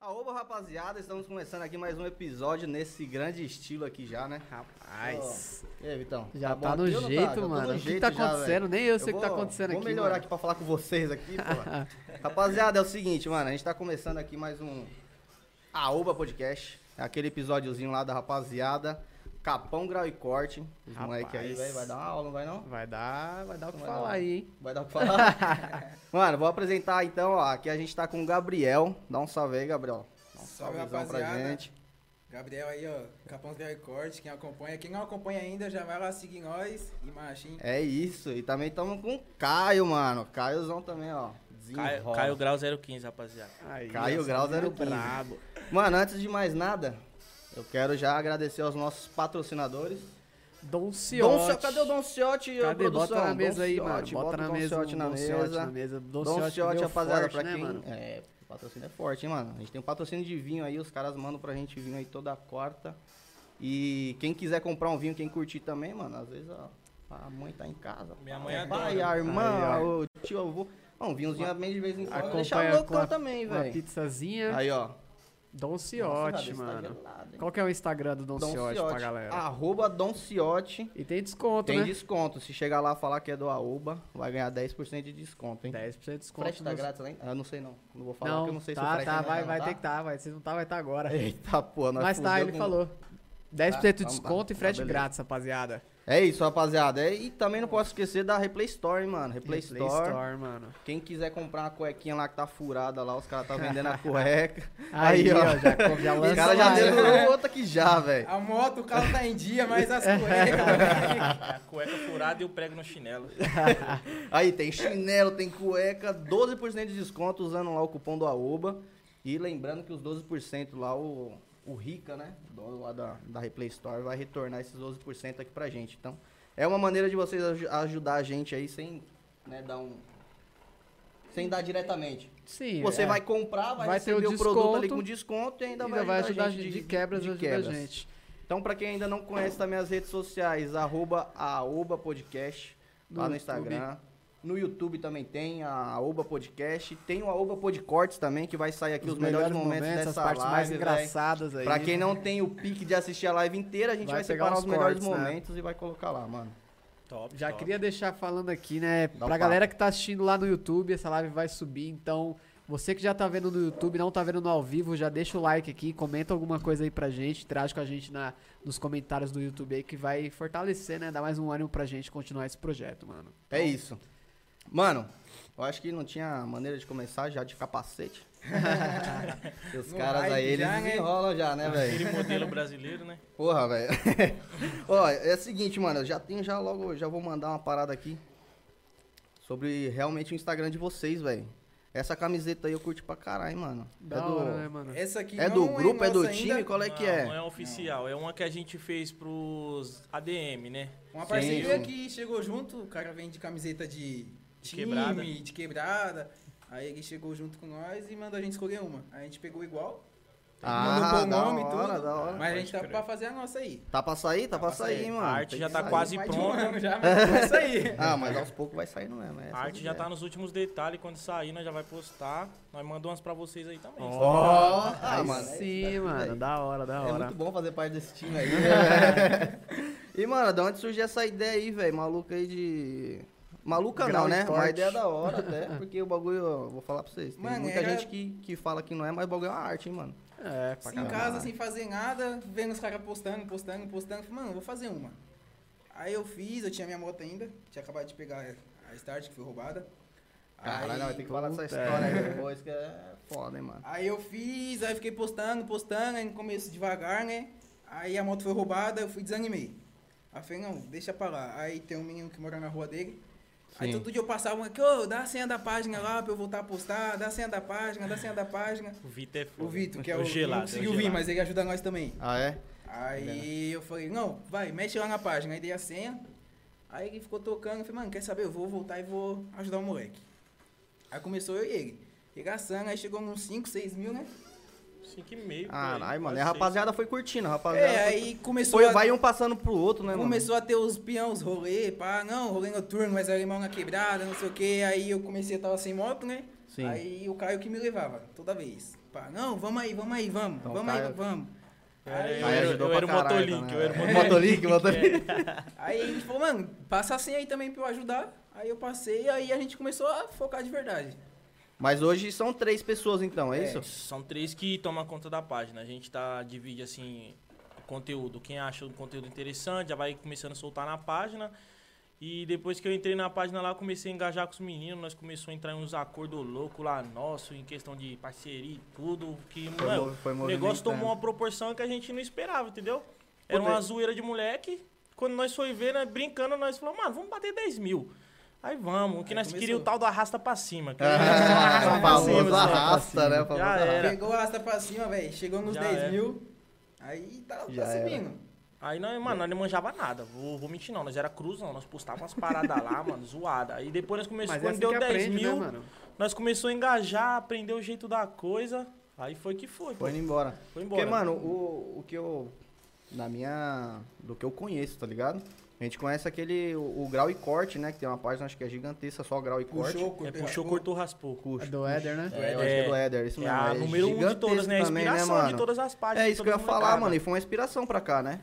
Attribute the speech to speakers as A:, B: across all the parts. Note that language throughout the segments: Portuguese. A: Aoba, rapaziada, estamos começando aqui mais um episódio nesse grande estilo aqui já, né?
B: Rapaz.
A: E aí, Vitão?
B: Já
A: bom
B: tá no
A: aqui ou não
B: jeito,
A: Já tô no
B: mano. O que que
A: jeito
B: tá
A: já,
B: acontecendo?
A: velho.
B: Nem eu sei o que tá
A: vou-
B: acontecendo
A: Vou
B: aqui,
A: melhorar
B: mano.
A: aqui pra falar com vocês aqui, pô. rapaziada, é o seguinte, mano, a gente tá começando aqui mais um Aoba Podcast. É Aquele episódiozinho lá da rapaziada. Capão, grau e corte. Os
B: Rapaz.
A: moleque aí, velho, vai dar uma aula, não vai não?
B: Vai dar, vai dar o que
A: Vai
B: falar
A: lá.
B: aí, hein?
A: Vai dar pra falar? Mano, vou apresentar então, ó. Aqui a gente tá com o Gabriel. Dá um salve aí, Gabriel. Dá um
C: Salve,
A: salvezão pra
C: rapaziada.
A: gente.
C: Gabriel aí, ó, Capão Zé Corte, quem acompanha. Quem não acompanha ainda, já vai lá seguir nós e machinho.
A: É isso. E também estamos com o Caio, mano. Caiozão também, ó.
D: Caio,
A: Desenrola.
D: Caio Grau 015, rapaziada.
B: Aí,
A: Caio
B: ó,
A: Grau
B: só vindo
A: 015.
B: brabo.
A: Mano, antes de mais nada, eu quero já agradecer aos nossos patrocinadores.
B: Dom
A: Dom Ciotti.
B: Ciotti.
A: Cadê o Don Ciotti? ô,
B: Cadê?
A: produção?
B: Bota na
A: Dom
B: mesa aí,
A: Ciotti,
B: mano. Bota, na
A: o Dom
B: mesa.
A: Ciotti
B: um
A: na
B: Dom Ciotti
A: mesa.
B: na mesa. Dom
A: Don
B: Ciotti,
A: Ciotti,
B: deu
A: rapaziada,
B: forte,
A: pra
B: né,
A: quem.
B: mano?
A: É, o patrocínio é forte, hein, mano? A gente tem um patrocínio de vinho aí, os caras mandam pra gente vinho aí toda quarta. E quem quiser comprar um vinho, quem curtir também, mano, às vezes, ó, a mãe tá em casa.
D: Minha
A: pá,
D: mãe
A: o
D: adora.
A: Pai, a irmã,
B: Aí,
A: o tio, eu vou. Não, um vinhozinho bem de vez em quando. Deixa
B: Acompanha com
A: loucão
B: a,
A: também,
B: com a
A: velho.
B: pizzazinha.
A: Aí, ó.
B: Dom
A: Nossa,
B: Ciotti,
A: cara, esse tá
B: mano.
A: gelado, hein?
B: Qual que é o Instagram do Dom,
A: Don
B: Ciotti pra
A: Ciotti,
B: galera?
A: Arroba Don Ciotti.
B: E tem desconto,
A: Tem
B: né?
A: desconto. Se chegar lá e falar que é do Aoba, vai ganhar 10% de desconto, hein?
B: 10% de
A: O
B: desconto.
A: frete tá
B: nos-
A: grátis, né? Ah, não sei não. Não vou falar,
B: Não,
A: porque eu não sei
B: tá,
A: se o frete
B: tá,
A: ainda
B: vai,
A: não
B: vai
A: tá.
B: ter que tá, vai. Se não tá, vai tá agora.
A: Eita, pô, nós
B: Mas tá,
A: fudeu
B: ele
A: com-
B: falou. 10% de
A: Tá, tá,
B: desconto e
A: tá,
B: frete
A: beleza.
B: grátis, rapaziada.
A: É isso, rapaziada. É, E também não posso esquecer da Replay Store, hein, mano. Replay,
B: Play
A: Store.
B: Store, mano.
A: Quem quiser comprar uma cuequinha lá que tá furada lá, os caras tá vendendo a cueca.
B: Aí, ó, já, já
A: Os
B: lança
A: caras já
B: lá, né?
A: deram outra aqui já, velho.
C: A moto, o carro tá em dia, mas as cuecas.
D: A cueca furada e o prego no chinelo.
A: Aí tem chinelo, tem cueca, 12% de desconto usando lá o cupom do AOBA. E lembrando que os 12% lá, o, o Rica, né? Dono lá da, da Replay Store, vai retornar esses 12% aqui pra gente. Então, é uma maneira de vocês aju- ajudar a gente aí sem né, dar um. Sem dar diretamente.
B: Sim.
A: Você
B: é.
A: vai comprar, vai,
B: Vai ter o
A: receber o, produto ali
B: desconto,
A: com desconto e ainda,
B: ainda, vai ajudar a gente de,
A: de,
B: quebras,
A: de
B: ajuda a
A: quebras.
B: gente.
A: Então, pra quem ainda não conhece também as redes sociais, arroba Aoba Podcast, lá
B: No
A: no Instagram. No YouTube também tem a Aoba Podcast. Tem o Aoba Podcortes também, que vai sair aqui os, melhores, momentos,
B: as
A: dessa
B: partes
A: live,
B: mais
A: véi.
B: engraçadas aí.
A: Pra quem não tem o pique de assistir a live inteira, a gente vai,
B: Vai pegar
A: separar
B: uns
A: os melhores
B: cortes, né?
A: momentos e vai colocar lá, mano.
D: Top.
B: Já
D: top.
B: queria deixar falando aqui, né?
A: um
B: Pra
A: papo.
B: galera que tá assistindo lá no YouTube, essa live vai subir, então. Você que já tá vendo no YouTube, não tá vendo no ao vivo, já deixa o like aqui, comenta alguma coisa aí pra gente, traz com a gente na, nos comentários do YouTube aí, que vai fortalecer, né? Dar mais um ânimo pra gente continuar esse projeto, mano. Então,
A: É isso. Mano, eu acho que não tinha maneira de começar já de capacete. os
C: No
A: caras aí,
C: hype
A: eles
C: já, né?
A: enrolam já, né, velho?
D: Aquele modelo brasileiro, né?
A: Porra, velho. Ó, é o seguinte, mano, eu já tenho já logo, já vou mandar uma parada aqui sobre realmente o Instagram de vocês, velho. Essa camiseta aí eu curti pra caralho, mano.
B: Da
A: é do,
B: hora, né, mano?
C: Essa aqui
A: é
C: não
A: do grupo, é do
C: nossa
A: time?
C: ainda.
A: Qual é que
D: Não,
A: é?
D: Não é oficial, é uma que a gente fez pros ADM, né?
C: Uma
A: Sim,
C: parceria
A: sim.
C: que chegou junto, o cara vem de camiseta de, time,
D: quebrada.
C: de quebrada. Aí ele chegou junto com nós e mandou a gente escolher uma. A gente pegou igual,
A: Ah,
C: mandou
A: da
C: nome e
A: hora,
C: tudo,
A: da hora.
C: mas a gente tá pra fazer a nossa
D: um
C: aí.
A: Tá pra sair? Tá, pra
C: pra
A: sair,
C: sair.
A: mano.
D: A arte
A: Tem
D: já
A: que
D: tá
A: sair.
D: quase
C: Mais de um
D: pronta.
C: ano já, mas é isso aí.
A: Ah, mas aos poucos vai sair, não é? Mas
D: A arte já tá nos últimos detalhes, quando sair nós já vai postar. Nós mandamos umas pra vocês aí também.
B: Ó,
D: sabe?
A: Ah,
B: aí
A: mano, é
B: sim,
A: isso, tá tudo
B: mano.
A: aí.
B: Da hora, da
A: É
B: hora.
A: muito bom fazer parte desse time aí. né? e, mano, da onde surgiu essa ideia aí, velho? Maluca aí de. Maluca
B: Grau
A: não,
B: e
A: né?
B: corte.
A: Uma ideia da hora até, porque o bagulho, ó, vou falar pra vocês. Tem
C: Mano,
A: muita
C: era-
D: é
A: gente que, que fala que não é, mas o bagulho é uma arte, hein, mano.
B: É, pra
C: Em
B: caralho.
C: casa, sem fazer nada, vendo os caras postando, postando, postando. Falei, mano, vou fazer uma. Aí eu fiz, eu tinha minha moto ainda, tinha acabado de pegar a Start, que foi roubada.
A: Caralho,
C: aí,
A: não, tem que falar dessa história aí depois, que é foda, hein, mano.
C: aí eu fiz, aí fiquei postando, postando, aí no começo devagar, né? Aí a moto foi roubada, eu fui desanimei. Aí eu falei, não, deixa pra lá. Aí tem um menino que mora na rua dele. Aí
A: Sim.
C: todo dia eu passava um aqui, ô, dá a senha da página lá pra eu voltar a postar, dá a senha da página, dá a senha da página.
D: O Vitor é foda.
C: O Vitor, que é o,
D: o gelado.
C: não
D: é
C: conseguiu
D: o
C: vir,
D: gelado.
C: mas ele ajuda nós também.
A: Ah, é?
C: Aí eu falei, não, vai, mexe lá na página. Aí dei a senha. Aí ele ficou tocando, eu falei, mano, quer saber? Eu vou voltar e vou ajudar o moleque. Aí começou eu e ele. Regaçando, aí chegou uns 5, 6 mil, né?
D: 5 e meio. por aí,
A: Caralho, mano. E
D: quase
A: a
D: seis.
A: rapaziada foi curtindo, a rapaziada.
C: É,
A: foi-
C: aí começou
A: foi,
C: a,
A: vai um passando pro outro, né, mano?
C: começou a ter os peão, os rolê, pá, não, rolê noturno, mas alemão na quebrada, não sei o que. Aí eu comecei a estar sem moto, né?
A: Sim.
C: Aí o Caio que me levava, toda vez. Pá, não, vamos aí, vamos aí, vamos,
A: Então,
C: vamos aí,
A: Caio-
C: vamos.
D: Aí,
C: Aí,
D: eu, era-
A: ajudou
D: eu
A: pra
D: era o
A: caralho
D: Motolink,
A: também,
D: eu era o
A: né?
D: Motolink.
A: Motolink, Motolink.
C: aí a gente falou, mano, passa a senha aí também pra eu ajudar. Aí eu passei, aí a gente começou a focar de verdade.
A: Mas hoje são três pessoas, então, é,
C: É.
A: isso?
D: São três que tomam conta da página. A gente tá, divide assim o conteúdo. Quem acha o conteúdo interessante já vai começando a soltar na página. E depois que eu entrei na página lá, eu comecei a engajar com os meninos. Nós começamos a entrar em uns acordos loucos lá nosso, em questão de parceria e tudo. Que,
A: Foi
D: mano,
A: mo- foi
D: o negócio
A: movimentando.
D: tomou uma proporção que a gente não esperava, entendeu? Era uma zoeira de moleque. Quando nós foi ver, né, brincando, nós falamos, mano, vamos bater 10 mil. Aí vamos, o que
C: Aí
D: nós
C: começou.
D: queríamos o tal do arrasta pra cima. Que
A: Ah,
D: arrasta pra cima,
A: famoso
D: só.
A: arrasta, né?
B: Já
A: Famoso
D: era.
A: arrasta.
D: Era.
C: Pegou a asta pra cima, velho, chegou nos
D: Já
C: 10
D: era.
C: mil, aí tá, tá
A: Já era.
C: subindo.
D: Aí, nós, mano, nós não manjava nada. Vou, vou mentir, não. Nós era cruzão. Nós postávamos umas paradas lá, mano, zoada. Aí depois nós
B: Mas é
D: começamos,
B: assim
D: quando deu
B: que
D: 10
B: aprende,
D: mil,
B: né, mano?
D: nós começamos a engajar, aprender o jeito da coisa. Aí foi que foi.
A: Foi
D: pô.
A: indo embora.
D: Foi embora.
A: Porque, mano, o, o que eu. Na minha. Do que eu conheço, tá ligado? A gente conhece aquele. O, o grau e corte, né? Que tem uma página, acho que é gigantesca, só grau e corte.
C: Puxou,
D: É,
C: cortou.
D: puxou, cortou, raspou.
A: Puxa.
B: É do Éder, né?
A: É, eu acho que é do Éder, isso
D: É
A: mesmo.
D: a
A: é
D: número um de todas, né? A
A: gigantesco também, né,
D: inspiração de
A: mano?
D: todas as páginas.
A: É
D: de
A: isso que eu ia
D: todas as
A: falar,
D: molecadas.
A: mano. E foi uma inspiração pra cá, né?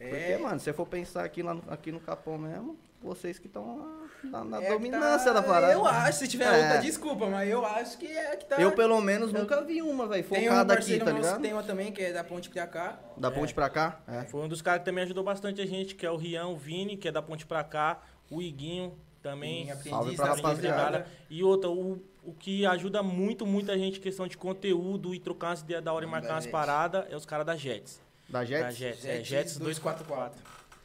C: É,
A: Porque, mano, se eu for pensar aqui, lá no, aqui no Capão mesmo, vocês que estão na, na
C: é que
A: dominância
C: tá-
A: da parada.
C: Eu acho, se tiver
A: É.
C: outra, desculpa, mas eu acho que é a que tá...
A: Eu, pelo menos, nunca vi uma, velho,
C: Tem um
A: focada aqui,
C: parceiro
A: tá
C: nosso
A: ligado?
C: que tem uma também, que é da Ponte pra cá.
A: Da ponte pra cá? É.
D: Foi um dos caras que também ajudou bastante a gente, que é o Rian, o Vini, que é da Ponte pra cá, o Iguinho também.
C: Iguinho,
A: Salve
C: aprendiz
A: pra
C: da
A: rapaziada.
C: rapaziada.
D: E outra, o, o que ajuda muito, muito a gente em questão de conteúdo e trocar umas ideias da hora e
C: Da
D: marcar umas
C: Jets.
D: paradas é os caras da Jets.
A: Da
D: Da
A: Jets?
D: Jets, é, Jets 244.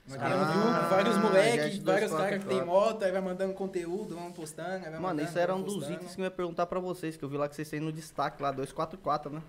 C: Mas
A: Ah,
C: tem um grupo, vários
A: Jets
C: moleques, vários
A: 244.
C: caras que tem moto, aí vai mandando conteúdo, vão postando, aí vai
A: Mano,
C: mandando,
A: isso era um
C: vão
A: dos
C: né, postando.
A: itens que eu ia perguntar pra vocês, que eu vi lá que vocês têm no destaque lá, 244, né?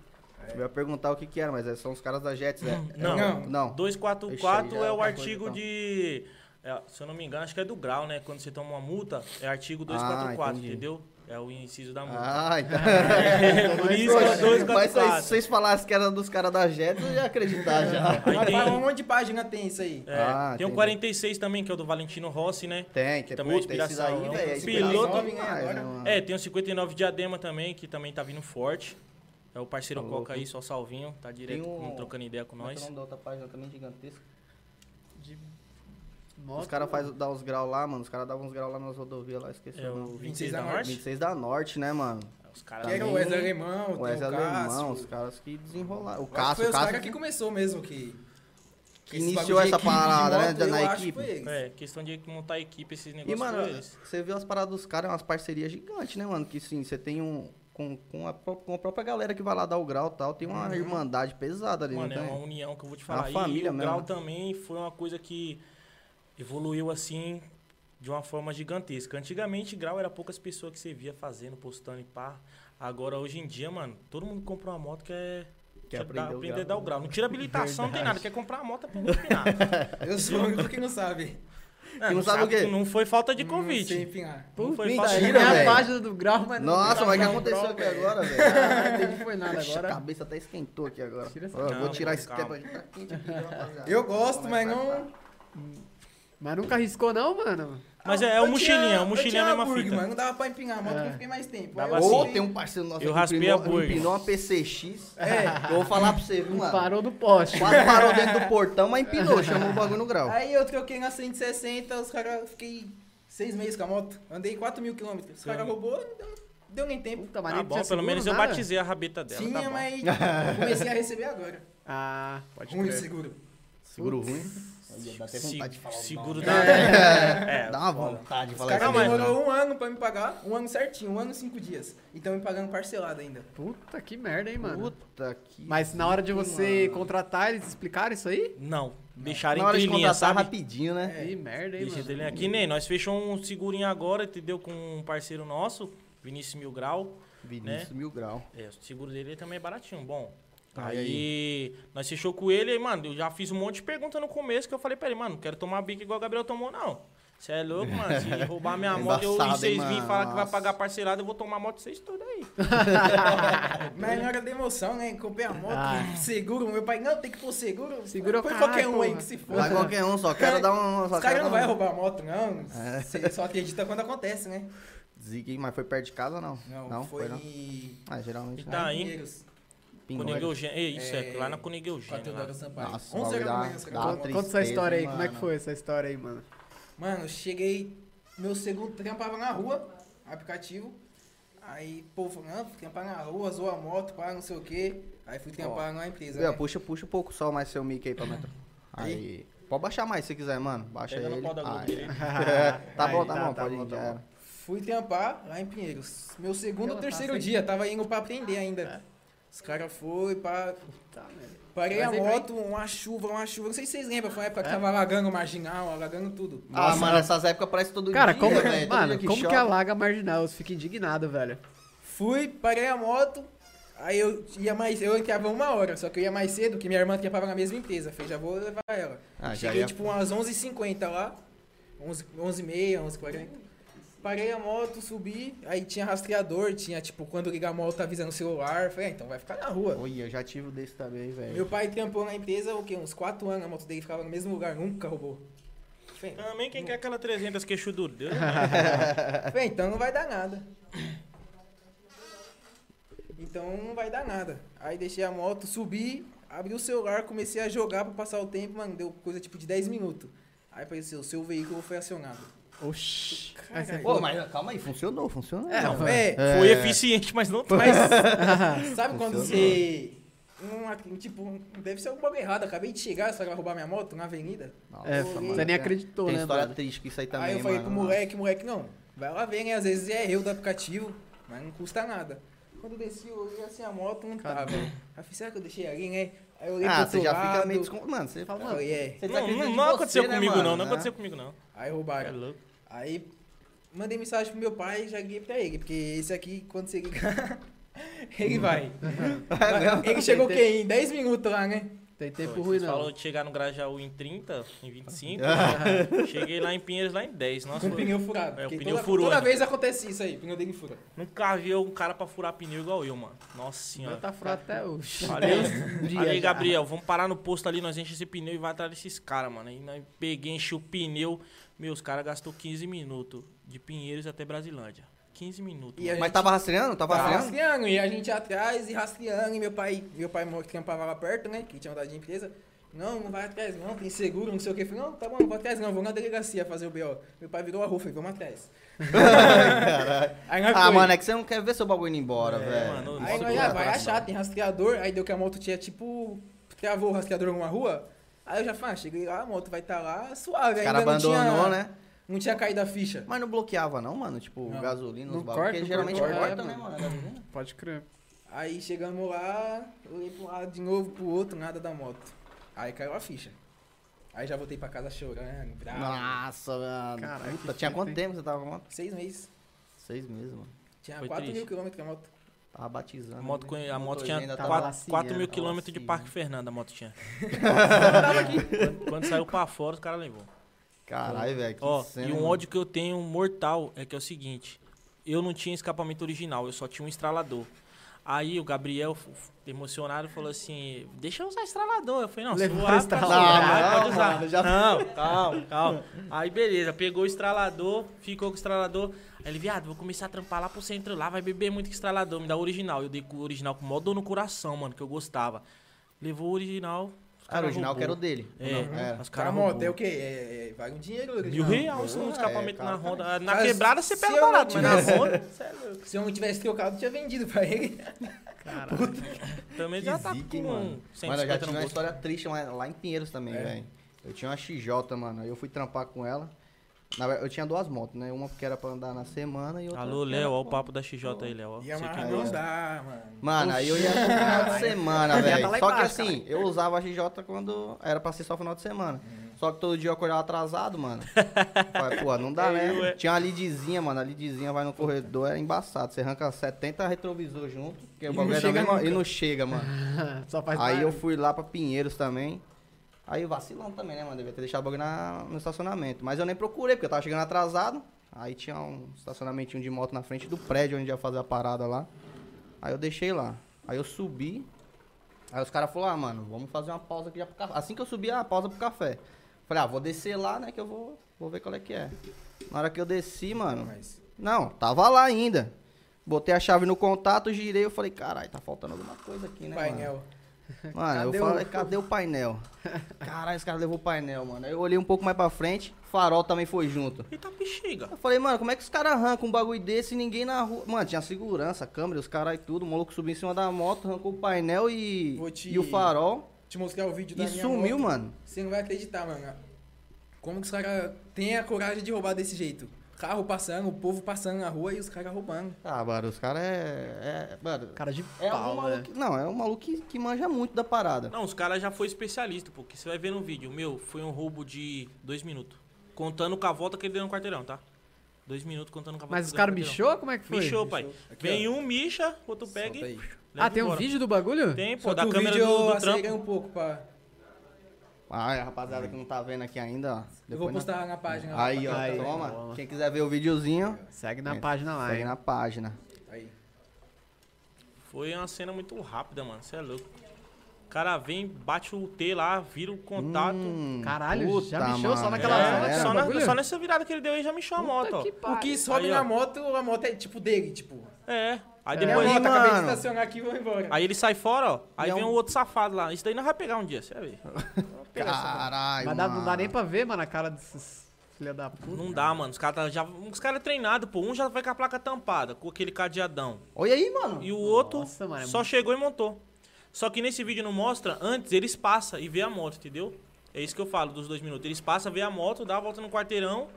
C: É.
A: Eu ia perguntar o que que era, mas é, são os caras da Jets, né?
D: Não.
A: Não.
D: 244
A: Ixi, aí já
D: é
A: é
D: o
A: outra
D: artigo
A: coisa,
D: de. é, se eu não me engano, acho que é do grau, né? Quando você toma uma multa, é artigo 244,
A: Ah, entendi.
D: entendeu? É o inciso da multa.
A: Ah, então.
D: É, por isso que é o
A: Mas se
D: 244.
A: vocês falassem que era dos caras da Jets, eu ia acreditar já.
D: Aí
C: Mas
D: tem-
C: fala um monte de página tem isso aí.
D: É,
A: Ah,
D: tem o
A: entendi.
D: 46 também, que é o do Valentino Rossi, né?
A: Tem, que é
D: Também é
A: puta, esses aí,
D: inspiração, é um
A: velho. é
D: piloto,
A: inspiração
C: né,
A: demais,
C: agora.
A: né, mano?
D: É, tem o 59 Diadema também, que também tá vindo forte. É o parceiro
A: Tá
D: Coca
A: louco.
D: aí, só Salvinho, tá direto
A: Tem um-
D: trocando ideia com
A: Mas tem
D: nós.
A: um da outra página também gigantesca.
B: Moto,
A: Os caras dão uns graus lá, mano. Os caras davam uns graus lá nas rodovias lá, esqueci
D: É
A: o
D: o
A: nome.
C: 26
D: 26 da
C: da
D: Norte.
A: 26 da Norte, né, mano?
D: Os caras
C: Que era o
A: também.
C: Wesley Alemão, tem
A: O Wesley
C: o Cássio.
A: Alemão, os caras que desenrolaram. O
C: Eu acho que
A: Cássio,
C: Foi
A: o
C: os
A: Cássio
C: caras que começou mesmo, que...
A: que
C: esse bagulho
A: iniciou
C: de
A: essa
C: equipe de
A: parada, né,
C: moto,
A: da-
C: eu
A: na
C: acho que
A: equipe.
C: foi eles.
D: É, questão de montar a equipe, esses
A: E,
D: negócios
A: mano,
D: com eles.
A: você viu as paradas dos caras, é umas parcerias gigantes, né, mano? Que sim, você tem um. Com, com, a, pró- com a própria galera que vai lá dar o grau e tal, tem uma irmandade pesada ali,
D: Uhum. Mano,
A: não
D: é
A: tem?
D: uma união que eu vou te falar.
A: uma família
D: e o
A: mesmo,
D: Grau
A: né?
D: também foi uma coisa que evoluiu assim de uma forma gigantesca. Antigamente, Grau era poucas pessoas que você via fazendo, postando e pá. Agora, hoje em dia, mano, todo mundo compra uma moto que é.
A: Quer aprender o
D: aprender
A: grau.
D: a dar o grau. Não tira habilitação, não tem nada. Quer comprar a moto, aprende a empinar.
C: Eu sou o único que não sabe.
D: Não,
A: não sabe o quê? Hum,
D: Não foi falta de
C: Não sei
D: convite.
C: empinar.
D: Não foi
B: Puta,
D: fácil,
B: tira
A: não,
B: a
A: velho.
B: página do grau, mas não
A: Nossa,
B: tira
A: mas o que
B: a
A: aconteceu
B: grau,
A: aqui
B: velho.
A: agora, velho?
B: Ah, não entendi foi nada
A: Puxa, a
B: agora.
A: cabeça até esquentou aqui agora.
B: Tira essa
A: Ó, eu vou
D: Calma,
A: tirar esse
D: calma.
A: quebra de tá quente aqui, rapaziada.
C: Eu gosto,
A: Vamos
C: mas
A: começar.
C: não...
B: Mas nunca arriscou não, mano?
D: Mas é, é
C: Eu
D: o mochilinha,
C: tinha-
D: é o
C: eu
D: mochilinha
C: tinha
D: é a mesma
C: Hamburg,
D: fita.
C: Mas não dava pra empinhar a moto,
B: É.
C: eu fiquei mais tempo.
D: Dava
C: Aí eu
D: assim.
A: Ou
C: fui-
A: tem um parceiro nosso
D: Eu
A: que
D: raspei a
A: empinou,
D: burger.
A: empinou uma PCX.
C: É.
A: Eu vou falar pra você, viu, mano?
B: Parou do poste.
A: Quase parou dentro do portão, mas empinou, chamou o bagulho no grau.
C: Aí eu troquei na 160, os caras... Fiquei seis meses com a moto. Andei 4 mil quilômetros. Os
D: Sim.
C: caras roubou, não deu- deu nem tempo.
B: Puta, mas
D: Tá
B: nem
D: bom,
B: tinha
D: pelo
B: seguro,
D: menos eu
B: nada.
D: batizei a rabeta dela.
C: Tinha,
D: tá bom.
C: mas comecei a receber agora.
B: Ah, pode
C: Ruim o
B: crer.
C: seguro.
A: Seguro ruim.
D: Se- Seguro da.
A: É,
D: É,
A: dá uma vontade de
C: Os
A: falar
C: caras
D: Não, mas-
C: demorou um ano pra me pagar, um ano certinho, um ano e cinco dias. E estão me pagando parcelado ainda.
B: Puta que merda, hein, mano?
A: Puta que.
B: Mas na hora de você
A: mano.
B: contratar, eles explicaram isso aí?
D: Não, deixaram
A: na hora
D: entre
A: de
D: linhas,
A: contratar
D: sabe?
A: rapidinho, né?
B: Que merda, hein,
D: Deixa
B: mano?
D: entre linhas. É Que nem nós fechamos um segurinho agora, entendeu? Com um parceiro nosso, Vinícius Mil Grau.
A: Vinícius Mil Grau.
D: É, o seguro dele também é baratinho, bom.
A: Aí,
D: Aí, nós fechou com ele e, mano, eu já fiz um monte de pergunta no começo que eu falei pra ele, mano, não quero tomar bico igual o Gabriel tomou, não. Você é louco, mano. Se roubar minha moto eu, e
A: É Embaçado,
D: vocês
A: hein,
D: virem
A: mano?
D: falar que vai
A: Nossa.
D: pagar parcelado, eu vou tomar a moto de vocês toda aí.
C: Mas na hora da emoção, né? Comprei a moto,
B: Ah.
C: seguro, meu pai, não, tem que pôr seguro.
B: Seguro é o
C: Põe
B: caralho,
C: qualquer um aí
B: porra.
C: que se for.
A: Vai qualquer um, só quero dar um. Só
C: Os caras
A: quero
C: não
A: dar
C: vão
A: um-
C: roubar a moto, não.
A: É.
C: Você só acredita quando acontece, né?
A: Zigue, mas foi perto de casa ou não?
C: Não,
A: Foi
C: foi
A: não.
C: em
A: Ah, geralmente não.
D: Tá aí.
C: Pinheiros.
A: Pinguim.
D: Conegueu Gênio. É, isso é, lá na Conegueu Gênio.
C: Patrulha
D: lá.
C: da Sampaio.
A: Nossa,
C: 11 horas da
A: dá-
C: manhã,
A: dá
C: você acabou.
A: é uma
B: Conta, conta essa
A: tristeza,
B: história aí,
A: hein,
B: como é que
A: mano?
B: foi essa história aí, mano?
C: Mano, cheguei. Meu segundo trampava na rua, aplicativo. Aí, pô, falou, não, trampar na rua, zoa a moto, pá, não sei o quê. Aí fui trampar na empresa.
A: Gabriel,
C: né?
A: puxa, puxa um pouco só mais seu mic aí pra metro. Aí. Pode baixar mais se quiser, mano. Baixa
D: Pega no
A: ele.
D: pau da Globo
A: Aí.
D: direito.
A: tá
B: Aí,
A: bom, tá,
B: tá,
A: bom,
B: tá
A: pode
B: bom,
A: ir.
B: tá
A: já
B: bom.
A: era.
C: Fui trampar lá em Pinheiros. Meu segundo ou
B: Ela tá
C: terceiro
B: sem- É.
C: dia, tava indo pra aprender ainda. Os caras foram, pá.
B: Tá, velho.
C: Parei
B: Mas
C: a
B: aí É.
C: moto, uma chuva, uma chuva. Não sei se vocês lembram, foi uma época que tava alagando o marginal, alagando tudo.
A: Ah, mano, essas épocas parece todo
B: Cara,
A: dia, né,
B: como,
A: velho, todo
B: mano,
A: dia
B: como que é
A: chove.
B: alaga marginal? Eu fico indignado, velho.
C: Fui, parei a moto. Aí eu ia mais. Eu entrava uma hora, só que eu ia mais cedo, que minha irmã trampava na mesma empresa. Falei, já vou levar ela.
A: Ah, já
C: Cheguei
A: ia-
C: tipo umas 11h50 lá. 11, 11h30, 11h40. Parei a moto, subi. Aí tinha rastreador, tinha tipo, quando ligar a moto avisando o celular. Falei, ah, então vai ficar na rua.
A: Oi, eu já tive o desse também,
C: Meu
A: velho.
C: pai trampou na empresa, o quê? Uns 4 anos a moto dele ficava no mesmo lugar, nunca roubou. Falei,
D: Também quem quer aquela 300 queixo duro. né? Deus,
C: Falei, então não vai dar nada. Então não vai dar nada. Aí deixei a moto, subi, abri o celular, comecei a jogar pra passar o tempo, mano, deu coisa tipo de 10 minutos. Aí apareceu, seu veículo foi acionado.
B: Oxi. Aí você-
A: Pô, mas calma aí, funcionou, funcionou.
B: É,
A: mano.
B: velho.
C: É,
D: Foi eficiente, mas não traz.
C: mas sabe quando
A: Funcionou.
C: você. Não, ac- tipo, deve ser alguma coisa errada. Acabei de chegar, só que vai roubar minha moto na avenida.
A: Nossa,
B: É,
A: mano,
B: você nem
A: tem-
B: acreditou,
A: Tem
B: né,
A: história
B: mano?
A: triste que isso aí também,
C: aí eu falei
A: mano.
C: pro moleque, moleque, não, vai lá ver, né? Às vezes é eu do aplicativo, mas não custa nada. Quando eu desci, eu olhei assim a moto, não tava. Aí eu falei, será que eu deixei ali, né? Aí eu olhei
A: Ah,
C: pro
A: você
C: outro
A: já
C: lado,
A: fica meio desconfiado. Mano, você fala, mano.
C: falei, é.
A: você
D: Não,
A: desacredita
D: não,
A: de
D: não
A: você,
D: aconteceu
A: né,
D: comigo,
A: mano,
D: não. Não
A: né?
D: aconteceu comigo, não.
C: Aí
D: É
C: roubaram.
D: louco.
C: Aí mandei mensagem pro meu pai e já liguei pra ele, porque esse aqui, quando você ligar,
A: Hum.
C: ele vai.
A: É
C: ele chegou o quê? Em 10 minutos lá, né?
B: Tem tempo
D: Pô,
B: ruim,
D: vocês
B: não.
D: Falou de chegar no Grajaú em 30, em 25.
B: Ah.
D: Cheguei lá em Pinheiros lá em 10. Nossa,
C: Com o
D: foi-
C: pneu furado.
D: É, o
C: porque
D: pneu
C: toda,
D: furou
C: Toda
D: ainda.
C: vez acontece isso aí, o pneu dele fura.
D: nunca vi um cara pra furar pneu igual eu, mano. Nossa
B: O meu
D: senhora.
B: tá furado até hoje.
D: Falei,
B: Um dia
D: falei
B: já.
D: Gabriel, vamos parar no posto ali, nós enche esse pneu e vai atrás desses caras, mano. Aí nós peguei, enchi o pneu. Meu, os caras gastou 15 minutos de Pinheiros até Brasilândia. 15 minutos.
C: E
D: mano.
C: a
A: Mas tava rastreando? Tava
C: Tava
A: rastreando?
C: rastreando, e a gente ia atrás e rastreando, e meu pai, meu pai mo- trampava lá perto, né? Que tinha mudado de empresa. Não, não vai atrás, não, tem seguro, não sei o que. Falei, não, tá bom, não vou atrás, não, vou na delegacia fazer o BO. Meu pai virou a rua, falei, vamos atrás. Aí nós
A: Ah,
C: foi.
A: mano, é que você não quer ver seu bagulho indo embora,
D: mano,
A: velho.
C: Aí nós, ah, vai achar, tem rastreador, aí deu que a moto tinha tipo. Travou o rastreador em uma rua. Aí eu já falei, ah, cheguei lá, a moto vai estar lá suave.
A: O cara
C: ainda não tinha-
A: abandonou, né?
C: Não tinha caído a ficha.
A: Mas não bloqueava não, mano? Tipo,
C: Não.
A: gasolina,
B: Não
A: os bagulhos.
B: corta,
A: Porque
B: não
A: geralmente
B: corta,
A: corta,
B: é,
A: né,
B: mano.
A: mano? a gasolina.
B: Pode crer.
C: Aí chegamos lá, olhei pro lado de novo, pro outro, nada da moto. Aí caiu a ficha. Aí já voltei pra casa chorando, bravo.
A: Nossa, mano.
B: Caraca,
A: Puta,
B: que
A: tinha
B: fita,
A: quanto
B: hein?
A: tempo que você tava com a moto?
C: Seis meses.
A: Seis meses, mano.
C: Tinha
D: Foi
C: 4 mil
D: triste.
C: quilômetros a moto.
A: Tava batizando.
D: A moto,
A: né?
D: com- a moto
A: ainda
D: tinha
B: tá
A: tava
D: 4,
B: lacinhando,
D: mil
B: tava
D: quilômetros de
B: lacinhando.
D: Parque Fernando, a moto tinha.
C: tava aqui.
D: Quando, quando saiu pra fora, os caras levou.
A: Caralho, velho. que
D: Ó,
A: cena,
D: e um
A: mano.
D: ódio que eu tenho mortal é que é o seguinte: eu não tinha escapamento original, eu só tinha um estralador. Aí o Gabriel, f- f- emocionado, falou assim: Deixa eu usar estralador. Eu falei: Não,
B: Levou
D: suave,
B: o
D: tá
B: estralador.
D: suave,
A: Não,
D: pode usar.
A: mano, já-
D: Não, calma, calma. Aí beleza, pegou o estralador, ficou com o estralador. Aí ele, viado, vou começar a trampar lá pro centro lá, vai beber muito com estralador, me dá o original. Eu dei com o original com mó dor no coração, mano, que eu gostava. Levou o original.
A: Cara, o
D: os cara
A: original
D: roubou.
A: que era o dele.
D: É,
A: Não, era.
D: os
C: Cara, a
D: caras
C: moto é
D: roubou.
C: o quê? É, é, vale um dinheiro.
D: Mil
C: original.
D: reais um
A: Ah,
D: escapamento
A: é,
D: na
A: cara,
D: Honda. Na
C: Mas
D: quebrada você
C: se
D: pega
C: eu não
D: barato, mas na
C: tivesse-
D: Honda você é louco.
C: Se eu não tivesse trocado, eu tinha vendido pra ele.
D: também
A: Que
D: já tá
A: zica,
D: com
A: hein, mano. Mano,
D: 150
A: eu já
D: no
A: tive uma
D: bolso.
A: história triste lá, lá em Pinheiros também,
C: É.
A: velho. Eu tinha uma XJ, mano. Aí eu fui trampar com ela. Na verdade, eu tinha duas motos, né? Uma porque era pra andar na semana e outra.
D: Alô,
A: que era
D: Léo, ó o
A: pra-
D: papo da XJ aí, Léo. ó.
C: E é a
D: Você que
C: marca
A: aí,
C: não
A: ó.
D: gosta.
C: dá, mano.
A: Mano, aí eu ia no final de semana,
B: Já tá
A: velho.
B: lá
A: Só que
B: embaixo,
A: assim, eu usava a XJ quando era pra ser só final de semana. Só que todo dia eu acordava atrasado, mano. Falei, pô, não dá,
D: Eu,
A: né?
D: é.
A: Tinha uma lidizinha, mano. A lidizinha vai no corredor, era embaçado. Você arranca 70 retrovisor junto, que o
C: E
A: bagulho
C: não
A: é da
C: chega
A: mesma-
C: nunca.
A: e não chega, mano.
B: Só faz
A: aí eu
B: barulho.
A: fui lá pra Pinheiros também. Aí vacilão também, né, mano? Devia ter deixado o bagulho na- no estacionamento. Mas eu nem procurei, porque eu tava chegando atrasado. Aí tinha um estacionamentinho de moto na frente do prédio onde ia fazer a parada lá. Aí eu deixei lá. Aí eu subi. Aí os caras falaram, ah, mano, vamos fazer uma pausa aqui já pro café. Assim que eu subi, a pausa pro café. Falei, ah, vou descer lá, né, que eu vou, vou ver qual é que é. Na hora que eu desci, mano,
C: Mas
A: não, tava lá ainda. Botei a chave no contato, girei, eu falei, caralho, tá faltando alguma coisa aqui, né? mano?"
C: Painel.
A: Mano,
B: Cadê
A: eu
B: o-
A: falei, cadê o painel? Caralho, esse cara levou o painel, mano. Aí eu olhei um pouco mais pra frente, farol também foi junto.
D: Eita tá bexiga.
A: Eu falei, mano, como é que os caras arrancam um bagulho desse e ninguém na rua. Mano, tinha segurança, câmera, os caras e tudo. O maluco subiu em cima da moto, arrancou o painel e.
C: Vou te-
A: E o farol.
C: Te mostrar o vídeo da
A: E
C: minha
A: sumiu,
C: moto.
A: mano.
C: Você não vai acreditar, mano. Como que os caras têm a coragem de roubar desse jeito? Carro passando, o povo passando na rua e os caras roubando.
A: Ah, mano, os caras é. é- Mano.
B: Cara de
A: É um
B: pau, né?
A: maluco. Não, é um maluco que, que manja muito da parada.
D: Não, os caras já foi especialista, porque você vai ver no vídeo. Meu, foi um roubo de dois minutos. Contando com a volta que ele deu no quarteirão, tá? Dois minutos contando com a volta.
B: Mas
D: que
B: os
D: ele deu
B: caras
D: no
B: michou? Como é que foi?
D: quarteirão. Michou, pai.
C: Aqui,
D: Vem um, micha, o outro pega
C: Solta aí.
D: e.
B: Ah,
D: leva
B: tem um
D: embora.
B: vídeo do bagulho?
D: Tem,
C: Só
D: pô,
C: que
D: da
C: o
D: câmera
C: vídeo
D: do,
C: eu
D: do trampo.
C: acelerei um pouco pra...
A: Ai, a rapaziada que não tá vendo aqui ainda, ó.
C: Eu vou
A: Depois
C: postar na página. lá,
A: Aí, ó,
C: pra- tá
B: Aí,
A: toma.
B: toma.
A: Quem quiser ver o videozinho,
B: Segue na
A: É,
B: página lá,
A: segue
B: hein?
A: na página.
C: Aí.
D: Foi uma cena muito rápida, mano. Você é louco. O cara vem, bate o T lá, vira o contato.
A: Hum,
B: Caralho, já
A: puta,
B: mexeu só
A: mano.
B: naquela
A: Já
B: hora,
A: era.
D: é,
B: tinha
D: só,
B: um
D: na-
B: bagulho?
D: só nessa virada que ele deu aí já mexeu a moto,
B: Puta
D: ó.
B: que
C: O que
B: pariu.
C: sobe
D: Aí, ó.
C: na moto, a moto é tipo dele, tipo...
D: É. Aí
C: Minha
D: depois.
A: Aí,
C: moto, acabei de
A: mano.
C: estacionar aqui e vou embora.
D: Aí ele sai fora, ó. Aí
A: E é
D: vem
A: um-
D: um outro safado lá. Isso daí não vai pegar um dia, você vai ver.
A: Caralho,
B: Mas dá- não dá
A: mano.
B: nem pra ver, mano, a cara desses filha da puta.
D: Não dá, mano. Os caras tá já. Os caras é treinado, pô. Um já vai com a placa tampada, com aquele cadeadão.
A: Olha aí, mano.
D: E o outro
B: Nossa, mano, é
D: só
B: muito-
D: chegou e montou. Só que nesse vídeo não mostra, antes eles passam e vê a moto, entendeu? É isso que eu falo dos dois minutos. Eles passam, vê a moto, dá a volta no quarteirão.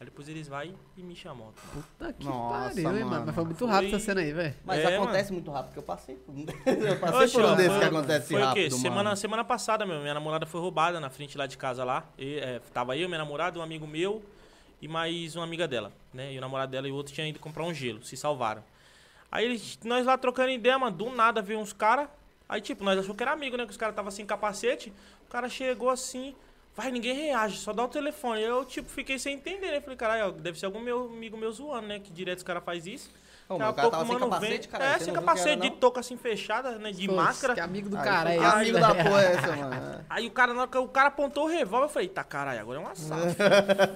D: Aí depois eles vai e mexem a moto. mano.
B: Puta que
A: Nossa,
B: pariu, hein, mano.
A: mano.
B: Mas foi muito rápido
D: Foi-
B: essa cena aí, velho.
A: Mas
D: É,
A: acontece muito rápido, porque eu passei por um Eu passei
D: Oxe,
A: por um
D: ó,
A: desses
D: foi-
A: que acontece
D: foi
A: rápido,
D: o quê? Semana,
A: mano.
D: semana passada mesmo, minha namorada foi roubada na frente lá de casa lá. E, é, tava eu, minha namorada, um amigo meu e mais uma amiga dela, né? E o namorado dela e o outro tinha ido comprar um gelo, se salvaram. Aí eles- nós lá trocando ideia, mano, do nada veio uns caras. Aí, tipo, nós achou que era amigo, né? Que os caras tava sem capacete. O cara chegou assim, vai, ninguém reage, só dá o telefone. Eu, tipo, fiquei sem entender, né? Falei, caralho, ó, deve ser algum meu amigo meu zoando, né? Que direto os caras faz isso.
A: Ô,
D: Daqui
A: mas
D: a
A: o cara
D: pouco
A: tava sem
D: mano
A: capacete,
D: vem-
A: caralho,
D: É,
A: você
D: sem
A: não viu que era,
D: capacete, de
A: não?
D: touca assim fechada, né? De
B: Pô,
D: máscara.
B: Que amigo do
A: Aí,
B: cara é
A: que
B: esse,
A: Amigo da
B: velho?
A: porra é essa, mano.
D: Aí o cara, na hora que o cara apontou o revólver, eu falei, tá, caralho, agora é um assalto.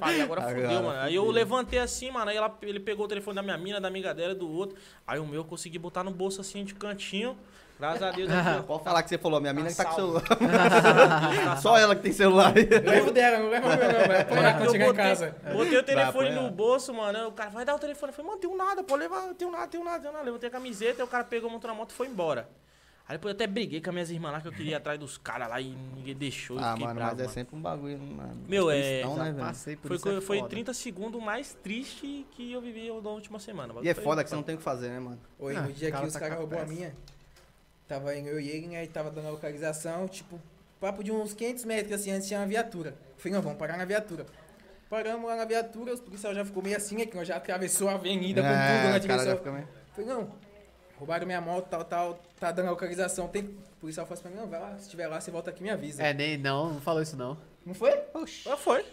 D: Falei, agora
A: Agora
D: fudeu, mano. Aí eu
A: fudeu.
D: levantei assim, mano, aí ela, ele pegou o telefone da minha mina, da amiga dela, do outro. Aí o meu eu consegui botar no bolso assim, de cantinho. Graças a Deus. aqui, ó.
A: Pode falar que você falou, minha mina que tá com
D: salvo.
A: celular.
D: Tá
A: Só ela que tem celular Ah, aí.
C: Leva o dela, não leva o meu não, vai apanhar
D: Eu
C: quando chegar em
D: botei,
C: casa.
D: botei o telefone
A: apanhar.
D: no bolso, mano. aí O cara vai dar o telefone. Eu falei, mano, tem um nada, pode levar, tem um nada, tem um nada, tem um nada. Levantei a camiseta, aí o cara pegou, montou na moto e foi embora. Aí depois eu até briguei com as minhas irmãs lá que eu queria ir atrás dos caras lá e ninguém deixou. eu
A: Ah,
D: fiquei
A: mano,
D: bravo,
A: mas é sempre um bagulho, mano.
D: Meu, é-
A: Cristão, né,
B: Já
A: velho?
B: Passei por
D: Foi,
B: isso. é
D: co- foi
B: foda.
D: 30 segundos mais triste que eu vivi na última semana.
A: E é
D: Foi-
A: foda que você não tem o que fazer, né, mano?
C: Oi,
B: Ah,
C: no dia
B: o cara
C: que os
B: tá
C: caras
B: com a
C: roubou a
B: peça.
C: minha, tava indo eu e ele, né, e tava dando a localização, tipo, papo de uns 500 metros, assim, antes tinha uma viatura. Falei, não, vamos parar na viatura. Paramos lá na viatura, os policiais já ficou meio assim, aqui, nós já atravessou a avenida com
D: né,
C: tudo né, na
A: É, os caras já
C: direção.
A: ficam meio...
C: Falei, não, roubaram minha moto, tal, tal, tá dando a localização. Tem... O policial falou assim pra mim, não, vai lá, se tiver lá, você volta aqui e me avisa.
B: É, nem não, não falou isso não.
C: Não foi?
A: Oxi.
D: Ah, foi.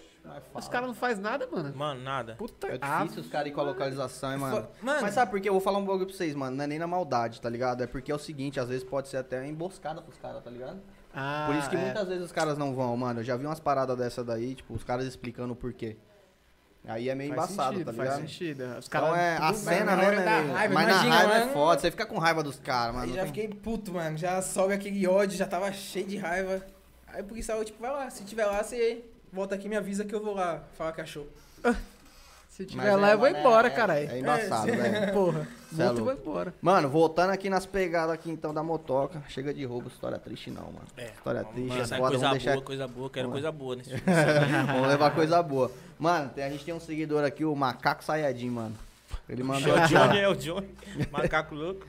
B: Os caras não fazem nada, mano.
D: Mano, nada.
B: Puta
A: É
B: ah,
A: difícil os caras ir com a localização, hein, É, mano.
C: Fa- mano.
A: Mas sabe por quê? Eu vou falar um bagulho pra vocês, mano. Não é nem na maldade, tá ligado? É porque é o seguinte, às vezes pode ser até emboscada pros caras, tá ligado?
B: ah,
A: Por isso que
B: é.
A: muitas vezes os caras não vão, mano. Eu já vi umas paradas dessa daí, tipo, os caras explicando o porquê. Aí é meio
B: Faz
A: embaçado,
B: sentido,
A: tá
B: faz
A: ligado?
B: sentido. Os caras.
A: Então é a
C: tudo bem,
A: cena,
C: na
A: né,
C: hora
A: né?
C: da
A: velho?
C: raiva,
A: Mas na
C: imagina,
A: raiva é
C: mano.
A: foda, você fica com raiva dos caras, mano.
C: Aí
A: não
C: já
A: tem-
C: fiquei puto, mano. Já sobe aquele ódio, já tava cheio de raiva. Aí o policial, tipo, vai lá, se tiver lá, você volta aqui e me avisa que eu vou lá falar cachorro.
B: Se
A: Mas
B: tiver
A: é,
B: lá, eu vou
A: mano, é-
B: embora,
A: é-
B: caralho.
A: É embaçado, velho.
B: Porra,
A: Cê é louco.
B: muito vai embora.
A: Mano, voltando aqui nas pegadas aqui então da motoca. Chega de roubo, história triste não, mano. história triste, é
D: Mano, sai
A: foda,
D: coisa
A: vamos deixar.
D: boa, coisa boa. Quero
A: Vamos
D: coisa boa nesse filme.
A: vamos levar coisa boa. Mano, tem- a gente tem um seguidor aqui, o Macaco Sayajin, mano. Ele mandou
D: O
A: aqui, ó.
D: Johnny é o Johnny. Macaco louco.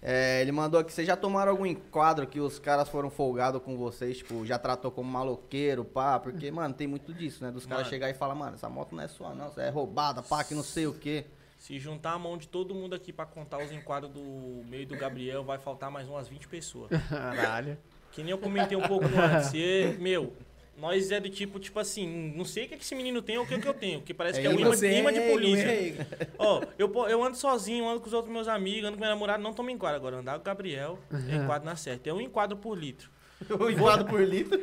A: É, ele mandou aqui, vocês já tomaram algum enquadro que os caras foram folgados com vocês, tipo, já tratou como maloqueiro, pá, porque, mano, tem muito disso, né? Dos caras
D: Mano.
A: chegar e falar, mano, essa moto não é sua não, você é roubada, pá, que não sei o quê.
D: Se juntar a mão de todo mundo aqui pra contar os enquadros do meio do Gabriel, vai faltar mais umas 20 pessoas.
B: Caralho.
D: Que nem eu comentei um pouco antes. E, meu, nós é do tipo, tipo assim, não sei o que esse menino tem ou o que, que eu tenho, que parece
A: É
D: que é um
A: imã.
D: imã, imã de polícia.
C: ele.
D: Ó, eu, po- eu ando sozinho, ando com os outros meus amigos, ando com minha namorada, não tomo enquadro agora. Andar com o Gabriel, é enquadro na certa. É um enquadro por litro.
A: O enquadro por litro.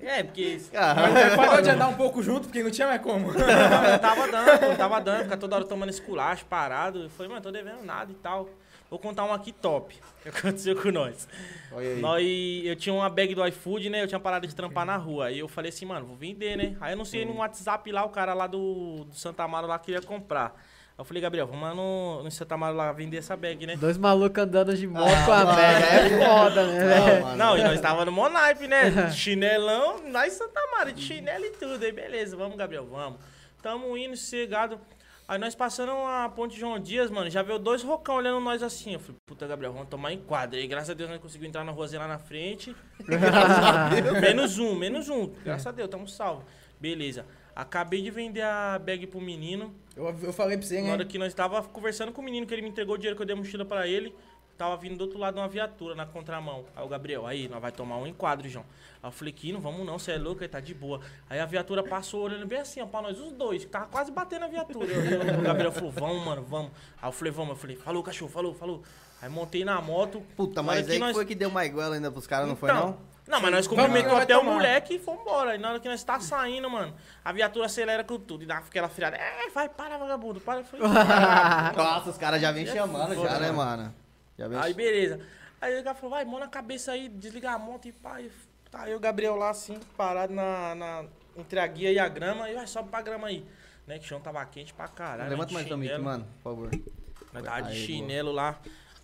D: É, porque
C: Mas parou de andar um pouco junto, porque não tinha mais como.
D: Não tava dando, pô, tava dando, ficar toda hora tomando esse culacho, parado. Eu falei, mano, tô devendo nada e tal. Vou contar um aqui top que aconteceu com nós.
A: Olha aí.
D: Nós, eu tinha uma bag do iFood, né? Eu tinha parado de trampar na rua. Aí eu falei assim, mano, vou vender, né? Aí eu anunciei no WhatsApp lá, o cara lá do, do Santa Amaro lá queria comprar. Aí eu falei, Gabriel, vamos lá no, no Santa Amaro lá vender essa bag, né?
B: Dois malucos andando de moto
A: Ah,
B: com a
A: mano,
B: velha.
A: é.
B: É foda, né,
A: Não,
B: velho?
A: mano.
D: Não, e nós tava no Monaipe, né? Chinelão, nós em Santa Maria, de chinelo e tudo. Aí beleza, vamos, Gabriel, vamos. Tamo indo, sossegado. Aí nós passando a ponte João Dias, mano, já veio dois rocão olhando nós assim. Eu falei, puta, Gabriel, vamos tomar em quadra. E graças a Deus nós conseguimos entrar na ruazinha lá na frente. menos um, menos um.
A: É.
D: Graças a Deus, tamo salvo. Beleza. Acabei de vender a bag pro menino.
C: Eu, eu falei pra você,
D: Na hora
A: é.
C: né?
D: que nós tava conversando com o menino, que ele me entregou o dinheiro que eu dei a mochila pra ele, tava vindo do outro lado uma viatura na contramão. Aí o Gabriel, aí, nós vai tomar um enquadro, João. Aí eu falei, que não, vamos não, você é louco, aí tá de boa. Aí a viatura passou olhando bem assim, ó, pra nós, os dois, que tava quase batendo a viatura. Eu- eu- o Gabriel falou, vamos, mano, vamos. Aí eu falei, vamos. Eu falei, falou, cachorro, falou, falou. Aí montei na moto.
A: Puta,
D: Na hora
A: mas aí
D: nós-
A: foi que deu mais goela ainda pros caras, não foi
D: então,
A: não?
D: Não, mas nós
C: Vamos,
D: cumprimentou
C: vai
D: até o
C: tomar.
D: moleque e fomos embora. E na hora que nós tá saindo, mano, a viatura acelera com tudo. E dá aquela friada. É, vai, para, vagabundo, para. Eu falei, "Caralho,
A: Nossa, os caras já vem chamando
D: foda,
A: já, né, mano? Já vem
D: Aí beleza. Aí o cara falou, vai, mão na cabeça aí, desliga a moto e pá. e Tá eu, Gabriel lá assim, parado na, na- entre a guia e a grama. E vai, sobe pra grama aí. Né, que o chão tava quente pra caralho.
A: Levanta
D: nós
A: mais
D: de
A: o mic,
D: chinelo,
A: mano, por favor.
D: Nós tava de
A: Aí, boa.
D: chinelo lá,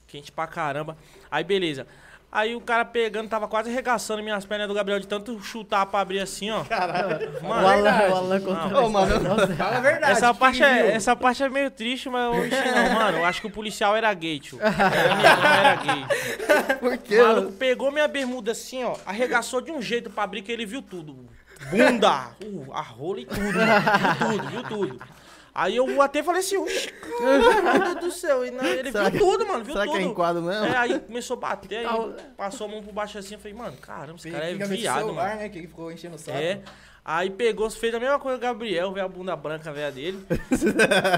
D: quente pra caramba. Aí beleza. Aí o cara pegando, tava quase arregaçando minhas pernas do Gabriel de tanto chutar pra abrir assim, ó. Caralho.
B: O
D: Mano,
B: Alan, o Alan contando.
A: Ô, é mano,
C: Fala a É verdade.
D: essa
C: que
D: parte,
C: viu.
D: é, essa parte é meio triste, mas eu não sei não, mano. Eu acho que o policial era gay, tio. É, Era mesmo, era gay.
A: por
D: O
A: quê?
D: maluco
A: mano?
D: pegou minha bermuda assim, ó, arregaçou de um jeito pra abrir que ele viu tudo. Bunda, uh, a rola e tudo, viu tudo, viu tudo. Aí eu até falei assim, "Oxi, cara, meu Deus do céu, e não- ele
A: Será que-
D: viu tudo, mano, viu
A: será
D: tudo.
A: que é enquadro mesmo?
D: É, aí começou a bater, aí
B: Au.
D: passou a mão por baixo assim, eu falei, mano, caramba, esse
C: Tem
D: cara é
C: que ver se o
D: viado,
C: celular,
D: mano.
C: né? Que ele ficou enchendo o saco.
D: É. Aí pegou, fez a mesma coisa que o Gabriel, veio a bunda branca, velha dele.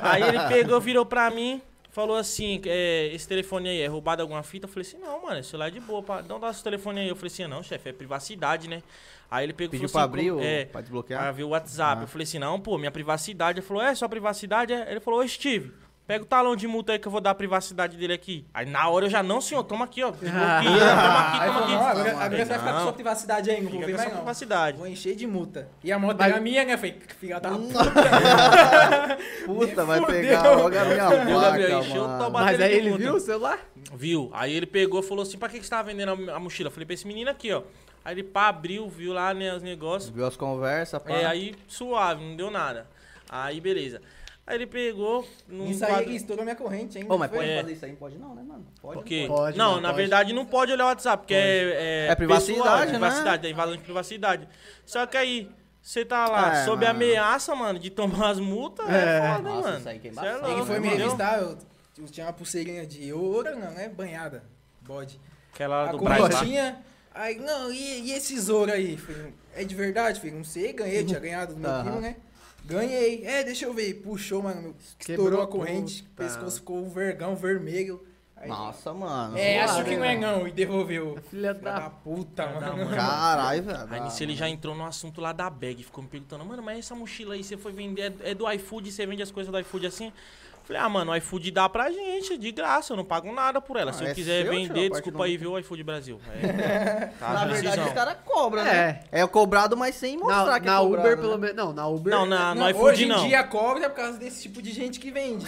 D: aí ele pegou, virou pra mim, falou assim: é, esse telefone aí é roubado alguma fita? Eu falei assim: não, mano, esse celular é de boa, pá, não dá esse telefone aí. Eu falei assim: não, chefe, é privacidade, né? Aí ele pegou e
A: Pediu pra
D: falou assim,
A: abrir
D: como-
A: ou
D: é,
A: pra
D: pra
A: desbloquear?
D: ver o WhatsApp.
A: Ah.
D: Eu falei assim: não, pô, minha privacidade. Ele falou: é, sua privacidade? é? Ele falou: ô, Steve. Pega o talão de multa aí que eu vou dar a privacidade dele aqui. Aí na hora eu já, não, senhor, toma aqui, ó. Desbloqueia, toma aqui,
A: é
C: Aí
D: toma
C: falou,
D: aqui.
C: não, é agora, agora você vai
D: Falei,
C: ficar com
D: "Não,
C: sua privacidade aí, não vou
D: fica
C: ver
D: com essa
C: mais não.
D: privacidade.
C: Vou encher de multa. E a moto
B: Mas-
C: era minha, né? Falei, filha da puta.
A: Puta, vai
C: fudeu.
A: pegar logo a minha
D: Ah, Fudeu, Gabriel,
A: vaca,
D: encheu o
A: mano.
D: toba-
B: Mas aí ele
D: Pergunta.
B: viu o celular?
D: Viu? Aí ele pegou e falou assim: pra que, que você tava vendendo a, a mochila? Eu falei pra esse menino aqui, ó. Aí ele pá, abriu, viu lá, né, os negócios.
A: Viu as conversas, pá.
D: É, aí suave, não deu nada. Aí beleza. Aí ele pegou. Num
C: Isso aí é
D: quadro-
C: que estourou minha corrente ainda.
A: Ô, mas
C: foi?
A: pode
D: É.
A: fazer isso aí? Não pode não, né, mano? Pode,
D: Porque...
A: não
D: Não,
A: pode.
B: pode, não
D: na
B: pode.
D: verdade não pode olhar o WhatsApp, porque é,
A: É privacidade,
D: pessoal, é
A: né?
D: privacidade, é invasão de privacidade. Só que aí, você tá lá,
A: É,
D: sob
A: mano.
D: ameaça, mano, de tomar as multas, é,
B: É.
D: foda, hein,
A: Nossa,
D: mano.
A: isso aí que é
D: Cê
A: embaçado.
C: Ele
D: louco,
C: foi me
D: entendeu?
C: revistar, eu, eu tinha uma pulseirinha de ouro, não, né? Banhada. Bode.
D: Aquela hora
C: A é
D: do Braz lá.
C: correntinha. Aí, não, e, e esses ouro aí? Falei, é de verdade? Falei, não sei, ganhei, tinha ganhado do meu
A: Aham.
C: primo, né? Ganhei. É, deixa eu ver. Puxou, mano. Meu,
B: Quebrou
C: estourou a corrente,
B: tudo, tá.
C: pescoço ficou um vergão vermelho. Aí,
A: Nossa, mano. né?
C: É,
B: Zoado,
C: acho que
B: hein,
C: não é não. E devolveu.
B: Filha
C: Filha da
B: da.
C: puta,
D: Filha da
C: mano.
D: mãe.
A: Caralho, velho.
D: Aí nisso ele já entrou no assunto lá da bag, ficou me perguntando, mano, mas essa mochila aí você foi vender, é é do iFood, você vende as coisas do iFood assim? Falei, ah, mano, o iFood dá pra gente, de graça, eu não pago nada por ela.
A: Ah,
D: Se eu
A: é
D: quiser
A: seu, tio, a
D: vender,
A: parte
D: desculpa
A: do-
D: aí, viu, iFood Brasil. É, tá,
A: Na
D: precisão.
A: verdade, os caras cobram, né?
B: É.
A: É cobrado, mas sem mostrar
B: Na,
A: que é
B: na
A: cobrado,
B: Uber,
A: né?
B: pelo menos. Não, na Uber.
D: Não, na, no
C: Não,
D: iFood
C: hoje em
D: Ah, não.
C: dia cobra por causa desse tipo de gente que vende.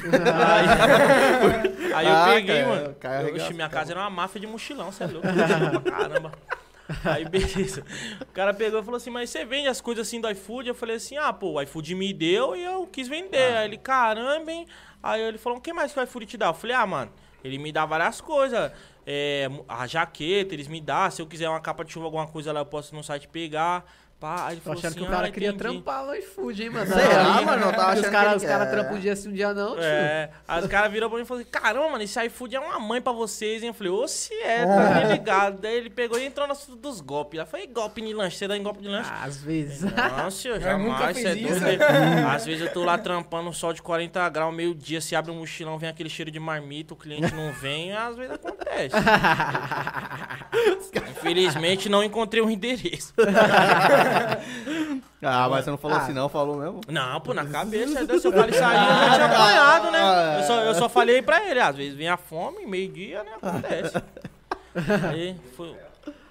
D: Aí, aí eu
A: Ah,
D: peguei,
B: é,
A: cara,
D: mano.
A: o cara
D: Eu,
A: arregaça,
D: oxe, minha casa era uma máfia de mochilão, você é louco. eu pra Caramba. Aí, beleza. O cara pegou e falou assim, mas você vende as coisas assim do iFood? Eu falei assim, ah, pô, o iFood me deu e eu quis vender.
B: Ah.
D: Aí ele, caramba, hein? Aí ele falou, o que mais que o iFood te dá? Eu falei, ah, mano, ele me dá várias coisas. É, a jaqueta, eles me dão. Se eu quiser uma capa de chuva, alguma coisa lá, eu posso ir no site pegar. Pá. Aí ele
B: Tô
D: falou
B: achando
D: assim,
B: que o cara
D: ah,
B: queria
D: entendi.
B: trampar no iFood, hein, mano.
A: Será,
B: Aí,
A: mano? Eu tava achando
B: que os caras
A: que ele-
B: os cara
A: é.
B: trampam um dia assim, um dia não, tio.
D: É, aí os caras viram pra mim e falaram assim, caramba, mano, esse iFood é uma mãe pra vocês, hein? Eu falei, ô, se é, tá me ligado. Daí ele pegou e entrou no assunto dos golpes lá. Falei, golpe de lanche, você dá em golpe de lanche?
B: Ah, Às vezes.
D: Não, senhor,
C: nunca
D: jamais,
C: fiz
D: você é doido.
C: isso.
D: Às vezes eu tô lá trampando um sol de 40 graus, meio-dia, se abre um mochilão, vem aquele cheiro de marmita, o cliente não vem, às vezes acontece. Infelizmente não encontrei o endereço.
A: Ah, mas você não falou
B: Ah.
A: assim não, falou mesmo?
D: Não, pô, na cabeça. Deus, se eu falei isso aí, eu não tinha apanhado, né? Eu só, eu só falei pra ele, às vezes vem a fome, meio-dia, né? Acontece. Aí foi.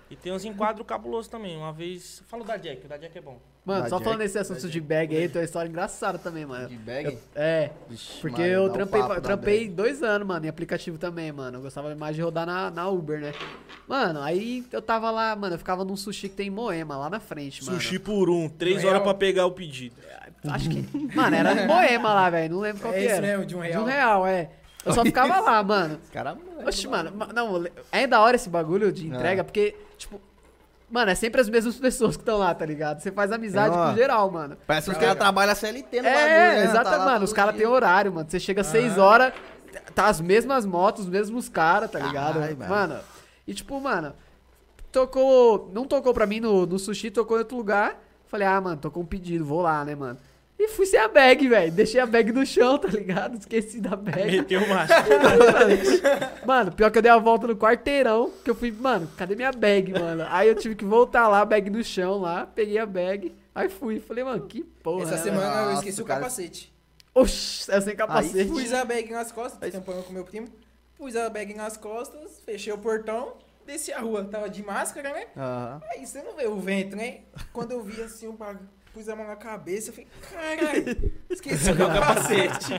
D: E tem uns enquadros cabulosos também. Uma vez. Fala o da Jack, o da Jack é bom.
B: Mano,
A: Da
B: só
A: Jack, é
B: falando desse assunto de bag aí, tem uma história engraçada também, mano.
A: De bag?
B: Eu- é,
A: Vixe,
B: porque
A: Maria,
B: eu
A: dá o
B: trampei,
A: papo da
B: trampei
A: bag.
B: dois anos, mano, em aplicativo também, mano. Eu gostava mais de rodar na, na Uber, né? Mano, aí eu tava lá, mano, eu ficava num sushi que tem em Moema, lá na frente, mano.
D: Sushi por um, três
C: Real.
D: horas pra pegar o pedido.
B: Acho que. Mano, era em Moema lá, velho. Não lembro qual
C: É
B: que
C: isso
B: era.
C: mesmo, de um
B: De
C: real.
B: um real, é. Eu só ficava lá, mano.
A: Caramba.
B: Oxe, mano, ma- não, le- é da hora esse bagulho de entrega,
A: É.
B: porque, tipo, mano, é sempre as mesmas pessoas que estão lá, tá ligado? Você faz amizade
A: É, Ó.
B: com geral, mano.
A: Parece que os caras trabalham CLT no bagulho, né? Tá
B: É, exatamente,
A: lá
B: mano,
A: todo
B: os caras
A: dia. Ah.
B: têm horário, mano. Você chega às 6 horas, tá as mesmas motos, os mesmos caras, tá ligado?
A: Caralho,
B: mano.
A: mano.
B: e tipo, mano, tocou, não tocou pra mim no, no sushi, tocou em outro lugar. Falei, ah, mano, tocou um pedido, vou lá, né, mano. E fui sem a bag, velho. Deixei a bag no chão, tá ligado? Esqueci da bag.
D: Meteu o macho.
B: Mano, pior que eu dei a volta no quarteirão, que eu fui, mano, cadê minha bag, mano? Aí eu tive que voltar lá, bag no chão lá, peguei a bag, aí fui. Falei, mano, que porra.
C: Essa
B: né,
C: semana eu
A: Nossa,
C: esqueci o
A: cara.
C: capacete.
B: velho? Oxi, eu sem capacete.
C: Pus a bag nas costas, tampando com meu primo. Pus a bag nas costas, fechei o portão, desci a rua. Tava de máscara, né?
A: Aham.
C: Aí você não vê o vento, né? Quando eu vi assim, eu pag- pus a mão na cabeça, eu falei, caralho, esqueci o capacete.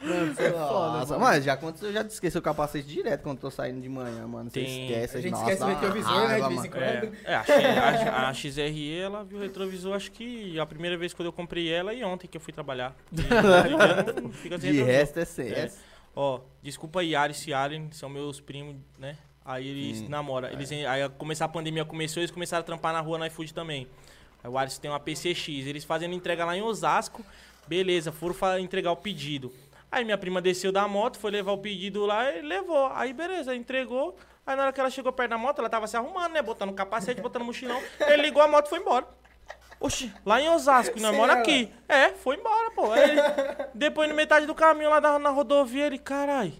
B: Mano, isso é foda,
A: Nossa,
B: mano.
A: mano, já aconteceu, eu já esqueci o capacete direto quando tô saindo de manhã, mano. Você
D: Tem.
A: esquece,
C: A gente
A: nossa,
C: esquece
A: dá
C: o
A: uma
C: retrovisor, né? De
A: raiva,
C: vez em
A: mano.
C: quando.
D: É, é, a, X- a- a XRE, ela viu o retrovisor, acho que a primeira vez quando eu comprei ela e ontem que eu fui trabalhar. E, não, não fica sem
A: De
D: retrovisor.
A: resto é CS.
D: Ó, desculpa Yaris e Alien, são meus primos, né? Aí eles namoram. Eles, Aí começar a pandemia começou, eles começaram a trampar na rua no iFood também. Aí o Aris tem uma PCX, eles fazendo entrega lá em Osasco. Beleza, foram fa- entregar o pedido. Aí minha prima desceu da moto, foi levar o pedido lá e levou. Aí beleza, entregou. Aí na hora que ela chegou perto da moto, ela tava se arrumando, né? Botando capacete, botando mochilão. Ele ligou a moto e foi embora. Oxi, lá em Osasco, nós
C: Sei
D: mora
C: lá.
D: aqui. É, foi embora, pô. Aí ele- depois, na metade do caminho lá na, na rodovia, ele, carai,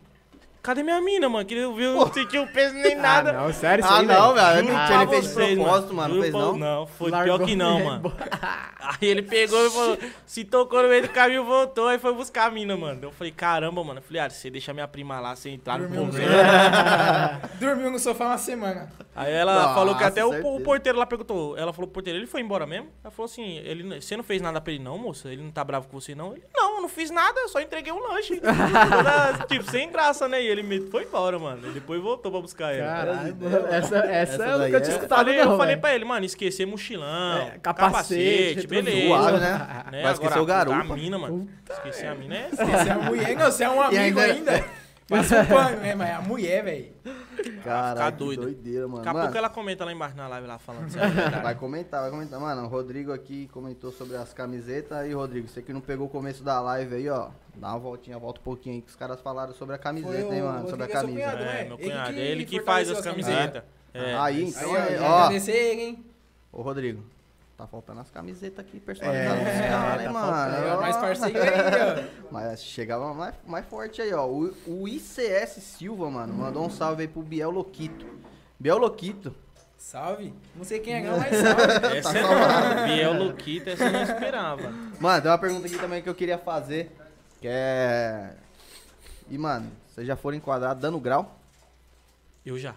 D: cadê minha mina, mano? Que ele viu, não sentiu peso nem nada.
B: Ah, não, sério, isso
A: Ah,
B: aí,
A: não,
B: velho.
A: velho.
D: Juro
A: Ele
D: pra
A: fez de
D: vocês,
A: propósito, mano. Não
D: Juro
A: fez
D: pra-
A: não?
D: Não, foi
B: Largou
D: pior que não,
B: e
D: mano.
B: foi embora.
D: Aí ele pegou e falou, se tocou no meio do caminho, voltou e foi buscar a mina, mano. Eu falei, caramba, mano. Eu falei, ah, se você deixar minha prima lá sem entrar no
C: Dormiu no
D: problema.
C: sofá. Dormiu no sofá uma semana.
D: Aí ela
A: Nossa,
D: falou que até o,
A: certeza.
D: o porteiro lá perguntou. Ela falou, porteiro, ele foi embora mesmo? Ela falou assim, ele, você não fez nada pra ele não, moça? Ele não tá bravo com você não? Ele, não, eu não fiz nada, eu só entreguei um lanche. Toda- tipo, sem graça, né? E ele me- foi embora, mano. E depois voltou pra buscar ela.
B: Caralho,
A: Deus,
B: mano, essa, essa,
A: Essa
B: eu
A: daí
B: nunca tinha
A: é-
B: escutado,
D: Falei,
B: não,
D: eu falei
B: velho.
D: pra ele, mano, esquecer mochilão,
B: tá É, capacete,
D: capacete, beleza.
B: retrovisor.
A: Suave, né?
D: Né?
A: Vai esquecer
D: Agora,
A: o garoto.
D: A mina, mano. Esquecer a mina é.
C: Você é uma mulher, não, você é um amigo
A: ainda-
C: ainda. Passa um pano, né? Mas a mulher, velho.
A: Cara, que
D: doida.
A: doideira, mano.
D: Daqui a pouco
A: Mano,
D: ela comenta lá embaixo na live lá falando. é sério.
A: Vai comentar, vai comentar. Mano, o Rodrigo aqui comentou sobre as camisetas. Aí, Rodrigo, você que não pegou o começo da live aí, ó. Dá uma voltinha, volta um pouquinho aí, que os caras falaram sobre a
C: Foi
A: camiseta,
C: o
A: hein, mano? Sobre a
C: Rodrigo, é seu
A: camisa.
C: cunhado,
D: É,
C: né?
D: meu
C: Ele
D: cunhado.
C: que
D: é ele que faz
C: fortaleceu
D: as
C: a camisetas.
D: camisetas. É.
A: Aí, então,
C: Aí, ó,
A: é,
C: quero
A: ó.
C: agradecer ele, hein?
A: Ô, Rodrigo, tá faltando as camisetas aqui
B: É,
A: personalizadas dos caras,
B: tá
A: hein,
B: faltando,
D: É
A: mano?
C: Ó,
A: Ó.
C: Mais parceiro aí, ó.
A: Mas chegava mais, mais forte aí, ó. O, o ICS Silva, mano, mandou um salve aí pro Biel Loquito. Biel Loquito.
C: Salve. Não sei quem é, não, mas salve.
D: Essa
A: Tá
D: é Biel Luquita, essa eu não esperava.
A: Mano, tem uma pergunta aqui também que eu queria fazer. Que é. E, mano, vocês já foram enquadrados dando grau?
D: Eu já.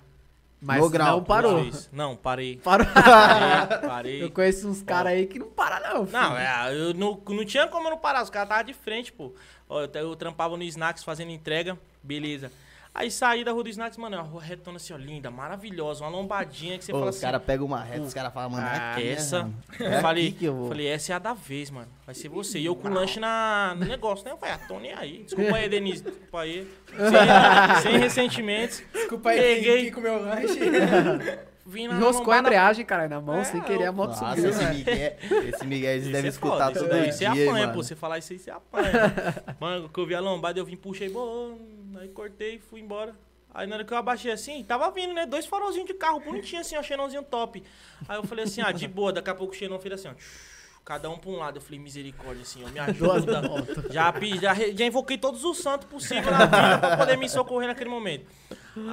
B: Mas
A: No
B: não
A: grau,
B: parou.
D: Fiz. Não, parei.
B: Parou.
D: Parei, parei.
B: Eu conheço uns caras aí que não param, não. filho.
D: Não, é, eu não, não tinha como eu não parar, os caras estavam de frente, pô. Ó, Eu, t- eu trampava no Snacks fazendo entrega, beleza. Aí saí da rua do Snacks, mano, é uma rua retona assim, ó, linda, maravilhosa, uma lombadinha que você
A: Ô,
D: fala
A: os
D: assim. Ah,
A: caras pegam uma reta, os caras falam, mano, é aqui, né,
D: essa.
A: mano?
D: Eu
A: É
D: falei,
A: aqui que eu vou.
D: falei, essa é a da vez, mano. Vai ser você. E eu com o lanche na, no negócio, né? Eu falei, ah, tô nem aí. Desculpa aí, Denise. Desculpa aí. Sem, sem ressentimentos.
C: Desculpa aí
D: Peguei.
C: quem que comeu o lanche.
D: Vim lá na
B: Enroscou a
D: lombada,
B: embreagem, é cara, na mão,
D: É,
B: sem querer a moto
A: Nossa,
B: subiu.
A: esse Miguel, é, esse Miguel eles
D: Isso
A: devem
D: né? é
A: escutar
D: foda, isso
A: todo
D: daí
A: dia,
D: Você
A: hein,
D: apanha,
A: mano.
D: pô. Você falar isso aí, você apanha. mano, que eu vi a lombada, eu vim, puxei, bom, aí cortei e fui embora. Aí na hora que eu abaixei assim, tava vindo, né? Dois farolzinhos de carro, bonitinho assim, ó, xenãozinho top. Aí eu falei assim, ah, de boa, daqui a pouco o xenão fez assim, ó. Cada um pra um lado. Eu falei, misericórdia, assim, ó, me
B: Duas
D: ajuda.
B: motos.
D: Já, pedi- já, re- já invoquei todos os santos possíveis na vida pra poder me socorrer naquele momento.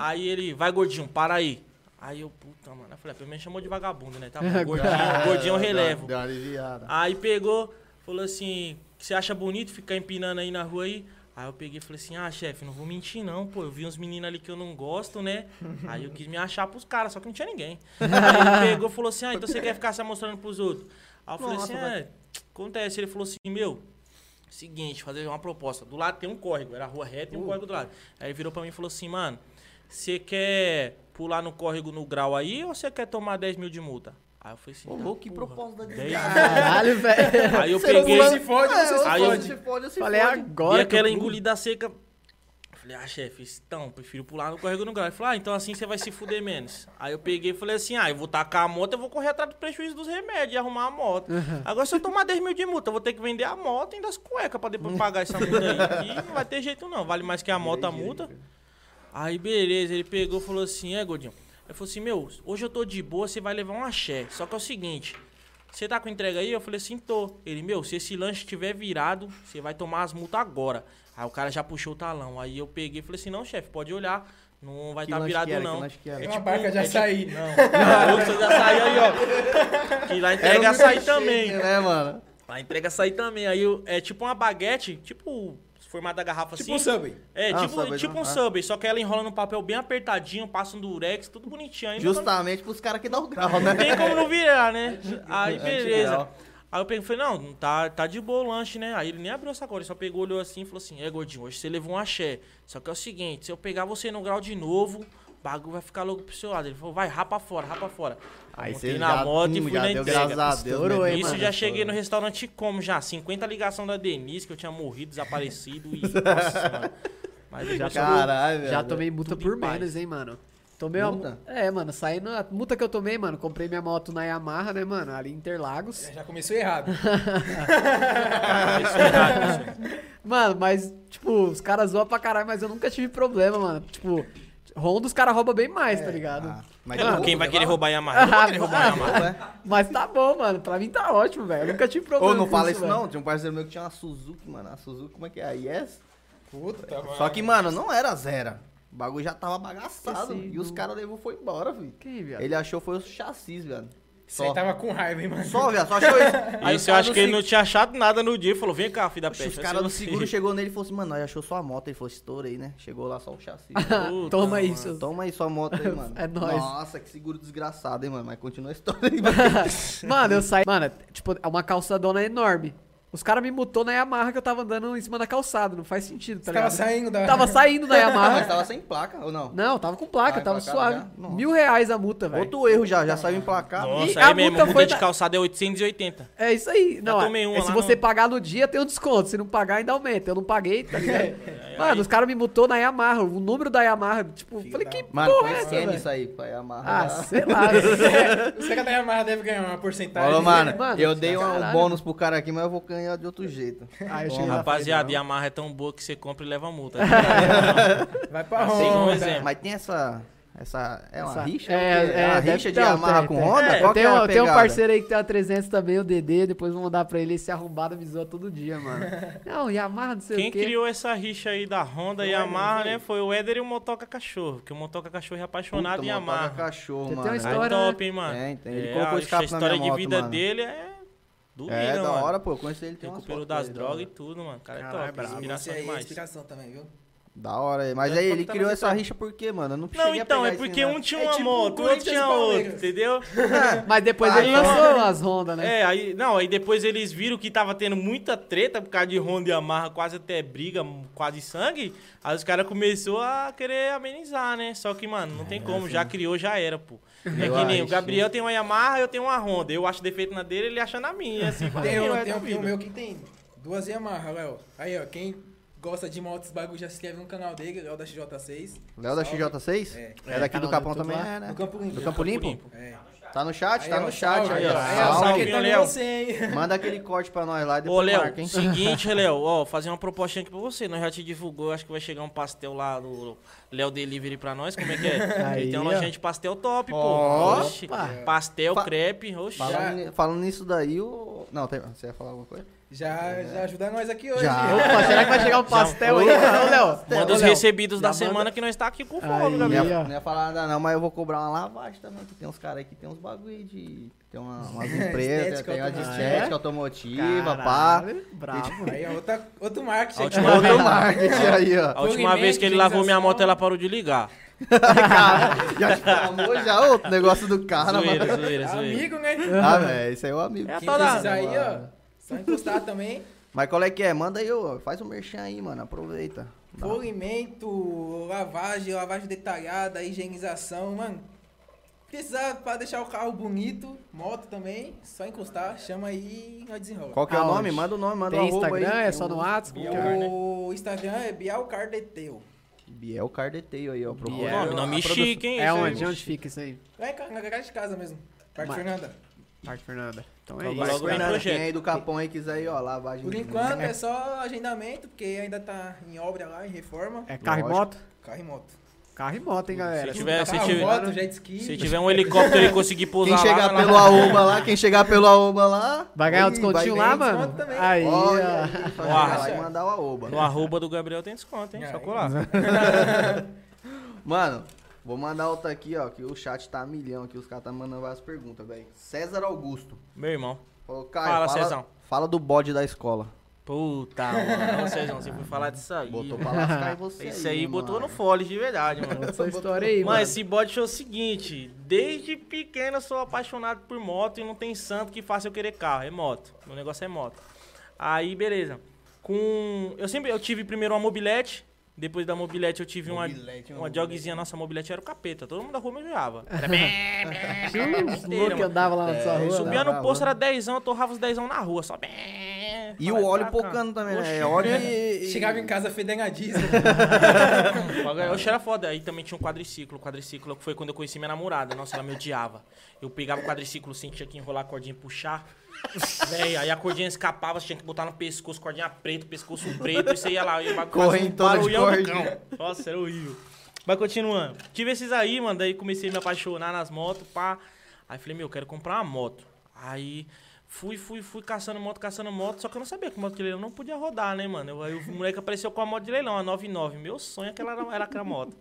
D: Aí ele, vai gordinho, para aí. Aí eu, puta, mano. Eu falei, "Ah, pelo menos chamou de vagabundo, né? Tá bom, gordinho, gordinho eu relevo.
A: Ah, Deu uma aliviada.
D: Aí pegou, falou assim: você acha bonito ficar empinando aí na rua aí? Aí eu peguei e falei assim: ah, chefe, não vou mentir não, pô. Eu vi uns meninos ali que eu não gosto, né? Aí eu quis me achar pros caras, só que não tinha ninguém. Aí ele pegou e falou assim: ah, então você quer ficar se mostrando pros outros? Aí eu falei
A: Nossa,
D: assim: é, acontece. Ele falou assim: meu. Seguinte, fazer uma proposta. Do lado tem um córrego, era a rua reta e
A: Uh.
D: um córrego do lado. Aí ele virou pra mim e falou assim, mano, você quer pular no córrego no grau aí ou você quer tomar 10 mil de multa? Aí eu falei assim,
A: Ô,
D: tá,
A: louco, que
D: porra,
A: proposta da
D: 10
A: desgraça.
D: mil.
B: Caralho, velho.
D: Aí eu
A: Você
D: peguei.
A: não se fode,
B: É,
A: um você se
D: aí
A: fode,
D: eu
A: se fode, eu se
B: Falei
A: fode.
B: agora.
D: e aquela
B: que eu pulo.
D: engolida seca. Falei, ah, chefe, então, prefiro pular no corrego no grau. Ele falou, ah, então assim você vai se fuder menos. Aí eu peguei e falei assim, ah, eu vou tacar a moto, eu vou correr atrás do prejuízo dos remédios e arrumar a moto.
B: Uhum.
D: Agora se eu tomar 10 mil de multa, eu vou ter que vender a moto e ainda as cuecas pra depois pagar essa multa aí. E não vai ter jeito não, vale mais que a moto a multa. Aí beleza, ele pegou e falou assim, é, gordinho. Ele falou assim, meu, hoje eu tô de boa, você vai levar um axé. Só que é o seguinte, você tá com entrega aí? Eu falei assim, tô. Ele, meu, se esse lanche tiver virado, você vai tomar as multas agora. Aí o cara já puxou o talão. Aí eu peguei e falei assim, não, chefe, pode olhar. Não vai
A: Que
D: estar tá
A: lanche
D: virado,
A: que era, que
D: não.
A: lanche que era?
D: É
C: Uma barca de açaí.
D: Tipo, não, outro de açaí aí, ó. Que
A: Era
D: lá
A: um
D: entrega açaí
A: milkshake,
D: também.
A: Né, mano?
D: Lá entrega açaí também. Aí eu- é tipo uma baguete, tipo formada da garrafa
C: Tipo
D: assim.
C: um Subway.
D: É,
A: Ah,
D: tipo,
A: Subway,
D: tipo
A: não?
D: um
A: Ah.
D: Subway, só que ela enrola no papel bem apertadinho, passa um durex, tudo bonitinho. Ainda quando-
A: Justamente pros caras que dão o grau, né?
D: Não tem como não virar,
A: É
D: né? Aí, beleza.
A: Antigrau.
D: Aí eu peguei e falei, não, não tá, tá de boa o lanche, né? Aí ele nem abriu essa sacola, ele só pegou, olhou assim e falou assim, é, gordinho, hoje você levou um axé. Só que é o seguinte, se eu pegar você no grau de novo, o bagulho vai ficar louco pro seu lado. Ele falou, vai, rapa fora, rapa fora.
A: Aí
D: Montei
A: você
D: na
A: já-
D: moto e
A: hum,
D: fui
A: já
D: na
A: deu
D: entrega.
A: graças a Deus,
B: Estourou,
A: né?
B: hein,
D: Isso
B: mano,
D: já cheguei no restaurante como já, 50 ligação da Denise, que eu tinha morrido, desaparecido e... Nossa, senhora. Mas
B: Já
D: já
A: Caralho,
B: Já
A: velho.
B: tomei multa
D: Tudo
B: por
D: em paz.
B: menos, hein, mano. Tomei uma
A: Multa?
B: mu- É, mano, saí na a multa que eu tomei, mano. Comprei minha moto na Yamaha, né, mano? Ali em Interlagos.
C: Já- Já começou errado.
B: Mano, mas, tipo, os caras zoam pra caralho, mas eu nunca tive problema, mano. Tipo, Honda os caras roubam bem mais, tá ligado?
A: Ah, mas
D: Não, quem vai querer roubar a Yamaha? Eu não vou querer roubar a Yamaha.
A: roubar?
B: Mas tá bom, mano. Pra mim tá ótimo, velho. Eu nunca tive problema.
A: Ou não
B: com
A: fala isso,
B: velho.
A: não. Tinha um parceiro meu que tinha uma Suzuki, mano. A Suzuki, como é que é? A Yes?
C: Puta, mano.
A: Só que, mano, não era zero. O bagulho já tava bagaçado.
B: Esqueci
A: E os
B: do-
A: caras levou foi embora, filho.
B: Quem, viado?
A: Ele achou foi os chassis, velho.
C: Você aí tava com raiva, hein, mano.
A: Só, viado, só achou isso. Aí os
D: Isso eu acho
A: caras
D: que ele
A: do
D: não tinha achado nada no dia. Ele falou, vem cá, filho da
A: Oxe,
D: peste.
A: os
D: vai
A: caras
D: ser
A: do
D: você.
A: seguro chegou nele e falou assim, mano, nós achou sua moto. Ele falou, estourei, né? Chegou lá só o chassi.
D: Puta,
B: Ah, Toma
D: mano.
B: isso.
A: Toma aí sua moto aí, mano.
B: É nóis.
A: Nossa, que seguro desgraçado, hein, mano. Mas continua a história aí, mano.
B: Mano, eu saí. Mano, tipo, é uma calçadona enorme. Os caras me mutou na Yamaha que eu tava andando em cima da calçada. Não faz sentido, tá
C: Você tava
B: ligado?
C: saindo da.
B: Tava saindo da
A: Mas
B: Yamaha.
A: tava sem placa, ou não?
B: Não, tava com placa,
A: Ah,
B: tava
A: emplacado
B: suave.
A: já? Nossa.
B: Mil reais a multa, velho.
A: Outro erro já, já saiu emplacado.
D: Nossa,
B: E a
D: aí mesmo,
B: multa
D: muda
B: foi
D: de
B: na-
D: calçada é 880.
B: É isso aí. Não,
D: tomei
B: é,
D: uma
B: é se
D: lá
B: você
D: no-
B: pagar no dia, tem um desconto. Se não pagar, ainda aumenta. Eu não paguei, tá ligado?
D: É,
B: Mano, os caras me mutou na Yamaha. O número da Yamaha, tipo, falei, que
A: Mano,
B: porra
A: põe
B: é essa,
A: esquema
B: velho?
A: isso aí, pai. Amarra.
B: Ah, sei lá. né?
C: Você que a Yamaha deve ganhar uma porcentagem.
A: Falou, mano,
B: tá Mano,
A: eu dei um
B: caralho.
A: bônus pro cara aqui, mas eu vou ganhar de outro jeito.
B: Aí eu
A: Bom,
B: cheguei lá,
D: Rapaziada, Yamaha é tão boa que você compra e leva multa.
C: Vai pra
A: Tá
D: Assim, um
C: Honda.
D: exemplo.
A: Mas tem essa. Essa. É uma
B: Essa-
A: rixa?
B: é,
A: O quê?
B: é,
A: uma
B: deve-
A: rixa de
B: não,
A: amarra
B: tem,
A: com
B: tem.
A: Honda?
D: É,
A: Qual que
B: Tem,
A: é a
B: um- tem um
A: pegada?
B: parceiro aí que tem uma 300 também, o DD, depois vou mandar pra ele esse arrombado me zoa todo dia, mano. Não, Yamaha, não sei
D: Quem
B: o quê.
D: criou essa rixa aí da Honda e Yamaha, né? Foi o Éder e o Motoca Cachorro. Que o Motoca Cachorro é apaixonado
A: Puta,
D: em
A: mano, toca
D: Yamaha.
A: cachorro,
B: Você tem
A: mano.
B: uma
D: Aí
B: história,
D: top,
B: né?
D: hein, mano?
A: Tem, tem. Ele
D: É,
A: colocou o
D: a
A: escape na
D: história
A: minha
D: de
A: moto,
D: vida
A: mano.
D: dele é do
A: É,
D: Lira,
A: da
D: mano.
A: hora, pô. Eu conheci ele tem umas
D: Recuperou
A: fotos
D: das
A: dele,
D: drogas e
A: da hora.
D: tudo, mano. O Cara, é
C: Caralho,
D: top.
C: brabo.
D: Inspiração
C: Esse aí é
D: demais.
C: inspiração também, viu?
A: Da hora aí. Mas aí, ele
D: Tá
A: criou
D: mais
A: essa
D: detalhe.
A: rixa por quê, mano? Eu não
D: Não,
A: cheguei a
D: então,
A: pegar
D: é
A: isso né?
D: porque
A: ainda.
D: um tinha
C: É
D: uma
C: tipo
D: moto, o outro
C: Corinthians e
D: tinha
C: Palmeiras.
D: outro, entendeu?
B: Mas depois ele
A: Aí,
B: lançou as Honda, É, né?
D: É, aí, não, aí depois eles viram que tava tendo muita treta por causa de Honda e Yamaha, quase até briga, quase sangue. Aí os caras começaram a querer amenizar, né? Só que, mano, não tem como, já criou, já era, pô. É
A: Eu
D: que nem o
A: acho.
D: Gabriel tem uma Yamaha, eu tenho uma Honda. Eu acho defeito na dele, ele acha na minha. é Assim,
C: Tem,
D: eu,
C: um, tem um primo meu que tem duas Yamaha, Léo. Aí, ó, quem gosta de motos bagulho já se inscreve no canal dele, Léo da XJ6.
A: Léo da
C: Salve.
A: XJ6?
C: É.
A: É, daqui do
B: canal do
A: Capão
B: YouTube
A: também,
B: lá.
A: é, né?
C: Do Campo Limpo.
A: Do Campo Limpo?
C: É.
A: Tá no chat,
C: Aí,
A: tá
C: ó,
A: no chat.
C: salve,
A: Aí, ó.
D: ó.
C: Aí, ó,
A: Salve.
C: salve, quem tá
D: Léo.
C: com você, hein?
A: Manda aquele corte pra nós lá e
D: Ô,
A: depois
D: Léo,
A: marca, hein?
D: seguinte, Léo, ó, fazer uma propostinha aqui pra você. Nós já te divulgou, acho que vai chegar um pastel lá do Léo Delivery pra nós. Como é que é?
B: Aí,
D: Ele tem uma
B: ó.
D: lojinha de pastel top, pô.
A: Ó.
D: Oxi, pastel,
A: Fa-
D: crepe, oxi.
A: Falando, ni- falando nisso daí, o. Não, tem- você ia falar alguma coisa?
C: Já, já ajuda nós aqui hoje.
A: Já.
B: Opa, será que vai chegar um pastel aí? Não, Léo.
D: Manda os
B: Léo.
D: recebidos da
B: Já manda-
D: semana que nós tá aqui com fome,
B: Aí,
A: Não
D: Gabriel.
B: ó.
A: ia, não ia falar nada não, mas eu vou cobrar uma lavagem também, que tem uns caras aí que tem uns bagulho de... Tem uma, umas empresas,
C: Estética
A: tem uma de
C: automotiva.
A: estética automotiva, pá.
B: Caralho, Bravo.
C: Aí é outra, outro marketing.
D: A
C: aqui.
D: última vez-
A: Outro marketing aí, ó.
D: A última vez que ele lavou minha moto, ela parou de ligar.
A: Cara, já te chamou já o negócio do cara,
D: zoeira,
A: mano.
D: zoeira, zoeira.
C: Amigo, né?
A: Ah, velho, isso aí é o amigo.
D: É
C: Quem
D: Tá lá.
C: precisar aí, ó. Só encostar também.
A: Mas qual é que é? Manda aí, ó. Faz um merchan aí, mano. Aproveita. Dá.
C: Polimento, lavagem, lavagem detalhada, higienização, mano. Precisar pra deixar o carro bonito, moto também, só encostar, chama aí e nós desenrola.
A: Qual que é o
B: Aonde?
A: nome? Manda o nome, manda o
B: Tem
A: arroba
B: Instagram,
A: um aí. um
B: é só no WhatsApp?
D: Biel Car, né?
C: O Instagram é Bialcardeteu.
A: Biel Cardeteio aí, ó. Procura.
B: Biel.
D: Nome, nome
A: A produ-
D: chique, hein?
B: É
D: Isso aí.
B: onde? Onde fica isso aí?
C: Lá em ca- É, na garagem de casa mesmo. Parque
B: Mas-
C: Fernanda.
B: Parte Fernanda. Então é
D: Logo,
A: Mas,
B: isso.
D: logo vem
A: Fernando, quem
D: projeto.
A: aí do Capão aí quiser aí, ó, lavagem.
C: Por enquanto é só agendamento, porque ainda tá em obra lá, em reforma.
B: É carro e
A: Lógico.
B: moto?
C: Carro e moto.
B: Carro e moto, hein, galera?
D: Se tiver- se
C: carro,
D: tiver-
C: moto, jet ski.
D: Se tiver um helicóptero e conseguir pousar
A: Quem chegar
D: lá, vai
A: pelo
D: lá.
A: Aoba lá, quem chegar pelo Aoba lá...
B: Vai ganhar um
A: ih,
B: descontinho
A: vai
B: lá,
A: bem.
B: mano?
C: desconto também.
B: Aí,
A: Olha
B: ó.
A: aí, só
D: Ó,
A: chegar lá
C: acha.
A: e mandar o Aoba.
D: No arroba do Gabriel tem desconto, hein?
C: É,
D: Só colar.
A: Mano, vou mandar outra aqui, ó, que o chat tá a milhão aqui, os caras tá mandando várias perguntas, velho. César Augusto.
D: Meu irmão.
A: Falou, Caio,
D: Fala,
A: fala,
D: Cezão.
A: Fala do bode da escola.
D: Puta, mano. Ô, Sérgio, você foi falar disso aí.
A: Botou pra lascar em você
D: Isso aí
A: mano.
D: botou no fole de verdade, mano.
B: Essa história aí, mano.
D: Mas esse bode show é o seguinte, desde pequeno eu sou apaixonado por moto e não tem santo que faça eu querer carro, é moto. Meu negócio é moto. Aí, beleza. Com eu sempre eu tive primeiro uma mobilete, depois da mobilete eu tive uma
C: Mobilete, uma
D: uma jogzinha, nossa, a mobilete era o capeta, todo mundo da rua me odiava. Era
B: Os loucos que
D: mano.
B: andava lá na sua
A: É,
B: rua. né?
A: subiu
D: Subia
A: Dava
D: no posto
A: lá.
D: era dezão, eu torrava os dezão na rua, só
A: E o óleo pocando também, né? É óleo e... e-
C: Chegava em casa fedengadíssimo.
D: Eu é, era foda. Aí também tinha um quadriciclo. O quadriciclo foi quando eu conheci minha namorada. Nossa, ela me odiava. Eu pegava o quadriciclo, assim, tinha que enrolar a cordinha e puxar. Véi, aí a cordinha escapava, você tinha que botar no pescoço, cordinha preta, pescoço preto, e você ia lá, e fazia um
A: Correntona de
D: do
A: corda.
D: cão. Nossa, era horrível. Mas continuando. Tive esses aí, mano, daí comecei a me apaixonar nas motos, pá. Aí falei, meu, quero comprar uma moto. Aí fui, fui, fui caçando moto, caçando moto, só que eu não sabia que moto de leilão não podia rodar, né, mano? Eu- Aí o moleque apareceu com a moto de leilão, a 99. Meu sonho é que ela era, era aquela moto.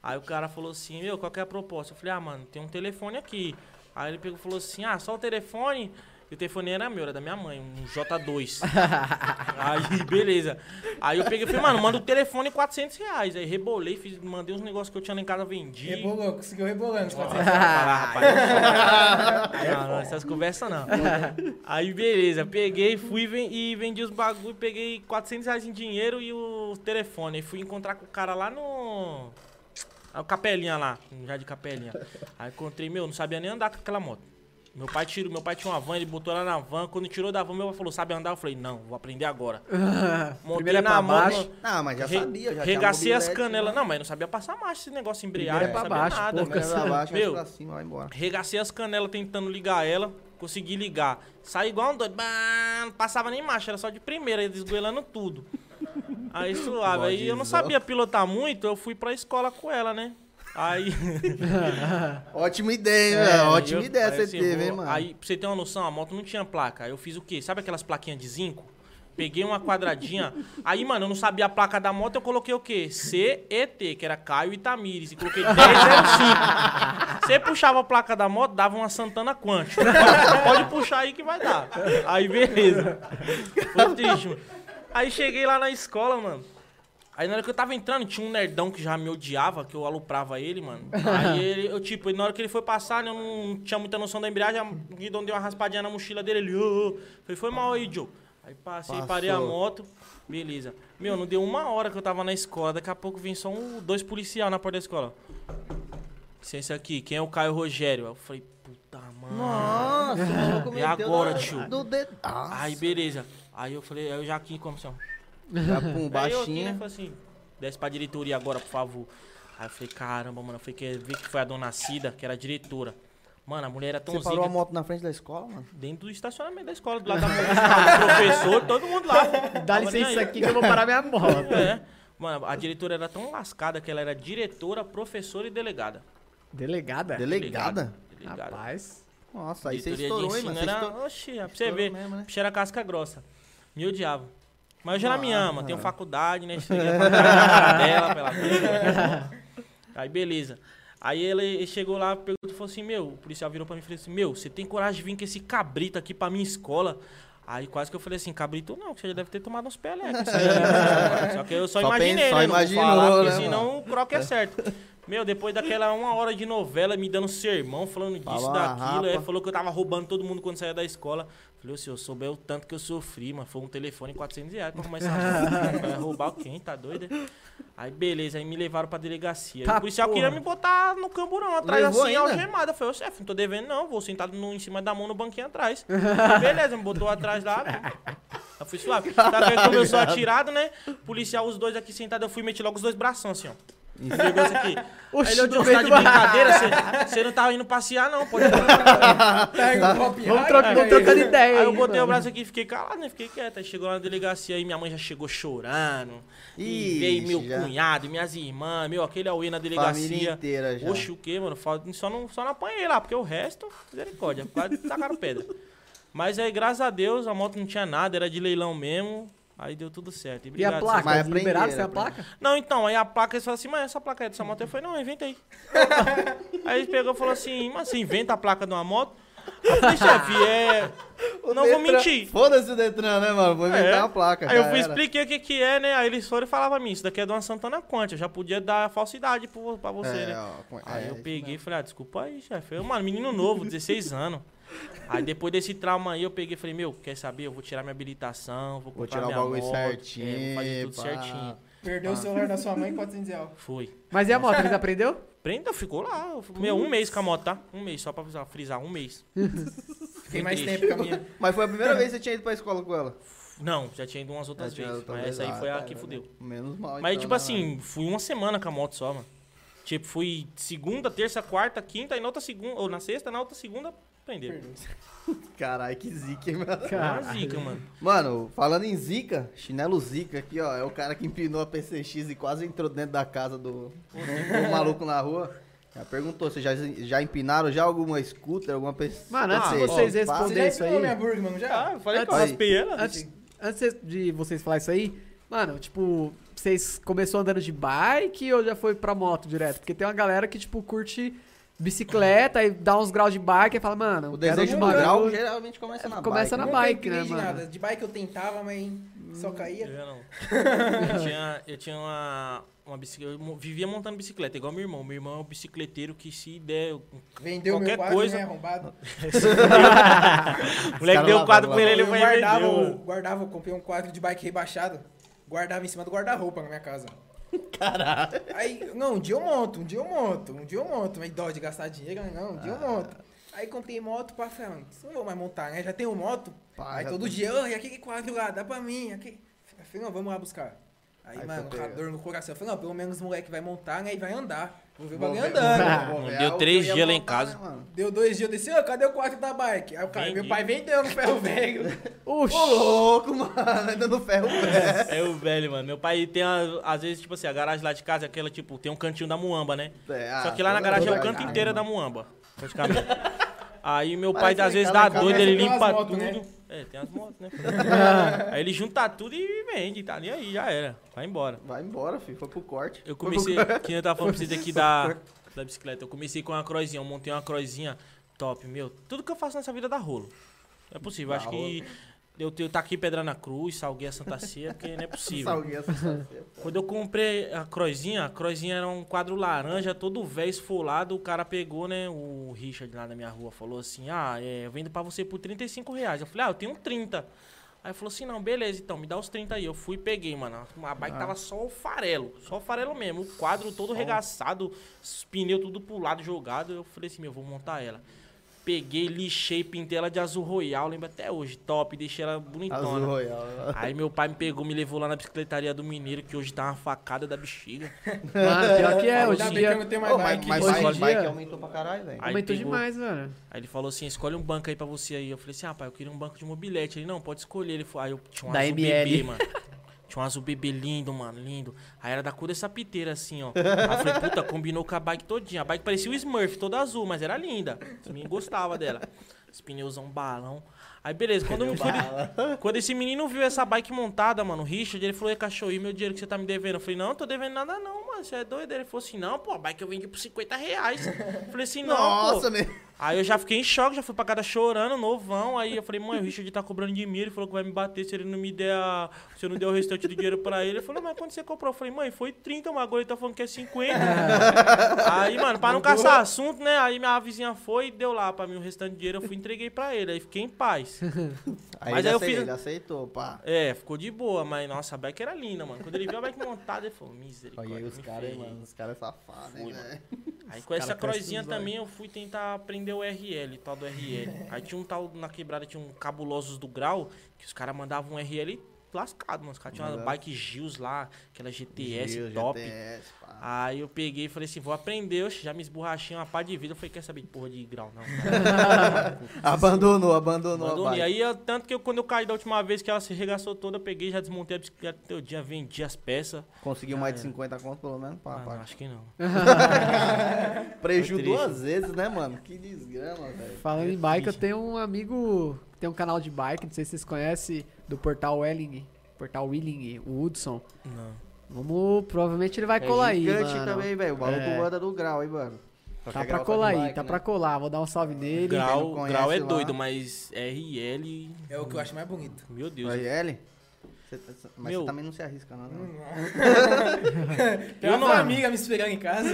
D: Aí o cara falou assim, meu, qual que é a proposta? Eu falei, ah, mano, tem um telefone aqui. Aí ele pegou e falou assim, ah, só o telefone? E o telefone era meu, era da minha mãe, um J2. Aí, beleza. Aí eu peguei e falei, mano, manda o telefone 400 reais. Aí rebolei, fiz, mandei uns negócios que eu tinha lá em casa, vendi.
C: Rebolou, conseguiu rebolando. os
D: Pode
C: 400
D: ser que eu falar, rapaz. Não, não, essas conversas não. Aí, beleza, peguei, fui ven- e vendi os bagulho, peguei 400 reais em dinheiro e o telefone. Aí fui encontrar com o cara lá no. A capelinha lá, já de capelinha. Aí encontrei, meu, não sabia nem andar com aquela moto. Meu pai tirou, meu pai tinha uma van, ele botou ela na van. Quando tirou da van, meu pai falou, sabe andar? Eu falei, não, vou aprender agora. Montei
B: Primeiro é pra
D: moto,
B: baixo.
A: Não, Ah, mas já
D: Re-
A: sabia, já tinha
D: Regacei as
A: mobilete,
D: canelas.
A: né?
D: Não, mas não sabia passar marcha esse negócio embreagem,
B: Primeiro é
D: não
B: pra
D: sabia
B: baixo,
D: nada. né?
B: pouca.
A: Câmera abaixo,
D: Meu.
A: mas pra cima, vai embora.
D: Regacei as canelas tentando ligar ela, consegui ligar. Saí igual um doido, bah, não passava nem marcha, era só de primeira, desgoelando tudo. Aí suave, aí eu não
A: Bodizão.
D: sabia pilotar muito, eu fui pra escola com ela, né? Aí.
A: Ótima ideia, hein,
D: É,
A: velho. Ótima
D: eu-
A: ideia
D: aí
A: você
D: assim,
A: teve,
D: vou-
A: hein, mano.
D: Aí, pra você ter uma noção, a moto não tinha placa. Aí eu fiz o quê? Sabe aquelas plaquinhas de zinco? Peguei uma quadradinha. Aí, mano, eu não sabia a placa da moto, eu coloquei o quê? CET, que era Caio Itamires. E coloquei 1005. Você puxava a placa da moto, dava uma Santana Quanto. Pode puxar aí que vai dar. Aí, beleza. Foi triste, mano. Aí cheguei lá na escola, mano. Aí na hora que eu tava entrando, tinha um nerdão que já me odiava, que eu aloprava ele, mano. Aí ele, eu, tipo, na hora que ele foi passar, eu não tinha muita noção da embreagem, o Guidon deu uma raspadinha na mochila dele, ele, "Ô, ô". Falei, foi mal aí, Joe. Aí passei,
A: Passou.
D: parei a moto, beleza. Meu, não deu uma hora que eu tava na escola, daqui a pouco vem só um, dois policial na porta da escola. Licença aqui, quem é o Caio Rogério? Aí Eu falei, puta, mano.
A: Nossa, o maluco
D: E
A: meteu
D: agora,
A: na-
D: tio?
A: Do dedo. Ah,
D: Aí, beleza. Aí eu falei, "É aí eu já aqui, como são?
A: já pum,
D: Aí eu aqui,
A: baixinha.
D: né, falei assim, desce pra diretoria agora, por favor. Aí eu falei, caramba, mano, eu falei, quer ver que foi a dona Cida, que era a diretora. Mano, a mulher era tão
A: Você parou a
D: zica,
A: moto na frente da escola, mano?
D: dentro do estacionamento da escola, do lado da moto, do professor, todo mundo lá.
B: Dá
D: Tava nem aí.
B: licença aqui que eu vou tá? parar minha moto.
D: É. Mano, a diretora era tão lascada que ela era diretora, professora e delegada. É,
B: Delegada?
D: tá
A: Delegada?
D: Delegada.
B: Rapaz.
A: Nossa, aí você
D: Diretoria
A: estourou,
D: de
A: hein,
D: ensino
A: mano? Você
D: Era...
A: estourou.
D: Oxi, é pra você
A: estourou
D: ver,
A: mesmo, né?
D: bicho era casca grossa. Me odiava. Mas hoje ela me
B: Ah,
D: ama, tenho
B: ah.
D: faculdade, né? Estudei a faculdade dela, pela vida. Aí beleza. Aí ele chegou lá, perguntou, falou assim, meu, o policial virou pra mim e falou assim, meu, você tem coragem de vir com esse cabrito aqui pra minha escola? Aí quase que eu falei assim, cabrito não, que você já deve ter tomado uns pelecos. é só que eu só,
A: Só
D: imaginei,
A: pensa- só
D: né? Não vou
A: imaginou,
D: falar, porque
A: né,
D: senão o croque é certo. Meu, depois daquela uma hora de novela, me dando sermão, falando disso,
A: Fala uma
D: daquilo, aí
A: rapa.
D: falou que eu tava roubando todo mundo quando saía da escola. Falei, se eu souber o tanto que eu sofri, mano, foi um telefone 400 reais pra começar a roubar quem, tá doido? é? Aí beleza, aí me levaram pra delegacia.
B: Tá
D: o policial
B: porra.
D: queria me botar no camburão atrás,
A: Levou
D: assim,
A: ainda?
D: algemada. Eu falei, ô chefe, não tô devendo não, vou sentado no, em cima da mão no banquinho atrás. Aí, beleza, me botou atrás lá. Eu fui suave. Sabe como eu sou atirado, né? Policial, os dois aqui sentados, eu fui e meti logo os dois braços assim, ó. Pegou isso aqui. Aí ele
B: Oxi,
D: olhou,
B: no
D: você tá
B: meio
D: de
B: do mato."
D: brincadeira, você- você não tava indo passear, não, pode
C: Pega o copyright,
B: Vamos, tro
C: cara.
B: vamos trocando ideia.
D: Aí eu
B: aí,
D: botei o
B: mano.
D: braço aqui e fiquei calado, né? Fiquei quieto. Aí chegou lá na delegacia aí minha mãe já chegou chorando. e
A: Ixi,
D: veio um meu
A: já.
D: cunhado, minhas irmãs, meu, aquele auê na
A: Família
D: delegacia.
A: inteira já.
D: Oxe, o que, mano? Fal- Só não, só não apanhei lá, porque o resto, misericórdia, quase tacaram pedra. Mas aí, graças a Deus, a moto não tinha nada, era de leilão mesmo. Aí deu tudo certo. E,
B: E a
D: obrigado,
B: placa?
A: Mas
B: Mas né, liberaram sem a
A: aprenderam,
B: placa?
D: não, então, aí a placa, eles falaram assim, mas essa placa é dessa moto? Eu falei, não, eu inventei. aí ele pegou e falou assim, mas você inventa a placa de uma moto? Eu falei, chefe, é...
A: O
D: não vou
A: Detran-
D: mentir.
A: Foda-se o Detran, né, mano? Vou inventar
D: É.
A: uma placa.
D: Aí eu
A: já
D: fui
A: era.
D: expliquei o que que é, né? Aí eles foram e falavam pra mim, isso daqui é de uma Santana Quantia, já podia dar falsidade pro- pra você,
A: É,
D: né?
A: ó, com-
D: Aí
A: é,
D: eu
A: isso
D: peguei e falei, ah, desculpa aí, chefe. Eu, mano, menino novo, 16 anos. Aí depois desse trauma aí, eu peguei e falei, meu, quer saber? Eu vou tirar minha habilitação,
A: Vou
D: vou comprar
A: tirar o
D: minha
A: bagulho
D: moto, é, vou fazer
A: certinho,
D: tudo
A: pá.
D: certinho. Ah.
C: Perdeu o celular da sua mãe, 400 reais.
D: Foi.
B: Mas e a moto? Eles aprendeu?
D: Prenda ficou lá. eu- Meu, um mês com a moto, tá? Um mês, só pra frisar- frisar, um mês. Um
C: Fiquei mais
D: triste.
C: tempo com a minha.
A: Mas foi a primeira vez que você tinha ido pra escola com ela?
D: Não, já tinha ido umas outras
A: Já tinha
D: vezes.
A: ido
D: Mas
A: talvez,
D: essa aí
A: ah,
D: foi a
A: tá,
D: que
A: né?
D: fudeu.
A: Menos mal,
D: Mas,
A: então,
D: tipo
A: né,
D: assim,
A: mano?
D: fui uma semana com a moto só, mano. Tipo, fui segunda, terça, quarta, quinta, e na outra segunda, ou na sexta, na outra segunda, prender.
C: Perdeu.
A: Caralho, que zica, hein, mano?
D: Uma
B: Cara,
D: zica, mano.
A: Mano, falando em zica, chinelo zica aqui, ó. É o cara que empinou a PCX e quase entrou dentro da casa do, do maluco na rua. Já perguntou, vocês já, já empinaram já alguma scooter, alguma PCX?
B: Mano, antes de
A: Ó,
B: vocês
A: pá.
B: responderem-
C: Você já
B: Poder isso aí?
C: explicou minha burger, mano? Já?
D: Ah, eu falei que eu
A: Antes-
D: raspei ela.
B: antes, antes de vocês falar isso aí, mano, tipo, vocês começou andando de bike ou já foi pra moto direto? Porque tem uma galera que, tipo, curte bicicleta e dá uns graus de bike e fala, mano,
A: O
B: quero
A: desejo
B: um
A: de grau
B: bagulho-
A: geralmente começa na
B: começa
A: bike.
B: na
A: né?
C: Nunca
B: bike, né,
C: empiei de
B: mano?
C: nada. De bike eu tentava, mas só caía.
D: Eu não. Eu tinha, eu tinha uma, uma bicicleta. Eu mo- vivia montando bicicleta, igual meu irmão. Meu irmão é um bicicleteiro que se der. o
C: Vendeu
D: Qualquer
C: meu quadro,
D: coisa-
C: né, arrombado.
D: moleque
A: caras
D: deu o
A: lá,
D: quadro
A: lá,
D: pra
A: lá.
D: ele, ele
C: eu
D: foi e
C: guardava,
D: vendeu,
C: eu
D: mano.
C: guardava, eu comprei um quadro de bike rebaixado, guardava em cima do guarda-roupa na minha casa. Caralho. Aí, não, um dia eu monto, um dia eu monto, um dia eu monto. Mas dó de gastar dinheiro, né? não, um dia eu monto. Aí comprei moto pra falar, mano, isso não vou mais montar, né? Já tenho moto.
A: Pá,
C: aí
A: já
C: todo
A: tô-
C: dia, "Ah, e aquele quadro lá, dá pra mim. Aquele... Eu falei, não, vamos lá buscar. Aí,
A: Aí
C: mano,
A: foi
C: a
A: pegar.
C: dor no coração. Eu falei, não, pelo menos o moleque vai montar, né? E vai andar. Vou ver o
A: Vou
C: bagulho
A: ver-
C: andando.
A: vou ver
D: Deu
A: algo
D: três
A: que eu ia
D: dias lá em
A: montar,
D: casa.
A: né, mano?
C: Deu dois dias, eu disse, ô, cadê o quadro da bike? Aí o cara, meu
D: Vendi.
C: pai vendeu no ferro velho.
B: Oxi,
A: Ô, louco, mano. Ainda no ferro velho.
D: É o velho, mano. Meu pai tem, a- às vezes, tipo assim, a garagem lá de casa é aquela, tipo, tem um cantinho da muamba, né?
A: É, ah,
D: Só que lá na
A: toda-
D: garagem é o
A: toda
D: canto
A: casa,
D: inteiro da
A: mano.
D: muamba, praticamente. Aí meu
A: Parece
D: pai,
A: lá em
D: às vezes,
A: casa,
D: dá
A: em casa
D: doido, ele
C: tem umas
D: limpa
C: motos,
D: tudo.
C: né?
D: É, tem as motos, né? aí ele junta tudo e vende, tá nem aí, já era. Vai embora.
A: Vai embora, filho. Foi pro corte.
D: Eu comecei, que eu tava falando pra vocês aqui da, da bicicleta, eu comecei com uma croizinha, eu montei uma croizinha top, meu. Tudo que eu faço nessa vida dá rolo. Não é possível, acho que eu, eu taquei pedra na cruz, salguei a Santa Ceia, porque não é possível.
A: Salguei essa sensação.
D: Quando eu comprei a Croizinha, a Croizinha era um quadro laranja, todo véio esfolado. O cara pegou, né? O Richard lá na minha rua falou assim: Ah, é, eu vendo pra você por 35 reais. Eu falei: Ah, eu tenho 30. Aí falou assim: Não, beleza, então me dá os 30 aí. Eu fui e peguei, mano. A bike tava só o farelo, só o farelo mesmo. O quadro todo regaçado, os pneus tudo pro lado jogado. Eu falei assim: Meu, vou montar ela. Peguei, lixei, pintei ela de azul royal, lembro até hoje, top, deixei ela bonitona.
A: Azul Royal. né?
D: Aí meu pai me pegou, me levou lá na bicicletaria do Mineiro, que hoje tá uma facada da bexiga.
B: mano, pior que é,
C: Ainda
B: hoje em
C: bem que eu
B: dia
C: não tenho mais
A: Ô,
C: bike.
A: mas mas
B: hoje em
A: bike,
B: dia-
A: bike aumentou pra caralho, velho.
D: Aí
B: aumentou
D: pegou-
B: demais, mano.
D: Aí ele falou assim, escolhe um banco aí pra você aí. Eu falei assim, ah pai, eu queria um banco de mobilete. Ele, não, pode escolher. Ele falou, aí eu tinha um
B: Da
D: azul
B: ML.
D: bebê, mano. Tinha um azul bebê lindo, mano, lindo. Aí era da cor dessa piteira, assim, ó. Aí eu falei, puta, combinou com a bike todinha. A bike parecia o Smurf, toda azul, mas era linda. Me gostava dela. Esse pneuzão balão. Aí, beleza, quando, eu fui- quando esse menino viu essa bike montada, mano, o Richard, ele falou, e cachorro, e meu dinheiro que você tá me devendo? Eu falei, não, tô devendo nada não, mano, você é doido. Ele falou assim, não, pô, a bike eu vendi por 50 reais. Eu falei assim, não, pô.
A: Nossa, meu.
D: Aí eu já fiquei em choque, já fui pra casa chorando, novão. Aí eu falei, mãe, o Richard tá cobrando de mim, ele falou que vai me bater se ele não me der a... Se eu não der o restante do dinheiro pra ele. Ele falou, mas quando você comprou? Eu falei, mãe, foi 30, mas agora ele tá falando que é 50. aí, mano, pra não caçar assunto, né? Aí minha vizinha foi e deu lá pra mim o restante do dinheiro, eu fui e entreguei pra ele. Aí fiquei em paz.
A: Aí,
D: Mas
A: ele,
D: aí eu
A: acei-
D: fiz-
A: ele aceitou, pá.
D: É, ficou de boa, mas nossa, a bike era linda, mano. Quando ele viu a bike montada, ele falou, misericórdia.
A: Olha aí os
D: me
A: caras,
D: ferrei.
A: mano. Os caras safados,
D: Fui,
A: hein, velho.
D: Aí com essa
B: cara crescem
D: croizinha
B: nos olhos.
D: também eu fui tentar aprender o RL, tal do RL. Aí tinha um tal, na quebrada tinha um Cabulosos do Grau, que os caras mandavam um RL lascado, mano. Os caras tinham uma
A: Mandava.
D: bike Gils lá, aquela GTS
A: Gil,
D: top.
A: GTS, pá.
D: Aí eu peguei e falei assim, vou aprender, oxe, já me esborrachei uma pá de vida. Eu falei, quer saber de porra de grau, não.
A: Abandonou, Ah, abandonou a
D: Abandonei.
A: bike.
D: Aí, eu- tanto que eu- quando eu caí da última vez que ela se regaçou toda, eu peguei, já desmontei a bicicleta no teu dia, vendi as peças.
A: Conseguiu mais de 50 conto, pelo menos,
D: Ah,
A: pá,
D: não,
A: pá.
D: acho que não.
A: Preju
D: Foi triste.
A: duas vezes, né, mano? Que desgrama, velho.
B: Falando em bike, eu
D: Sim.
B: tenho um amigo que tem um canal de bike, não sei se vocês conhecem, do portal Welling, portal Willing, o Hudson.
D: Não.
B: Vamos, provavelmente ele vai
A: É
B: colar aí,
A: gigante
B: mano.
A: também, velho. O maluco
B: É.
A: anda no grau, hein, mano. Só
B: Tá
A: que
B: pra
A: grau
B: colar
A: de
B: aí,
A: bike,
B: tá
A: né?
B: pra colar, vou dar um salve nele.
D: Grau,
A: conhece
D: grau é
A: lá-
D: doido, mas RL,
C: É o que eu acho mais bonito.
D: meu Deus.
A: Mas ele? Cê- cê- Mas
D: Meu.
A: você também não se arrisca, não,
B: Hum,
A: né?
C: Tem
D: Eu
C: uma
D: não-
C: amiga me esperando em casa.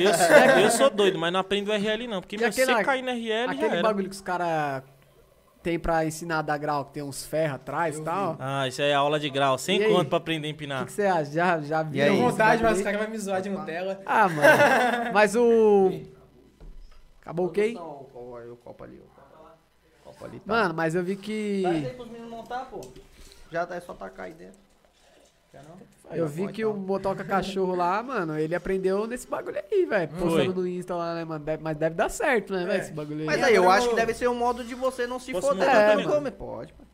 D: Eu sou, eu sou doido, mas não aprendo RL não, porque
B: E
D: meu, se
B: aquele-
D: cair no RL já
B: Aquele
D: era.
A: né?
B: bagulho que os caras tem pra ensinar a dar grau, que tem uns ferros atrás e
C: Eu
B: tal.
D: Ah, isso aí é aula de grau, sem
B: E aí?
D: conto pra aprender a
B: O
A: Ah.
B: que
D: empinar.
B: que você acha? Já, já viu?
A: E aí?
C: Tenho vontade,
B: esse
C: mas os
B: bagulho
C: caras vão me zoar de Nutella.
B: aí? Ah, mano. Mas o. Acabou o quê?
A: Não, o copo aí, o copo ali. O copo lá. O copo ali tá.
B: Mano, mas eu vi que.
A: Traz aí pros meninos montar, pô. Já tá, é só tacar aí dentro.
B: Tá,
A: Quer não?
B: Eu vi que o Motoca Cachorro lá, mano, ele aprendeu nesse bagulho aí, velho.
D: Foi.
B: Postando no Insta lá, né, mano? Deve- mas deve dar certo, né,
C: É.
B: velho, esse bagulho aí.
A: Mas
C: E
A: aí, eu
C: agora
A: acho
C: eu-
A: que deve ser um modo de você não se
D: Posso
A: foder
D: montar
A: tanto
B: também?
A: no começo. Pode, pô.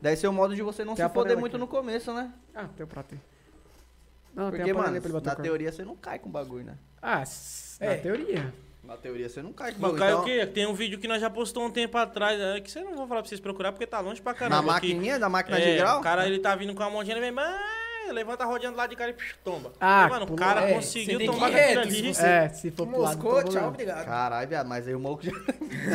A: Deve ser um modo de você não
B: Tem a
A: se foder
B: panela
A: muito
B: aqui.
A: no começo, né?
B: Ah, tem o prato aí. Não, tem
A: Porque,
B: a panela
A: mano,
B: aí pra ele bater
A: na
B: o corpo.
A: teoria você não cai com bagulho, né?
B: Ah, s-
C: É.
B: na teoria.
A: Na teoria você não cai com
D: Não
A: bagulho.
D: cai o
A: Então,
D: quê? Tem um vídeo que nós já postou um tempo atrás, é, que você não vou falar pra vocês procurar, porque tá longe pra caramba.
A: na
D: aqui.
A: maquininha, na máquina
D: É,
A: de grau?
D: O cara, ele tá vindo com a mãozinha, ele vem, "Mãe", levanta a rodinha do lado de cara e psh, tomba.
B: Ah,
D: mano, o
B: pulou.
D: cara
C: É,
D: conseguiu
C: você tem que ir
D: tombar
C: reto,
D: daquilo
C: se
D: ali.
C: você-
B: É, se for pro lado, não
C: Moscou,
B: tô
C: tchau,
B: rolando.
C: obrigado.
A: Caralho, viado, mas aí o maluco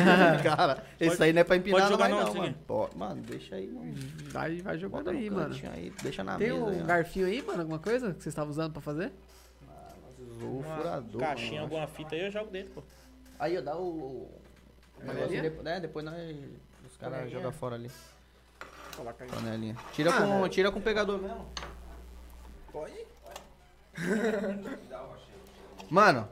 A: já. cara, esse aí não é pra empinar,
D: pode jogar
A: não, vai,
D: não,
A: não,
D: isso
A: mano. Pô, mano, deixa aí, mano.
B: Vai, vai jogando
A: Bota no
B: aí, mano.
A: cantinho aí, deixa na
B: Tem
A: mesa. né?
B: um
A: aí, ó.
B: garfinho aí, mano? Alguma coisa que vocês estavam usando pra fazer?
A: Zoou o furador. mano.
D: Caixinha, alguma fita aí, eu jogo dentro, pô.
A: Aí, ó, dá o. o negócio
B: Panelinha?
A: depo- né, depois nós. Os caras
C: Panelinha.
A: jogam fora ali.
C: Coloca aí.
A: Panelinha. Tira,
B: Ah,
A: com,
B: velho.
A: tira com o pegador mesmo.
C: Pode?
A: Mano,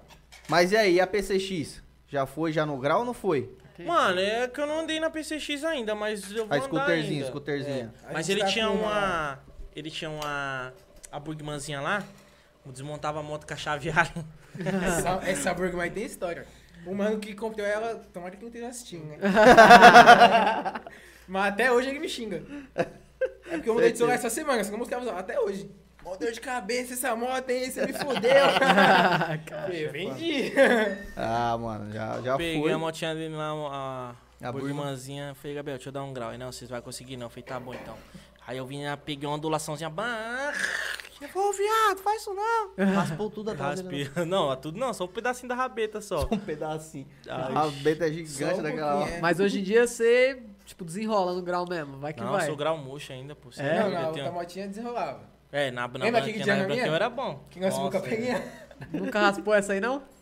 A: mas e aí, e a PCX? Já foi já no grau ou não foi?
D: Mano, é que eu não andei na PCX ainda, mas eu vou
A: A
D: andar
A: scooterzinha,
D: ainda.
A: scooterzinha.
C: A
D: Mas
C: gente
D: ele
C: tá
D: tinha
C: com
D: uma. Ele tinha uma. A Burgmanzinha lá. Desmontava a moto com a chave Allen.
C: Essa, essa burger mais tem história. O mano que comprou ela, tomara que não esteja assistindo, né? Mas até hoje ele me xinga. É porque eu mudei de celular essa semana, só que eu mostrava o celular até hoje. Mó dor de cabeça essa moto, hein? Você me fudeu. Eu vendi.
A: Ah, mano, já, já
D: Peguei
A: foi.
D: a motinha dele lá, a,
A: A
D: a Burgmanzinha. Falei, Gabriel, deixa eu dar um grau. Aí, não, vocês vão conseguir não. Falei, tá bom então. Aí eu vim, ah, peguei uma ondulaçãozinha. bah, Eu falei, Ô, viado, faz isso não.
A: Raspou tudo atrás dele,
D: Raspei. Não, tudo não, só um pedacinho da rabeta só.
A: né? Um pedacinho.
D: Ai,
A: a beta é
C: Só
A: gigante
C: um
A: daquela lá.
C: pouquinho, é.
B: Mas hoje em dia você, tipo, desenrola no grau mesmo. Vai que
D: não, eu
B: vai.
D: sou grau murcho ainda, pô. Você
B: É?
D: lembra?
C: não,
D: Eu
C: não,
D: tenho-
C: a motinha desenrolava.
D: É, na, na
C: Lembra aquele
D: branquinha,
C: dia
D: na
C: na
D: branquinha
C: minha?
D: eu era bom.
C: Que nós
D: Nossa, é.
C: ficou peguinha.
B: Nunca raspou essa aí, não?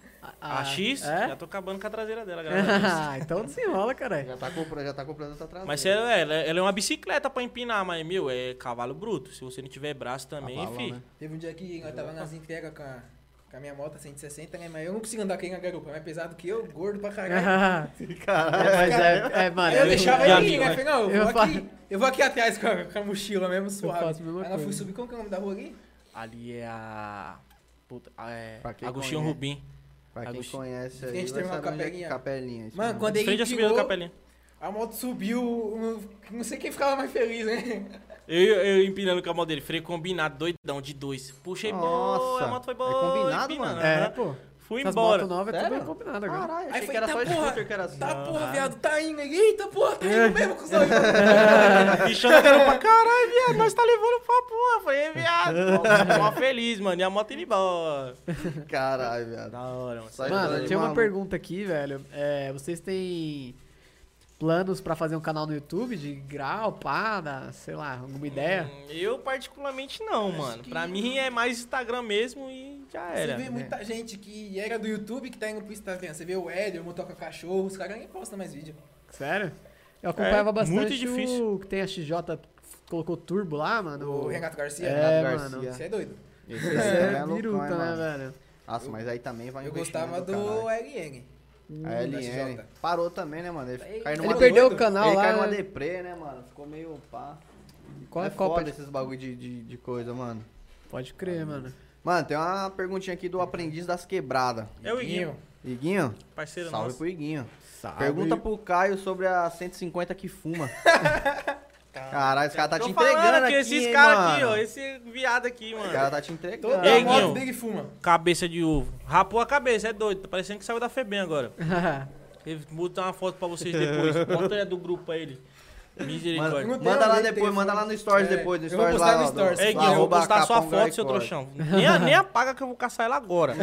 D: A, X,
B: é?
D: já tá- tô acabando com a traseira dela, galera.
B: Ah, então desenrola, caralho.
A: Já tá comprando, já tá comprando essa traseira.
D: Mas se ela, ela, ela é uma bicicleta pra empinar, mas, meu, é cavalo bruto. Se você não tiver braço também,
A: Cavalão,
D: fi.
A: né?
C: Teve um dia que nós tava nas entregas com a, com a minha moto 160, né? Mas eu não consigo andar com ele na garupa, é mais pesado que eu, gordo pra
A: tá-
C: caralho.
B: Ah,
A: Caralho.
B: mas é, é, mano.
C: Aí eu
D: eu-
C: deixava
D: eu-
C: ele vir,
D: amigo,
C: né?
D: né?
C: Falei, não, eu,
B: Eu
C: vou
B: fa-
C: aqui, eu vou aqui atrás com a, com a mochila mesmo, suave.
B: faço a mesma
C: Aí nós fui
B: coisa.
C: subir, como que é o nome da rua ali?
D: Ali é a. Puta, a- é.
A: Pra quem
D: Agostinho
A: conhece.
D: Rubim.
A: Pra quem
D: Agostinho.
A: conhece aí,
C: Tem que
A: vai
C: terminar
A: saber
C: com a
A: onde é que
C: capelinha.
A: capelinha. isso
C: Mano,
A: mesmo.
C: quando
D: Em frente
C: ele
D: à subida do
C: pingou,
D: Capelinha.
C: a moto subiu, um- não sei quem ficava mais feliz, né?
D: Eu, eu empinando com a moto dele, freio combinado, doidão de dois. Puxei boa,
A: Nossa,
D: a moto foi
A: é
D: boa.
A: combinado,
D: empinando,
A: mano?
D: aham.
B: É, pô.
D: Fui
B: Essas
D: embora.
B: motos novas é tudo bem
A: Sério?
B: combinado agora.
A: Caralho,
C: Aí
A: achei que
C: falei,
A: era só
C: tá porra,
A: scooter que era assim.
C: tá
D: Não,
C: porra,
D: não.
C: viado, tá indo, aí. eita porra, tá
D: É.
C: indo mesmo, cuzão.
D: E chorando pra caralho, viado, nós tá levando pra porra. Falei, "Ei, viado, mó- mó feliz, mano. E a moto indo embora.
A: Caralho, viado. Tá
D: Da hora, mano.
A: Só
B: Mano,
A: história de
B: tinha uma
A: maluco.
B: pergunta aqui, velho. É, vocês têm planos pra fazer um canal no YouTube de grau, parada, sei lá, alguma ideia?
D: Hum, Eu, particularmente, não, mano.
C: que-
D: Pra mim é mais Instagram mesmo e já
C: Você
D: É, era. né?
C: vê muita gente que era do YouTube que tá indo pro Instagram. Você vê o Hélio, o Motoca Cachorro, os caras nem postam mais vídeo.
B: Sério? Eu acompanhava
D: É,
B: bastante
D: muito difícil.
B: o que tem a XJ colocou turbo lá, mano.
C: O Renato Garcia.
B: É,
A: Renato
B: mano.
A: Garcia.
C: Você é doido.
A: Esse
B: Isso
A: daí
B: é,
A: loucão, hein,
B: biruta, né,
A: mano?
B: velho?
A: Nossa, mas aí também vai um
C: Eu gostava
A: investimento do
C: do Hum, LN.
A: caralho. A
C: LN.
A: LN parou também, né, mano? Ele
C: Ele
A: caiu numa
B: Ele perdeu
C: doido.
B: o canal
A: ele
B: lá.
A: cai numa
B: né?
A: deprê, né, mano? Ficou meio pá.
B: Qual é
A: é
B: a Copa?
A: foda esses bagulho de, de, de coisa, mano.
B: Pode crer, mano.
A: Mano, tem uma perguntinha aqui do Aprendiz das Quebradas.
D: É o Iguinho,
A: Iguinho?
D: parceiro
A: Salve
D: nosso.
A: pro Iguinho. Pergunta pro Caio sobre a 150 que fuma. Caralho, esse cara tá
D: Tô
A: te
D: falando
A: entregando
D: que
A: aqui,
D: esses
A: hein,
D: caras aqui,
A: mano.
D: ó, esse viado aqui,
A: O
D: mano.
A: cara tá te entregando.
C: Toda
D: Ei,
C: a moto
D: Guinho.
C: dele fuma.
D: Cabeça de ovo. Rapou a cabeça, é doido. Tá parecendo que saiu da Febem agora. Eu Vou botar uma foto pra vocês depois. Bota é do grupo aí, ele. Misericórdia.
A: Manda,
C: Não tem
A: manda lá
C: jeito,
A: depois,
C: tem
A: manda
C: fome.
A: lá no stories
C: É,
A: depois, no
C: eu vou
A: stories
C: postar
A: lá.
C: no
A: ó,
C: stories.
D: É,
A: lá,
D: Guinho, eu vou
A: arroba
D: postar sua
A: Capão
D: foto, seu
A: Gaicola.
D: trouxão. Nem, a- nem apaga que eu vou caçar ela agora.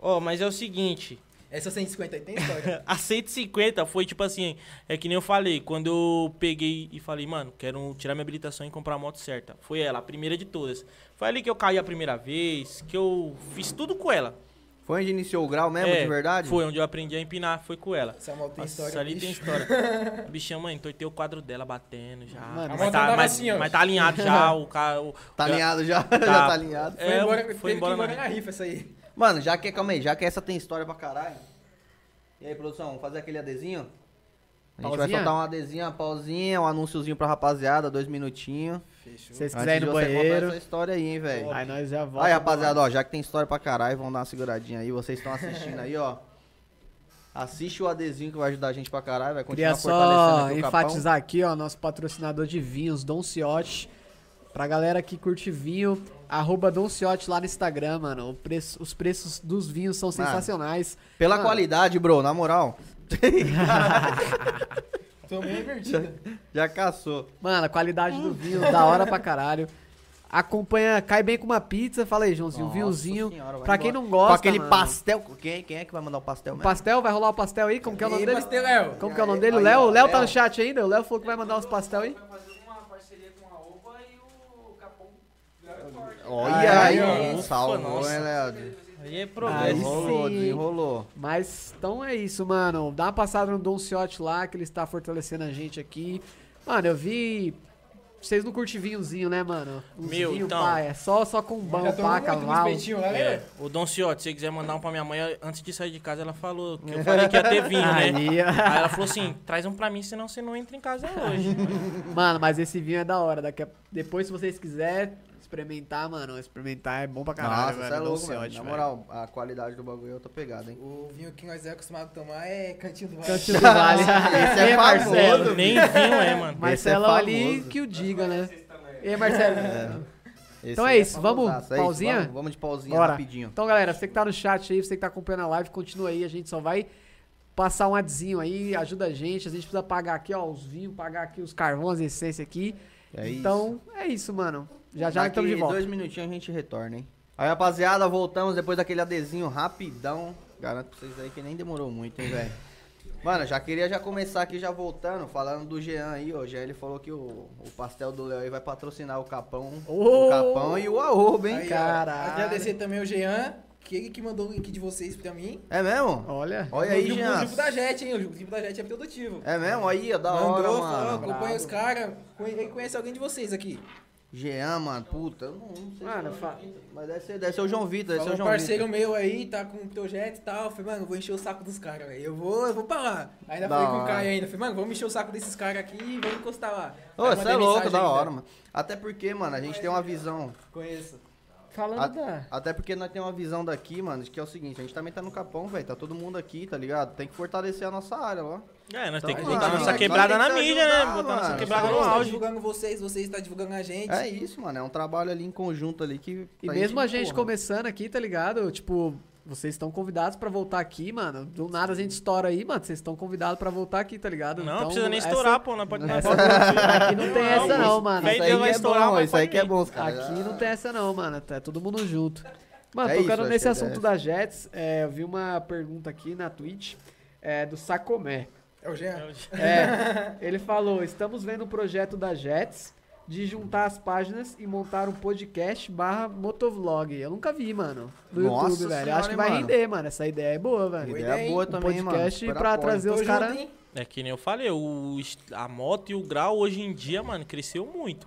D: Ó, mas é o seguinte.
C: Essa 150 aí tem história.
D: A 150 foi tipo assim, é que nem eu falei, quando eu peguei e falei, mano, quero tirar minha habilitação e comprar a moto certa. Foi ela, a primeira de todas. Foi ali que eu caí a primeira vez, que eu fiz tudo com ela.
A: Foi onde iniciou o grau mesmo,
D: É,
A: de verdade?
D: Foi onde eu aprendi a empinar, foi com ela.
C: Essa moto tem
D: Nossa,
C: história.
D: ali tem
C: bicho.
D: história. Bichão, mãe, entortei o quadro dela batendo já.
B: Mano,
C: A moto
D: mas, tá,
C: andava
D: mas,
C: assim, ó.
D: mas tá alinhado já, o cara. o-
A: Tá
D: já-
A: alinhado já, já tá alinhado.
C: Foi
D: É,
C: embora,
D: foi
C: teve que
D: embora
C: ir embora
D: na-
C: na rifa essa aí.
A: Mano, já que, calma aí, já que essa tem história pra caralho. E aí, produção, vamos fazer aquele adesinho? A gente vai
B: Pausinha?
A: soltar um adesinho, uma pausinha, um anúnciozinho pra rapaziada, dois minutinhos.
C: Fechou.
B: Se
A: Antes
B: vocês quiserem ir
A: de
B: no
A: você contar
B: banheiro.
A: essa história aí, hein, velho.
B: Aí nós já volta.
A: Aí, rapaziada, ó, já que tem história pra caralho, vão dar uma seguradinha aí. Vocês estão assistindo aí, ó. Assiste o adesinho que vai ajudar a gente pra caralho, vai continuar
B: Queria
A: fortalecendo
B: só
A: aqui o capão.
B: enfatizar aqui, ó, nosso patrocinador de vinhos, Don Ciotti. Pra galera que curte vinho, arroba Don Ciotti lá no Instagram, mano. O preço- os preços dos vinhos são
A: Mano.
B: sensacionais.
A: Pela
B: Mano,
A: qualidade, bro, na moral,
C: Tô meio invertida.
A: já caçou.
B: Mano, a qualidade do vinho, da hora pra caralho. Acompanha, cai bem com uma pizza. Fala aí, Joãozinho, um
A: Nossa
B: vinhozinho.
A: senhora, vai
B: pra quem
A: embora.
B: não gosta,
A: Com aquele
B: mano,
A: pastel. Quem, quem é que vai mandar o pastel
B: o
A: mesmo?
B: pastel, vai rolar o pastel aí? Como que é o nome
C: E
B: dele?
C: pastel, Léo.
B: Como que é o nome
A: Aí,
B: dele? O
A: aí,
B: Léo,
A: ó,
B: o Léo tá
A: Léo.
B: no chat ainda? O Léo falou que vai mandar os pastel aí?
D: Vai fazer uma parceria com a Opa e o Capão.
A: Olha aí,
D: Aí, ó.
A: salvou,
D: Nossa.
A: né, Léo?
D: Aí é
B: Aí
D: progresso.
A: Desenrolou,
B: sim.
A: desenrolou.
B: Mas então é isso, mano. Dá uma passada no Don Ciotti lá, que ele está fortalecendo a gente aqui. Mano, eu vi. Vocês não curtem vinhozinho, né, mano? Uns
D: Meu,
B: vinho,
D: então.
B: pá, é só, só com
C: Já
B: bão,
C: tomou
B: pá,
C: muito dos
B: cavalo.
C: peitinhos lá,
D: É,
C: né?
D: o Don Ciotti, se você quiser mandar um pra minha mãe, antes de sair de casa, ela falou que eu falei que ia ter vinho, né?
B: Aí, ó.
D: Aí ela falou assim, traz um pra mim, senão você não entra em casa hoje.
B: mano, mas esse vinho é da hora. Daqui a- Depois, se vocês quiserem experimentar, mano, experimentar é bom pra caralho,
A: Nossa,
B: velho.
A: cê é
B: Don
A: louco,
B: Ciotti,
A: mano. Na
B: velho.
A: moral, a qualidade do bagulho eu tô pegado, hein?
C: O vinho que nós é acostumado a tomar é Cantinho do Vale.
B: Cantinho do Vale.
A: Esse é famoso,
B: Ei, Marcelo.
A: velho.
D: Nem vinho é, mano.
B: Marcelo
A: Esse é
B: ali
A: famoso.
B: que o diga, né? E aí, Marcelo?
A: Esse
B: Então é
A: aí
B: isso, vamos,
A: famosaço, é isso,
B: pausinha?
A: Vamos, vamos de pausinha
B: Bora.
A: rapidinho.
B: Então, galera, você que tá no chat aí, você que tá acompanhando a live, continua aí. A gente só vai passar um adzinho aí, ajuda a gente. A gente precisa pagar aqui, ó, os vinhos, pagar aqui os carvões, as essências aqui.
A: É isso.
B: então, é isso, mano. Já já
A: Daqui
B: estamos de volta.
A: dois minutinhos a gente retorna, hein? Aí, rapaziada, voltamos depois daquele adesinho rapidão. Garanto pra vocês aí que nem demorou muito, hein, velho? Mano, já queria já começar aqui, já voltando, falando do Jean aí, ó. Jean, ele falou que o, o pastel do Léo aí vai patrocinar o Capão.
B: Ô!
A: O Capão e o Arroba, hein?
C: Aí, ó,
B: Caralho.
C: Agradecer também ao Jean, que ele que mandou o link de vocês pra mim.
A: É mesmo?
B: Olha.
A: Olha
C: No
A: aí,
C: grupo-
A: Jean.
C: No grupo da JET, hein? O grupo da JET é produtivo.
A: É mesmo? Aí, ó, da hora,
C: Mandou, falou,
A: mano.
C: acompanha os caras. Ele conhece alguém de vocês aqui.
A: Jean, mano, puta, eu não, não sei.
B: Mano,
A: se é o João
B: fa-
A: Vitor, Mas deve ser, deve ser o João Vitor, deve ser
C: Falou
A: o
C: um
A: João Vitor.
C: parceiro meu aí, tá com o projeto e tal. Falei, mano, eu vou encher o saco dos caras, velho. Eu vou, eu vou pra lá. Ainda
A: Da
C: falei com o
A: hora.
C: Caio ainda. Falei, mano, vamos encher o saco desses caras aqui e vamos encostar lá.
A: Ô,
C: Aí
A: você
C: mandei
A: é louco,
C: mensagem
A: da
C: ainda.
A: hora, mano. Até porque, mano, a gente tem uma visão.
C: Conheço.
B: Falando
A: A-
B: da.
A: até porque nós temos uma visão daqui, mano, de que é o seguinte, a gente também tá no capão, velho. Tá todo mundo aqui, tá ligado? Tem que fortalecer a nossa área, ó.
D: É, nós
A: Então,
D: temos que
A: mano,
D: botar
A: nós
D: nossa
A: tem
D: quebrada
A: que
D: na
A: se
D: mídia,
A: ajudar,
D: né? Botar nossa
A: mano.
D: quebrada no
C: Nós tá
D: auge.
C: divulgando vocês, vocês tá divulgando a gente.
A: É isso, mano. É um trabalho ali em conjunto ali que.
B: E mesmo a gente
A: porra,
B: começando aqui, tá ligado? Tipo, Vocês estão convidados pra voltar aqui, mano. Do nada a gente estoura aí, mano. Vocês estão convidados pra voltar aqui, tá ligado?
D: Não,
B: Então,
D: precisa nem
B: essa-
D: estourar, pô. Não pode
B: essa-
D: pode-
B: aqui não tem essa não, mano.
D: Fé em
A: Isso
D: Deus
A: aí
D: vai
A: que é
D: estourar,
A: bom,
D: mas
A: isso aí
D: pode
A: que é
D: vir.
A: bom, os caras.
B: Aqui não tem essa não, mano. Tá todo mundo junto. Mano,
A: É
B: tocando
A: isso,
B: nesse
A: acho que é
B: assunto
A: dessa.
B: da Jets, é, eu vi uma pergunta aqui na Twitch é, do Sacomé.
C: É o Jean.
B: É, ele falou: estamos vendo o projeto da Jets de juntar as páginas e montar um podcast barra motovlog. Eu nunca vi, mano. No
A: Nossa
B: YouTube, velho. Eu
A: senhora,
B: Acho que
A: hein,
B: vai
A: mano?
B: render, mano. Essa ideia é boa, velho.
A: Ideia
C: hein?
A: boa
B: Um
A: também, mano.
B: podcast
A: Super
B: pra
A: apoio.
B: trazer os
C: Tô
B: cara-
C: junto, hein?
D: É que nem eu falei, o, est- a moto e o grau hoje em dia, mano, cresceu muito.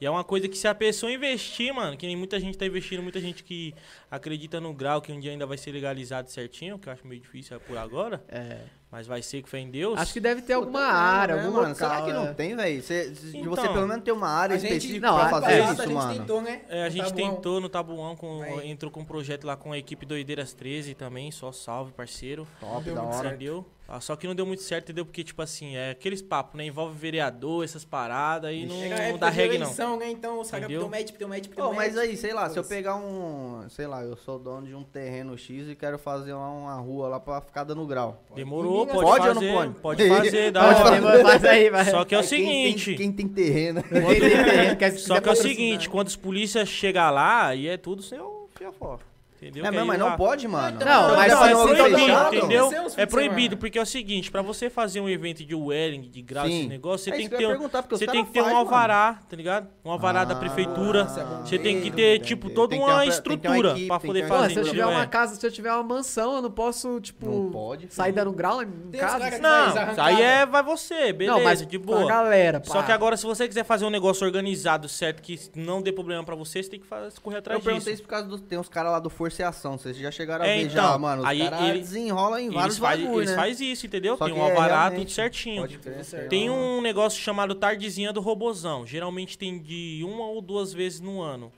D: E é uma coisa que se a pessoa investir, mano, que nem muita gente tá investindo, muita gente que acredita no grau, que um dia ainda vai ser legalizado certinho, que eu acho meio difícil é por agora,
B: É.
D: mas vai ser com fé em Deus.
B: Acho que deve ter alguma
A: Puta,
B: área,
A: né,
B: algum
A: mano?
B: local.
A: Será que
B: é.
A: não tem, velho? Você, de
D: Então,
A: você pelo menos tem uma área
C: A gente-
A: específica
B: não,
A: pra
B: a-
A: fazer
B: é,
C: Passado, a
A: isso,
C: gente
A: mano.
C: tentou, né?
D: É, a
C: Tá bom.
D: gente tentou no Tabuão, com,
C: Aí.
D: entrou com um projeto lá com a equipe Doideiras 13 também, só salve, parceiro.
A: Top,
C: Deu
A: da
B: um
C: muito
A: hora.
D: Entendeu? Ah, só que não deu muito certo, entendeu? Porque, tipo assim, é aqueles papos, né? Envolve vereador, essas paradas, aí não,
C: Chega a
D: não
C: época
D: dá
C: de
D: reggae, não.
C: é eleição, Né? Então, sabe,
D: Entendeu?
C: teu match, teu match, teu
A: Pô,
C: match.
A: mas aí, sei lá, se eu
C: Pois.
A: pegar um. Sei lá, eu sou dono de um terreno X e quero fazer lá uma rua lá pra ficar dando grau.
D: Demorou,
C: Pode
D: pode,
A: ou não
D: fazer.
A: pode?
D: fazer, dá
B: Pode,
D: hora.
B: mas- mas aí, vai.
D: Só que é o
A: Aí quem tem-
D: seguinte.
A: Quem tem, terreno.
B: Quem tem terreno, quer- se
D: Só
B: quiser
D: que é
B: patrocinar.
D: o seguinte, quando os polícias chegam lá, e é tudo seu fiafó. Entendeu?
A: É,
D: Que
A: mas,
D: aí
A: mas não
D: lá-
A: pode, mano.
B: Não, mas
A: Então,
B: se-
D: é
A: não, não,
B: se-
D: proibido,
A: fechado.
D: entendeu?
C: Aconteceu os fins
D: É
C: de
D: proibido,
C: semana.
D: porque é o seguinte, pra você fazer um evento de wedding, de grau,
A: Sim.
D: esse negócio, você
A: É
D: tem
A: isso
D: que
A: eu
D: ter
A: ia
D: um,
A: perguntar, porque os
D: você
A: cara
D: tem que ter
A: faz,
D: um
A: mano.
D: alvará, tá ligado? Um alvará da
A: Ah,
D: prefeitura.
A: nossa, é bom
D: Você tem que
A: mesmo,
D: ter,
A: entendi.
D: tipo,
A: Tem
D: toda
A: que ter
D: uma
A: uma- tem que ter uma
D: estrutura
A: equipe,
D: pra
A: tem
D: poder
A: que ter uma equipe.
B: Pô, se
D: fazer.
B: eu
A: Fazendo,
B: tiver
D: entendeu?
B: uma
D: É.
B: casa, se eu tiver uma mansão, eu não posso, tipo,
A: Não pode,
B: sair dando grau em
C: Tem uns
B: casa.
C: caras que
D: Não,
C: faz arrancada.
D: aí é, vai você, beleza,
B: não, mas
D: de
B: pra
D: boa.
B: galera, pá.
D: Só que agora, se você quiser fazer um negócio organizado, certo, que não dê problema pra você, você tem que fazer, correr
A: Eu
D: atrás
A: perguntei
D: disso.
A: isso por causa do. Tem uns caras lá do Força e Ação. Vocês já chegaram a
D: É,
A: ver
D: então,
A: já, mano. Os
D: aí ele-
A: caras desenrolam em vários
D: eles faz,
A: bagulho,
D: eles
A: né?
D: faz isso, entendeu?
A: Só
D: Tem
A: que
D: um
A: é
D: alvará,
A: realmente-
D: tudo certinho.
A: Pode crer, sei lá.
D: Tem um negócio chamado Tardezinha do Robozão. Geralmente tem de uma ou duas vezes no ano.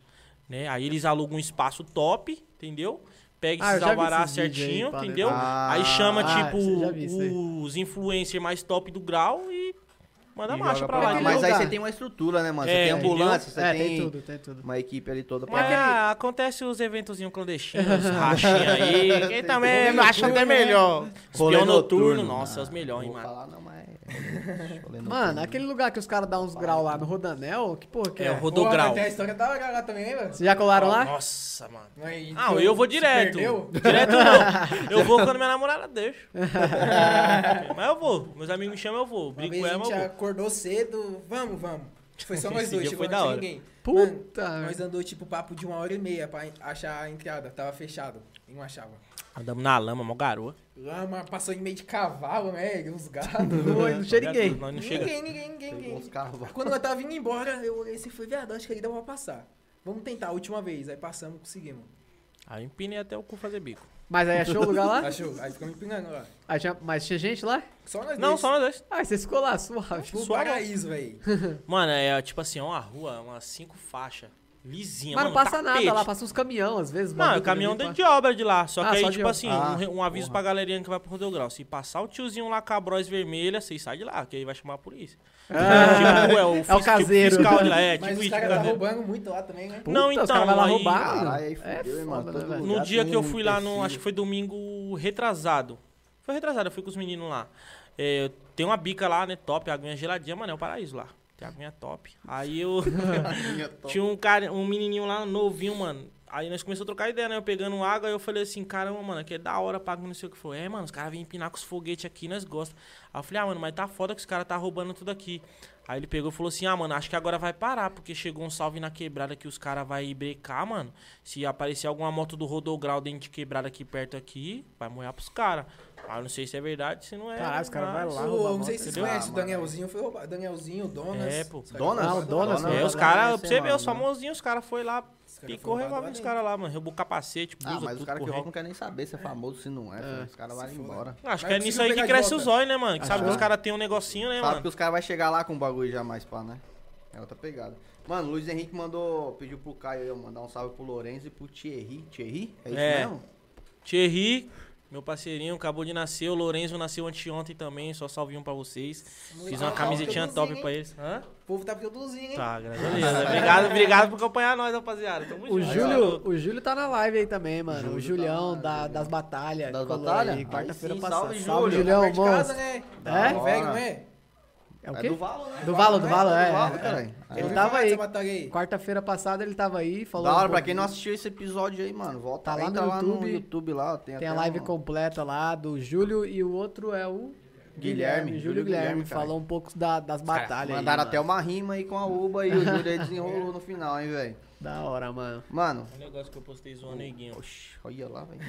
D: Né? Aí eles alugam um espaço top, entendeu? Pega
B: Ah, eu
D: esses
B: já vi
D: alvará
B: esses vídeos aí,
D: certinho,
B: pá,
D: entendeu?
A: dentro.
D: aí chama,
B: Ah,
D: tipo,
B: isso eu já vi, isso aí.
D: os influencers mais top do grau e manda
A: E
D: marcha
A: joga
D: pra
A: pra é.
D: lá.
A: lá.
B: aquele
D: entendeu?
A: Mas aí
B: lugar.
A: você tem uma estrutura, né, mano?
D: É,
A: Você tem
D: entendeu?
A: ambulância, você
B: É, tem
A: tem
B: tudo, é tem tudo.
A: uma equipe ali toda
D: Mas
A: pra.
D: ah, acontece os eventozinhos clandestinos, rachinha aí. Quem também
A: Rolê
D: acha até
A: noturno, né?
D: melhor.
A: Rolê
D: Espião noturno,
A: noturno,
D: nossa,
A: mano.
D: é os melhores,
A: Não vou
D: mano.
A: falar, não, mas.
B: Mano, aquele lugar que os caras dão uns grau lá no Rodanel, que porra que é?
D: É o
C: Pô,
D: Rodograu.
C: mas Tem a história da hora lá também, né, lembra?
B: Vocês já colaram lá?
D: Nossa, mano.
C: Aí,
D: Ah,
C: tu
D: eu vou
C: é se
D: direto.
C: perdeu?
D: Direto não. Eu vou quando minha namorada deixa. Mas eu vou. Meus amigos me chamam, eu vou.
C: Uma
D: Brigo
C: vez
D: com
C: a
D: ela,
C: gente
D: mas eu vou.
C: acordou cedo, vamos, vamos. Foi só nós
D: Esse
C: dois,
D: dia
C: chegou
D: foi da
C: não tinha
D: hora.
C: ninguém.
B: Puta.
C: Mano, nós andou tipo papo de uma hora e meia pra en- achar a entrada, tava fechado, e não achava.
D: Andamos na lama, mó garoa.
C: Lama, passou em meio de cavalo, né, uns gados.
B: Oi, não
D: né?
B: tinha ninguém.
D: Nós não chega.
C: ninguém, ninguém, ninguém,
A: Os
C: ninguém.
A: carros
C: Quando eu tava indo embora, eu olhei assim, foi viado, acho que ele dá pra passar. Vamos tentar a última vez, aí passamos, conseguimos.
D: Aí eu empinei até o cu fazer bico.
B: Mas aí achou o lugar lá?
C: Achou, aí ficamos empinando lá.
B: Aí tinha- Mas tinha gente lá?
C: Só nós
D: Não,
C: dois.
D: só nós dois.
B: Ah, vocês ficou lá, suave.
C: Tipo,
D: suave.
C: paraíso, velho.
D: Mano, é tipo assim, é uma rua, umas cinco faixas. Lisinha,
B: Mas não
D: mano,
B: passa nada
D: tapete.
B: lá, passa uns caminhão às vezes.
D: Não, é
B: bagulho
D: caminhão
B: ali, pá.
D: de, de obra de lá. Só
B: Ah,
D: que aí,
B: só de
D: tipo
B: obra.
D: assim,
A: Ah,
D: um re- um, aviso
A: porra.
D: pra galerinha que vai pro Rodeo Grau. Se passar o tiozinho lá com a bróis vermelha, vocês saem de lá, que aí vai chamar a polícia.
B: Ah,
D: tipo, é o, fis- tipo
B: caseiro.
D: fiscal de lá, é,
C: Mas
D: tipo
C: os
D: isso,
C: caras tá
D: caseiro.
C: roubando muito lá também, né?
B: Puta,
D: Não,
B: os
D: então,
B: caras vão lá
D: aí-
B: roubar, mano.
A: Caralho, aí
B: É
A: fudeu, hein, mano.
B: foda,
A: Todo
B: né,
A: lugar
B: velho?
D: No dia
A: tem
D: que eu
A: um
D: fui lá, no,
A: empecilho.
D: acho que foi domingo retrasado. Foi retrasado, eu fui com os meninos lá. É, tem uma bica lá, né? Top, aguinha geladinha, mano, é o paraíso lá. Tem aguinha top. Aí eu. Tinha um cara, um menininho lá novinho, mano. Aí nós começamos a trocar ideia, né? Eu pegando água, aí eu falei assim, caramba, mano, aqui é da hora, pago não sei o que. Falou, é, mano, os caras vêm empinar com os foguetes aqui, nós gostamos. Aí eu falei, ah, mano, mas tá foda que os caras tá roubando tudo aqui. Aí ele pegou e falou assim, ah, mano, acho que agora vai parar, porque chegou um salve na quebrada que os caras vai brecar, mano. Se aparecer alguma moto do Rodograu dentro de quebrada aqui perto aqui, vai molhar pros caras. Ah, eu não sei se é verdade, se não é.
B: Caralho, os caras vai
D: mas-
B: lá
C: o,
B: roubar.
C: não sei
B: moto.
C: se vocês
A: entendeu?
C: conhecem, o
A: Ah, mano.
C: Danielzinho foi roubado. Danielzinho, Donas.
D: É, pô.
C: Os caras
A: Donas?
B: Ah, o
C: roubaram.
B: Donas,
A: Donas,
D: É, os
A: Caralho,
D: caras,
A: esse
D: pra você
A: é
D: ver, os
A: mano.
D: famosinhos, os caras foi lá,
C: Os caras
D: picou
C: foram
D: o revólver
C: roubado
D: dos
C: lá
D: caras lá, mano. Roubou capacete, blusa,
A: Ah, mas
D: tudo,
A: os caras que
D: correndo.
A: roubam não querem nem saber se é famoso, se não é. filho. Os caras vão
C: se foda.
A: embora.
D: Acho que
C: Mas
D: é
C: conseguiu
D: nisso aí
C: pegar
D: que
C: de
D: cresce
C: volta.
D: os olhos, né, mano? Que sabe que
B: Achou?
D: os caras têm um negocinho, né,
A: Sabe
D: mano?
A: que os caras vão chegar lá com o bagulho já mais pá, né? É outra pegada. Mano, Luiz Henrique mandou, pediu pro Caio aí, ó, mandar um salve pro Lorenzo e pro Thierry. Thierry? É isso
D: É.
A: mesmo?
D: Thierry, Meu parceirinho acabou de nascer, o Lorenzo nasceu anteontem também, só salvinho pra vocês. Fiz uma camisetinha top pra eles. Hã?
C: O povo tá produzindo, hein?
D: Tá, graças a Deus. Obrigado, obrigado por acompanhar nós, rapaziada. Tamo junto.
B: O Júlio, o Júlio tá na live aí também, mano. o Julião da- das batalhas.
A: tá Das
B: colou
A: batalhas?
B: aí,
A: Aí
B: Quarta-feira
A: sim,
B: passada.
A: salve,
B: Salve,
A: Júlio.
B: Julião,
C: Perto de casa,
B: monstro.
C: né?
D: Tá.
B: É?
C: Ele velho, não é?
B: É o
A: É do
B: quê?
A: Valo, né?
B: Do Valo, do
C: né?
B: Valo,
C: Do
B: é.
A: Valo,
B: é.
A: caralho.
B: Ele
C: Eu ouvi
B: tava
C: falar
B: aí.
C: dessa batalha aí.
B: Quarta-feira passada ele tava aí, falou.
A: Da hora,
B: um
A: pra quem não
B: pouquinho.
A: assistiu esse episódio aí, mano, volta
B: Tá lá
A: entra
B: no
A: lá no
B: YouTube.
A: YouTube lá, tem, até
B: Tem a live
A: um-
B: completa lá do Júlio e o outro é o.
A: Guilherme,
B: Júlio
A: Júlio
B: Guilherme.
A: Guilherme, cara.
B: falou um pouco da- das batalhas. aí,
A: Mandaram
B: mano.
A: até uma rima aí com a Uba e o Júlio aí desenrolou no final, hein, velho.
B: Da hora, mano.
A: Mano,
D: O negócio que eu postei zoando o Iguinho.
A: oxi, olha lá, velho.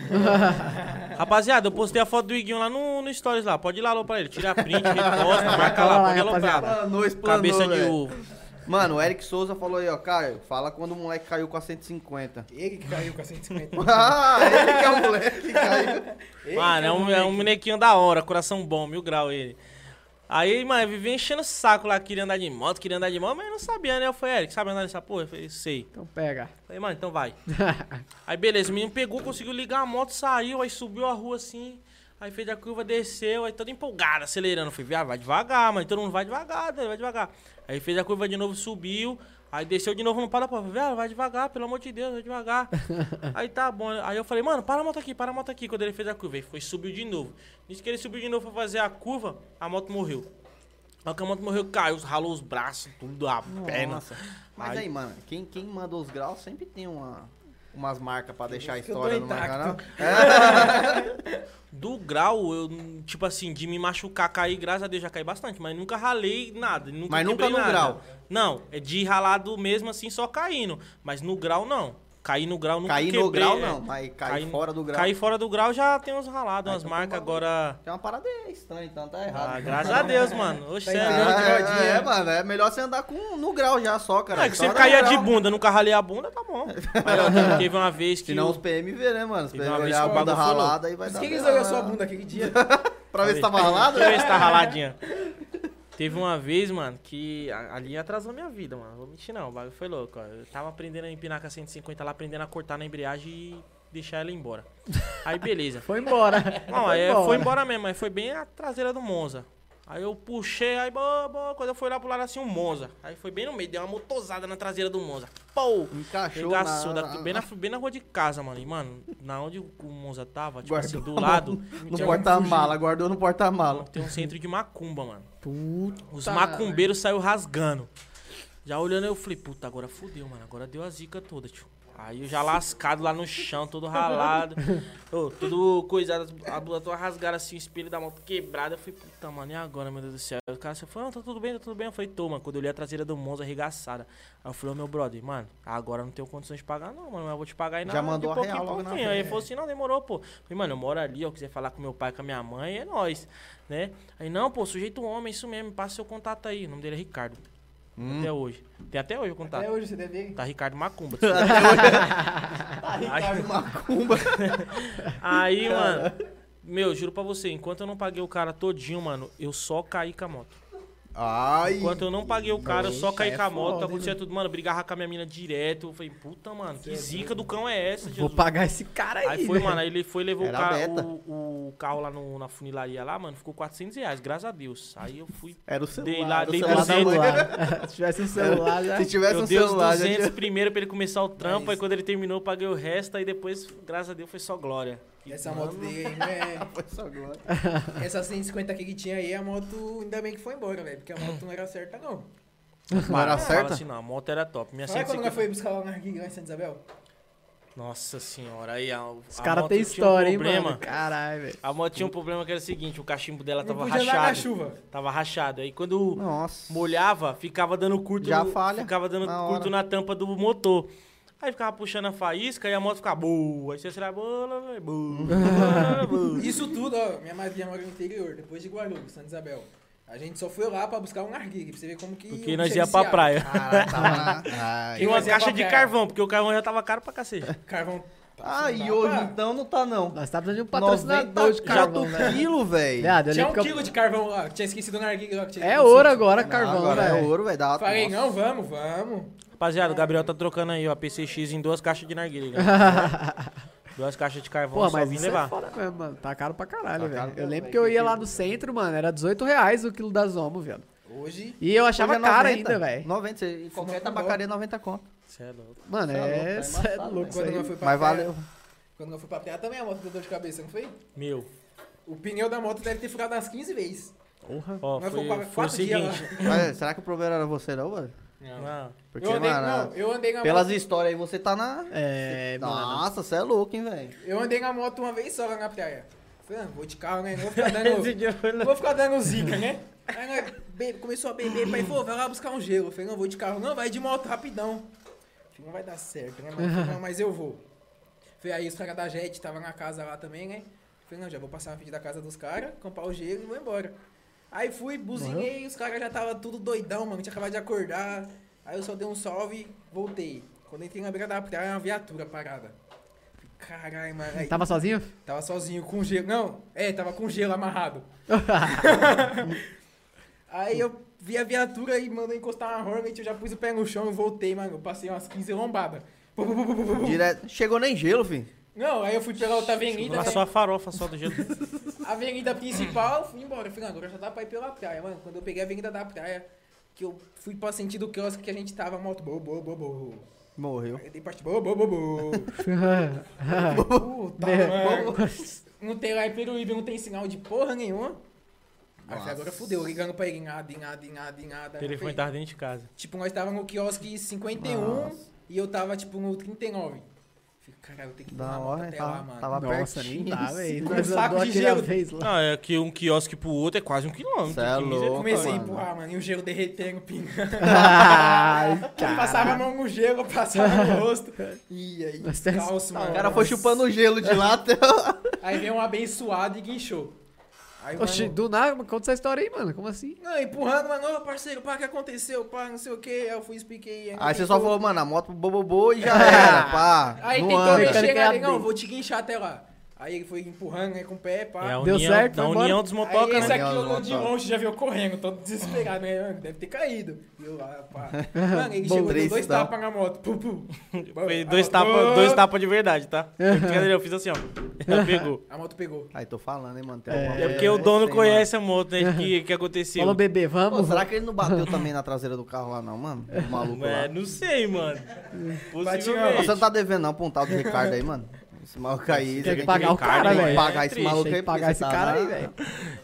D: Rapaziada, eu postei a foto do Iguinho lá no, no Stories lá. Pode ir lá, alô, pra ele. Tira print, reposta, marca
B: Vai lá,
D: lá, pode
B: rapaziada.
D: aloprar.
A: Mano, explanou,
D: Cabeça de
A: velho.
D: ovo.
A: Mano, o Eric Souza falou aí, ó, Caio, fala quando o moleque caiu com a 150.
C: Ele que caiu com a 150.
A: ah, ele que é o moleque que caiu.
C: Ele
D: Mano,
C: que
D: é um, é um molequinho da hora, coração bom, mil grau ele. Aí, mano, vivia enchendo o saco lá, queria andar de moto, queria andar de moto, mas não sabia, né? Eu falei, Eric, sabe andar nessa porra? Eu falei, sei.
B: Então pega.
D: Falei, mano, então vai. aí, beleza, o menino pegou, conseguiu ligar a moto, saiu, aí subiu a rua assim, aí fez a curva, desceu, aí todo empolgado, acelerando. Eu Falei, viado, vai devagar, mano, todo mundo vai devagar, vai devagar. Aí fez a curva de novo, subiu, aí desceu de novo, não para, pô, viado, vai devagar, pelo amor de Deus, vai devagar. aí tá bom, né? aí eu falei, mano, para a moto aqui, para a moto aqui, quando ele fez a curva. Aí foi, subiu de novo. Nisso que ele subiu de novo pra fazer a curva, a moto morreu. Aí que a moto morreu, caiu, ralou os braços, tudo, a perna.
A: Mas aí, mano, quem, quem manda os graus sempre tem uma, umas marcas pra deixar a
C: que eu
A: história
C: tô
A: no
D: tá?
A: canal.
C: intacto.
D: Do grau, eu, tipo assim, de me machucar, cair, graças a Deus, já caí bastante, mas nunca ralei nada. Nunca
A: Mas nunca
D: quebrei
A: no
D: nada.
A: grau?
D: Não, é de ralado mesmo assim, só caindo. Mas no grau, não. Cair no grau, nunca
A: Cair
D: quebrei.
A: no grau
D: é.
A: não, mas cair
D: Caí-
A: fora do grau.
D: Cair fora do grau já tem uns ralados,
A: Ah,
D: umas
A: então
D: marcas
A: tá bom.
D: agora...
A: Tem uma parada estranha, então tá errado.
D: Ah, graças a Deus, mano. Oxe,
A: É,
D: é,
C: entendendo?
D: né?
C: de rodinha.
A: é, mano, é melhor você andar com no grau já só, cara.
D: Não, é que
A: Só
D: você
A: no
D: caía de
A: grau.
D: bunda, nunca ralei a bunda, tá bom. Mas ó, teve- teve uma vez que...
A: Senão
D: o-
A: os PM vê, né, mano? Se
D: Teve
A: PM
D: uma vez
A: olhar a
D: que o
A: bunda
D: bagulho falou.
A: ralada, aí vai
C: Por
A: dar...
B: Tá.
C: que eles
A: merda.
C: olham a sua bunda aquele dia?
A: Pra ver se tava ralado?
D: ralado? Deixa eu ver se tá raladinha. Teve uma vez, mano, que a- ali atrasou minha vida, mano. Vou mentir não, o bagulho foi louco. Ó. Eu tava aprendendo a empinar com a 150 lá, aprendendo a cortar na embreagem e deixar ela ir embora. Aí beleza.
B: Foi embora.
D: Não, aí foi
A: né?
D: embora mesmo, mas foi bem a traseira do Monza. Aí eu puxei, aí bo, bo, quando eu fui lá pro lado assim, um Monza. Aí foi bem no meio, deu uma motosada na traseira do Monza. Pô!
A: Encaixou
D: Regaçou,
A: na-
D: da- bem, na, bem na rua de casa, mano. E, mano, na onde o Monza tava, tipo assim,
A: Guardou
D: do lado,
A: No porta-mala, guardou no porta-mala.
D: tem um centro de macumba, mano.
B: Puta.
D: Os macumbeiros saiu rasgando. Já olhando, eu falei, puta, agora fudeu, mano. Agora deu a zica toda, tio. Aí eu já lascado lá no chão, todo ralado. Ô, tudo coisado, a bunda toda rasgada assim, o espelho da moto quebrado. Eu falei, puta, mano, e agora, meu Deus do céu? Aí O cara falou, não, tá tudo bem, tá tudo bem. Eu falei, tô, mano. Quando eu olhei a traseira do Monza arregaçada. Aí eu falei, ô, meu brother, mano, agora eu não tenho condições de pagar, não, mano. Mas eu vou te pagar aí na
A: Já mandou a
D: de pouquinho em
A: real logo na
D: pouquinho. Aí ele
A: frente.
D: falou assim, não, demorou, pô. Eu falei, mano, eu moro ali, eu quiser falar com meu pai, com a minha mãe, é nóis, né? Aí, não, pô, sujeito homem, isso mesmo, me passa seu contato aí. O nome dele é Ricardo.
A: Hum.
D: Até hoje. Tem até hoje o contato.
C: Até hoje você deve.
D: Tá Ricardo Macumba.
A: Tá Ricardo Macumba.
D: Aí, mano, meu, juro pra você, enquanto eu não paguei o cara todinho, mano, eu só caí com a moto.
A: Ai.
D: Enquanto eu não paguei o cara, eu só
B: Eita,
D: caí
B: é
D: com a moto,
B: foda,
D: acontecia tudo. Mano, brigava com a minha mina direto. Eu falei, puta, mano, que zica do cão é essa,
B: Vou
D: Jesus?
B: pagar esse cara aí. né?
D: Aí foi,
B: velho.
D: mano, aí ele foi e levou o
A: né? Era
D: carro,
A: beta.
D: o, o carro lá no- na funilaria lá, mano, ficou 400 reais, graças a Deus. Aí eu fui,
A: Era o celular.
D: dei lá,
A: era o
D: dei
B: Era
A: celular
B: o
A: da mãe.
B: um celular. Se tivesse um celular já.
A: Se tivesse
D: eu
A: um
D: dei os
A: celular, já
D: 200
A: tinha...
D: primeiro pra ele começar o trampo,
C: Mas-
D: aí quando ele terminou eu paguei o resto, aí depois, graças a Deus, foi só glória.
C: E essa moto dele, né?
A: Foi só agora.
C: Essa 150 aqui que tinha aí, a moto, ainda bem que foi embora, velho. Porque a moto não era certa, não.
A: Não era
D: Não, fala
A: certa?
D: assim, não, a moto era top. Minha
C: Sabe quando
D: 150...
C: nós foi buscar lá na Arquigão em Santa Isabel?
D: Nossa senhora, aí a,
B: Os caras têm história,
D: um
B: hein,
D: problema.
B: mano. Caralho, velho.
D: A moto tinha um problema que era o seguinte, o cachimbo dela
C: Não
D: tava
C: podia andar na
D: rachado.
C: chuva.
D: Tava rachado. Aí quando
A: Nossa.
D: molhava, ficava dando curto.
A: Já
D: no-
A: falha
D: Ficava dando
A: na
D: curto
A: hora.
D: na tampa do motor. Aí ficava puxando a faísca e a moto ficava boa. Aí você será bola, velho, boa, boa.
C: Isso tudo, ó. Minha madrinha mora no interior, depois de Guarulhos, Santa Isabel. A gente só foi lá pra buscar um narguilha, pra você ver como que...
D: Porque
C: o
D: nós
C: bicho é
D: ia pra
C: viciado.
D: praia.
A: Caralho, tava... tá Ai.
D: E uma
C: nós ia pra
D: caixa de
C: praia.
D: carvão, porque o carvão já tava caro pra cacete.
B: É.
C: Carvão.
A: Ah,
C: Não
A: e
C: dá
A: hoje
C: pra-
A: então não tá não.
B: Nós tá precisando de um patrocinador
A: 90
B: de carvão,
A: jato
D: né?
B: velho.
A: quilo, velho.
B: Viado, eu
C: Tinha um
B: lembro que eu-
C: quilo de carvão lá, que tinha esquecido na narguilha lá. que tinha
B: É
C: esquecido.
B: ouro agora,
A: Ah,
B: carvão, né?
A: Agora é
B: velho.
A: ouro, velho. Dá...
C: né? Falei,
A: Nossa.
C: não, vamos, vamos. É.
D: Rapaziada, o Gabriel tá trocando aí, ó, PCX em duas caixas de narguilha. né? Duas caixas de carvão
B: Pô,
D: só
B: mas
D: vim
B: isso
D: levar.
B: é foda mesmo, mano. Tá caro pra caralho,
A: Tá
B: velho.
A: caro
B: eu
A: mesmo,
B: lembro
A: velho.
B: que eu ia lá no centro, mano, era 18 reais o quilo das Omo, velho.
C: Hoje,
B: E eu achava caro
A: 90,
B: ainda, velho.
A: 90, é você- qualquer tabacaria é 90 conto.
D: Cê é louco.
B: Mano,
A: Tá louco, tá
B: é, cê é
A: embaçado,
B: louco isso
C: quando
B: aí.
C: eu fui pra
A: Mas
C: praia-
A: valeu.
C: Quando eu fui pra praia também a moto deu dor de cabeça, não foi?
D: Meu.
C: O pneu da moto deve ter ficado umas 15 vezes.
D: Ó,
C: Nós
D: foi,
C: fomos pra
D: foi o
C: quatro dias
D: seguinte.
A: Mas, será que o problema era você não, mano?
D: Não,
A: Porque,
C: eu andei,
A: mano,
C: não, eu andei na
A: pelas
C: moto.
A: histórias aí você tá na...
B: É, mano.
A: Nossa, você é louco, hein, velho?
C: Eu andei na moto uma vez só lá na praia. Falei, ah, vou de carro, né? Não vou ficar dando.
D: Esse dia foi
C: vou ficar dando zica, né? Aí nós be- começou a beber, pai, pô, vai lá buscar um gelo. Eu falei, não, vou de carro, não, vai de moto rapidão. Falei, não vai dar certo, né? Mas, eu falei, não, mas eu vou. Falei, aí os caras da Jet tava na casa lá também, né? Falei, não, já vou passar na frente da casa dos caras, acampar o gelo e vou embora. Aí fui, buzinei, os caras já tava tudo doidão, mano, tinha acabado de acordar. Aí eu só dei um salve, voltei. Quando entrei na beira da praia, uma viatura parada. Falei, Caralho, mano. Aí,
B: Tava sozinho?
C: Tava sozinho, com gelo. Não, é, tava com gelo amarrado. Aí eu vi a viatura e mandou encostar na Hornet, eu já pus o pé no chão e voltei, mano. Eu passei umas 15 lombadas. Pum, pum, pum, pum, pum, pum.
A: Direto... Chegou nem gelo, filho.
C: Não, aí eu fui pela outra avenida, né?
D: Passou a farofa só do jeito.
C: avenida principal, fui embora. Eu Falei, não, agora já dá pra ir pela praia, mano. Quando eu peguei a avenida da praia, que eu fui pra sentido quiosque que a gente tava, a moto, bo, bo, bo, bo.
A: Morreu.
C: Aí eu dei parte, bo, bo, bo, bo. Puta,
B: Meu,
C: mano. Não tem lá em Peruíbe, não tem sinal de porra nenhuma. Aí eu falei, agora fudeu, ligando pra ele, nada, nada, nada, nada.
D: O telefone
C: Falei,
D: tava dentro de casa.
C: Tipo, nós tava no quiosque 51 e eu tava, tipo, no 39. Falei, caralho, eu tenho que empurrar
A: Da
C: a moto
A: hora,
C: até lá,
A: tava,
C: mano.
A: tava
B: Nossa, nem
A: pertinho.
B: dá, velho.
C: Com
B: Nós
C: um saco
B: andou
C: de
B: aquela
C: gelo.
B: vez lá.
D: Não, é que um quiosque pro outro é quase um quilômetro.
A: Cê é
D: Que
A: louco.
D: misericórdia.
C: Comecei a
A: mano.
C: empurrar, mano, e o gelo derretendo, pingando.
B: Ai,
C: Eu passava a mão no gelo, eu passava no rosto. Ih, aí,
B: Nós temos-
C: calço, mano.
A: O cara foi chupando o gelo de lá até...
C: Aí veio um abençoado e guinchou. Aí,
B: Oxi,
C: mano,
B: do nada, conta essa história aí, mano. Como assim?
C: Não, empurrando, mano, ô parceiro, pá, o que aconteceu, pá, não sei o que, aí eu fui,
A: Aí
C: expliquei. tentou-
A: você só falou, mano, a moto bobobô e já era, pá.
C: É. Aí
A: não
C: tentou
A: anda.
C: me
B: Cara,
C: chegar,
B: que é
C: não,
B: abrigo.
C: vou te guinchar até lá. Aí ele foi empurrando, né, com o pé, pá.
D: É a união,
B: Deu certo,
D: a
B: foi embora.
D: união dos
C: Aí
D: motoca,
C: esse
D: né?
C: aqui
A: Daniel
C: olhou de
A: Motoca.
C: longe, já veio correndo, todo desesperado, né? Mano, Deve ter caído. E eu lá, pá. Mano, ele
A: Bom,
C: chegou, deu dois
A: três tapas.
C: tapas na moto. Pum, pum.
D: Foi dois tapas dois tapa de verdade, tá? Brincadeira, Eu fiz assim, ó. Ela pegou.
C: A moto pegou.
A: Aí tô falando, hein, mano. Tem
B: É,
A: alguma
D: É
A: coisa
D: porque o
A: aí,
D: dono
A: sei,
D: conhece a moto, né? O que, que aconteceu?
B: Falou, bebê,
A: mano. Pô, tá
B: vamos?
A: será que ele não bateu também na traseira do carro lá, não, mano? O maluco
D: É,
A: lá.
D: não sei, mano.
A: Nossa,
D: Possivelmente.
A: Você não tá devendo, não, pra um tal de Ricardo aí, mano. Esse maluco aí,
B: Tem
A: você
B: que pagar o
D: Ricardo,
B: cara,
A: tem que
B: velho.
A: pagar
D: É
A: esse
D: triste,
A: maluco
B: Tem
A: aí,
B: que pagar
A: porque
B: esse
A: você tá
B: cara aí,
A: na-
B: velho.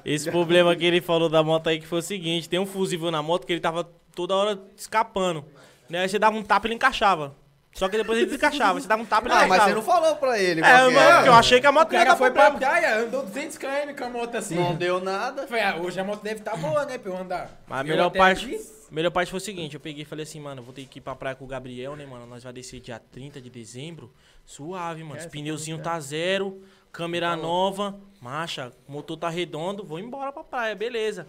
D: Esse problema que ele falou da moto aí que foi o seguinte: tem um fusível na moto que ele tava toda hora escapando. Né? Aí você dava um tapa e ele encaixava. Só que depois ele desencaixava. Você dava um tapa e ele
A: Ah, mas
D: encaixava.
A: você não falou pra ele,
D: É,
A: qual que
D: mano,
A: era.
D: porque eu achei que a
C: O
D: moto não ia
C: cara
D: dar
C: foi pra
D: problema.
C: praia, andou 200 km com a moto assim.
A: Não deu nada.
C: Falei, ah, hoje a moto deve estar boa, né, pra eu andar.
D: Mas a
C: Eu
D: melhor
C: até
D: parte,
C: aqui,
D: a melhor parte foi o seguinte, eu peguei e falei assim, mano, eu vou ter que ir pra praia com o Gabriel, né, mano? Nós vai descer dia 30 de dezembro. Suave,
C: É,
D: mano. Os pneuzinhos tá zero,
C: Tá
D: câmera nova, marcha, motor tá redondo, vou embora pra praia, beleza.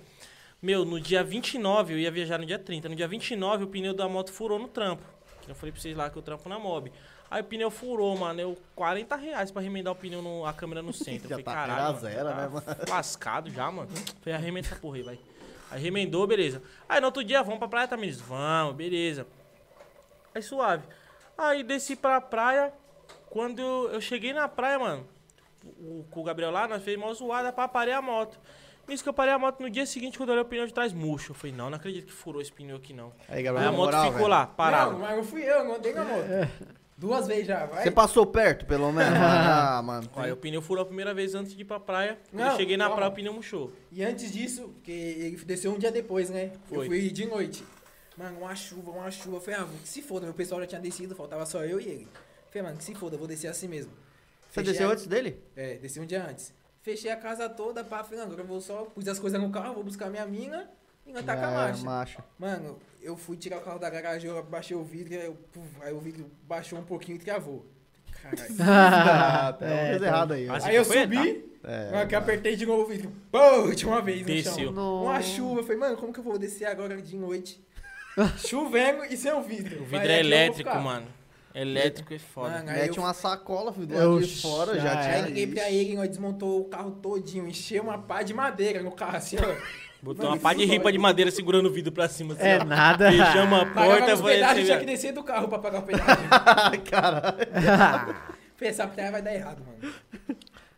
D: Meu, no dia 29, eu ia viajar no dia 30. No dia 29, o pneu da moto furou no trampo. Eu falei pra vocês lá que eu trampo na mob. Aí o pneu furou, mano. Eu, 40 reais pra remendar o pneu, no, a câmera no centro.
A: Já
D: eu falei,
A: tá
D: caralho.
A: zero a zero,
D: mano,
A: né, mano?"
D: lascado já, mano. Falei, arremenda essa porra aí, vai. Aí remendou, beleza. Aí no outro dia, vamos pra praia, tá, meninos? Vamos, beleza. Aí suave. Aí desci pra praia. Quando eu cheguei na praia, mano, o, com o Gabriel lá, nós fez mó zoada pra parei a moto. Nisso que eu parei a moto no dia seguinte, quando eu olhei o pneu de trás murcho. Eu falei, não, não acredito que furou esse pneu aqui, não.
A: Aí,
D: Aí a
A: É, na
D: moto
A: moral,
D: ficou
A: velho.
D: lá, parada.
C: Não, mas eu fui eu, não andei na moto. Duas vezes já, vai.
A: É. Você passou perto, pelo menos? Ah, mano.
D: Aí o pneu furou a primeira vez antes de ir pra praia. Quando
C: Não,
D: eu cheguei na
C: calma.
D: praia, o pneu murchou.
C: E antes disso, porque ele desceu um dia depois, né? Eu
D: Foi.
C: fui de noite. Mano, uma chuva, uma chuva. Eu Falei, ah, que se foda, meu pessoal já tinha descido, faltava só eu e ele. Falei, mano, que se foda, eu vou descer assim mesmo.
A: Você
C: Fechei
A: desceu
C: a-
A: antes dele?
C: É, desci um dia antes. Fechei a casa toda, pá, falei, não, agora eu vou só, pus as coisas no carro, vou buscar minha mina e cantar tá com a
A: Já era,
C: marcha.
A: macho.
C: Mano, eu fui tirar o carro da garagem, eu baixei o vidro, aí, eu, puf, aí o vidro baixou um pouquinho e travou. Caralho.
A: Ah, tá
B: É,
A: uma coisa
B: tá.
A: errada aí. ó.
D: então. Mas-
C: aí eu
D: Foi,
C: subi,
A: É,
C: na hora que eu apertei de novo o vidro, pô, última vez no chão.
D: Desceu.
B: Não.
C: Uma chuva, eu falei, mano, como que eu vou descer agora de noite? Chovendo e sem o vidro.
D: O
C: Vai, aqui eu vou
D: vidro é elétrico,
C: ficar.
D: mano. Elétrico é foda.
C: Mano, aí
A: Mete
C: eu-
A: uma sacola, filho, do lado de
B: Oxi,
A: fora, já
B: já
C: Aí
A: tinha.
C: liguei pra ele, nós desmontou o carro todinho, encheu uma pá de madeira no carro, assim, ó.
D: Botou uma pá de ripa de madeira segurando o vidro pra cima. Assim,
B: É
D: ó.
B: nada.
D: Fechamos a
C: Pagava
D: porta,
C: os
D: foi
C: pedágios,
D: assim,
C: tinha que
D: velho.
C: descer do carro pra pagar o pedágio.
A: Caralho.
C: Pensar praia vai dar errado, mano.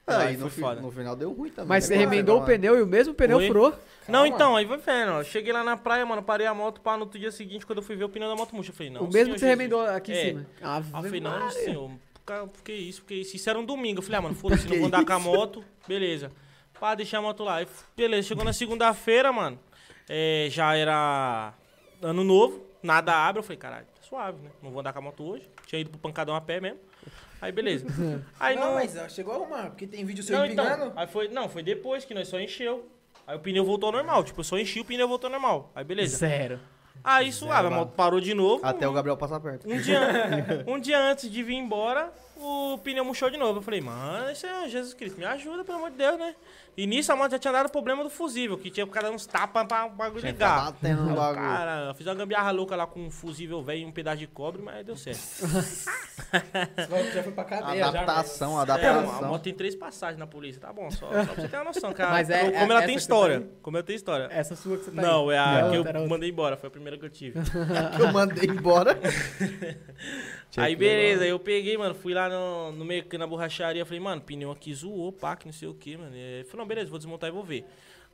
A: Ah,
D: Aí
A: e no,
D: foi
A: fi-
D: foda.
A: no final deu ruim também.
B: Mas
A: né,
B: você
A: cara?
B: remendou o
A: Você tá lá-
B: pneu e o mesmo pneu
D: Oi?
B: furou.
D: Não,
C: Calma.
D: então, aí vai vendo, ó. Cheguei lá na praia, mano, parei a moto, pá, no outro dia seguinte, quando eu fui ver o pneu da moto murcha, eu falei, não.
B: o mesmo
D: senhor
B: que você
D: Jesus.
B: remendou aqui
D: É.
B: em cima. Ave
D: Aí eu falei, não,
B: Maria.
D: senhor, cara, por que isso, por que isso? Isso era um domingo. Eu falei, ah, mano, foda-se, não vou andar com a moto. Beleza. Pá, deixei a moto lá. Aí, beleza, chegou na segunda-feira, mano. é, já era ano novo, nada abre. Eu falei, caralho, tá suave, né? Não vou andar com a moto hoje. Tinha ido pro pancadão a pé mesmo. Aí, beleza. Aí
C: não,
D: não.
C: mas ó, chegou a arrumar, porque tem vídeo seu
D: Não,
C: empinando.
D: então, aí foi, não, foi depois que nós só encheu. Aí o pneu voltou ao normal. Tipo, eu só enchi o pneu voltou ao normal. Aí, beleza.
B: Zero.
D: Aí suave, a moto parou de novo.
A: Até o Gabriel passar perto.
D: Um dia, um dia antes de vir embora, o pneu murchou de novo. Eu falei, mano, isso é Jesus Cristo, me ajuda, pelo amor de Deus, né? E nisso a moto já tinha dado problema do fusível, que tinha por causa de uns tapas pra o bagulho
A: Tinha que
D: ligar.
A: ficar Tá batendo no
D: Então,
A: bagulho.
D: Cara, eu fiz uma gambiarra louca lá com um fusível velho e um pedaço de cobre, mas deu certo.
C: Vai- Já foi pra cadeia. já,
A: Adaptação,
D: É, mano, a
A: adaptação.
D: moto tem três passagens na polícia, tá bom, só, só pra você ter uma noção, cara.
B: Mas é-
D: como
B: é
D: como ela
B: essa
D: tem
B: que
D: história.
B: você
D: Como ela tem história.
B: Essa sua que você tá
D: Não,
B: aí.
D: é a
B: Não, era
D: que eu
B: outra.
D: mandei embora, foi a primeira que eu tive.
A: que eu mandei embora.
D: aí beleza, aí eu peguei, mano, fui lá no, no meio, na borracharia, falei, mano, pneu aqui zoou, pá, que não sei o que, mano. Ele falou, não, beleza, vou desmontar e vou ver.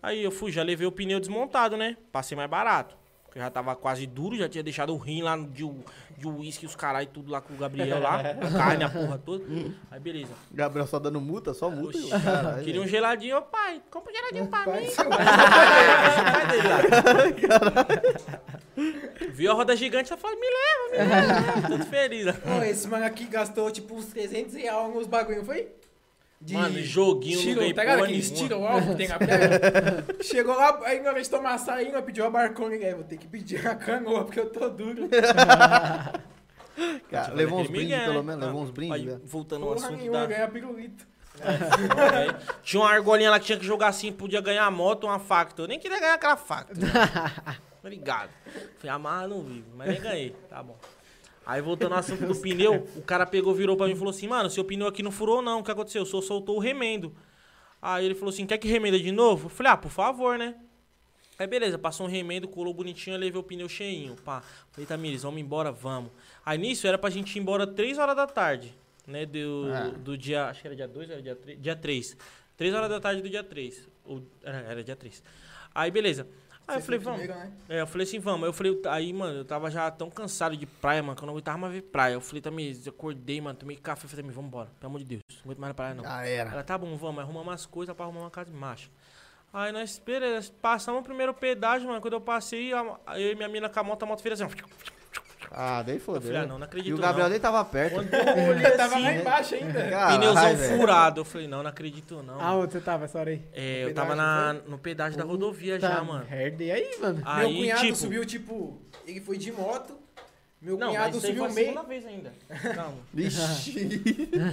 D: Aí eu fui, já levei o pneu desmontado, né? Passei mais barato. Porque eu já tava quase duro, já tinha deixado o rim lá no- de u- de uísque, os caras e tudo lá com o Gabriel lá, a carne, a porra toda. Aí beleza.
A: Gabriel só dando multa, só multa.
D: Oxi,
A: Caralho.
D: queria um geladinho, ô pai, compra um geladinho pra mim.
C: Vai dele lá.
D: Viu a roda gigante, ela falou, me leva, me leva, me leva, tudo feliz. né?
C: Não, esse mano aqui gastou tipo uns 300 reais alguns bagulho, não foi? De
D: Mano, joguinho não
C: tiro,
D: ganhei
C: tá ligado?
D: porra
C: Aqueles
D: nenhuma.
C: tiro alvo que tem na praia. Chegou lá, aí uma vez tomar açaí, nós pediu a barcone, aí vou ter que pedir a canoa porque eu tô duro.
A: Cara,
D: Tipo,
A: levou uns
D: daquele
A: brindes,
D: Miguel,
A: pelo
D: né?
A: menos.
D: Ah,
A: Levou uns
D: aí,
A: brindes. né?
D: Voltando ao
C: Porra
D: assunto
C: nenhuma,
D: da...
C: ganhar pirulito.
D: Tinha uma argolinha lá que tinha que jogar assim, podia ganhar a moto, uma facto. Eu nem queria ganhar aquela facto. né? Obrigado. Fui amarra não vivo, mas nem ganhei. Tá bom. Aí voltando ao assunto do pneu, o cara pegou, virou pra mim e falou assim, mano, seu pneu aqui não furou não, o que aconteceu? O senhor soltou o remendo. Aí ele falou assim, quer que remenda de novo? Eu falei, ah, por favor, né? Aí beleza, passou um remendo, colou bonitinho, eu levei o pneu cheinho, pá. Falei, Tamires, vamos embora, vamos. Aí nisso era pra gente ir embora 3 horas da tarde, né? Do,
C: Ah.
D: do dia, acho que era dia 2, era dia 3, dia 3. 3 horas da tarde do dia 3. Ou, era, era dia 3. Aí beleza. Aí eu
C: Você foi
D: falei,
C: o
D: vamos.
C: primeiro, né?
D: É, eu falei assim, vamos. Aí Eu falei, aí, mano, eu tava já tão cansado de praia, mano, que eu não aguentava mais ver praia. Eu falei, Tamires, eu acordei, mano, tomei café, falei, Tamires, vamos embora, pelo amor de Deus. Não aguento mais na praia, não.
A: Já era.
D: Ela, tá bom, vamos, arrumamos umas coisas pra arrumar uma casa de marcha. Aí nós, beleza, passamos o primeiro pedágio, mano. Quando eu passei, a- eu e minha mina com a moto, a moto fez assim, ó.
A: Ah, dei foder.
D: falei, ah, não, não acredito,
A: E o Gabriel
D: não.
A: nem tava perto.
D: Quando eu olhei
C: Eu tava lá
D: assim,
C: embaixo ainda.
A: Caralho,
D: pneuzão
A: velho.
D: furado. Eu falei, não, não acredito, não.
B: Ah, onde você tava essa hora aí?
D: é,
C: no
D: eu tava
C: pedágio,
D: na, no pedágio da rodovia já,
B: Tá,
D: mano.
B: Merda, e aí, mano?
D: Aí,
C: meu cunhado
D: tipo,
C: subiu, tipo, ele foi de moto. Meu
D: Não, mas
C: cunhado
D: isso aí
C: subiu
D: foi a
C: o meio.
D: segunda vez ainda. Calma.
A: Vixe.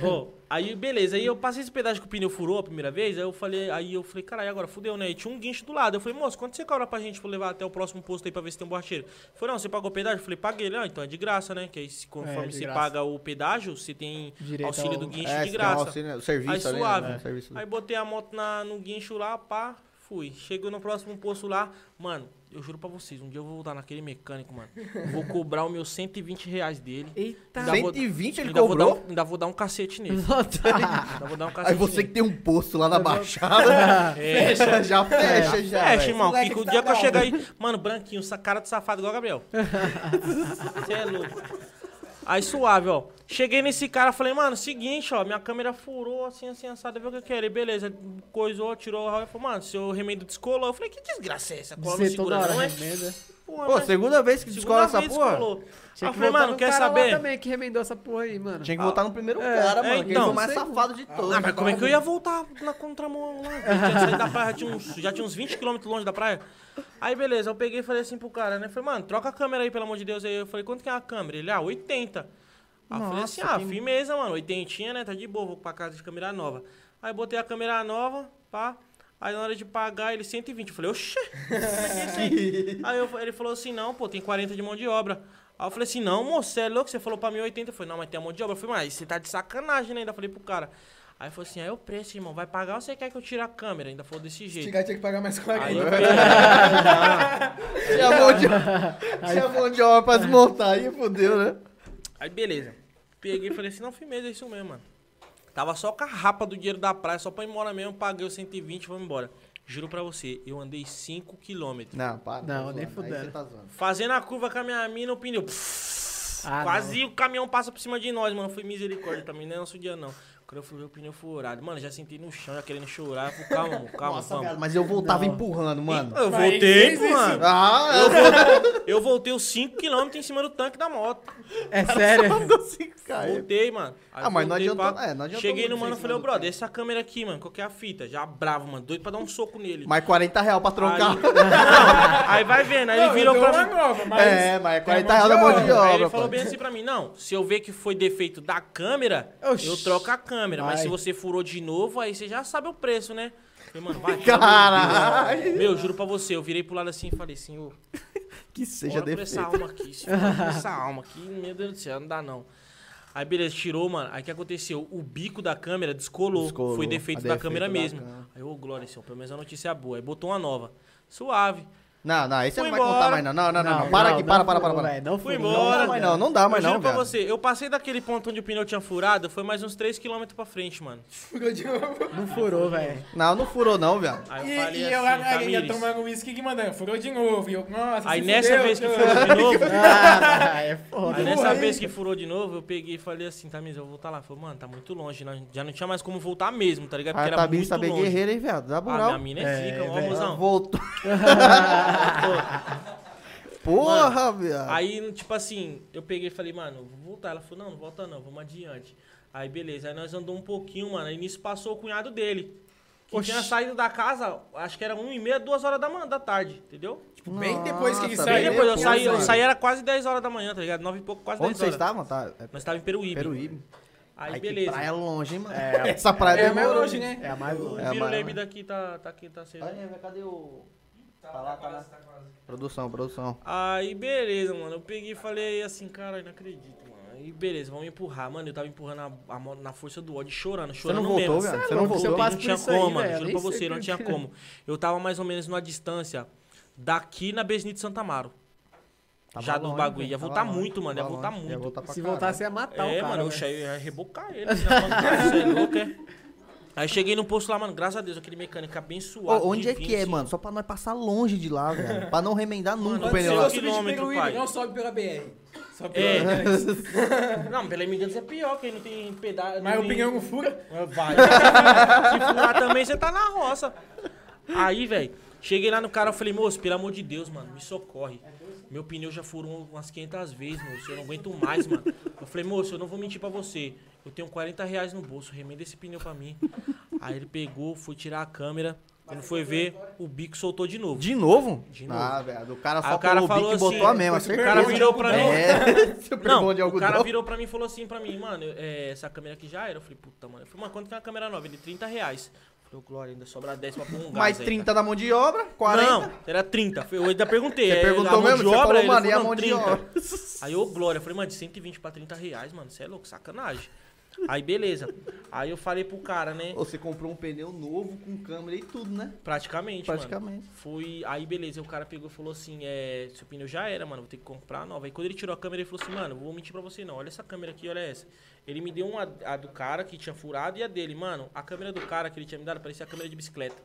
D: Ó, aí, beleza, aí eu passei esse pedaço que o pneu furou a primeira vez, aí eu falei, aí eu falei, caralho, agora fudeu, né? E tinha um guincho do lado. Eu falei, moço, quanto você cobra pra gente pra eu levar até o próximo posto aí pra ver se tem um borracheiro? Ele falou, não, você pagou o pedágio? Eu falei, paguei, ele, ah, então é de graça, né? Que aí, se- conforme
B: de
D: você
B: graça.
D: paga o pedágio, você tem
B: Direito
D: auxílio
B: ao-
D: do guincho
A: É,
D: de
A: se dá um
D: graça.
A: auxílio, né? O serviço
D: Aí
A: ali,
D: suave.
A: né? O serviço.
D: Aí botei a moto na, no guincho lá, pá, fui. Chegou no próximo posto lá, mano, eu juro pra vocês, um dia eu vou voltar naquele mecânico, mano. Vou cobrar o meu 120 reais dele.
B: Eita.
D: Ainda vou-
A: 120 ele
D: ainda vou dar
A: cobrou? tá.
D: um- ainda vou dar um cacete nele. Ainda vou dar um
A: Aí
D: cacete
A: você que
D: nele.
A: tem um posto lá na Baixada,
D: É,
A: já fecha, já.
D: fecha,
A: velho.
D: irmão.
C: Moleque
D: Que o
C: tá
D: dia que eu
C: bravo.
D: chegar aí. Mano, branquinho, essa cara de safado igual o Gabriel. Você é louco. Aí suave, ó. Cheguei nesse cara, falei, mano, seguinte, ó, minha câmera furou, assim, assim, assada, vê o que eu quero. E beleza, coisou, tirou, e falou, mano, seu remendo descolou. Eu falei, que desgraça é essa? Cola não
B: Você toda
D: segura,
B: hora
D: não é?
B: remenda.
D: Porra,
A: Pô,
D: né?
A: segunda vez que
D: Segunda
A: descola essa
D: vez
A: porra.
D: descolou. Aí
B: Tinha
D: eu
B: que
D: falei,
B: voltar
D: mano,
B: no
D: quer
B: cara lá
D: saber?
B: também que remendou essa porra aí, mano.
A: Tinha que voltar no primeiro
B: É,
A: cara,
D: é,
A: mano. que ele
D: então.
A: foi o mais
B: Sei.
A: safado de todos. então,
D: Ah, mas como é que eu ia voltar na contramão lá? Eu tinha saído da praia, já tinha uns, já tinha uns 20 km longe da praia. Aí, beleza, eu peguei e falei assim pro cara, né? Falei, mano, troca a câmera aí, pelo amor de Deus. Aí eu falei, quanto que é a câmera? Ele, ah, 80. Aí eu falei assim, ah, firmeza, mano, 80, né? Tá de boa, vou pra casa de câmera nova. Aí botei a câmera nova, pá. Aí na hora de pagar, ele 120. Eu falei, oxê, como é que é isso aí? Aí eu- ele falou assim, não, pô, tem 40 de mão de obra. Aí eu falei assim, não, moço, você é louco, você falou pra mim 80. Eu falei, não, mas tem a mão de obra. Eu falei, mas você tá de sacanagem, né? Ainda falei pro cara. Aí ele falou assim, aí o preço, irmão, vai pagar ou você quer que eu tire a câmera? Ainda falou desse
C: Esse
D: jeito.
C: cara tinha que pagar mais 40.
D: Aí eu
A: né? Tinha mão de Tinha mão de obra pra desmontar aí, fodeu, né?
D: Aí beleza. Peguei e falei assim, não, firmeza, é isso mesmo, mano. Tava só com a rapa do dinheiro da praia, só pra ir embora mesmo, paguei os 120 e vamos embora. Juro pra você, eu andei 5 quilômetros.
A: Não, para. tá
B: Não, nem
A: zoando. Aí
B: fudendo.
A: você tá zoando.
D: Fazendo a curva com a minha mina, o pneu.
B: Ah,
D: quase o caminhão passa por cima de nós, mano. Foi misericórdia pra mim, não é nosso dia, não. Quando eu fui ver o pneu furado. Mano, já sentei no chão, já querendo chorar. Eu falei, calma, amor, calma,
A: Nossa,
D: vamos.
A: velho, mas eu voltava
B: Não.
A: empurrando, mano.
D: Eu
C: Mas
D: voltei,
C: fez isso.
D: mano.
A: Ah,
D: Eu voltei, eu voltei os 5km em cima do tanque da moto.
B: É sério?
A: eu assim, cara.
D: Voltei, mano. Aí
A: Ah, mas não
D: voltei
A: adiantou- é, não adiantou
D: Cheguei no
A: muito
D: mano
A: em
D: e
A: cima
D: falei, ô
A: do
D: brother,
A: tanque.
D: essa câmera aqui, mano, qual que é a fita? Já bravo, mano, doido pra dar um soco nele.
A: Mais 40 real pra
D: Aí,
A: troncar.
D: aí vai vendo, aí ele
C: Não,
D: virou
C: eu
A: então
D: pra
C: dou
D: mim.
C: uma nova, mas...
A: É, mas é
C: tem
A: 40
D: tá,
C: mão
A: reais da mão de
C: obra.
A: obra.
D: Aí
A: pô.
D: ele falou bem assim pra mim, não, se eu ver que foi defeito da câmera,
B: Oxi.
D: eu troco a câmera. Mas
B: Ai.
D: se você furou de novo, aí você já sabe o preço, né? Falei, mano, vai.
A: Caralho.
D: Meu, juro pra você, eu virei pro lado assim e falei, senhor,
A: Que seja
D: Ora por essa
A: defeito.
D: alma aqui, se for por essa alma aqui, meu Deus do céu, não dá não. Aí beleza, tirou, mano. Aí o que aconteceu? O bico da câmera descolou.
A: Descolou,
D: foi defeito
A: a
D: da câmera
A: defeito
D: mesmo.
A: da câmera.
D: Aí, ô Glória, senhor, pelo menos a notícia é boa. Aí botou uma nova. Suave.
A: Não, não, aí você
D: Fui
A: não vai contar
D: embora.
A: mais, não. Não, não, não. não. Para aqui, para, para, para,
B: furou,
A: para.
B: velho, Não
D: Fui
B: furou.
D: embora.
A: Não, mas não, não dá mais
D: eu
A: não,
D: juro pra
A: velho.
D: você, eu passei daquele ponto onde o pneu tinha furado, foi mais uns 3km pra frente, mano.
C: Furou de novo.
B: Não furou, velho.
A: Não, não furou não, velho.
D: Aí eu
C: E,
D: falei
C: e
D: assim,
C: eu lá na areia
D: Tamires,
C: tomando uísque que mandando, furou de novo. E eu, nossa,
D: Aí
C: se
D: nessa
C: fudeu,
D: vez que
C: eu-
D: furou de novo,
B: Ah, é foda.
D: Aí nessa
C: Porra,
D: vez
C: hein?
D: que furou de novo, eu peguei e falei assim, Tamires, eu vou voltar lá. Falei, mano, tá muito longe, né? já não tinha mais como voltar mesmo, tá ligado?
A: A
D: Porque era
A: Tabi
D: muito
A: saber
D: longe.
A: Ah, guerreira, hein, velho. Dá
D: Ah, minha
A: moral.
D: mina
B: É,
D: é zica, ó,
B: velho.
D: mozão.
A: Voltou.
D: Pô,
A: Porra, velho.
D: Aí, tipo assim, eu peguei e falei, mano, vou voltar. Ela falou, não, não volta não, vamos adiante. Aí, beleza. Aí nós andamos um pouquinho, mano. Aí nisso passou o cunhado dele. Que
B: Oxi.
D: tinha saído da casa, acho que era 1 e meia, 2 horas da, man- da tarde, entendeu?
C: Tipo, Bem depois que ele
A: Nossa,
C: saiu. né?
D: Aí
A: Tá bem
D: depois eu
A: depois,
D: saí, eu
A: mano.
D: saí era quase 10 horas da manhã, tá ligado? 9 e pouco, quase
A: Onde
D: 10 horas.
A: vocês estavam? Tá, é
D: Nós estávamos em Peruíbe.
A: Peruíbe.
D: Aí, É,
A: Ai, que
D: beleza.
A: praia longe, hein, mano. Essa praia
C: É, mas
A: demorou.
C: hoje, né?
B: É a mais
D: O
B: louca.
A: É,
D: Viro
A: mas-
D: Leme daqui tá, tá aqui, tá sendo.
A: Olha, cadê o... Tá lá, tá lá. Produção, produção.
D: Aí, beleza, mano. Eu peguei e falei assim, caralho, não acredito, mano. Aí, beleza, vamos empurrar. Mano, eu tava empurrando a, a moto na força do ódio, chorando,
A: Você
D: chorando
A: não voltou,
D: mesmo.
A: velho?
B: Você
A: Você
B: é
A: não
B: louco, você
A: voltou?
B: passa-
D: Não
B: por
D: tinha
B: isso aí,
D: como, mano.
B: velho,
D: Juro
B: nem
D: pra
B: sei
D: você, não
B: por
D: tinha
B: quê.
D: como. Eu tava mais ou menos numa distância daqui na Besnito Santa Amaro.
A: Tava
D: já dos
A: longe,
D: bagulho.
A: velho,
D: Ia
A: tava
D: voltar
A: longe,
D: muito, mano. Ia
A: tava
D: voltar
A: longe,
D: muito.
A: voltar pra né?
B: Se
A: caralho.
B: voltasse, ia matar o
D: é,
B: cara.
D: mano, eu
B: velho.
D: che- eu ia rebocar ele. assim, na pancada, você é louco, é? Aí cheguei no posto lá, mano. Graças a Deus, aquele mecânico abençoado.
A: Ô, onde é que
D: divino,
A: é,
D: assim.
A: mano? Só pra nós passar longe de lá, velho. Pra não remendar nunca
D: Mano,
A: o
C: Quando
A: pneu
D: eu
A: lá.
C: você
D: sei
C: subir de
D: Quilômetro,
C: Peruíbe,
D: pai.
C: não sobe pela BR. Sobe
D: É.
C: pela
D: Não, pela M2 é pior, que aí não tem pedaço.
C: Mas o pneu não fura.
D: Vai. Se furar também, você tá na roça. Aí, velho, cheguei lá no cara eu falei, moço, pelo amor de Deus, mano, me socorre. Meu pneu já furou umas 500 vezes, moço, eu não aguento mais, mano. Eu falei, moço, eu não vou mentir pra você. Eu tenho 40 reais no bolso, remenda esse pneu pra mim. Aí ele pegou, foi tirar a câmera. Quando foi ver, o bico soltou de novo.
A: De novo?
D: De novo.
A: Ah, velho. O cara
D: Aí
A: só
D: o
A: pegou
D: cara
A: o bico
D: falou
A: e botou
D: assim,
A: a mesma.
C: foi super
D: O cara
A: certeza.
D: virou pra mim.
A: É, super
D: Não,
A: bom de
D: o
A: algodão.
D: cara virou pra mim e falou assim pra mim, mano, é, essa câmera aqui já era. Eu falei, puta, mano. Eu falei, mano, quanto que é uma câmera nova? Ele, 30 reais. Eu falei, ô, Glória, ainda sobra 10 pra pôr um gás
A: Mais
D: aí,
A: 30 da mão de obra,
D: cara.
A: 40.
D: Não, era 30. Eu ainda perguntei.
A: Você
D: é,
A: perguntou
D: a mão
A: mesmo?
D: de
A: Você
D: obra?
A: falou,
D: Ele
A: mano, e a
D: não,
A: mão de
D: 30.
A: obra?
D: Aí, ô, Glória, eu falei, mano, de 120 pra 30 reais, mano, você é louco, sacanagem. Aí, beleza. Aí eu falei pro cara, né,
A: Você comprou um pneu novo com câmera e tudo, né?
D: praticamente, mano.
A: Praticamente.
D: Foi. Aí, beleza, o cara pegou e falou assim: é, seu pneu já era, mano, vou ter que comprar a nova. Aí quando ele tirou a câmera, ele falou assim: mano, vou mentir pra você não, olha essa câmera aqui, olha essa. Ele me deu uma a do cara que tinha furado e a dele, mano. A câmera do cara que ele tinha me dado parecia a câmera de bicicleta.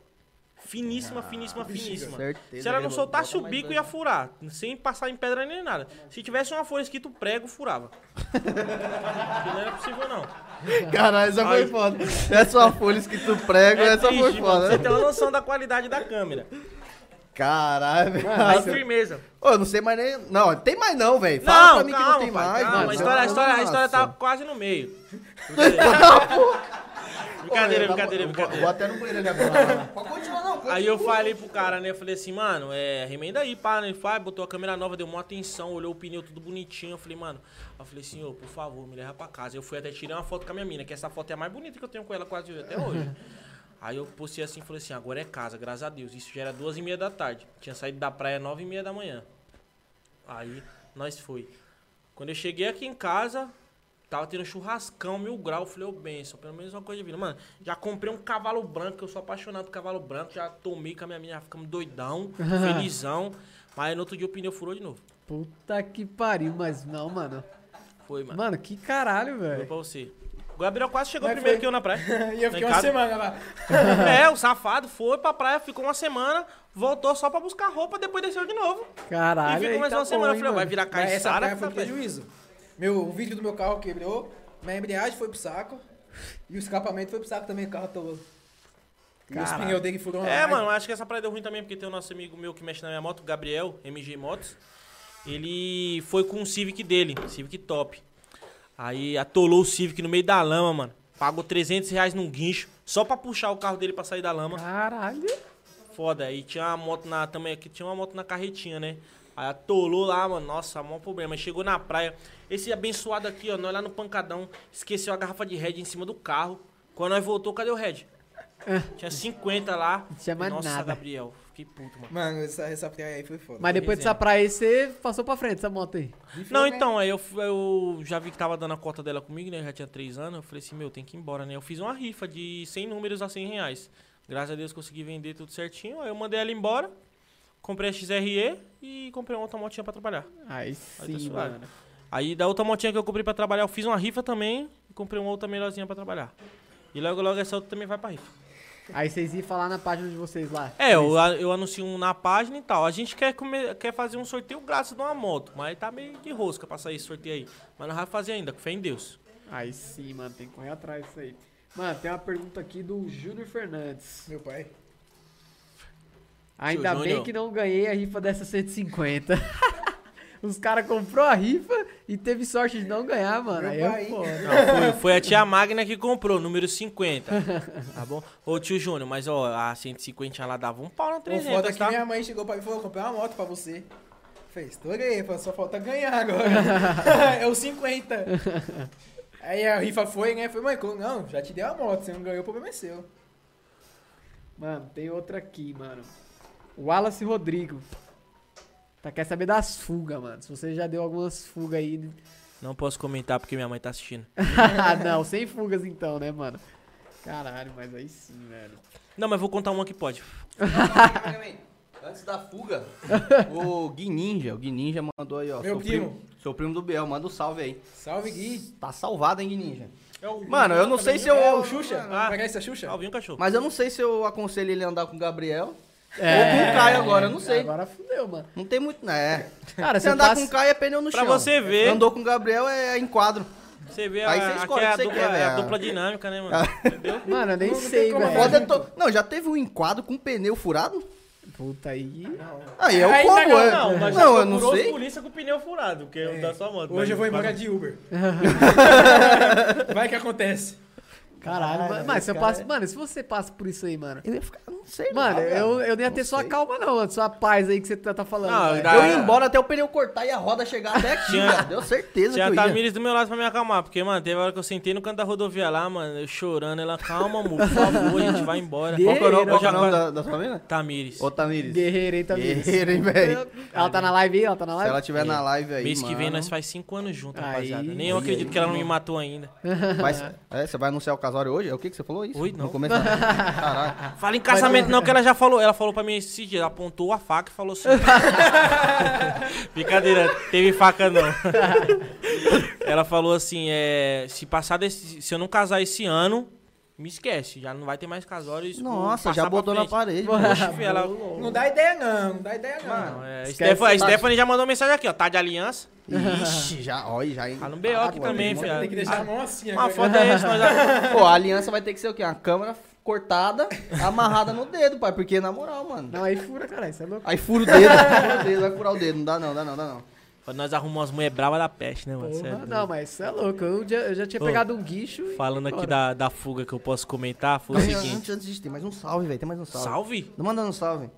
D: Finíssima, finíssima, finíssima.
A: certeza,
D: Se ela
A: ele
D: não soltasse
A: bota
D: o
A: mais
D: bico,
A: dois,
D: ia
A: né?
D: furar. Sem passar em pedra nem nada. Se tivesse uma folha escrito prego, furava. Porque não era possível, não.
A: Caralho, essa foi
D: Ai.
A: foda. Essa é a folha que tu prega, essa foi
D: É triste, mano.
A: foda.
D: Você
A: né?
D: tem uma noção da qualidade da câmera.
A: Caralho,
D: Aí,
A: velho.
D: firmeza.
A: Ô, eu não sei mais nem. Não, tem mais não, velho. Fala
D: Não,
A: pra mim que não
D: calma,
A: tem
D: pai,
A: mais,
D: calma.
A: mano.
D: A história, a história, a história tá
A: Nossa.
D: quase no meio.
A: Ô, eu tava-
D: brincadeira, brincadeira,
A: eu vou-
D: brincadeira.
A: Vou até no banheiro ali agora. Pode continuar, não.
D: Aí eu falei pro cara, né? Eu falei assim, mano, é, remenda aí, pá, né? Ele falou, ah, botou a câmera nova, deu uma atenção, olhou o pneu tudo bonitinho. Eu falei, mano, eu falei assim, ô, por favor, me leva pra casa. Eu fui até tirar uma foto com a minha mina, que essa foto é a mais bonita que eu tenho com ela quase até hoje. Aí eu postei assim, falei assim, agora é casa, graças a Deus. Isso já era duas e meia da tarde. Tinha saído da praia nove e meia da manhã. Aí nós foi. Quando eu cheguei aqui em casa, tava tendo churrascão, mil grau. Eu Falei, ô benção, pelo menos uma coisa de vida. Mano, já comprei um cavalo branco, que eu sou apaixonado por cavalo branco. Já tomei com a minha menina, já ficamos doidão, felizão. Mas no outro dia o pneu furou de novo.
B: Puta que pariu, mas não, mano.
D: Foi, mano.
B: Mano, que caralho,
D: Foi
B: velho.
D: pra você. O Gabriel quase chegou
C: Mas
D: primeiro
C: foi.
D: que eu na praia.
C: e eu
D: Lá em
C: fiquei uma
D: casa.
C: semana lá.
D: é, o safado foi pra praia, ficou uma semana, voltou só pra buscar roupa, depois desceu de novo.
B: Caralho,
D: e
B: aí
D: ficou mais
B: tá
D: uma semana.
B: bom,
D: Eu falei,
B: hein,
D: vai
B: mano.
D: virar
C: Mas essa
D: caiçara.
C: praia foi um prejuízo. Meu, o vidro do meu carro quebrou, minha embreagem foi pro saco e o escapamento foi pro saco também, o carro todo. E os
D: Caralho.
C: pneus dele foram
D: É,
C: lá.
D: mano, acho que essa praia deu ruim também, porque tem o nosso amigo meu que mexe na minha moto, o Gabriel, MG Motos. Ele foi com o Civic dele, Civic top. Aí atolou o Civic no meio da lama, mano. Pagou 300 reais num guincho, só pra puxar o carro dele pra sair da lama.
B: Caralho.
D: Foda, e tinha uma moto na também aqui, tinha uma moto na carretinha, né? Aí atolou lá, mano. Nossa, maior problema. Aí Chegou na praia. Esse abençoado aqui, ó, nós lá no pancadão, esqueceu a garrafa de Red em cima do carro. Quando nós voltou, cadê o Red? Tinha 50 lá.
B: É. Não tinha mais
D: Nossa,
B: nada.
D: Gabriel, fiquei puto, mano.
C: Mano, essa, essa praia aí foi foda.
B: Mas depois dessa
D: Resenha.
B: praia aí, você passou pra frente essa moto aí.
D: Não, então, aí eu, fu- eu já vi que tava dando a cota dela comigo, né? Eu já tinha 3 anos. Eu falei assim, meu, tem que ir embora, né? Eu fiz uma rifa de 100 números a 100 reais. Graças a Deus consegui vender tudo certinho. Aí eu mandei ela embora. Comprei a XRE e comprei uma outra motinha pra trabalhar.
B: Aí
D: Aí
B: sim,
D: tá suave,
B: mano.
D: né? Aí da outra motinha que eu comprei pra trabalhar, eu fiz uma rifa também e comprei uma outra melhorzinha pra trabalhar. E logo, logo essa outra também vai pra rifa.
B: Aí vocês iam falar na página de vocês lá.
D: É, eu, a- eu anuncio um na página e tal. A gente quer, come- quer fazer um sorteio grátis de uma moto, mas tá meio de rosca pra sair esse sorteio aí. Mas nós vamos fazer ainda, com fé em Deus.
B: Aí sim, mano, tem que correr atrás disso aí. Mano, tem uma pergunta aqui do Júnior Fernandes.
C: Meu pai.
B: Ainda
D: Júnior.
B: bem que não ganhei a rifa dessa 150. Os caras comprou a rifa e teve sorte de não ganhar, mano.
C: Meu
B: Aí é
C: pai.
B: foda.
D: Não, foi, foi a tia Magna que comprou, número 50. Tá bom? Ô tio Júnior, mas ó, a 150 lá dava um pau no
C: O foda é
D: 300,
C: que
D: tá?
C: minha mãe chegou pra mim e falou, comprei uma moto pra você. Fez, tô ganhei, falou, só falta ganhar agora. é os 50. Aí a rifa foi, né? Falei, mãe, como- não, já te dei a moto, você não ganhou, o problema é seu.
B: Mano, tem outra aqui, mano. Wallace Rodrigo. Tá, quer saber das fugas, mano. Se você já deu algumas fugas aí.
D: Não posso comentar porque minha mãe tá assistindo.
B: Ah, não, sem fugas então, né, mano? Caralho, mas aí sim, velho.
D: Não, mas vou contar uma que pode.
A: Antes da fuga, o Gui Ninja, o Gui Ninja mandou aí, ó.
C: Meu
A: sou
C: primo.
A: Sou primo do Biel, manda um salve aí.
C: Salve, Gui.
A: Tá salvado, hein, Gui Ninja?
D: É
A: Mano, eu não
D: tá
A: sei se eu.
C: É, o Xuxa.
A: Ah,
C: Vai ganhar esse Xuxa?
D: Salve um cachorro.
A: Mas eu não sei se eu aconselho ele a andar com o Gabriel.
B: É.
A: Ou com o Caio agora, eu não sei.
B: Agora fudeu, mano.
A: Não tem muito. Né?
B: Cara,
A: Se
B: você
A: andar
B: passa...
A: com o Caio é pneu no
D: É, tá Pra
A: chão.
D: você ver.
A: Andou com o Gabriel é enquadro.
D: Você vê
A: Aí
D: a,
A: você
D: aqui
A: escolhe
D: é
A: o
D: a
A: que você
D: dupla,
A: quer,
D: é a
A: né?
D: dupla dinâmica, né, mano? Entendeu?
B: Mano, eu nem
C: Não, não
B: sei,
C: tem como
B: velho.
C: fazer.
A: Pode é to- Não, já teve um enquadro com pneu furado?
B: Puta aí.
A: Aí eu
C: Aí
A: como,
C: tá
A: é.
D: Não, mas
A: Não,
D: já
A: eu não
D: procurou os
A: sei. É.
D: polícia com o pneu furado, porque eu da sua moto.
C: Hoje eu vou
D: mas-
C: embora de Uber. Vai que acontece.
B: Caralho,
A: Caralho,
B: mano. Mas se eu
A: cara-
B: passo. Mano, se você passa por isso aí, mano.
A: Eu ia ficar, não sei. lá,
B: Mano,
A: velho.
B: eu, eu não ia ter
A: Não
B: sua
A: sei.
B: calma, não, mano. Sua paz aí que você tá, tá falando.
D: Não,
B: velho.
D: dá- é.
A: Eu ia embora até o pneu cortar e a roda chegar até aqui,
D: Tinha-
A: velho. Deu certeza
D: Tinha tá a
A: que eu ia.
D: Tamiris do meu lado pra me acalmar, porque, mano, teve hora que eu sentei no canto da rodovia lá, mano, eu chorando, ela, calma, amor, por favor, a gente vai embora.
B: Qual que é o nome-
A: Qual
D: Eu
A: que é
D: já
A: o nome
D: quase...
A: da, da sua mina?
D: Tamiris.
A: Ô, Tamires.
B: Guerreiro, hein, também.
A: Guerreiro, hein, velho.
B: Ela tá na live aí, ela tá na
A: Se
B: live.
A: ela tiver na live aí,
D: É. Mês que vem
A: mano,
D: nós faz cinco anos juntos,
B: Aí,
D: rapaziada. Nem eu
A: aí,
D: acredito que ela não me matou ainda.
A: Mas, é, você vai anunciar o casório hoje? É o que, que você falou isso?
D: Oi, não.
A: No começo da- Caralho.
D: Fala em casamento, não, que ela já falou. Ela falou pra mim esse dia, ela apontou a faca e falou assim. Brincadeira, teve faca não. ela falou assim: é, se passar desse, se eu não casar esse ano, me esquece, já não vai ter mais casório. isso
A: Nossa,
D: passar
A: já
D: pra
A: botou na
D: frente.
A: parede.
D: Poxa, filho, ela-
C: Não dá ideia não, não dá ideia não.
D: Não, é,
B: Esquece
D: Stefan- a
A: tá-
B: essa
D: Stephanie já mandou mensagem aqui, ó. Tá de aliança.
A: Ixi, já, olha, já.
D: Tá no BO aqui também,
A: mano.
D: filho.
C: Tem que deixar a
D: Ah,
C: mão assim
D: Uma
C: agora.
D: foto é essa, nós já...
A: Pô, a aliança vai ter que ser o quê? Uma câmera cortada, amarrada no dedo, pai. Porque na moral, mano.
B: Não, aí fura, caralho. Você é louco.
A: Aí fura o dedo, fura o dedo, vai furar o dedo. Não dá não, dá não, dá não.
D: Quando nós arrumamos as mulheres bravas da peste, né, mano? Cê é
B: Porra,
D: doido.
B: não, mas você é louco. Eu já, eu já tinha
D: Ô,
B: pegado um guicho. e-
D: Falando aqui
B: Bora.
D: da, da fuga que eu posso comentar, foi É o seguinte.
A: Antes, antes disso, tem mais um salve, velho. Tem mais um salve.
D: Salve!
A: Não manda um salve.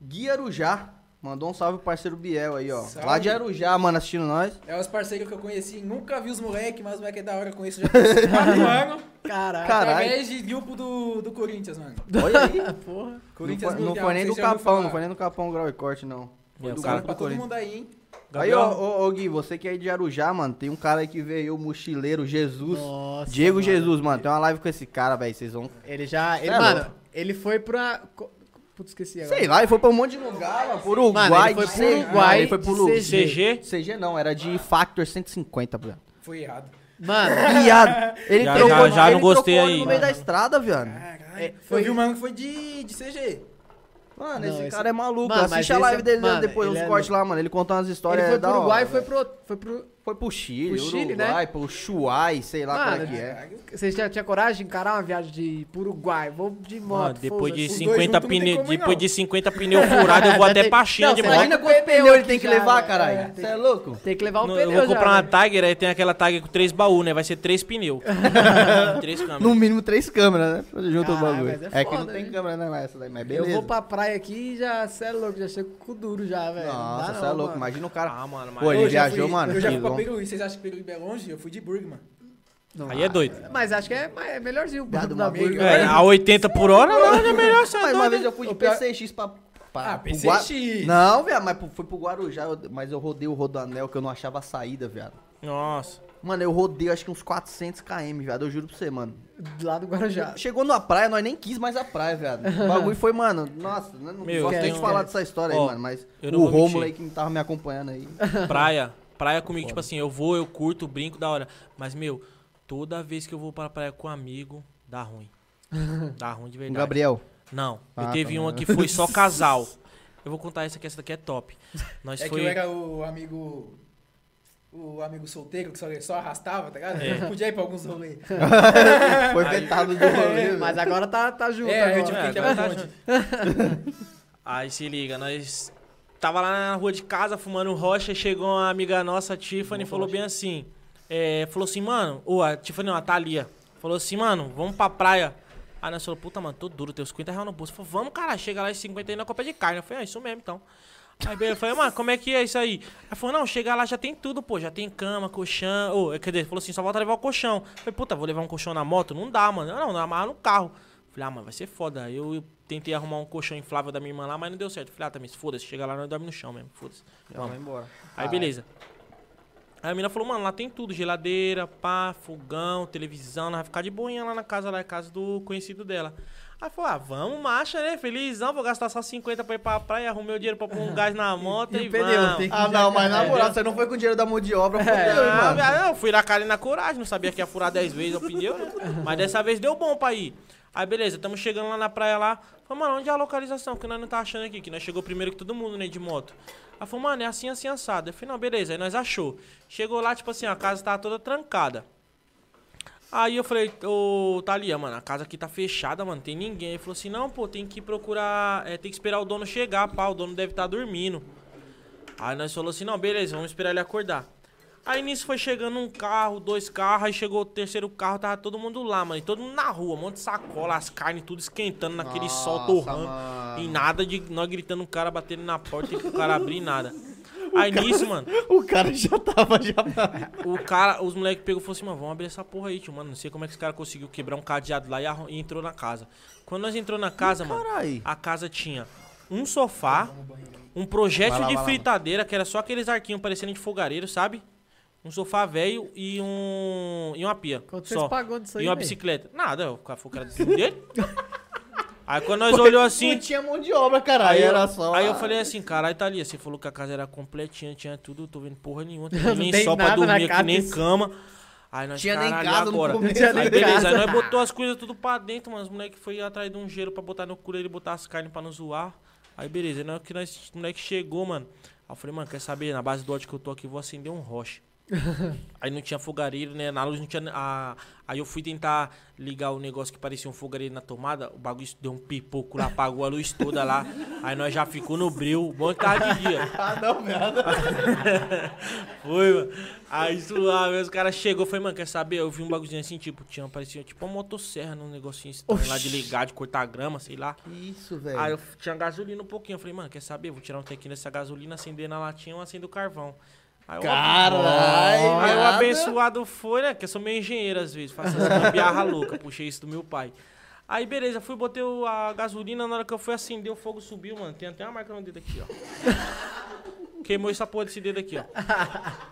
A: Gui Arujá mandou um salve pro parceiro Biel aí, ó.
C: Salve.
A: Lá de Arujá, mano, assistindo nós.
C: É os parceiros que eu conheci, nunca vi os moleque, mas os moleque é da hora, eu conheço já tem 4 anos.
B: Caralho.
A: Caralho.
C: Através de grupo do, do Corinthians, mano.
A: Olha aí.
B: Porra.
A: Não
C: Corinthians
A: foi, não
C: Mundial,
A: foi nem do
C: vocês já ouviram
A: Capão,
C: falar.
A: não foi nem do Capão Grau e Corte, não. Foi
D: É, o
A: do
D: cara-
A: grupo
C: Pra
A: do
C: todo
A: Corinthians.
C: mundo aí, hein?
A: Aí, ó,
D: Gabriel,
A: ô, ô, Gui, você que é de Arujá, mano, tem um cara aí que veio aí, o mochileiro Jesus.
B: Nossa,
A: Diego
B: mano.
A: Jesus, mano, tem uma live com esse cara, velho, vocês vão...
B: Ele já. Ele,
A: Cê é
B: mano,
A: louco.
B: ele foi pra. co- Putz, esqueci agora.
A: Sei lá, ele foi pra um monte de lugar, mano, pro Uruguai.
B: Mano, ele foi pro
A: sei lá,
B: Uruguai
D: Ah,
A: ele foi pro Lu-
B: de CG.
D: CG,
A: CG não, era de Factor 150, Bruno.
C: Foi errado.
B: Mano,
A: Viado.
B: ele
D: Já-
B: trocou.
D: já- já
B: ele
D: não gostei
B: trocou
D: aí.
A: No
B: no
A: meio
B: meio
A: da estrada, viado.
C: Caralho.
B: É,
C: foi...
B: foi-
C: Eu vi um mano que foi de, de CG.
A: Mano,
B: Não,
A: esse,
B: esse-
A: cara é maluco.
B: Mano, mas
A: Assiste a
B: esse
A: live
B: é-
A: dele
B: mano,
A: depois,
B: ele
A: os
B: é
A: cortes lá, mano. Ele conta umas
B: da- Ele
A: histórias
B: foi pro
A: da
B: Uruguai
A: hora,
B: e
A: né?
B: foi
A: velho.
B: pro. Foi pro.
A: Foi pro Chile,
B: pro Chile, né?
A: Uruguai, pro Chuai, sei lá
B: Mano,
A: qual é que é.
C: Caralho.
B: Vocês já tinham coragem de encarar uma viagem de pro Uruguai? Vou de moto.
D: Mano, depois de
B: foda-se.
C: dois
D: 50
C: juntos não tem
D: pneus,
C: como ir,
D: depois
C: não.
D: de 50 pneus furados, eu vou
B: Já
D: até
B: tem-
D: Pachinha
B: Não,
D: de
B: você
D: moto.
B: imagina
A: Imagina
B: quanto
A: quanto
B: pneu
A: pneu ele
B: que
A: tem que
B: já,
A: levar,
B: né? É,
A: caralho.
B: tem
A: Você é louco?
B: Tem que levar um
D: Não,
B: pneu.
D: eu vou
B: já,
D: comprar uma
B: né?
D: Tiger, aí tem aquela Tiger com três baús, né? Vai ser três pneus. três câmeras.
A: No mínimo três câmeras, né? Junto o
B: Caralho,
A: bagulho.
B: mas é
A: É, que
B: foda,
A: não tem
B: né?
A: câmera, né? lá Essa daí, mas
B: Eu
A: beleza.
B: vou pra praia aqui e já, cê é louco, já chego com o cu duro já, velho. Não dá
A: Nossa,
B: não,
A: você é louco.
B: mano.
A: Imagina o cara.
D: Ah, mano, mas...
A: Pô, ele
C: Eu já
A: viajou,
C: fui-
A: mano.
C: Eu já fui
A: Filho,
C: pra
A: vamos-
C: Peruíbe. Vocês acham que Peruíbe é longe? Eu fui de Burgman.
B: Não,
D: Aí é
B: ah,
D: doido.
B: Mas acho que é, mas é melhorzinho o
A: Viado,
B: burro da
A: uma vez-
B: burro.
D: É, a 80 por hora, não, é melhor você é
A: Mas uma
D: doido,
A: vez
D: hein?
A: eu fui de
C: O pior-
A: PCX pra. pra
C: Ah,
A: pro
C: PCX.
A: Não, viado, mas fui pro Guarujá, eu- mas eu rodei o Rodoanel que eu não achava a saída, viado.
D: Nossa.
A: Mano, eu rodei acho que uns 400 km, viado, eu juro pra você, mano.
D: É.
B: Lá do Guarujá.
A: Chegou na praia, nós nem quis mais a praia, viado. O bagulho foi, mano, nossa, né, não
D: Meu,
A: gosto nem
B: tem
A: de
B: um-
A: falar dessa história
D: Ó,
A: aí, mano, mas
D: eu não
A: o
D: vou mentir.
A: Romulo aí que tava me acompanhando aí.
D: Praia. Praia comigo, tipo assim, eu vou, eu curto, brinco, da hora. Mas, meu, toda vez que eu vou pra praia com um amigo, dá ruim. Dá ruim de
A: O
D: verdade.
A: Gabriel.
D: Não,
A: Ah,
D: eu teve
A: tá.
D: uma que foi só casal. Eu vou contar essa que essa daqui é top. Nós
C: É
D: foi.
C: que eu era o amigo. O amigo solteiro que só, só arrastava, tá ligado?
D: É.
C: Eu podia ir pra alguns rolês.
A: Foi vetado do rolê, velho.
B: Mas agora tá, tá junto.
C: É,
B: agora.
C: eu tive
D: É,
C: que ter
D: agora tá
C: um monte.
D: Aí se liga, nós tava lá na rua de casa fumando rocha, e chegou uma amiga nossa, a Tiffany, falou bem assim. é, falou assim, mano, ou a Tiffany não, a Thalia. Falou assim, mano, vamos pra praia. Aí nós falou, puta, mano, tô duro, tem uns 50 reais no bolso. Falou, vamos, cara, chega lá e 50 aí na copa de carne. Eu falei, ah, isso mesmo, então. Aí eu falei, mano, como é que é isso aí? Ela falou, não, chega lá, já tem tudo, pô, já tem cama, colchão. Ô, quer dizer, falou assim, só volta a levar o colchão. Eu falei, puta, vou levar um colchão na moto? Não dá, mano. Não, não, amarra no carro. Eu Falei, ah, mano, vai ser foda. Aí Eu, eu tentei arrumar um colchão inflável da minha irmã lá, mas não deu certo. Eu Falei, ah, também, foda-se, chega lá, nós dorme no chão mesmo, foda-se. Vamos.
A: Vai embora.
D: Aí beleza. Aí a menina falou, mano, lá tem tudo, geladeira, pá, fogão, televisão, nós vai ficar de boinha lá na casa, lá é casa do conhecido dela. Aí falou, ah, vamos, marcha, né, felizão, vou gastar só 50 pra ir pra praia, arrumei o dinheiro pra pôr um gás na moto
B: E o
D: e,
B: pneu,
D: vamos.
B: tem que-
A: Ah, não, mas na moral, você não foi com o dinheiro da mão de obra, fodeu,
D: É,
A: hein,
D: ah,
A: mano.
D: velho, eu fui na cara e na coragem, não sabia que ia furar 10 vezes o pneu, né? Mas dessa vez deu bom pra ir. Aí beleza, estamos chegando lá na praia lá. Falei, mano, onde é a localização? Que nós não tá achando aqui, que nós chegou primeiro que todo mundo, né, de moto. Aí falou, mano, é assim, assim, assado. Eu falei, não, beleza, aí nós achou. Chegou lá, tipo assim, a casa tava toda trancada. Aí eu falei, ô Thalia, mano, a casa aqui tá fechada, mano, tem ninguém. Ele falou assim, não, pô, tem que procurar, é, tem que esperar o dono chegar, pá, o dono deve estar dormindo. Aí nós falou assim, não, beleza, vamos esperar ele acordar. Aí nisso foi chegando um carro, dois carros, aí chegou o terceiro carro, tava todo mundo lá, mano. E todo mundo na rua, um monte de sacola, as carnes tudo esquentando naquele sol
A: Nossa,
D: torrando.
A: mano.
D: E nada de nós gritando o cara batendo na porta e o cara abrir nada. Aí nisso, mano,
A: O cara já tava já.
D: o cara, os moleques pegou e falou assim, mano, vamos abrir essa porra aí, tio, mano. Não sei como é que esse cara conseguiu quebrar um cadeado lá e, arru- e entrou na casa. Quando nós entrou na casa, mano,
A: Carai.
D: a casa tinha um sofá, um projétil
A: Vai lá,
D: de
A: vai lá.
D: fritadeira, que era só aqueles arquinhos parecendo de fogareiro, sabe? Um sofá velho e um. e uma pia.
B: Quanto
D: só.
B: vocês pagou disso aí,
D: E uma
B: véi?
D: bicicleta. Nada, o cara foi o cara do filho dele. aí quando nós olhou assim.
A: Não tinha mão de obra, caralho.
D: Aí, eu-
A: era só.
D: aí eu falei assim, caralho, Thalia, você falou que a casa era completinha, tinha tudo, tô vendo porra nenhuma, tem
B: Não
D: nem
B: tem
D: só pra
B: nada na
D: dormir aqui,
B: casa,
D: nem
B: isso.
D: cama. Aí nós,
A: Tinha nem
D: caralho,
A: casa no
D: agora.
A: começo.
B: Tinha
D: Aí
B: nem
D: beleza,
B: casa.
D: aí nós botou as coisas tudo pra dentro, mano, os moleques foi atrás de um gelo pra botar no cu dele, botar as carnes pra não zoar. Aí beleza, aí na hora que nós, o moleque chegou, mano, aí eu falei, mano, quer saber, na base do ódio que eu tô aqui, eu vou acender um roche. Aí não tinha fogareiro, né? Na luz não tinha. A... Aí eu fui tentar ligar o negócio que parecia um fogareiro na tomada. O bagulho deu um pipoco lá, apagou a luz toda lá. Aí nós já ficou no breu. Bom que tava de dia.
A: Ah, não, merda.
D: Foi, mano. Aí suave, aí os caras chegou, foi, mano, quer saber? Eu vi um bagulhozinho assim, tipo, tinha, parecia tipo uma motosserra num negocinho estranho lá de ligar, de cortar grama, sei lá.
A: Isso, velho.
D: Aí eu f- tinha gasolina um pouquinho. Eu falei, mano, quer saber? Vou tirar um tequinho dessa gasolina, acender na latinha ou acender o carvão. Aí eu-
A: Caralho,
D: Aí o
A: viado.
D: abençoado foi, né? Que eu sou meio engenheiro às vezes, faço essa gambiarra louca, puxei isso do meu pai. Aí beleza, fui, botei o- a gasolina, na hora que eu fui acender, o fogo subiu, mano. Tem até uma marca no dedo aqui, ó. Queimou essa porra desse dedo aqui, ó.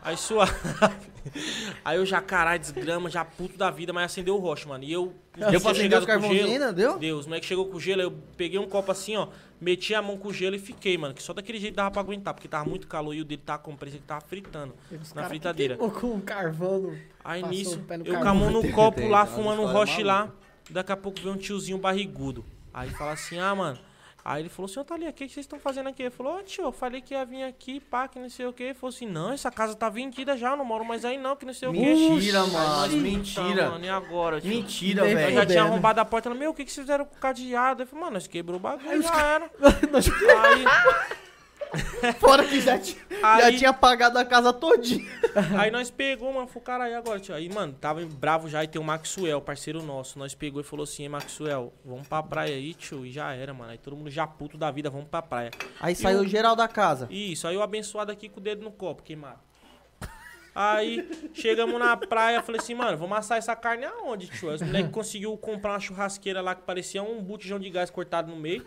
D: Aí suave. Aí eu já, caralho, desgrama, já puto da vida, mas acendeu o rocha, mano. E eu.
A: Deu pra acender os carvãozinhos ainda, deu?
D: Deu, os moleques chegou com gelo, aí eu peguei um copo assim, ó, meti a mão com gelo e fiquei, mano. Que só daquele jeito dava pra aguentar, porque tava muito calor e o dele tava com pressa que tava fritando na fritadeira.
B: Ou com um carvão no...
D: Aí
B: passou
D: nisso,
B: o pé no
D: eu com a
B: carvão.
D: mão no
A: Tem-
D: copo
A: tem,
D: lá,
A: tem é uma
D: fumando um
A: história
D: roche lá. Daqui a pouco vem um tiozinho barrigudo. Aí fala assim, ah, mano. Aí ele falou, senhor Thalia, o que que vocês estão fazendo aqui? Ele falou, ô tio, eu falei que ia vir aqui, pá, que não sei o quê. Ele falou assim, não, essa casa tá vendida já, eu não moro mais aí não, que não sei o quê.
A: Mentira,
D: Aí
A: mano,
D: nós,
A: mentira.
D: "Puta, então, mano, e agora, tio?
A: Mentira,
B: Nem
D: Nós
A: velho.
D: já
B: fudendo.
D: tinha arrombado a porta. Ela, meu, o que, que vocês fizeram com o cadeado? Eu falei, mano, nós quebrou o bagulho, já era. aí,
A: Fora que já, ti- já
D: Aí-
A: tinha apagado a casa todinha.
D: Aí nós pegou, mano, falou, caralho, e agora, tio. Aí, mano, tava bravo já, e tem o Maxwell, parceiro nosso. Nós pegou e falou assim, "Ei, Maxwell, vamos pra praia aí, tio. E já era, mano. Aí todo mundo já puto da vida, vamos pra praia.
A: Aí saiu geral da casa.
D: E Isso, aí eu abençoado aqui com o dedo no copo, queimado. Aí chegamos na praia, falei assim, mano, vamos assar essa carne aonde, tio? Aí os moleques conseguiu comprar uma churrasqueira lá que parecia um botijão de gás cortado no meio.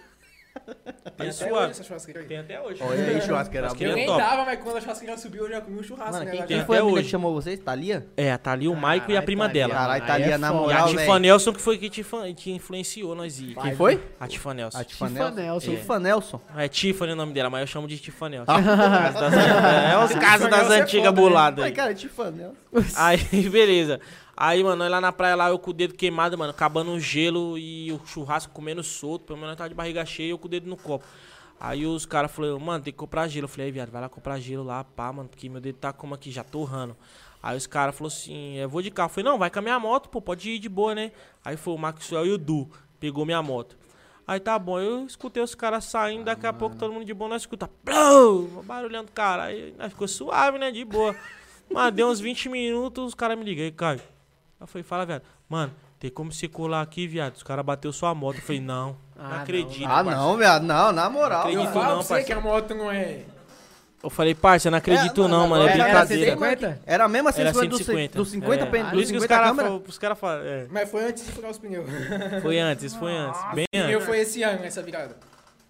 D: Tem
C: até hoje
D: suave.
C: essa churrasqueira aí.
D: Tem até hoje.
A: Olha aí, churrasco era
D: Churrasqueira
C: Eu
A: bom.
C: nem
D: top.
C: dava, mas quando a churrasqueira subiu, eu já comi um churrasco
A: Mano, quem,
C: nela
D: tem
C: já.
A: quem
D: até
A: foi a menina
D: hoje.
A: que chamou vocês? Thalia?
D: É, tá ali o Maico e a prima
B: Thalia.
D: dela.
A: Caralho,
B: aí
A: Thalia,
B: é
A: na
B: foda.
D: E a
A: moral,
D: Tifa
A: velho.
D: Nelson que foi que te, fan- te influenciou nós ir.
A: Quem foi?
D: A Tifa Nelson.
A: A Tifa
B: Tifa
A: Nelson.
B: Nelson.
A: Tifa Nelson.
D: É Tiffany o nome dela, mas eu chamo de Tifa Nelson.
A: Ah.
D: Caso das- é os casos das
C: Nelson é
D: antigas
C: foda, né?
D: boladas.
A: Ai,
D: aí.
A: cara, Tifa Nelson.
D: Aí, beleza. Aí, mano, nós lá na praia, lá eu com o dedo queimado, mano, acabando o gelo e o churrasco comendo solto. Pelo menos eu tava de barriga cheia e eu com o dedo no copo. Aí os caras falaram, mano, tem que comprar gelo. Eu falei, aí, viado, vai lá comprar gelo lá, pá, mano, porque meu dedo tá como aqui, já torrando. Aí os caras falaram assim, eu vou de carro. Eu falei, não, vai com a minha moto, pô, pode ir de boa, né? Aí foi o Maxwell e o Du, pegou minha moto. Aí tá bom, eu escutei os caras saindo, daqui a pouco todo mundo de boa, nós escuta, plum, barulhando, cara. Aí nós ficou suave, né, de boa. Mano, deu uns 20 minutos, os caras me ligam, aí, Caio. Eu falei, fala, viado, mano, tem como você colar aqui, viado? Os caras bateu sua moto. Eu falei, não,
B: Ah,
D: não
B: não,
D: acredito.
A: Ah,
D: parça.
A: não, velho. Não, na moral.
D: Acredito
C: Eu
A: mano.
D: não,
C: falo pra você
D: parceiro.
C: que a moto não é...
D: Eu falei, parça, não acredito
A: É,
D: não,
A: mano,
D: mano, é
A: agora-
B: Era
D: brincadeira.
B: 150?
A: Era mesmo a
D: Era
A: 150 do,
D: 150.
A: do 50
D: é.
A: pen-
D: Por isso que os
A: 50
D: caras
A: câmera?
D: falam, os caras falam, é.
C: Mas foi antes de furar os pneus.
D: Foi antes, isso foi antes, bem
C: O
D: antes.
C: meu foi esse ano, essa virada.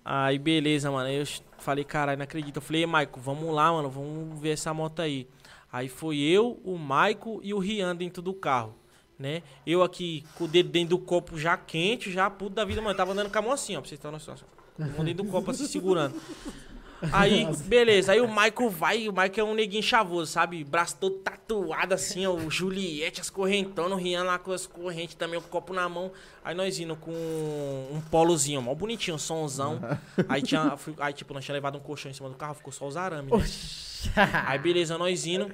D: Aí beleza, mano. Aí eu ch- falei, caralho, não acredito. Eu falei, "Ei, Maico, vamos lá, mano, vamos ver essa moto aí. Aí foi eu, o Maico e o Rian dentro do carro, né? Eu aqui com o dedo dentro do copo já quente, já puto da vida, mano. Eu tava andando com a mão assim, ó, pra vocês terem noção. assim, ó. Com a mão dentro do copo assim, segurando. Aí, beleza. Aí o Maico vai, o Maico é um neguinho chavoso, sabe? Braço todo tatuado assim, ó, o Juliette, as correntões, o Rian lá com as correntes também, o copo na mão. Aí nós indo com um polozinho, mó bonitinho, um somzão. Aí, tinha, fui- aí tipo, nós tinha levado um colchão em cima do carro, ficou só os arames,
B: é
D: né? Aí beleza, nós indo.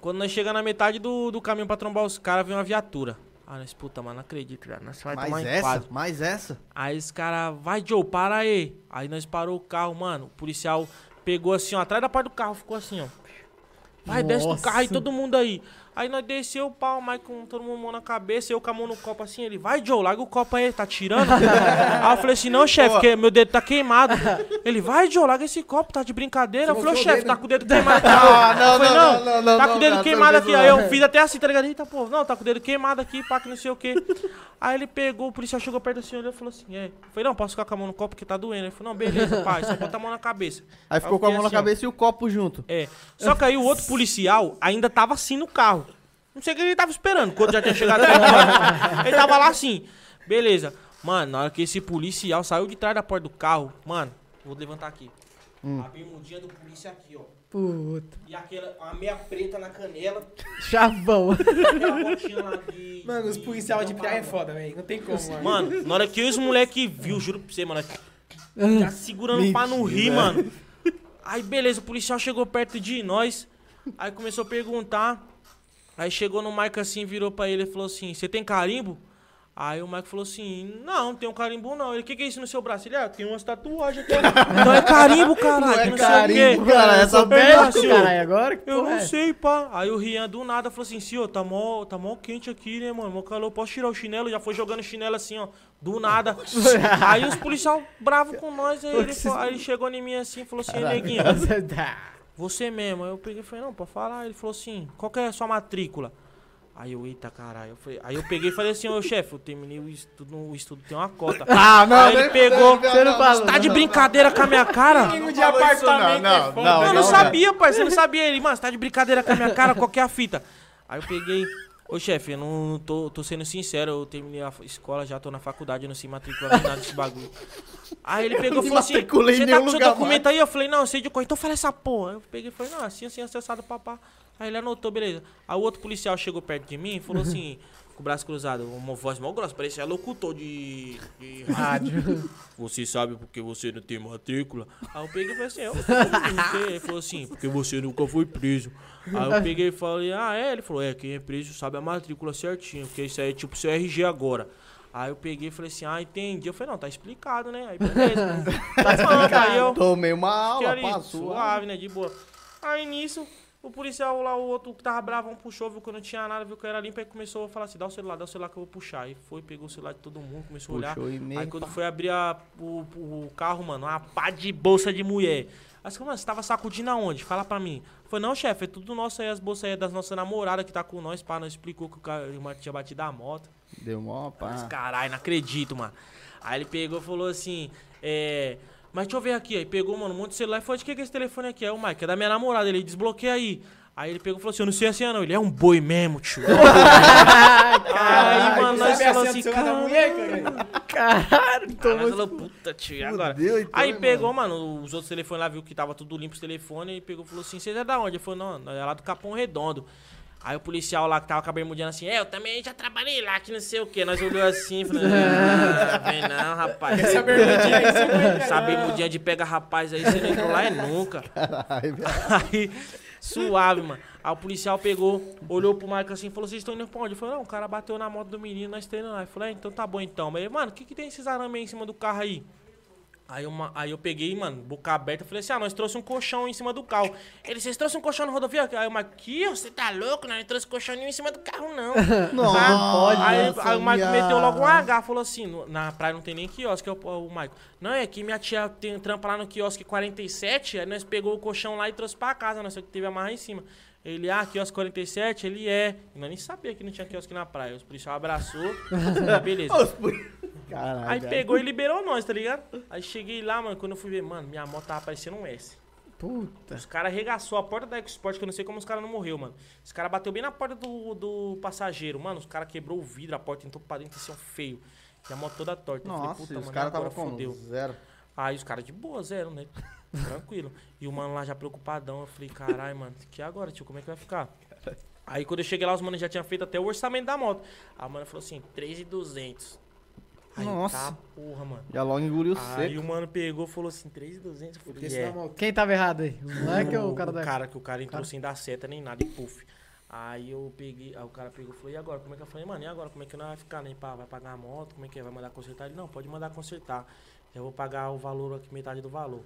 D: Quando nós chegamos na metade do, do caminho pra trombar os caras, vem uma viatura. Aí nós, puta, mano, não acredito, velho. Nós vai tomar
A: Mais
D: enquadro.
A: essa, mais essa.
D: Aí os caras, vai Joe, para aí. Aí nós parou o carro, mano. O policial pegou assim, ó, atrás da parte do carro, ficou assim, ó. Vai, desce do
B: Nossa.
D: carro aí, todo mundo aí. Aí nós desceu o pau, mas com todo mundo mão na cabeça, eu com a mão no copo assim, ele, vai Joe, larga o copo aí, tá tirando? aí eu falei assim, não, chefe,
A: Boa.
D: porque meu dedo tá queimado. Ele, vai Joe, larga esse copo, tá de brincadeira. Eu
C: Você mostrou
D: falei, ô
C: o
D: chefe,
C: dedo?
D: tá com o dedo queimado. Eu falei, tá com o dedo queimado aqui. Aí
A: é.
D: eu fiz até assim, tá ligado? Eita, pô, não, tá com o dedo queimado aqui, pá, que não sei o quê. Aí ele pegou, o policial chegou perto assim, olhou e falou assim, é. Eu falei, não, posso ficar com a mão no copo porque tá doendo. Ele falou, não, beleza, pai, só bota a mão na cabeça.
A: Aí ficou com a
D: eu
A: mão
D: fiquei
A: na
D: assim, ó.
A: cabeça e o copo junto.
D: É. Só que aí o outro policial ainda tava assim no carro. Não sei o que ele tava esperando, quando já tinha chegado. ele tava lá assim. Beleza. Mano, na hora que esse policial saiu de trás da porta do carro, mano, vou levantar aqui.
A: Hum.
D: A bermudinha do polícia aqui, ó.
B: Puta.
D: E aquela, a meia preta na canela,
B: Chavão.
D: aquela botinha lá de...
C: Mano, os
D: de-
C: policial de
D: não,
C: praia é
D: cara,
C: foda, velho. Não tem como, mano.
D: Mano, na hora que eu e os moleque viu, juro pra você, mano, já segurando pra não rir, mano. Aí beleza, o policial chegou perto de nós, aí começou a perguntar. Aí chegou no Mike assim, virou pra ele e falou assim: Você tem carimbo? Aí o Mike falou assim: Não, não tem um carimbo não. Ele: O que, que é isso no seu braço? Ele: Ah, tem umas tatuagens aqui. Não é carimbo, caralho.
A: Não é
D: Não, sei o
A: carimbo,
D: quê.
A: cara,
D: Eu
B: é
A: essa
D: sou
A: merda,
D: bem, senhor.
B: Caralho, agora que
D: Eu
B: porra
D: não
B: é?
D: sei, pá. Aí o Rian do nada falou assim, senhor, tá mó, tá mó quente aqui, né, mano? Mó calor, posso tirar o chinelo? Já foi jogando chinelo assim, ó. Do nada. aí os policial bravo com nós, aí ele, fa- aí ele chegou em mim assim e falou assim, neguinho,
B: Tá.
D: você mesmo. Aí eu peguei e falei, não, pode falar. Ele falou assim, qual que é a sua matrícula? Aí eu, eita caralho. Eu falei- aí eu peguei e falei assim, ô chefe, eu terminei o estudo, o estudo tem uma cota.
B: Ah, não,
D: aí ele
B: né?
D: pegou,
B: Você não falou.
D: tá de brincadeira com a minha cara?
E: Não
C: de
E: falou isso,
C: apartamento
E: não,
C: é
E: não, não,
C: foda.
D: Não, eu
E: não,
D: não sabia, pai. Você não sabia ele, mano. Você tá de brincadeira com a minha cara, qual que é a fita? Aí eu peguei. Ô chefe, eu não não tô, tô sendo sincero, eu terminei a f- escola, já tô na faculdade, eu não sei matricular em nada desse bagulho. Aí ele pegou e falou assim:
A: matriculei em
D: Você tá
A: nenhum
D: com seu
A: lugar
D: documento aí? Eu falei: Não, eu sei de cor, então fala essa porra. Eu peguei e falei: Não, assim, assim, acessado, papá. Aí ele anotou, beleza. Aí o outro policial chegou perto de mim e falou assim: Com o braço cruzado, uma voz mal grossa, parecia locutor de, de rádio. Você sabe porque você não tem matrícula? Aí eu peguei e falei assim, eu não sei, não sei. Ele falou assim, porque você nunca foi preso. Aí eu peguei e falei, ah é? Ele falou, é, quem é preso sabe a matrícula certinho, porque isso aí é tipo seu RG agora. Aí eu peguei e falei assim, ah, entendi. Eu falei, não, tá explicado, né? Aí beleza. tá explicado. Aí eu
A: Tomei uma
D: fiquei
A: aula,
D: ali,
A: passou.
D: suave, né, de boa. Aí nisso, o policial lá, o outro que tava bravão, puxou, viu que eu não tinha nada, viu que eu era limpo, aí começou a falar assim, dá o celular, dá o celular que eu vou puxar. Aí foi, pegou o celular de todo mundo, começou a olhar.
A: Puxou e meio,
D: Aí quando foi abrir a- o, o carro, mano, uma pá de bolsa de mulher. Aí você falou, mano, você tava sacudindo aonde? Fala pra mim. Foi, não, chefe, é tudo nosso aí, as bolsas aí é das nossas namoradas que tá com nós, pá, nós explicou que o cara irmã tinha batido a moto.
A: Deu mó
D: Mas,
A: pá.
D: caralho, não acredito, mano. Aí ele pegou e falou assim, é... Mas deixa eu ver aqui. Aí pegou, mano, um monte de celular e falou, de que que é esse telefone aqui? É o Mike, é da minha namorada. Ele desbloqueia aí. Aí ele pegou e falou assim, eu não sei a senha não. Ele é um boi mesmo, tio. aí, mano, nós
C: Sabe a senha
D: falamos
C: do
D: assim,
C: celular da
D: cara...
C: mulher, cara?
B: Caralho,
D: Aí nós
B: tomou
D: falou, é puta, tio, e agora?
A: Deus, então,
D: aí
A: hein,
D: pegou, mano. os outros telefones lá, viu que tava tudo limpo os telefones, e pegou e falou assim, vocês é da onde? Eu falei, não, nós é lá do Capão Redondo. Aí o policial lá que tava com a bermudinha assim, é, eu também já trabalhei lá, que não sei o quê. Nós olhou assim, falou, ah, vem não, rapaz. Essa bermudinha aí, Essa bermudinha de pega rapaz aí, você não entrou lá é nunca.
A: Caralho, velho.
D: Aí, suave, mano. Aí o policial pegou, olhou pro Marco assim e falou: Vocês estão indo pra onde? Eu falei: Não, o cara bateu na moto do menino, nós estamos indo lá. Eu falei: "É, Então tá bom então. Mas, mano, o que, que tem esses arame aí em cima do carro aí? Aí, uma, aí eu peguei, mano, boca aberta, eu falei assim, ah, nós trouxemos um colchão em cima do carro. Ele, vocês trouxeram um colchão na rodovia? Aí eu, mas que, você tá louco? Nós não trouxe colchão nenhum em cima do carro, não. né,
A: Nossa,
D: aí, aí o Maico
A: viado.
D: meteu logo um H, falou assim, no- na praia não tem nem quiosque, aí o, o Maico, não, é que minha tia tem trampa lá no quiosque 47, aí nós pegou o colchão lá e trouxe pra casa, nós só que teve a marra em cima. Ele, ah, quiosque 47, ele é. Nós nem sabia que não tinha quiosque na praia. Os policiais abraçou, beleza.
A: Caralho,
D: Aí
A: velho.
D: pegou e liberou nós, tá ligado? Aí cheguei lá, mano, quando eu fui ver, mano, minha moto tava parecendo um S.
A: É.
B: Puta.
D: Os caras arregaçou a porta da EcoSport, que eu não sei como os caras não morreu, mano. Os caras bateu bem na porta do, do passageiro, mano. Os caras quebrou o vidro, a porta entrou pra dentro, assim, ó, feio. E a moto toda torta. Eu falei,
A: Nossa,
D: puta,
A: e os
D: mano,
A: caras
D: agora
A: estavam com
D: fudeu.
A: zero.
D: Aí os caras de boa, zero, né? Tranquilo. E o mano lá já preocupadão. Eu falei, caralho, mano, que agora, tio? Como é que vai ficar? Aí quando eu cheguei lá, os manos já tinham feito até o orçamento da moto. A mano falou assim, 3,200. Aí, eu,
A: Nossa.
D: tá, porra, mano.
A: Já logo engoliu
D: Aí
A: seco.
D: o mano pegou e falou assim, 3,200. Eu falei,
C: É.
D: yeah.
B: Quem tava errado aí? O moleque ou o cara da.
D: que o cara entrou sem dar seta nem nada, e puff. Aí eu peguei, aí o cara pegou e falou, e agora? Como é que eu falei, mano, e agora? Como é que nós vai ficar, né? Pá, vai pagar a moto? Como é que é? Vai mandar consertar? Ele, não, pode mandar consertar. Eu vou pagar o valor aqui, metade do valor.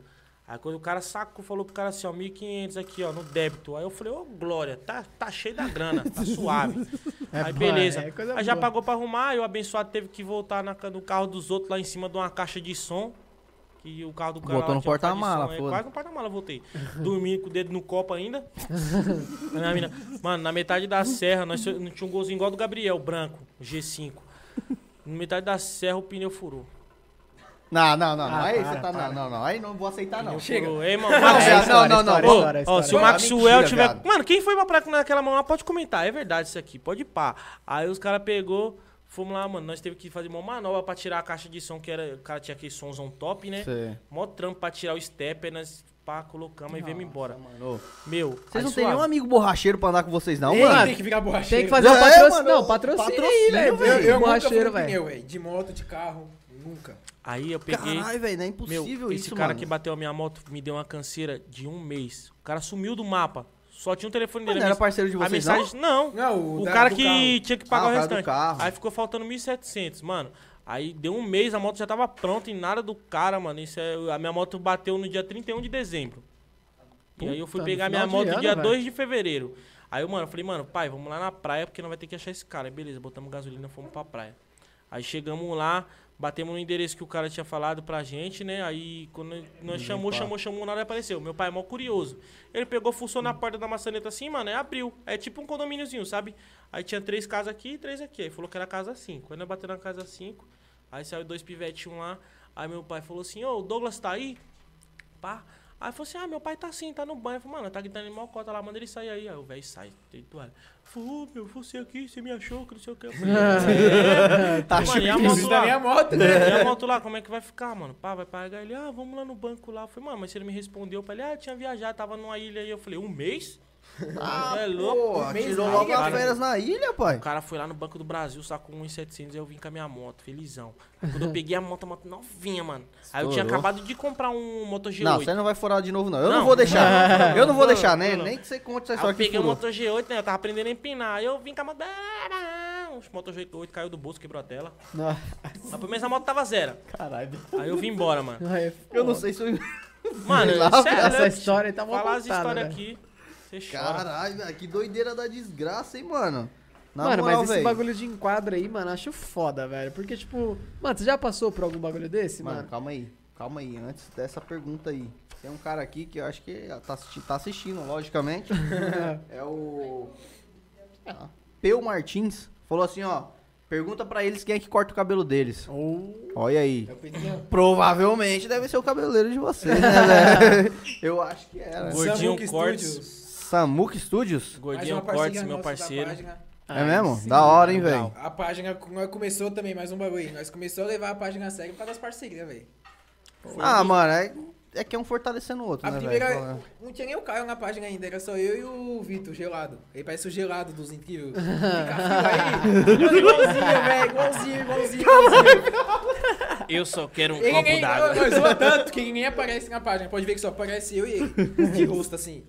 D: Aí quando o cara sacou, falou pro cara assim, ó, 1.500 aqui, ó, no débito. Aí eu falei, ô, Glória, tá, tá cheio da grana, tá suave.
B: É
D: aí
B: boa,
D: beleza.
B: é coisa
D: aí já
B: boa.
D: pagou pra arrumar, e o abençoado teve que voltar na ca- no carro dos outros lá em cima de uma caixa de som. Que o carro do cara
A: Voltou
D: lá
A: no
D: tinha uma
A: porta-mala,
D: tradição, é,
A: foda.
D: Quase no porta-mala eu voltei. Dormi com o dedo no copo ainda. Na minha mina- Mano, na metade da serra, nós não tinha um golzinho igual do Gabriel, branco, G5. Na metade da serra o pneu furou.
A: Não, não, não. não.
B: Ah,
A: aí
B: para,
A: você tá. Não, não, não. Aí não vou aceitar, não.
D: Pneu
C: Ah, Chega.
D: Furou. Ei, mano, é
A: Não,
D: Max,
A: viado, não,
B: história,
A: não,
B: história,
A: não.
D: Ô,
B: história,
D: ó,
B: história.
D: se o
A: Foi uma
D: Maxwell
A: mentira,
D: tiver.
A: viado.
D: Mano, quem foi pra praia com- naquela mão lá pode comentar. É verdade isso aqui, pode ir pá. Aí os caras pegou, fomos lá, mano. Nós teve que fazer uma manobra pra tirar a caixa de som, que era. O cara tinha aquele somzão top, né?
A: Sei.
D: Mó trampo pra tirar o step, aí nós pá, colocamos e viemos embora.
A: Mano, ô.
D: Meu,
A: Vocês não
D: aí
A: têm
D: suave.
A: nenhum amigo borracheiro pra andar com vocês, não,
B: Ei,
A: mano?
B: mano,
C: Tem que ficar borracheiro.
B: Tem que fazer um
A: É,
B: patrocínio.
A: mano,
B: Não, patrocínio aí,
A: patrocínio,
B: velho.
A: velho.
C: Eu, eu nunca fui
B: Borracheiro,
C: no
B: velho.
C: pneu, velho. De moto, de carro, nunca.
D: Aí eu peguei.
A: Caralho, velho, não é
D: Meu,
A: impossível
D: esse
A: isso,
D: cara
A: mano.
D: que bateu a minha moto me deu uma canseira de um mês. O cara sumiu do mapa. Só tinha um telefone dele.
A: Mano,
D: A
A: era
D: mens-
A: parceiro de
D: a
A: vocês, não?
D: mensagem, não?
C: Não, o
D: O
C: da-
D: cara
C: do
D: que
C: carro.
D: tinha que
A: Ah,
D: pagar
A: o
D: o
A: cara do
D: restante.
A: carro.
D: Aí ficou faltando 1.700, mano. Aí deu um mês, a moto já tava pronta e nada do cara, mano. Isso é, a minha moto bateu no dia 31 de dezembro. E aí eu fui
B: Puta, no
D: pegar minha
B: final de
D: moto
B: ano,
D: dia
B: velho.
D: 2 de fevereiro. Aí, eu, mano, eu falei, mano, pai, vamos lá na praia porque não vai ter que achar esse cara. Aí, beleza, botamos gasolina e fomos pra praia. Aí chegamos lá, Batemos no endereço que o cara tinha falado pra gente, né? Aí quando nós chamou, chamou, chamou, nada apareceu. Meu pai é mó curioso. Ele pegou, fuçou na porta da maçaneta assim, mano, e abriu. É tipo um condomíniozinho, sabe? Aí tinha três casas aqui e três aqui. Aí falou que era casa 5. Quando eu bateu na casa 5, aí saiu dois pivetinhos lá. Aí meu pai falou assim, ô, o Douglas tá aí? Pá. Aí falou assim, ah, meu pai tá assim, tá no banho. Eu falei, mano, tá gritando em mó cota lá, manda ele sair aí. Aí o velho sai, tem toalha. Falou, ô, meu, você aqui, você me achou, que não sei o que. Eu falei, é,
A: Tá
D: mano, e a
A: achando que
D: moto
C: Isso
D: lá?
C: da minha moto, né?
D: E a moto lá, como é que vai ficar, mano? Pá, vai pagar ele, ah, vamos lá no banco lá. Eu falei, mano, mas se ele me respondeu pra ele, ah, eu tinha viajado, tava numa ilha aí. Eu falei, um mês?
A: Ah,
D: é louco.
A: Pô,
C: Mês
A: tirou
C: na
A: logo
D: ilha,
A: as
D: cara.
A: férias na ilha, pai.
D: O cara foi lá no Banco do Brasil, sacou 1,700 e eu vim com a minha moto, felizão. Aí Quando eu peguei a moto, a moto novinha, mano. Aí eu tinha
A: Estourou.
D: acabado de comprar um Moto G8.
A: Não, você não vai furar de novo, não. Eu não,
D: Não.
A: vou deixar. Eu não vou
D: Não,
A: deixar, né?
D: não.
A: Nem que você conte essa
D: Aí eu
A: história que
D: peguei o
A: furou.
D: Moto G8, né? Eu tava aprendendo a empinar. Aí eu vim com a moto. O Moto G8 caiu do bolso, quebrou a tela.
B: Não,
D: Mas pelo menos a moto tava zero.
A: Caralho.
D: Aí eu vim embora, mano.
B: não, é
A: Eu não
B: foda.
A: sei se eu...
D: Mano,
A: Lá,
D: sério,
B: Essa
D: eu-
B: história aí tá mal
D: Falar
B: contada,
D: as histórias
B: né?
D: aqui, você chora.
A: Caralho, velho, que doideira da desgraça, hein, mano? Na
B: mano,
A: moral,
B: mas esse
A: velho.
B: bagulho de enquadro aí, mano, acho foda, velho. Porque, tipo, mano, você já passou por algum bagulho desse,
A: assim, Mano,
B: mano?
A: calma aí. Calma aí, antes dessa pergunta aí. Tem um cara aqui que eu acho que tá, assisti- tá assistindo, logicamente. é o. Ah, Peu Martins. Falou assim, ó. Pergunta pra eles quem é que corta o cabelo deles.
B: Ou.
A: Olha aí.
C: Eu pedi, ó,
A: Provavelmente deve ser o cabeleiro de vocês, né, velho? Eu acho que era.
D: Oi. Gordinho
C: Samuca
D: Cortes.
C: Studios.
A: Samuca Studios?
D: Gordinho
C: Mais uma parceria
D: Cortes, meu
C: nossa da
D: parceiro.
C: página.
A: é
B: Ai,
A: mesmo?
B: sim.
A: Da hora, hein, velho?
D: Legal.
C: A página nós começou também, mais um bagulho. Nós começou a levar a página séria por causa das parcerias, velho.
A: Ah, mano, é, é que é um fortalecendo o outro,
C: A
A: né,
C: primeira. é,
A: velho?
C: Não tinha nem o Caio na página ainda, era só eu e o Vitor, o gelado. Ele parece o gelado dos incríveis. Fica fila aí. Igualzinho, velho. Igualzinho, igualzinho. igualzinho.
D: Eu só quero um
C: Ele
D: copo
C: nem.
D: d'água.
C: Nós zoa tanto que ele nem aparece na página. Pode ver que só aparece eu e ele. De rosto assim.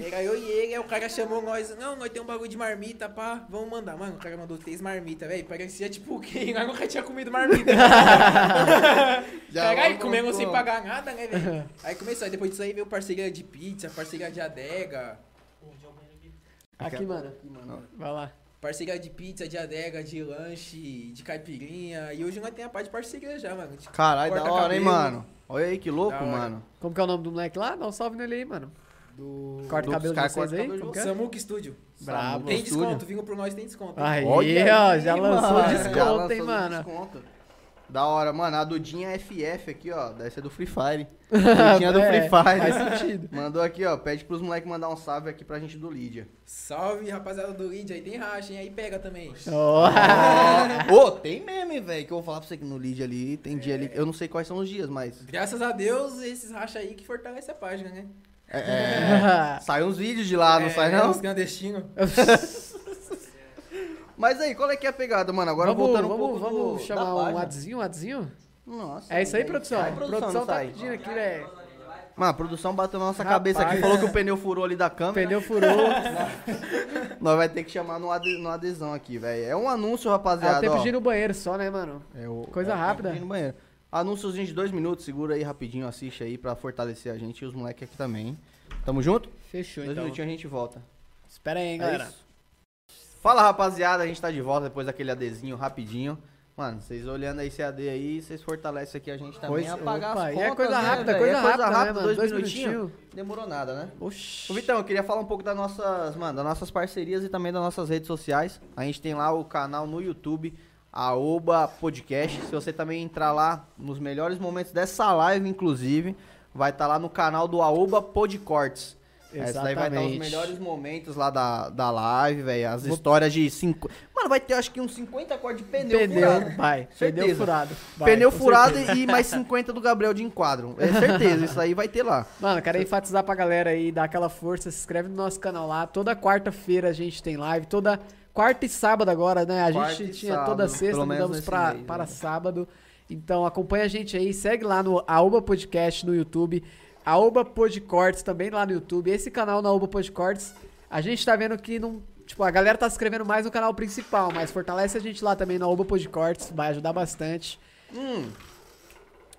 C: Era eu e ele, aí o cara chamou nós. Não, nós tem um bagulho de marmita, pá. Vamos mandar. Mano, o cara mandou três marmitas, velho. Parecia tipo quem? Nós nunca tinha comido marmita.
A: Já
C: Caralho,
A: logo
C: comemos sem
A: voltou.
C: pagar nada, né, velho? aí começou, aí depois disso aí veio parceria de pizza, parceria de adega.
B: Aqui, mano.
A: mano.
B: Vai lá.
C: Parceria de pizza, de adega, de lanche, de caipirinha. E hoje nós temos a parte de parceria já, mano. De-
A: Caralho, da
C: Corta
A: hora, hein,
C: cabelo.
A: mano? Olha aí que louco,
C: Da hora.
A: mano.
B: Como que é o nome do moleque lá? Dá um salve nele aí, mano.
C: Do.
B: Corta o
A: Do-
B: cabelo de
A: cara
B: vocês
A: corta o
B: aí?
A: cabelo
B: Como
A: de
B: que é?
C: Samuca Studio.
A: Samuca.
B: Brabo.
C: Tá
A: Ah, é?
C: Tem
A: Tá Estúdio.
C: desconto, vinha pro nós, tem desconto.
B: Aí,
A: Olha
B: ó, já lançou
A: mano. Já
B: desconto,
A: lançou
B: hein, mano.
A: desconto. Da hora, mano. A Dudinha FF aqui, ó. Deve ser do Free Fire. Dudinha do Free
B: É,
A: Fire.
B: Faz sentido.
A: Mandou aqui, ó. Pede pros moleques mandar um salve aqui pra gente do Lídia.
C: Salve, rapaziada do Lead, aí tem racha, hein? Aí pega também.
B: Ó. Ah.
A: Ô, tem meme, velho, que eu vou falar pra você que no lead ali, tem dia ali, eu não sei quais são os dias, mas
C: Graças a Deus, esses racha aí que fortalece a página, né?
A: é, sai uns vídeos de lá, Ah, não
C: É,
A: sai não?
C: Os clandestinos.
A: Mas aí, qual é que é a pegada, mano? Agora
B: vamos,
A: voltando um
B: vamos,
A: pouco do-
B: vamos
A: da
B: chamar um
A: página.
B: adzinho, um adzinho?
A: Nossa.
B: É isso aí,
A: velho.
B: produção.
A: Ai,
B: A produção,
A: não
B: tá
A: sai.
B: pedindo aqui, velho.
A: Mano, a produção bateu na nossa
B: Rapaz.
A: cabeça aqui, falou que o pneu furou ali da câmera.
B: Pneu furou.
A: Nós vai ter que chamar no, ade- no adesão aqui, velho. É um anúncio, rapaziada,
B: Ela tem
A: ó.
B: pedido no banheiro só, né, mano?
A: É o-
B: Coisa
A: é, tem
B: rápida.
A: que ir no banheiro. Anúnciozinho de dois minutos, segura aí rapidinho, assiste aí pra fortalecer a gente e os moleques aqui também. hein? Tamo junto?
B: Fechou,
A: Dois
B: então.
A: minutinhos a gente volta.
B: Espera aí, hein,
A: É
B: galera.
A: isso? Fala rapaziada, a gente tá de volta depois daquele adesinho rapidinho. Mano, vocês olhando esse AD aí, vocês fortalecem aqui a gente também.
B: Coisa-
A: apagar
B: opa,
A: as
B: e é
A: contas,
B: coisa
A: né,
B: rápida,
A: velho?
B: coisa
A: É
B: rápida, né, mano?
A: dois,
B: Dois
A: minutinhos.
B: minutinho.
A: Demorou nada, né? Ô,
B: Oxi.
A: Vitão, eu queria falar um pouco das nossas, mano, das nossas parcerias e também das nossas redes sociais. A gente tem lá o canal no YouTube, a Oba Podcast. Se você também entrar lá nos melhores momentos dessa live, inclusive, vai estar lá no canal do Aoba Podcortes. Essa daí vai estar os
B: Exatamente.
A: melhores momentos lá da, da live, velho. As histórias de cinco. Mano, vai ter acho que uns 50 cortes de pneu, furado.
B: Pneu, vai. Pneu
A: Certeza.
B: furado. vai,
A: Pneu
B: com
A: furado
B: certeza.
A: e mais 50 do Gabriel de enquadro. É certeza, isso aí vai ter lá.
B: Mano, quero enfatizar pra galera aí, dar aquela força, se inscreve no nosso canal lá. Toda quarta-feira a gente tem live, toda quarta e sábado agora, né? A
A: Quarta e
B: gente tinha toda
A: sábado,
B: sexta,
A: pelo menos
B: mudamos
A: nesse
B: pra,
A: mês,
B: para
A: né?
B: sábado. Então acompanha a gente aí, segue lá no Aoba Podcast no YouTube, Aoba Podcortes também lá no YouTube. Esse canal na Aoba Podcortes, a gente tá vendo que não. Tipo, a galera tá se inscrevendo mais no canal principal, mas fortalece a gente lá também na Aoba Podcortes, vai ajudar bastante.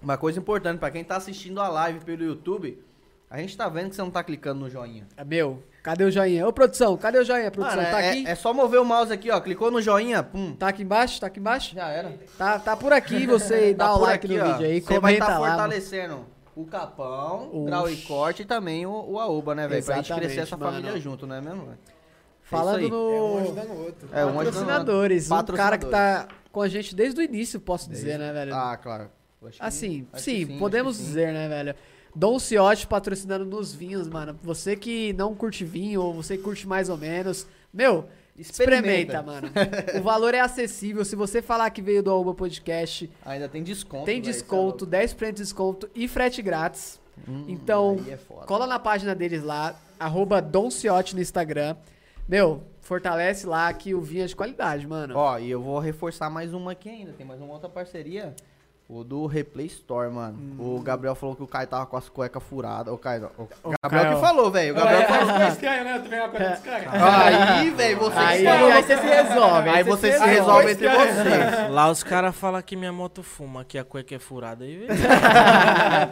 A: Uma coisa importante pra quem tá assistindo a live pelo YouTube, A gente tá vendo que você não tá clicando no joinha.
B: É meu. Cadê o joinha? Ô, produção, cadê o joinha? Produção,
A: Mano,
B: tá
A: é,
B: aqui?
A: é só mover o mouse aqui, ó. Clicou no joinha, pum.
B: Tá aqui embaixo? Tá aqui embaixo?
A: Já era.
B: Tá, tá por aqui, você dá
A: Tá
B: o
A: por
B: like no
A: ó.
B: vídeo aí,
A: Você vai tá
B: comenta
A: estar
B: lá. mano.
A: fortalecendo o capão, o grau e
B: Oxi.
A: corte e também o, o aoba, né, velho? Pra gente
B: Exatamente,
A: crescer essa
B: mano.
A: família junto, né mesmo? véi?
B: Falando
A: aí.
C: É um
B: no
C: ajudando o outro.
A: É, um ajudando o outro.
B: patrocinadores, um cara que
A: Patrocinadores.
B: tá com a gente desde o início, posso dizer, né, velho?
A: Ah, claro. Acho que-
B: Assim,
A: acho que
B: sim,
A: acho
B: podemos
A: que
B: dizer, né, velho? Dom Ciotti patrocinando nos vinhos, mano. Você que não curte vinho, ou você que curte mais ou menos, meu, experimenta,
A: Experimenta.
B: mano. o valor é acessível. Se você falar que veio do Alba Podcast,
A: Ainda tem desconto.
B: tem
A: véi, cê é
B: desconto, 10% de desconto e frete grátis.
A: louco. Hum,
B: Então,
A: aí é foda.
B: Cola na página deles lá, arroba Dom Ciotti no Instagram. Meu, fortalece lá que o vinho é de qualidade, mano.
A: Ó, e eu vou reforçar mais uma aqui ainda. Tem mais uma outra parceria. O do Replay Store, mano.
B: Hum.
A: O Gabriel falou que o Caio tava com as cuecas furadas. O Caio, ó, o Gabriel
B: Caio. É.
A: que falou, velho. O
C: é
A: Gabriel falou.
C: né? Tu ganhou
A: é
C: a coisa dos caras.
A: Aí, velho, você que
B: Aí,
A: falou.
B: aí você se resolve.
A: Aí você se resolve entre vocês.
D: Lá os caras falam que minha moto fuma, que a cueca é furada. Aí, velho.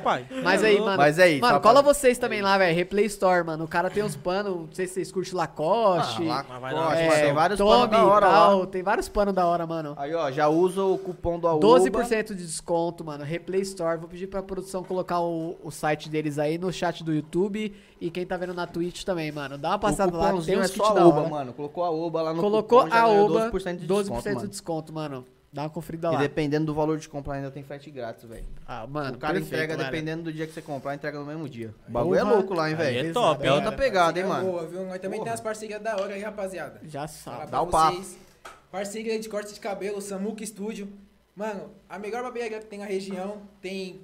D: pai.
B: Mas aí, mano.
A: Mas é isso,
B: Mano,
A: rapaz.
B: cola vocês também lá, velho. Replay Store, mano. O cara tem uns panos, não sei se vocês curtem Lacoste.
A: Ah, lá,
D: Mas vai
A: pô,
D: dar uma
A: é,
B: é,
A: tem vários
B: Tommy
A: panos da hora
B: e
A: lá.
B: tal. Tem vários panos da hora, mano.
A: Aí, ó, já usa o cupom do AUBA.
B: 12% de desconto, mano. Replay Store. Vou pedir pra produção colocar o, o site deles aí no chat do YouTube. E quem tá vendo na Twitch também, mano. Dá uma passada
A: o
B: lá.
A: cupomzinho
B: Tem uns
A: é
B: kits
A: só
B: da
A: AUBA,
B: hora.
A: mano. Colocou a AUBA lá no
B: né? Colocou
A: cupom, já
B: a
A: ganhou
B: OBA,
A: 12% de
B: 12%
A: desconto,
B: de
A: mano.
B: desconto, mano. Dá uma conferida
A: E
B: lá.
A: dependendo do valor de comprar, ainda tem frete grátis, velho.
B: Ah, mano,
A: O cara
B: perfeito,
A: entrega,
B: velho.
A: dependendo do dia que você comprar, entrega no mesmo dia. O bagulho é
B: Porra.
A: louco lá, hein,
D: Aí é
A: velho.
D: top,
A: É
D: hein?
A: outra pegada, hein,
C: Parceria
A: mano.
C: Boa, viu? Nós também
A: Porra.
C: tem as parcerias da hora aí, rapaziada.
B: Já
C: Fala
B: sabe.
A: Então, dá
C: pra
A: o papo.
C: vocês. Parceria de corte de cabelo, Samuca Studio. Mano, a melhor barbearia que tem na região. Tem.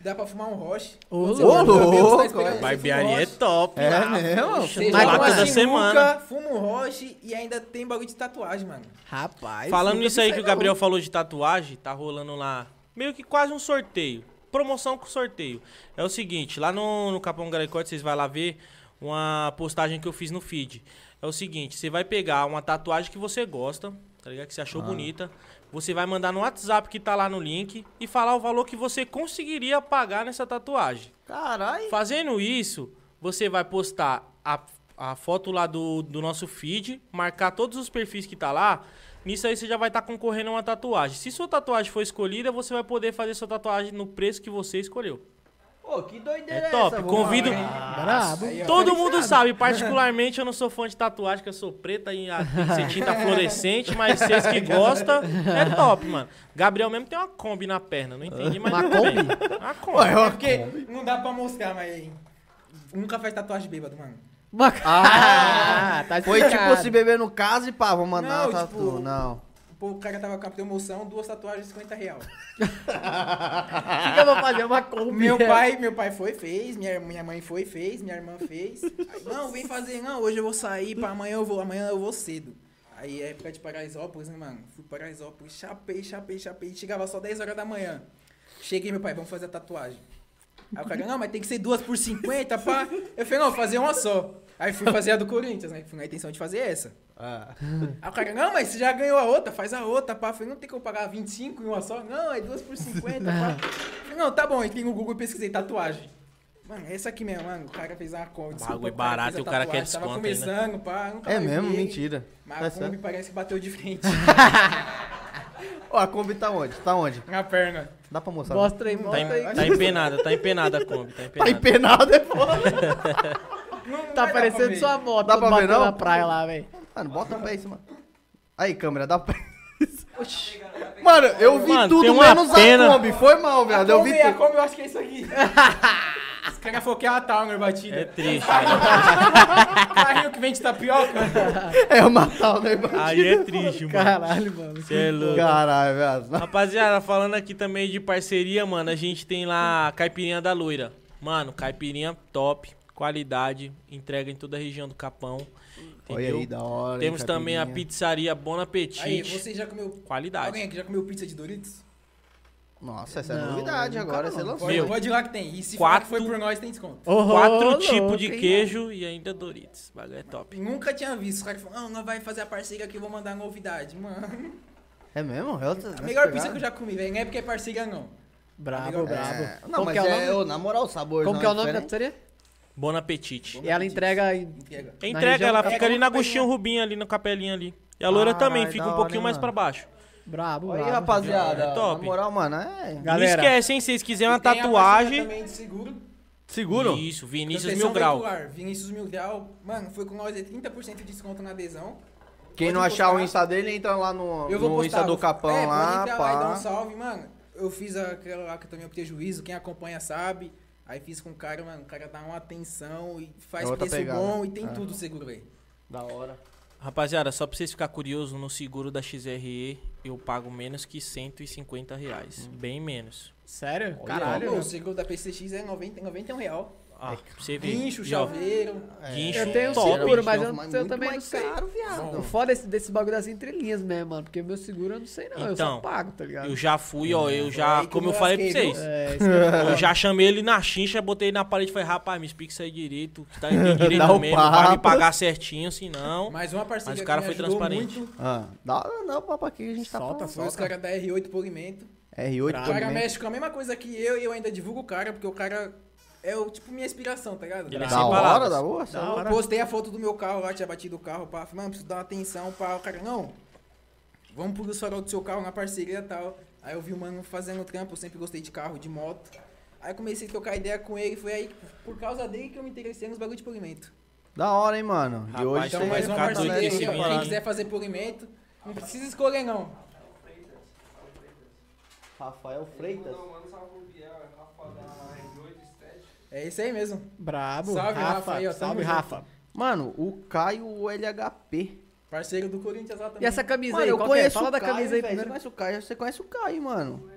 C: Dá pra fumar um roche.
B: Ô,
C: Quando você corta o
A: louco,
C: cabelo, você tá
A: é.
C: esperando, você fuma um
D: Barbearia é
C: roche.
D: top.
A: É
D: lá.
A: mesmo?
D: Poxa,
C: Você
B: Mas
D: lá
C: joga
B: como
C: uma
D: toda
C: sinuca,
D: semana.
C: Fuma um roche e ainda tem bagulho de tatuagem, mano.
B: Rapaz.
D: Falando
B: nunca
D: nisso
B: vi
D: aí
B: sair
D: que o
B: na
D: Gabriel falou de tatuagem, tá rolando lá meio que quase um sorteio. Promoção com sorteio. É o seguinte, lá no, no Capão Garicote, vocês vão lá ver uma postagem que eu fiz no feed. É o seguinte, você vai pegar uma tatuagem que você gosta, tá ligado? Que você
B: Ah.
D: achou bonita. Você vai mandar no WhatsApp que tá lá no link e falar o valor que você conseguiria pagar nessa tatuagem.
A: Caralho.
D: Fazendo isso, você vai postar a, a foto lá do, do nosso feed, marcar todos os perfis que tá lá. Nisso aí você já vai estar concorrendo a uma tatuagem. Se sua tatuagem for escolhida, você vai poder fazer sua tatuagem no preço que você escolheu.
A: Pô, que
D: É
A: doideira
D: top.
A: essa, vô?
D: Convido.
B: né? Brabo.
C: Aí, ó.
D: Todo mundo sabe, particularmente eu não sou fã de tatuagem, que eu sou preta e a tem tinta fluorescente, mas vocês que gostam, é top, mano. Gabriel mesmo tem uma Kombi na perna, não entendi, mas.
B: Uma
D: tudo bem.
B: Kombi?
D: Uma Kombi.
A: Ué, ok.
C: É Não dá pra mostrar, mas. Nunca faz tatuagem bêbado, mano.
B: Uma...
A: Ah,
B: tá
A: Foi tipo
B: explicado.
A: se beber no caso e pá, vou mandar
C: Não,
A: uma tatu.
C: tipo-
A: Não.
C: Pô, o cara tava com a emoção, duas tatuagens 50 real.
B: O que eu vou fazer? Uma Kombi.
C: Meu pai, meu pai foi, fez, minha, minha mãe foi, fez, minha irmã fez. Aí, não, vem fazer, não, hoje eu vou sair, pra amanhã eu vou, amanhã eu vou cedo. Aí é época de Paraisópolis, né, mano? Fui pra Paraisópolis, chapei, chapei, chapei. Chegava só 10 horas da manhã. Cheguei, meu pai, vamos fazer a tatuagem. Aí o cara, não, mas tem que ser duas por 50, pá. Eu falei, não, fazer uma só. Aí fui fazer a do Corinthians, né? Fui na intenção de fazer essa.
A: Ah.
C: Aí o cara, não, mas você já ganhou a outra, faz a outra, pá. Eu falei, não tem como pagar 25 em uma só? Não, é duas por 50,
A: É.
C: pá. Eu falei, não, tá bom, entrei no Google e pesquisei tatuagem. Mano, essa aqui mesmo, mano. O cara fez uma conta.
D: bagulho é barato e o cara quer
C: Tava
D: desconto né? ainda.
C: começando, pá. Nunca
A: É
C: mais
A: mesmo?
C: vi ele.
A: Mentira. Tá
C: Mas a Kombi
A: certo.
C: parece que bateu de frente
A: Ó, a Kombi tá onde? Tá onde?
C: na perna.
A: Dá pra mostrar? não?
B: Mostra aí,
D: Tá,
B: mostra aí.
D: em- tá empenada, tá empenada a Kombi, tá
A: Tá
D: empenada.
A: empenado, é foda.
C: Não- não
B: Tá
C: vai dar pra
B: parecendo
C: ver.
B: sua moto
A: Dá pra ver,
B: batendo
A: não?
B: na praia lá, velho.
A: Mano, bota o pé em cima. Aí, câmera, dá pra. Mano, eu vi
D: Mano, tem
A: tudo
D: uma
A: menos
D: pena.
A: a Kombi. Foi mal,
C: A
A: viado. Eu
C: Kombi,
A: vi
C: a
A: tudo.
C: Kombi, eu acho que é isso aqui. Os caras falaram que é a Towner batida.
D: É triste, cara.
C: Carrinho que vende tapioca.
A: É uma tal, né, mano?
D: Aí é triste, mano.
B: Caralho, mano.
D: Cê é louco.
A: Caralho, viado.
D: Rapaziada, falando aqui também de parceria, mano, a gente tem lá a Caipirinha da Loira. Mano, caipirinha top, qualidade, entrega em toda a região do Capão.
A: Olha
D: Entendeu?
A: aí, da hora. hein,
D: Temos também a
A: caipirinha.
D: pizzaria Bon Appetit.
C: Aí, você já comeu... Alguém
D: Qualidade.
C: aqui já comeu pizza de Doritos?
A: Nossa, essa é
B: Não,
A: novidade
B: nunca
A: agora.
B: não.
A: Você lançou.
C: Pode,
D: Meu.
C: pode ir lá que tem. E se
D: Quatro-
C: falar que foi por nós, tem desconto.
B: Ô,
D: Quatro
B: louco,
D: tipos de
B: hein?
D: queijo e ainda Doritos. O Bagulho é top.
C: Nunca tinha visto. Os caras falaram, ah, não vai fazer a parceria que eu vou mandar novidade. Mano,
A: É mesmo? É outra-
C: a
A: essa
C: melhor
A: pegada?
C: pizza que eu já comi, velho. Não é porque é parceria, não.
B: Brabo,
C: Amigo,
B: brabo.
A: É, Não,
B: Como
A: mas
B: que é o
A: é,
B: nome?
A: ô, na moral, o sabor.
B: Como que é o nome da
A: diferente. é
B: pizzaria?
D: Bom apetite.
C: Bom
B: E ela entrega em-
C: Entrega.
B: Na
D: Entrega,
B: região
D: ela
B: do
D: fica
C: Capela.
D: ali na Agostinho Rubinho, ali na capelinha ali. E a loira
A: Caralho,
D: também, fica
A: né? Ah, da
D: um
A: hora,
D: pouquinho
A: hein,
D: mais
A: mano?
D: pra baixo.
B: brabo,
A: Olha aí,
B: brabo.
A: rapaziada.
D: É top.
A: Na moral, mano, é.
B: Galera.
D: Não esquece, hein? Se vocês quiserem uma
C: E tem a parceira
D: tatuagem.
C: também de seguro.
A: Seguro?
D: Isso, Vinícius
C: Proteção
D: Mil Grau.
C: veicular. Vinícius Mil Grau. Mano, foi com nós é 30% de desconto na adesão.
A: Quem
C: Pode
A: não achar o
C: postar.
A: Insta dele, entra lá no,
C: Eu vou
A: no
C: postar.
A: Insta do
C: vou-
A: Capão
C: é,
A: lá,
C: pode entrar lá e dar um
A: pá.
C: salve, mano. Eu fiz aquela lá que eu também obtei juízo, quem acompanha sabe. Aí fiz com o cara, mano, o cara dá uma atenção e faz
A: É outra
C: preço
A: pegada.
C: bom e tem
A: É.
C: tudo seguro, velho.
A: Da hora.
D: Rapaziada, só pra vocês ficarem curiosos, no seguro da XRE eu pago menos que 150 reais.
B: Hum.
D: Bem menos.
B: Sério?
A: Olha,
B: Caralho.
C: Pô, O seguro da PCX é 90, 91 real.
B: É
D: Ah, pra você ver.
C: Guincho,
D: E, ó,
C: chaveiro.
D: Guincho
B: Eu tenho
D: top.
B: seguro, mas eu,
A: Mas
B: eu
A: muito
B: também não
A: mais
B: sei.
A: caro, viado.
B: O foda é esse, desse bagulho das entrelinhas mesmo, mano. Porque meu seguro eu não sei não, eu só
D: Então,
B: pago, tá ligado?
D: Eu já fui, ó, eu já,
C: Aí que
D: como
C: eu
D: eu falei pra
C: lasquei,
D: vocês,
B: É, isso que eu
D: eu já chamei ele na chincha, botei ele na parede e falei, rapaz, me explica isso aí direito, que tá em
A: Dá o
D: direito mesmo, vai me
A: papo.
D: pagar certinho, senão...
C: Mais uma parceria
D: Mas o cara
C: que me
D: foi
C: ajudou
D: transparente.
C: muito
A: Ah, da hora não, papo aqui, a gente tá
B: Solta,
A: falando.
C: foi os caras da R8 Polimento.
A: R8
C: O cara
A: também.
C: mexe com a mesma coisa que eu e eu ainda divulgo o cara, porque o cara é o tipo minha inspiração, tá ligado?
D: Ele
A: Da
D: é sem
A: hora,
D: palavras.
A: da hora.
B: Da
A: da hora.
B: hora.
C: Postei a foto do meu carro lá, tinha batido o carro, pá. Falei, mano, preciso dar uma atenção, pá. O cara, não, vamos pro farol do seu carro na parceria e tal. Aí eu vi o mano fazendo trampo, eu sempre gostei de carro, de moto. Aí comecei a trocar ideia com ele, foi aí, por causa dele que eu me interessei nos bagulho de polimento.
A: Da hora, hein, mano. e
D: Rapaz,
A: hoje
D: então
A: você
D: mais
C: mais
A: vai
C: uma
D: ficar
A: ficar
D: doido
C: parceria,
A: nessa
D: esse
C: aí, ó,
D: vinho
A: parada.
C: quem
D: aí.
C: quiser fazer polimento, não precisa escolher não.
A: Rafael Freitas.
C: É isso aí mesmo.
B: Brabo,
C: Salve,
B: Rafa.
C: Rafa, aí, ó, tamo
B: salve,
C: junto.
B: Rafa.
A: Mano, o Caio LHP.
C: Parceiro do Corinthians lá também.
B: E essa camisa
A: Mano,
B: aí,
A: eu
B: qual que é?
A: conheço
B: Fala
A: o
B: da
A: Caio,
B: camisa
A: velho.
B: aí
A: Você
B: primeiro.
A: conhece o Caio? Você conhece o Caio, mano.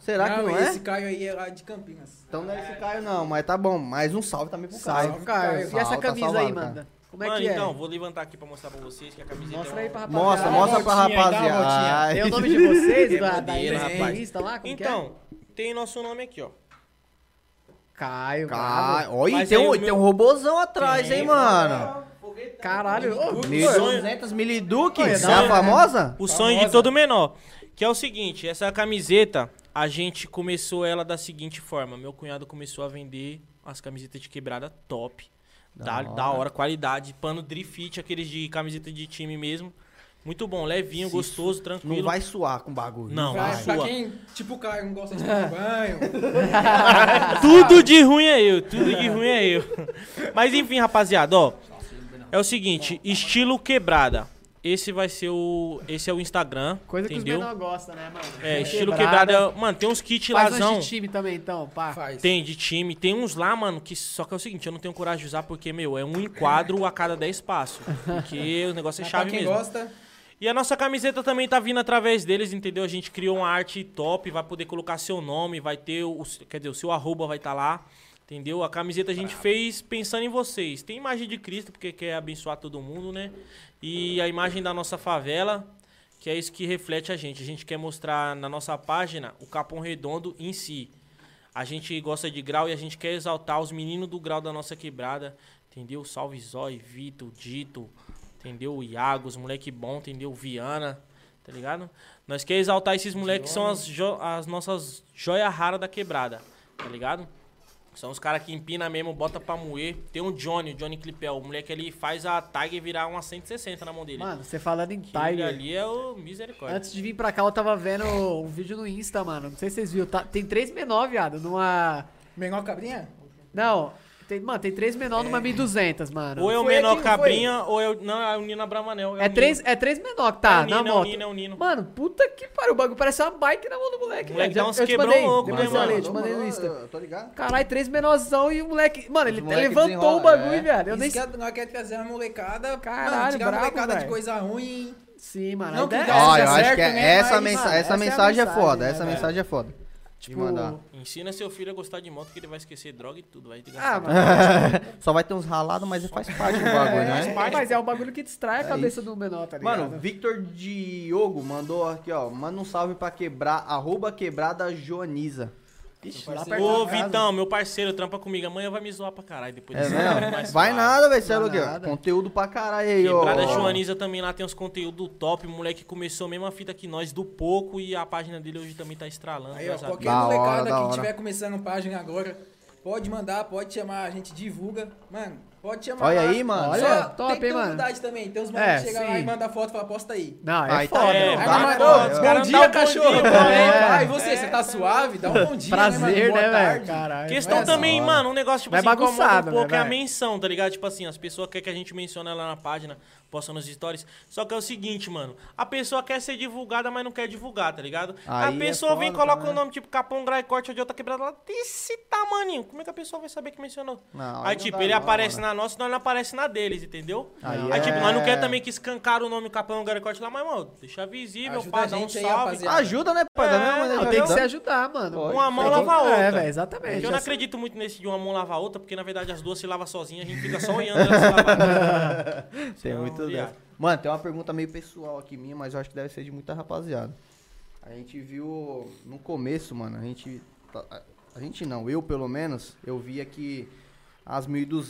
A: Será que
C: não,
A: não
C: esse
A: é?
C: Caio aí é lá de Campinas.
A: Então não é esse Caio, não. Mas tá bom. Mais um salve também pro Caio.
B: Salve, Caio. E essa
A: Salve, tá
B: camisa aí,
A: salvado, cara.
B: manda? Como é
D: Mano,
B: que é?
D: então, vou levantar aqui pra mostrar pra vocês que a camiseta
B: Mostra
D: é
B: aí
D: uma-
B: pra rapaziada.
A: Mostra,
B: Dá uma
A: mostra pra
B: voltinha aí, dá uma
A: rapaziada.
B: voltinha. Tem o nome de vocês, da, da
D: Madeira, rapaz.
B: revista lá? Como que é?
D: Então, tem nosso nome aqui, ó.
B: Caio,
A: Cara,
B: Caio.
A: olha,
D: Mas
A: tem,
D: aí
A: um,
D: o meu-
A: tem um robozão atrás,
D: Tem,
A: hein, mano?
B: Caralho. ô,
D: sonho-
A: 1.200 miliduque,
B: Olha,
A: é
B: dá
A: a
D: uma-
A: famosa?
D: O sonho de todo menor. Que é o seguinte, essa camiseta, a gente começou ela da seguinte forma. Meu cunhado começou a vender as camisetas de quebrada top. Da, da hora. qualidade. Pano drift, aqueles de camiseta de time mesmo. Muito bom, levinho,
A: Se
D: gostoso,
A: Não
D: tranquilo.
A: vai suar com bagulho.
D: Não,
C: Pra,
D: vai.
C: pra
D: Sua.
C: quem, tipo o Caio, não gosta de tomar banho,
D: Tudo de ruim é eu, tudo de ruim é eu. Mas enfim, rapaziada, ó. É o seguinte, estilo quebrada. Esse vai ser o. Esse é o Instagram.
B: Coisa que os
D: entendeu?
B: menores gostam, né, mano?
D: É, estilo quebrada. Mano, tem uns kits
B: Faz um
D: lazão.
B: lanche de time também, então, pá.
C: faz.
D: Tem de time, tem uns lá, mano, que só que é o seguinte, eu não tenho coragem de usar porque, meu, é um enquadro a cada 10 passos. Porque o negócio é
C: Mas
D: chave
C: pra quem
D: mesmo.
C: gosta,
D: E a nossa camiseta também tá vindo através deles, entendeu? A gente criou uma arte top, vai poder colocar seu nome, vai ter o. Quer dizer, o seu arroba vai estar lá. Entendeu? A camiseta a gente fez pensando em vocês. Tem imagem de Cristo, porque quer abençoar todo mundo, né? E a imagem da nossa favela, que é isso que reflete a gente. A gente quer mostrar na nossa página o Capão Redondo em si. A gente gosta de grau e a gente quer exaltar os meninos do grau da nossa quebrada, entendeu? Salve Zói, Vitor, Dito, entendeu? O Iago, os moleque bom, entendeu? Viana, tá ligado? Nós quer exaltar esses moleques que são as, jo- as nossas joia rara da quebrada, tá ligado? São os caras que empina mesmo, bota pra moer. Tem o Johnny, o Johnny Clipel. O moleque ali faz a Tiger virar uma 160 na mão dele.
B: Mano, você falando em
D: Aquele
B: Tiger.
D: ali é o misericórdia.
B: Antes de vir pra cá, eu tava vendo um vídeo no Insta, mano. Não sei se vocês viram. Tá- tem três menor, viado, numa.
C: menor cabrinha?
B: Não, tem, mano, tem três menor numa 1200, mano.
D: Ou é o
C: Foi
D: menor
C: aqui, não foi?
D: cabrinha, ou é o. Não, é o Nino Abravanel.
B: É
D: o
B: três,
D: Nino.
B: é três menor que
D: É
B: tá
D: o
B: na
D: Nino, é o
B: moto.
D: Nino, é o Nino.
B: Mano, puta que pariu. O bagulho parece uma bike na mão do moleque.
D: O moleque
B: velho.
D: dá uns
B: eu te
D: quebrão
B: mandei,
D: louco,
B: depois
D: né,
B: eu olhei,
D: mano?
B: te mandei no Insta.
A: Tô ligado.
B: Caralho, três menorzão e o moleque. Mano, ele
A: Os moleque
B: levantou o
A: desenrola,
B: bagulho,
A: é.
B: velho. Eu
C: né? Isso
B: nem
C: que ela quer trazer uma molecada.
B: Caralho,
C: mano, tirar a
B: brabo,
C: molecada
B: velho.
C: de coisa ruim.
B: Sim, mano.
C: Não
B: a ideia
C: que
B: é
C: dá,
B: essa,
C: Ó,
A: Ah, eu
C: tá
A: acho
C: certo,
A: que é-
C: né?
A: essa,
C: Mas,
A: mensa-
B: mano,
A: essa
B: essa é a
A: mensagem é
B: mensagem,
A: foda,
B: né,
A: essa
B: velho?
A: mensagem é foda.
B: Tipo,
A: mandar.
D: Ensina seu filho a gostar de moto que ele vai esquecer droga e tudo. Vai
B: Ah,
D: desgraçar.
B: mano.
A: Só vai ter uns ralados, mas faz parte do bagulho, né?
B: é, mas é um bagulho que distrai a
A: É
B: cabeça do menor, tá ligado?
A: Mano, Victor Diogo mandou aqui, ó. Manda um salve pra quebrar, arroba quebrada Joaniza. Ixi, lá perto
D: Ô,
A: da casa.
D: Vitão, meu parceiro, trampa comigo. Amanhã vai me zoar pra caralho depois
A: É
D: desse trabalho mais
A: mesmo? Vai
D: suave.
A: nada, velho. é Sério,
B: Vai
A: aqui, ó.
B: nada.
A: Conteúdo pra caralho aí, ó.
D: Quebrada Joaniza também lá tem uns conteúdos top. O moleque começou a mesma fita que nós do pouco e a página dele hoje também tá estralando.
C: Aí, ó,
D: graças a Deus.
C: qualquer
A: Da hora,
C: molecada
A: da
C: que
A: hora.
C: tiver começando página agora, Pode mandar, pode chamar, a gente divulga. Mano, pode chamar.
A: Olha
C: lá.
A: aí, mano.
B: Olha,
C: Só
B: top,
C: tem que ter
B: hein, mano.
C: humildade também. Tem uns manos
B: É,
C: que chegam lá
B: sim.
C: e mandam foto e falam, posta aí.
B: Não, é
A: Aí tá-
B: foda.
A: é,
B: mano.
C: Aí,
A: vai,
C: mas,
A: vai,
C: ô,
A: vai.
C: bom
D: Cara,
C: dia,
D: dá um bom
C: cachorro.
D: dia,
C: Bom,
D: né?
C: Ai, você, você tá suave? Dá um bom dia, né,
B: Prazer,
C: mano? Boa
B: né, velho?
C: tarde.
B: Caralho. é
D: Questão
C: Mas-
D: também, mano, um negócio tipo
B: Mas
D: assim,
B: é
D: incomoda
B: bagunçado,
D: um
B: né,
D: pouco é a
B: vai?
D: menção, tá ligado? Tipo assim, as pessoas querem que a gente mencione ela na página, posta nos stories. Só que é o seguinte, mano, a pessoa quer ser divulgada, mas não quer divulgar, tá ligado?
A: Aí
D: a
A: é
D: pessoa vem e
A: foda
D: coloca o
A: também.
D: nome tipo Capão Grai Corte ou de outra quebrada lá desse tamaninho. Como é que a pessoa vai saber que mencionou?
A: Não,
D: aí,
A: aí não
D: tipo,
A: dá
D: ele
A: não,
D: aparece
A: mano.
D: na nossa e nós não aparece na deles, entendeu?
A: Aí
D: Aí,
A: é-
D: tipo, nós não quer também que escancar o nome Capão Grai Corte lá, mas, mano, deixa visível,
C: Ajuda
D: pá,
C: a
D: dá um
C: gente aí,
D: salve.
C: rapaziada.
A: Ajuda, né, pai? Da
D: É,
A: mesma maneira
D: não,
A: que
B: Não, tem que
A: ajudamos.
B: se ajudar, mano.
A: Pode.
D: Uma mão
B: Tem que-
D: lava a outra.
B: É, velho, exatamente.
D: Eu
B: Essa-
D: não acredito muito nesse de uma mão lavar a outra, porque na verdade as duas se lavam sozinhas, a gente fica só olhando elas se lavar.
A: Tem
D: Não,
A: muito
D: viado.
A: dessa. Então, Mano, tem uma pergunta meio pessoal aqui minha, mas eu acho que deve ser de muita rapaziada. A gente viu no começo, mano, a gente. tá- a- A gente não, eu pelo menos, eu via que as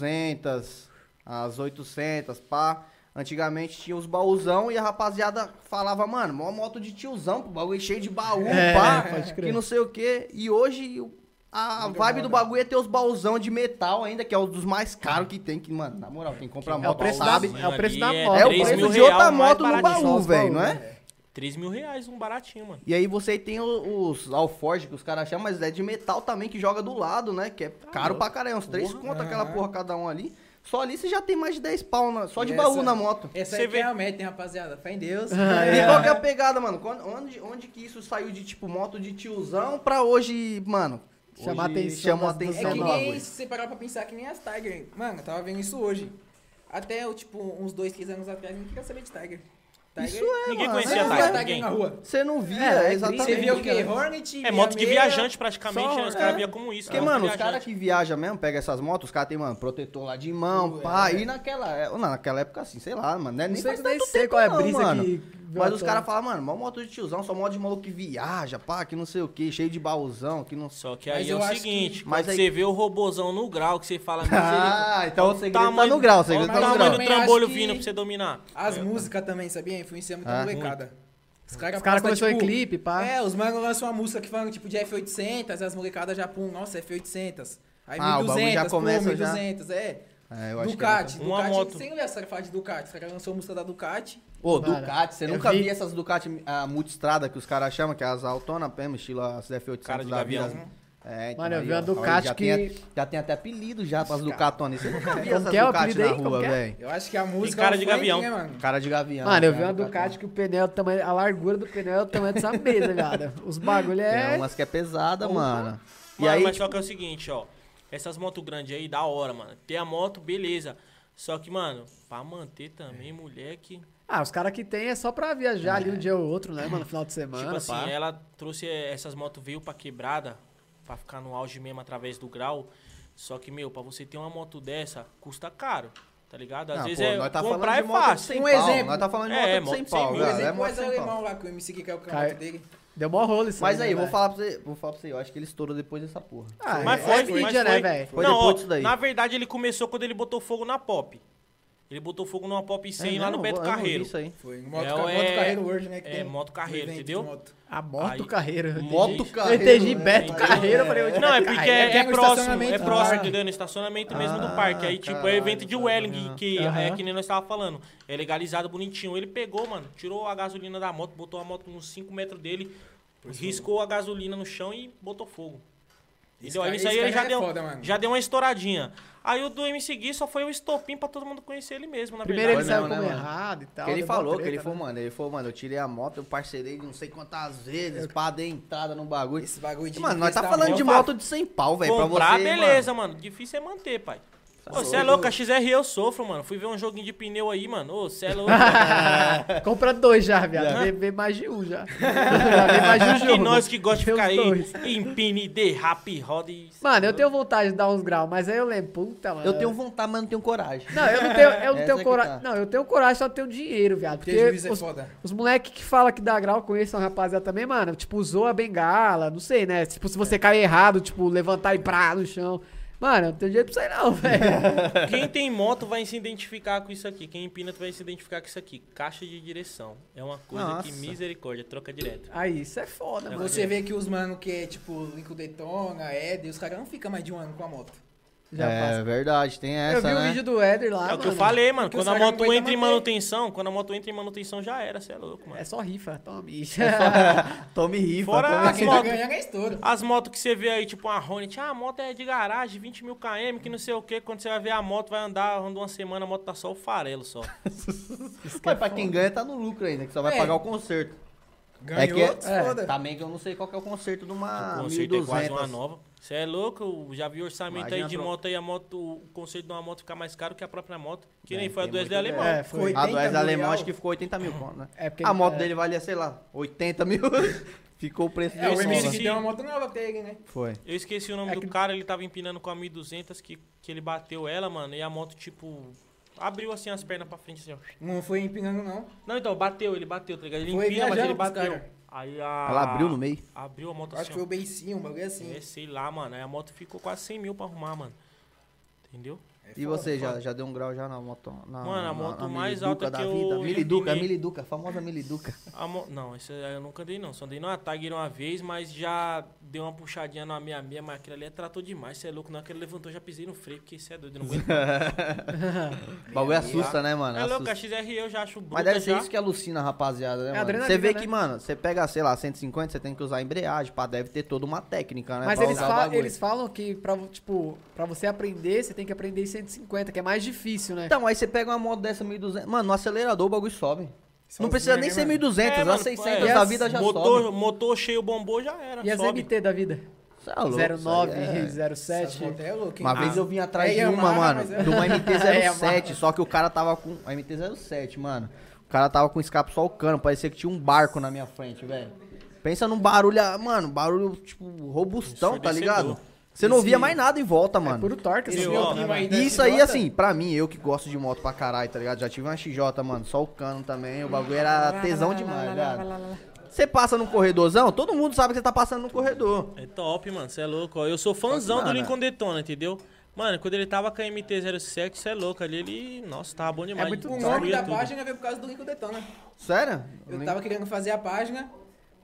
A: 1200, as 800, pá. Antigamente tinha os baúzão e a rapaziada falava, mano, mó moto de tiozão, pô, bagulho cheio de baú,
B: É,
A: pá,
B: pode crer.
A: que não sei o quê. E hoje o- a
C: Muita
A: vibe do
C: moda.
A: bagulho é ter os baúzão de metal ainda, que é um dos mais caros que tem, que, mano, na moral, quem compra
B: É o
A: moto
B: preço da-
A: sabe.
B: é o preço da moto.
A: É o
B: 3
A: preço
B: mil
A: de outra
D: real, mais
A: moto no
D: baratinho.
B: Só
A: baú,
B: os
A: velho,
B: baús,
A: não é?
B: né?
D: 3 mil reais, um baratinho, mano.
A: E aí você tem o- os alforge que os caras chamam, mas é de metal também que joga do lado, né? Que é caro
D: louco.
A: pra caralho, uns três
D: Porra.
A: conta aquela
C: Aham.
A: porra cada um ali. Só ali você já tem mais de 10 pau, na- só de
C: E
A: baú
C: essa-
A: na moto.
C: Essa
D: Você
C: aí
D: vê-
C: que é a meta, hein, rapaziada? Fé em Deus.
A: E qual que é a pegada, mano? Quando- onde, onde que isso saiu de, tipo, moto de tiozão pra hoje, mano?
B: Chamar
A: hoje
B: atenção
A: Chamou
B: das-
A: atenção
C: É
B: Só
C: que
A: do
B: no
C: nem,
A: bagulho.
C: se você parar pra pensar, que nem as Tiger. Mano, eu tava vendo isso hoje. Até, eu, tipo, uns dois, três anos atrás, ninguém queria saber de Tiger. Tiger
A: Isso é,
D: Ninguém
A: mano.
C: Você
D: conhecia
A: é,
C: não
D: Tiger,
C: via
D: ninguém.
C: na rua.
A: Você não via,
B: É, é
A: exatamente.
C: Você via o quê?
A: né, cara.
C: Hornet,
D: É moto de
C: Viameira.
D: viajante praticamente, né? Os caras via como isso.
A: Porque,
D: né?
A: mano, os
D: Viajante.
A: caras que viajam mesmo, pega essas motos, os caras tem, mano, protetor lá de mão,
C: Uh,
A: pá.
C: é.
A: E naquela, é- não, naquela época, assim, sei lá, mano. Né?
B: Não
A: Nem
B: sei,
A: faz
B: nem
A: tanto
B: sei
A: tempo
B: qual é a
A: não,
B: brisa
A: mano.
B: que...
A: Mas os caras falam, mano, mó moto de tiozão, só moto de maluco que viaja, pá, que não sei o que, cheio de baúzão, que não sei.
D: Só que
C: Mas
D: aí é
C: eu
D: o
C: acho
D: seguinte,
A: que-
D: quando
A: Mas aí-
D: você vê o robozão no grau, que você fala...
A: Ah, então o segredo
D: tamanho-
A: tá no grau, o
D: Olha o
A: segredo tá no
D: tamanho
A: grau.
D: do
C: grau.
D: trambolho
C: Eu acho que-
D: vindo pra você dominar.
C: As músicas também, sabia? Influencia muito
A: Ah,
C: a molecada. Os caras
B: Os caras
C: postam,
B: começaram em clipe, pá.
C: É, os manos lançam uma música que falam, tipo, de F800, as molecadas já pum, nossa, F800. Aí
A: Ah, o bagulho
C: 1200,
A: já começa
C: pum,
A: já.
C: 1200, é.
A: É, eu acho que é
C: Ducati,
D: Uma
C: Ducati,
D: moto.
C: sem olhar essa falar de Ducati, os caras lançou a música da Ducati.
A: Ô,
B: Mano,
A: Ducati, você
B: eu
A: nunca
B: vi-
A: viu essas Ducati a multistrada que os caras chamam, que é as autona mesmo, estilo as F800
D: Cara de
A: da
D: gavião,
A: vida.
D: né?
A: É, então
B: Mano, eu
A: aí,
B: vi uma
A: ó,
B: Ducati
A: já
B: que-
A: Tem, já tem até apelido já pras Ducatonas. Você nunca viu
B: Como
A: essas
B: que é o
A: Ducati
B: apelido
A: na
B: aí? Como
A: rua,
B: que é?
A: velho.
C: Eu acho que a música
D: cara
C: é o
D: de
C: funk,
D: gavião.
C: né, mano?
A: Cara de gavião.
B: Mano, eu vi
A: cara
B: uma
A: de gavião.
B: Ducati que o pneu, é do tamanho, a largura do pneu é o tamanho dessa mesa, viado. Os bagulho é...
A: Tem umas que é pesada, mano. E
D: Mano,
A: aí, tipo,
D: mas só que é o seguinte, ó. Essas motos grandes aí, da hora, mano. Ter a moto, beleza. Só que, mano, pra manter
A: É.
D: também, moleque. tipo
B: Ah, os caras que tem é só pra viajar ali um dia ou outro, né, mano? Final de semana,
D: tipo assim,
B: pá.
D: ela trouxe eh, essas motos, veio pra quebrada, pra ficar no auge mesmo através do grau. Só que, meu, pra você ter uma moto dessa, custa caro, tá ligado? Às
A: Não,
D: vezes
A: pô,
D: é,
A: nós tá
D: comprar
A: falando
D: é
A: de moto de
D: fácil.
A: 100
C: Um
A: pau,
C: exemplo.
A: Nós tá falando de
D: É,
A: moto
D: é,
A: de
D: moto
A: 100
D: de
A: pau,
D: cem
C: O
D: mil,
A: cara. É
C: exemplo
A: moto de
C: é o
A: 100 pau.
C: alemão lá que o MC que é o
B: Cara,
C: canal dele.
B: Deu mó rolo isso
A: Mas
B: né,
A: aí, vou
B: velho?
A: falar pra você, vou falar pra você, eu acho que ele estourou depois dessa porra.
B: Ah,
D: Mas
B: é,
D: foi,
B: é mídia,
D: mas
B: né,
D: foi.
B: velho?
A: Foi
D: não,
A: depois
D: ó,
A: disso daí.
D: Na verdade, ele começou quando ele botou fogo na Pop. Ele botou fogo numa Pop
A: É
D: 100 lá no Beto Carreiro.
A: Isso aí.
C: Foi um moto,
D: É,
C: ca- moto
D: é-
C: carreiro hoje, né? Que
D: é,
C: tem
D: moto
C: um
D: carreiro,
C: evento de
D: entendeu?
C: moto.
B: A moto
D: Aí-
B: carreira.
A: Moto
B: Eu
A: carreiro.
B: entendi
A: né?
B: Beto Carreira, eu falei, eu entendi
D: Não, é
B: Beto
D: porque
B: Carreiro.
D: é,
C: porque é no
D: próximo,
C: estacionamento
D: é
C: do
D: próximo,
C: parque.
D: entendeu? No estacionamento mesmo
A: Ah,
D: do parque. Aí, tipo, é
A: caralho,
D: evento de Welling,
A: estacionamento.
D: que
B: Aham.
D: é que nem nós tava falando. É legalizado bonitinho. Ele pegou, mano, tirou a gasolina da moto, botou a moto uns 5 metros dele,
C: é.
D: riscou a gasolina no chão e botou fogo.
C: Esse
D: Entendeu?
C: cara-
D: Aí Isso aí
C: esse
D: ele já
C: cara é
D: deu,
C: foda, mano.
D: já deu uma estouradinha. Aí o do MC Gui só foi um estopim pra todo mundo conhecer ele mesmo, na
B: Primeiro ele
D: verdade.
A: Foi
B: saiu
A: mesmo, né,
B: como
A: mano?
B: errado e tal.
A: Que ele
B: deu mó
A: falou, que
B: treta,
A: ele
B: né?
A: falou, mano, ele falou, mano, eu tirei a moto, eu parcerei não sei quantas vezes, pá, dei entrada no bagulho.
C: Esse bagulho de
A: Mano, nós tá
C: emprestar
A: falando
C: moto.
A: de
D: eu falo.
A: moto de 100 pau, velho, pra
D: Comprar,
A: você, mano.
D: beleza, mano. Difícil é manter, pai. Ô, Você é louco, a XR eu sofro, mano. Fui ver um joguinho de pneu aí, mano. Ô, você é louco.
B: Ah, Compra dois já, viado. Vê, vê mais de um já. já vê mais de um
D: Que
B: jogo.
D: nós que gosta de
B: Vê os
D: ficar aí,
B: dois.
D: empine, derrape, roda e...
B: Mano, eu tenho vontade de dar uns graus, mas aí eu lembro, puta, mano.
A: Eu tenho vontade, mas não tenho coragem.
B: Não, eu não tenho, eu não
A: Essa
B: tenho
A: que
B: coragem.
A: tá.
B: Não, eu tenho coragem, só tenho dinheiro, viado. Porque
C: Prejuízo é
B: os,
C: foda.
B: os moleques que falam que dá grau conhecem uma rapaziada também,
A: É.
B: mano. Tipo, usou a bengala, não sei, né? Tipo, se você cair errado, tipo, levantar e prá no chão. Mano, não tem jeito pra sair não, velho.
D: Quem tem moto vai se identificar com isso aqui. Quem empina vai se identificar com isso aqui. Caixa de direção. É uma coisa que
A: Nossa.
D: misericórdia, troca direto.
B: Aí, isso é foda,
A: Tá
B: mano.
C: Você vê que os mano que é tipo Lincoln Daytona, Ed, os caras não ficam mais de um ano com a moto.
B: Já
A: é
B: passa.
A: verdade, tem essa,
B: eu vi
A: né?
B: o vídeo do Éder lá,
D: é o que
B: Ah,
D: eu
B: mano.
D: falei, mano.
C: Porque
D: Quando
C: os
D: a
C: caras
D: moto
C: não aguentam
D: entra em
C: manter.
D: manutenção, quando a moto entra em manutenção já era, você é louco, mano.
B: É só rifa, toma bicho.
A: É Tome rifa.
D: Fora
A: tome-
D: as
C: Quem tá
D: motos.
C: ganhando é estouro.
D: As motos que você vê aí, tipo uma Hornet, ah, a moto é de garagem, 20 mil km, que não sei o que. Quando você vai ver a moto, vai andar, anda uma semana, a moto tá só o farelo só.
A: Mas pra quem ganha tá no lucro ainda, que só vai
C: É.
A: pagar o conserto.
C: Ganhou,
A: é que
C: se foda.
A: também que eu não sei qual que é o conserto de uma
D: o conceito é quase
A: 1200.
D: uma nova. Você é louco? Eu Já vi orçamento
A: Imagina
D: aí de
A: a troca.
D: moto aí, a moto, o conceito de uma moto ficar mais caro que a própria moto. Que
A: É,
D: nem foi a
A: tem
D: do
A: muito
D: Wesley Alemão.
A: dessa.
B: É, foi.
A: A do
C: 80
A: Wesley
C: mil
A: Alemão
C: real.
A: acho Ah, que ficou 80 mil conto, né?
B: É, porque
A: a
B: ele-
A: moto
B: é.
A: dele valia, sei lá, 80 mil. ficou o preço
C: É,
A: de
C: o
A: uma
C: MC
A: nova.
C: que deu uma moto nova pra ele, né?
A: Foi.
D: Eu esqueci o nome
B: É
D: do
B: que-
D: cara, ele tava empinando com a 1200, que, que ele bateu ela, mano, e a moto, tipo, abriu assim as pernas pra frente, assim, ó.
C: Não foi empinando, não.
D: Não, então, bateu, ele bateu, tá ligado? Ele
C: Foi
D: empina, mas ele
C: viajando com os
D: bateu.
C: cara.
D: Aí a...
A: Ela abriu no meio.
D: Abriu a moto
C: Acho que
D: assim,
C: foi
D: ó.
C: o beicinho, um bagulho assim.
D: É, sei lá, mano, aí a moto ficou quase 100 mil pra arrumar, mano. Entendeu?
C: É
A: E
C: foda,
A: você
C: foda.
A: já, já deu um grau já na moto? Na,
D: Mano, a
A: na-
D: moto
A: na
D: mais
A: Miliduca
D: alta
A: da
D: que eu
A: vida.
D: já
A: Miliduca,
D: empinei.
A: Miliduca, a famosa Miliduca.
D: A mo- Não, isso eu nunca andei não. Só andei no Atagueira uma vez, mas já deu uma puxadinha na minha meia, mas aquilo ali tratou demais. Você é louco, não. Aquele levantou, já pisei no freio, porque você é doido, eu não aguento.
A: O bagulho assusta, né, mano?
D: é louco, a
A: Assusta.
D: XR eu já acho bruta
A: Mas deve ser
D: já.
A: isso que é alucina a rapaziada, né, mano?
B: adrenalina,
A: Você vê
B: né?
A: que, mano, você pega, sei lá, 150, você tem que usar a embreagem, pá, deve ter toda uma técnica, né?
B: Mas
A: pra
B: eles,
A: usar o
B: fa-
A: bagulho.
B: eles falam que pra, vo- tipo, pra você aprender, você tem que aprender em 150, que é mais difícil, né?
A: Então, aí você pega uma moto dessa 1200, mano, no acelerador o bagulho sobe.
C: Sozinho,
A: não precisa nem
C: né,
A: ser
C: mano?
A: 1200,
D: É,
A: a
D: mano,
A: 600
D: é.
A: da vida já
D: motor,
A: sobe.
D: motor cheio, bombou, já era.
B: e as
D: sobe.
B: MT da vida?
A: Cê é louco, isso aí
B: 09,
A: é-
B: 07.
C: Essas motos é louco, hein?
A: Uma vez eu vim atrás
C: É
A: de uma,
C: Yamaha,
A: mano,
C: mas é-
A: de uma
B: É
A: MT-07,
B: Yamaha.
A: só que o cara tava com... A MT-07, mano. O cara tava com escape só o cano, parecia que tinha um barco na minha frente, velho. Pensa num barulho, ah, mano, barulho, tipo, robustão, tá ligado? Você não ouvia mais nada em volta,
C: É
A: mano.
B: Puro torque,
C: Esse
B: essas
D: meu
B: motos,
D: primo
B: né,
C: aí-
B: mano?
A: E
C: da
A: isso aí,
C: XJ?
A: assim, pra mim, eu que gosto de moto pra caralho, tá ligado? Já tive uma XJ, mano, só o cano também, o bagulho era tesão demais, ligado? Você passa num corredorzão, todo mundo sabe que você tá passando no corredor.
D: É top, mano, você é louco. ó. Eu sou fãzão
A: Só que,
D: do
A: mano,
D: Lincoln Detona, entendeu? Mano, quando ele tava com a MT-07, você é louco. Ali ele, nossa, tava
A: É
D: bom demais.
B: muito
C: O nome
D: destruía
C: um da
D: tudo.
C: página veio por causa do Lincoln Detona.
A: Sério?
C: Eu
A: Nem-
C: tava querendo fazer a página.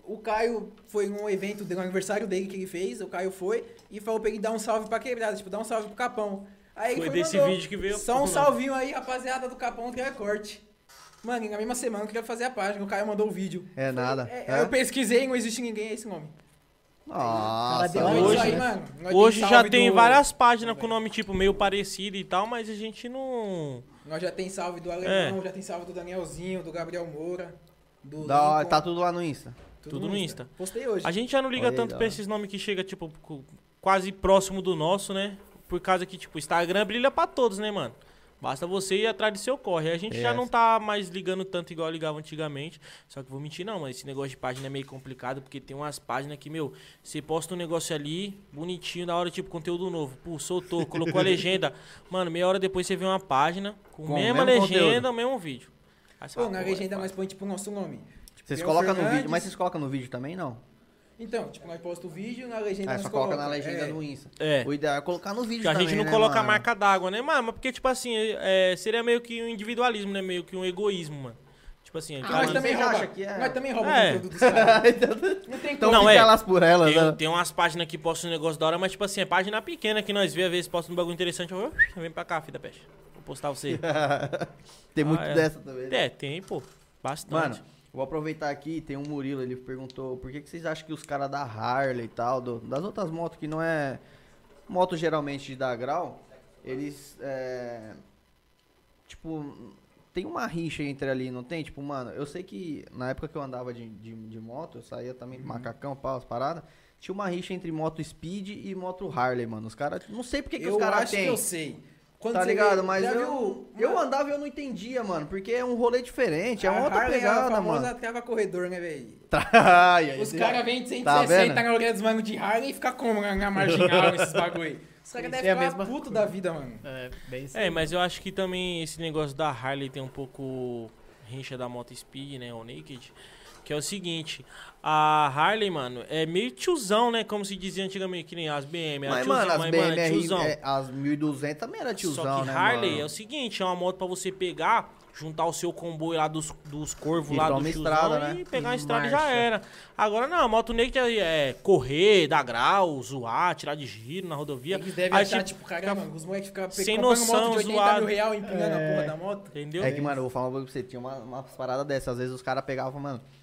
C: O Caio foi num evento do aniversário dele que ele fez. O Caio foi e falou pra ele dar um salve pra quebrada, tipo, dar um salve pro Capão. Aí ele
D: Foi
C: e
D: desse
C: mandou,
D: vídeo que veio
C: Só
D: o
C: um
D: nome."
C: salvinho aí, rapaziada do Capão tem a corte. Mano, e na mesma semana eu queria fazer a página, o Caio mandou o vídeo.
A: É nada.
C: É,
A: É?
C: Eu pesquisei, não existe ninguém, é esse nome. Então é
A: Nossa,
B: Ela deu
A: hoje,
C: isso aí,
A: né?
C: mano. nós
D: Hoje já
C: é salve
D: tem
C: do-
D: várias páginas com nome, tipo, meio parecido e tal, mas a gente não.
C: Nós já tem salve do Alemão,
D: É.
C: já tem salve do Danielzinho, do Gabriel Moura, do
A: Da hora,
C: Lincoln,
A: tá tudo lá no Insta.
D: tudo no Insta.
C: Postei hoje.
D: A gente já não liga
A: Olha aí,
D: tanto
A: da
D: pra
A: hora.
D: esses nomes que chega, tipo, cu- quase próximo do nosso, né? Por causa que, tipo, o Instagram brilha pra todos, né, mano? Basta você ir atrás do seu corre. A gente já
A: É.
D: não tá mais ligando tanto igual ligava antigamente. Só que vou mentir, não, mas esse negócio de página é meio complicado, porque tem umas páginas que, meu, você posta um negócio ali, bonitinho, da hora, tipo, conteúdo novo. Pô, soltou, colocou a legenda. Mano, meia hora depois você vê uma página com,
A: Com o
D: a mesma
A: mesmo
D: legenda,
A: conteúdo.
D: o mesmo vídeo. Aí você
C: Pô,
D: fala,
C: na
D: "Pô,
C: legenda
D: é
C: nós põe tipo o nosso nome. Tipo,
A: Vocês
C: Theo
A: colocam no
C: Fernandes.
A: vídeo, mas vocês colocam no vídeo também, não?
C: Então, tipo, nós posta o vídeo na legenda
A: É,
C: nós
A: só coloca na
C: coloca.
A: legenda
C: É.
A: no Insta.
D: É.
A: O ideal é colocar no vídeo
D: Que a
A: também,
D: gente não
A: né,
D: coloca a
A: mano?
D: marca d'água, né, mano? Mas porque, tipo assim, é, seria meio que um individualismo, né? Meio que um egoísmo, mano. Tipo assim, ele
A: Ah,
D: tá
C: Nós
A: mas
D: falando-
C: também
A: vocês
C: rouba,
A: acham que é?
C: nós também rouba
D: É.
C: o conteúdo dos caras. Não tem
A: então
C: como.
D: Não,
A: fica
D: é.
A: elas por elas,
D: tem,
A: né?
D: tem umas páginas que postam um negócio da hora, mas tipo assim, é página pequena que nós vê, às vezes posta um bagulho interessante, eu vem pra cá, filho da peste. Vou postar você.
A: Tem muito
D: Ah, é.
A: dessa também. né?
D: é, tem, pô. Bastante.
A: Mano, vou aproveitar aqui, tem um Murilo, ele perguntou por que, que vocês acham que os caras da Harley e tal, do- das outras motos que não é. Moto geralmente de dar grau, eles. é, tipo, tem uma rixa entre ali, não tem? Tipo, mano, eu sei que na época que eu andava de, de, de moto, eu saía também de
C: Uhum.
A: macacão, pau, as paradas. Tinha uma rixa entre moto speed e moto Harley, mano. Os caras. Não sei por que, que
C: Eu
A: os caras
C: acho
A: têm
C: que eu sei. Quando
A: tá
C: você
A: ligado?
C: vê-
A: Mas
C: já
A: eu,
C: viu-
A: eu andava e eu não entendia, mano. Porque é um rolê diferente, é
C: a
A: uma outra
C: Harley é a
A: pegada,
C: famosa
A: mano.
C: trava corredor, né, velho?
A: Ai,
D: É,
A: ai,
C: Os
A: ai.
C: caras vêm de
A: Tá
C: 160
A: vendo?
C: na orelha dos manos de Harley e fica como na, na marginal esses bagulho. Os caras
B: Tem a
C: devem ficar
B: mesma
C: puto da vida, mano.
B: É, bem isso.
D: É, mas eu acho que também esse negócio da Harley tem um pouco rincha da moto speed, né? Ou naked. Que é o seguinte, a Harley, mano, é meio tiozão, né? Como se dizia antigamente, que nem as BM.
A: Mas,
D: a tiozão,
A: mano, as
D: mas, mano, é
A: BMR,
D: tiozão.
A: é, as 1200 também era tiozão,
D: Só que
A: né,
D: Harley
A: mano?
D: é o seguinte, é uma moto pra você pegar, juntar o seu comboio lá dos, dos corvos
A: E
D: lá do
A: toma
D: tiozão
A: estrada, né?
D: e pegar a
B: E
D: estrada e já
B: marcha.
D: era. Agora não, a moto negra é correr, dar grau, zoar, tirar de giro na rodovia.
C: Eles devem
D: Aí,
C: achar,
D: tipo,
C: tipo, caramba, os moleques ficam
D: sem
C: comprando
D: noção,
C: moto de 80
D: zoado.
C: mil real empinando a porra da moto.
D: Entendeu?
A: É que, mano, eu vou falar uma coisa pra você. Tinha uma- umas paradas dessas. Às vezes os caras pegavam e falavam, mano,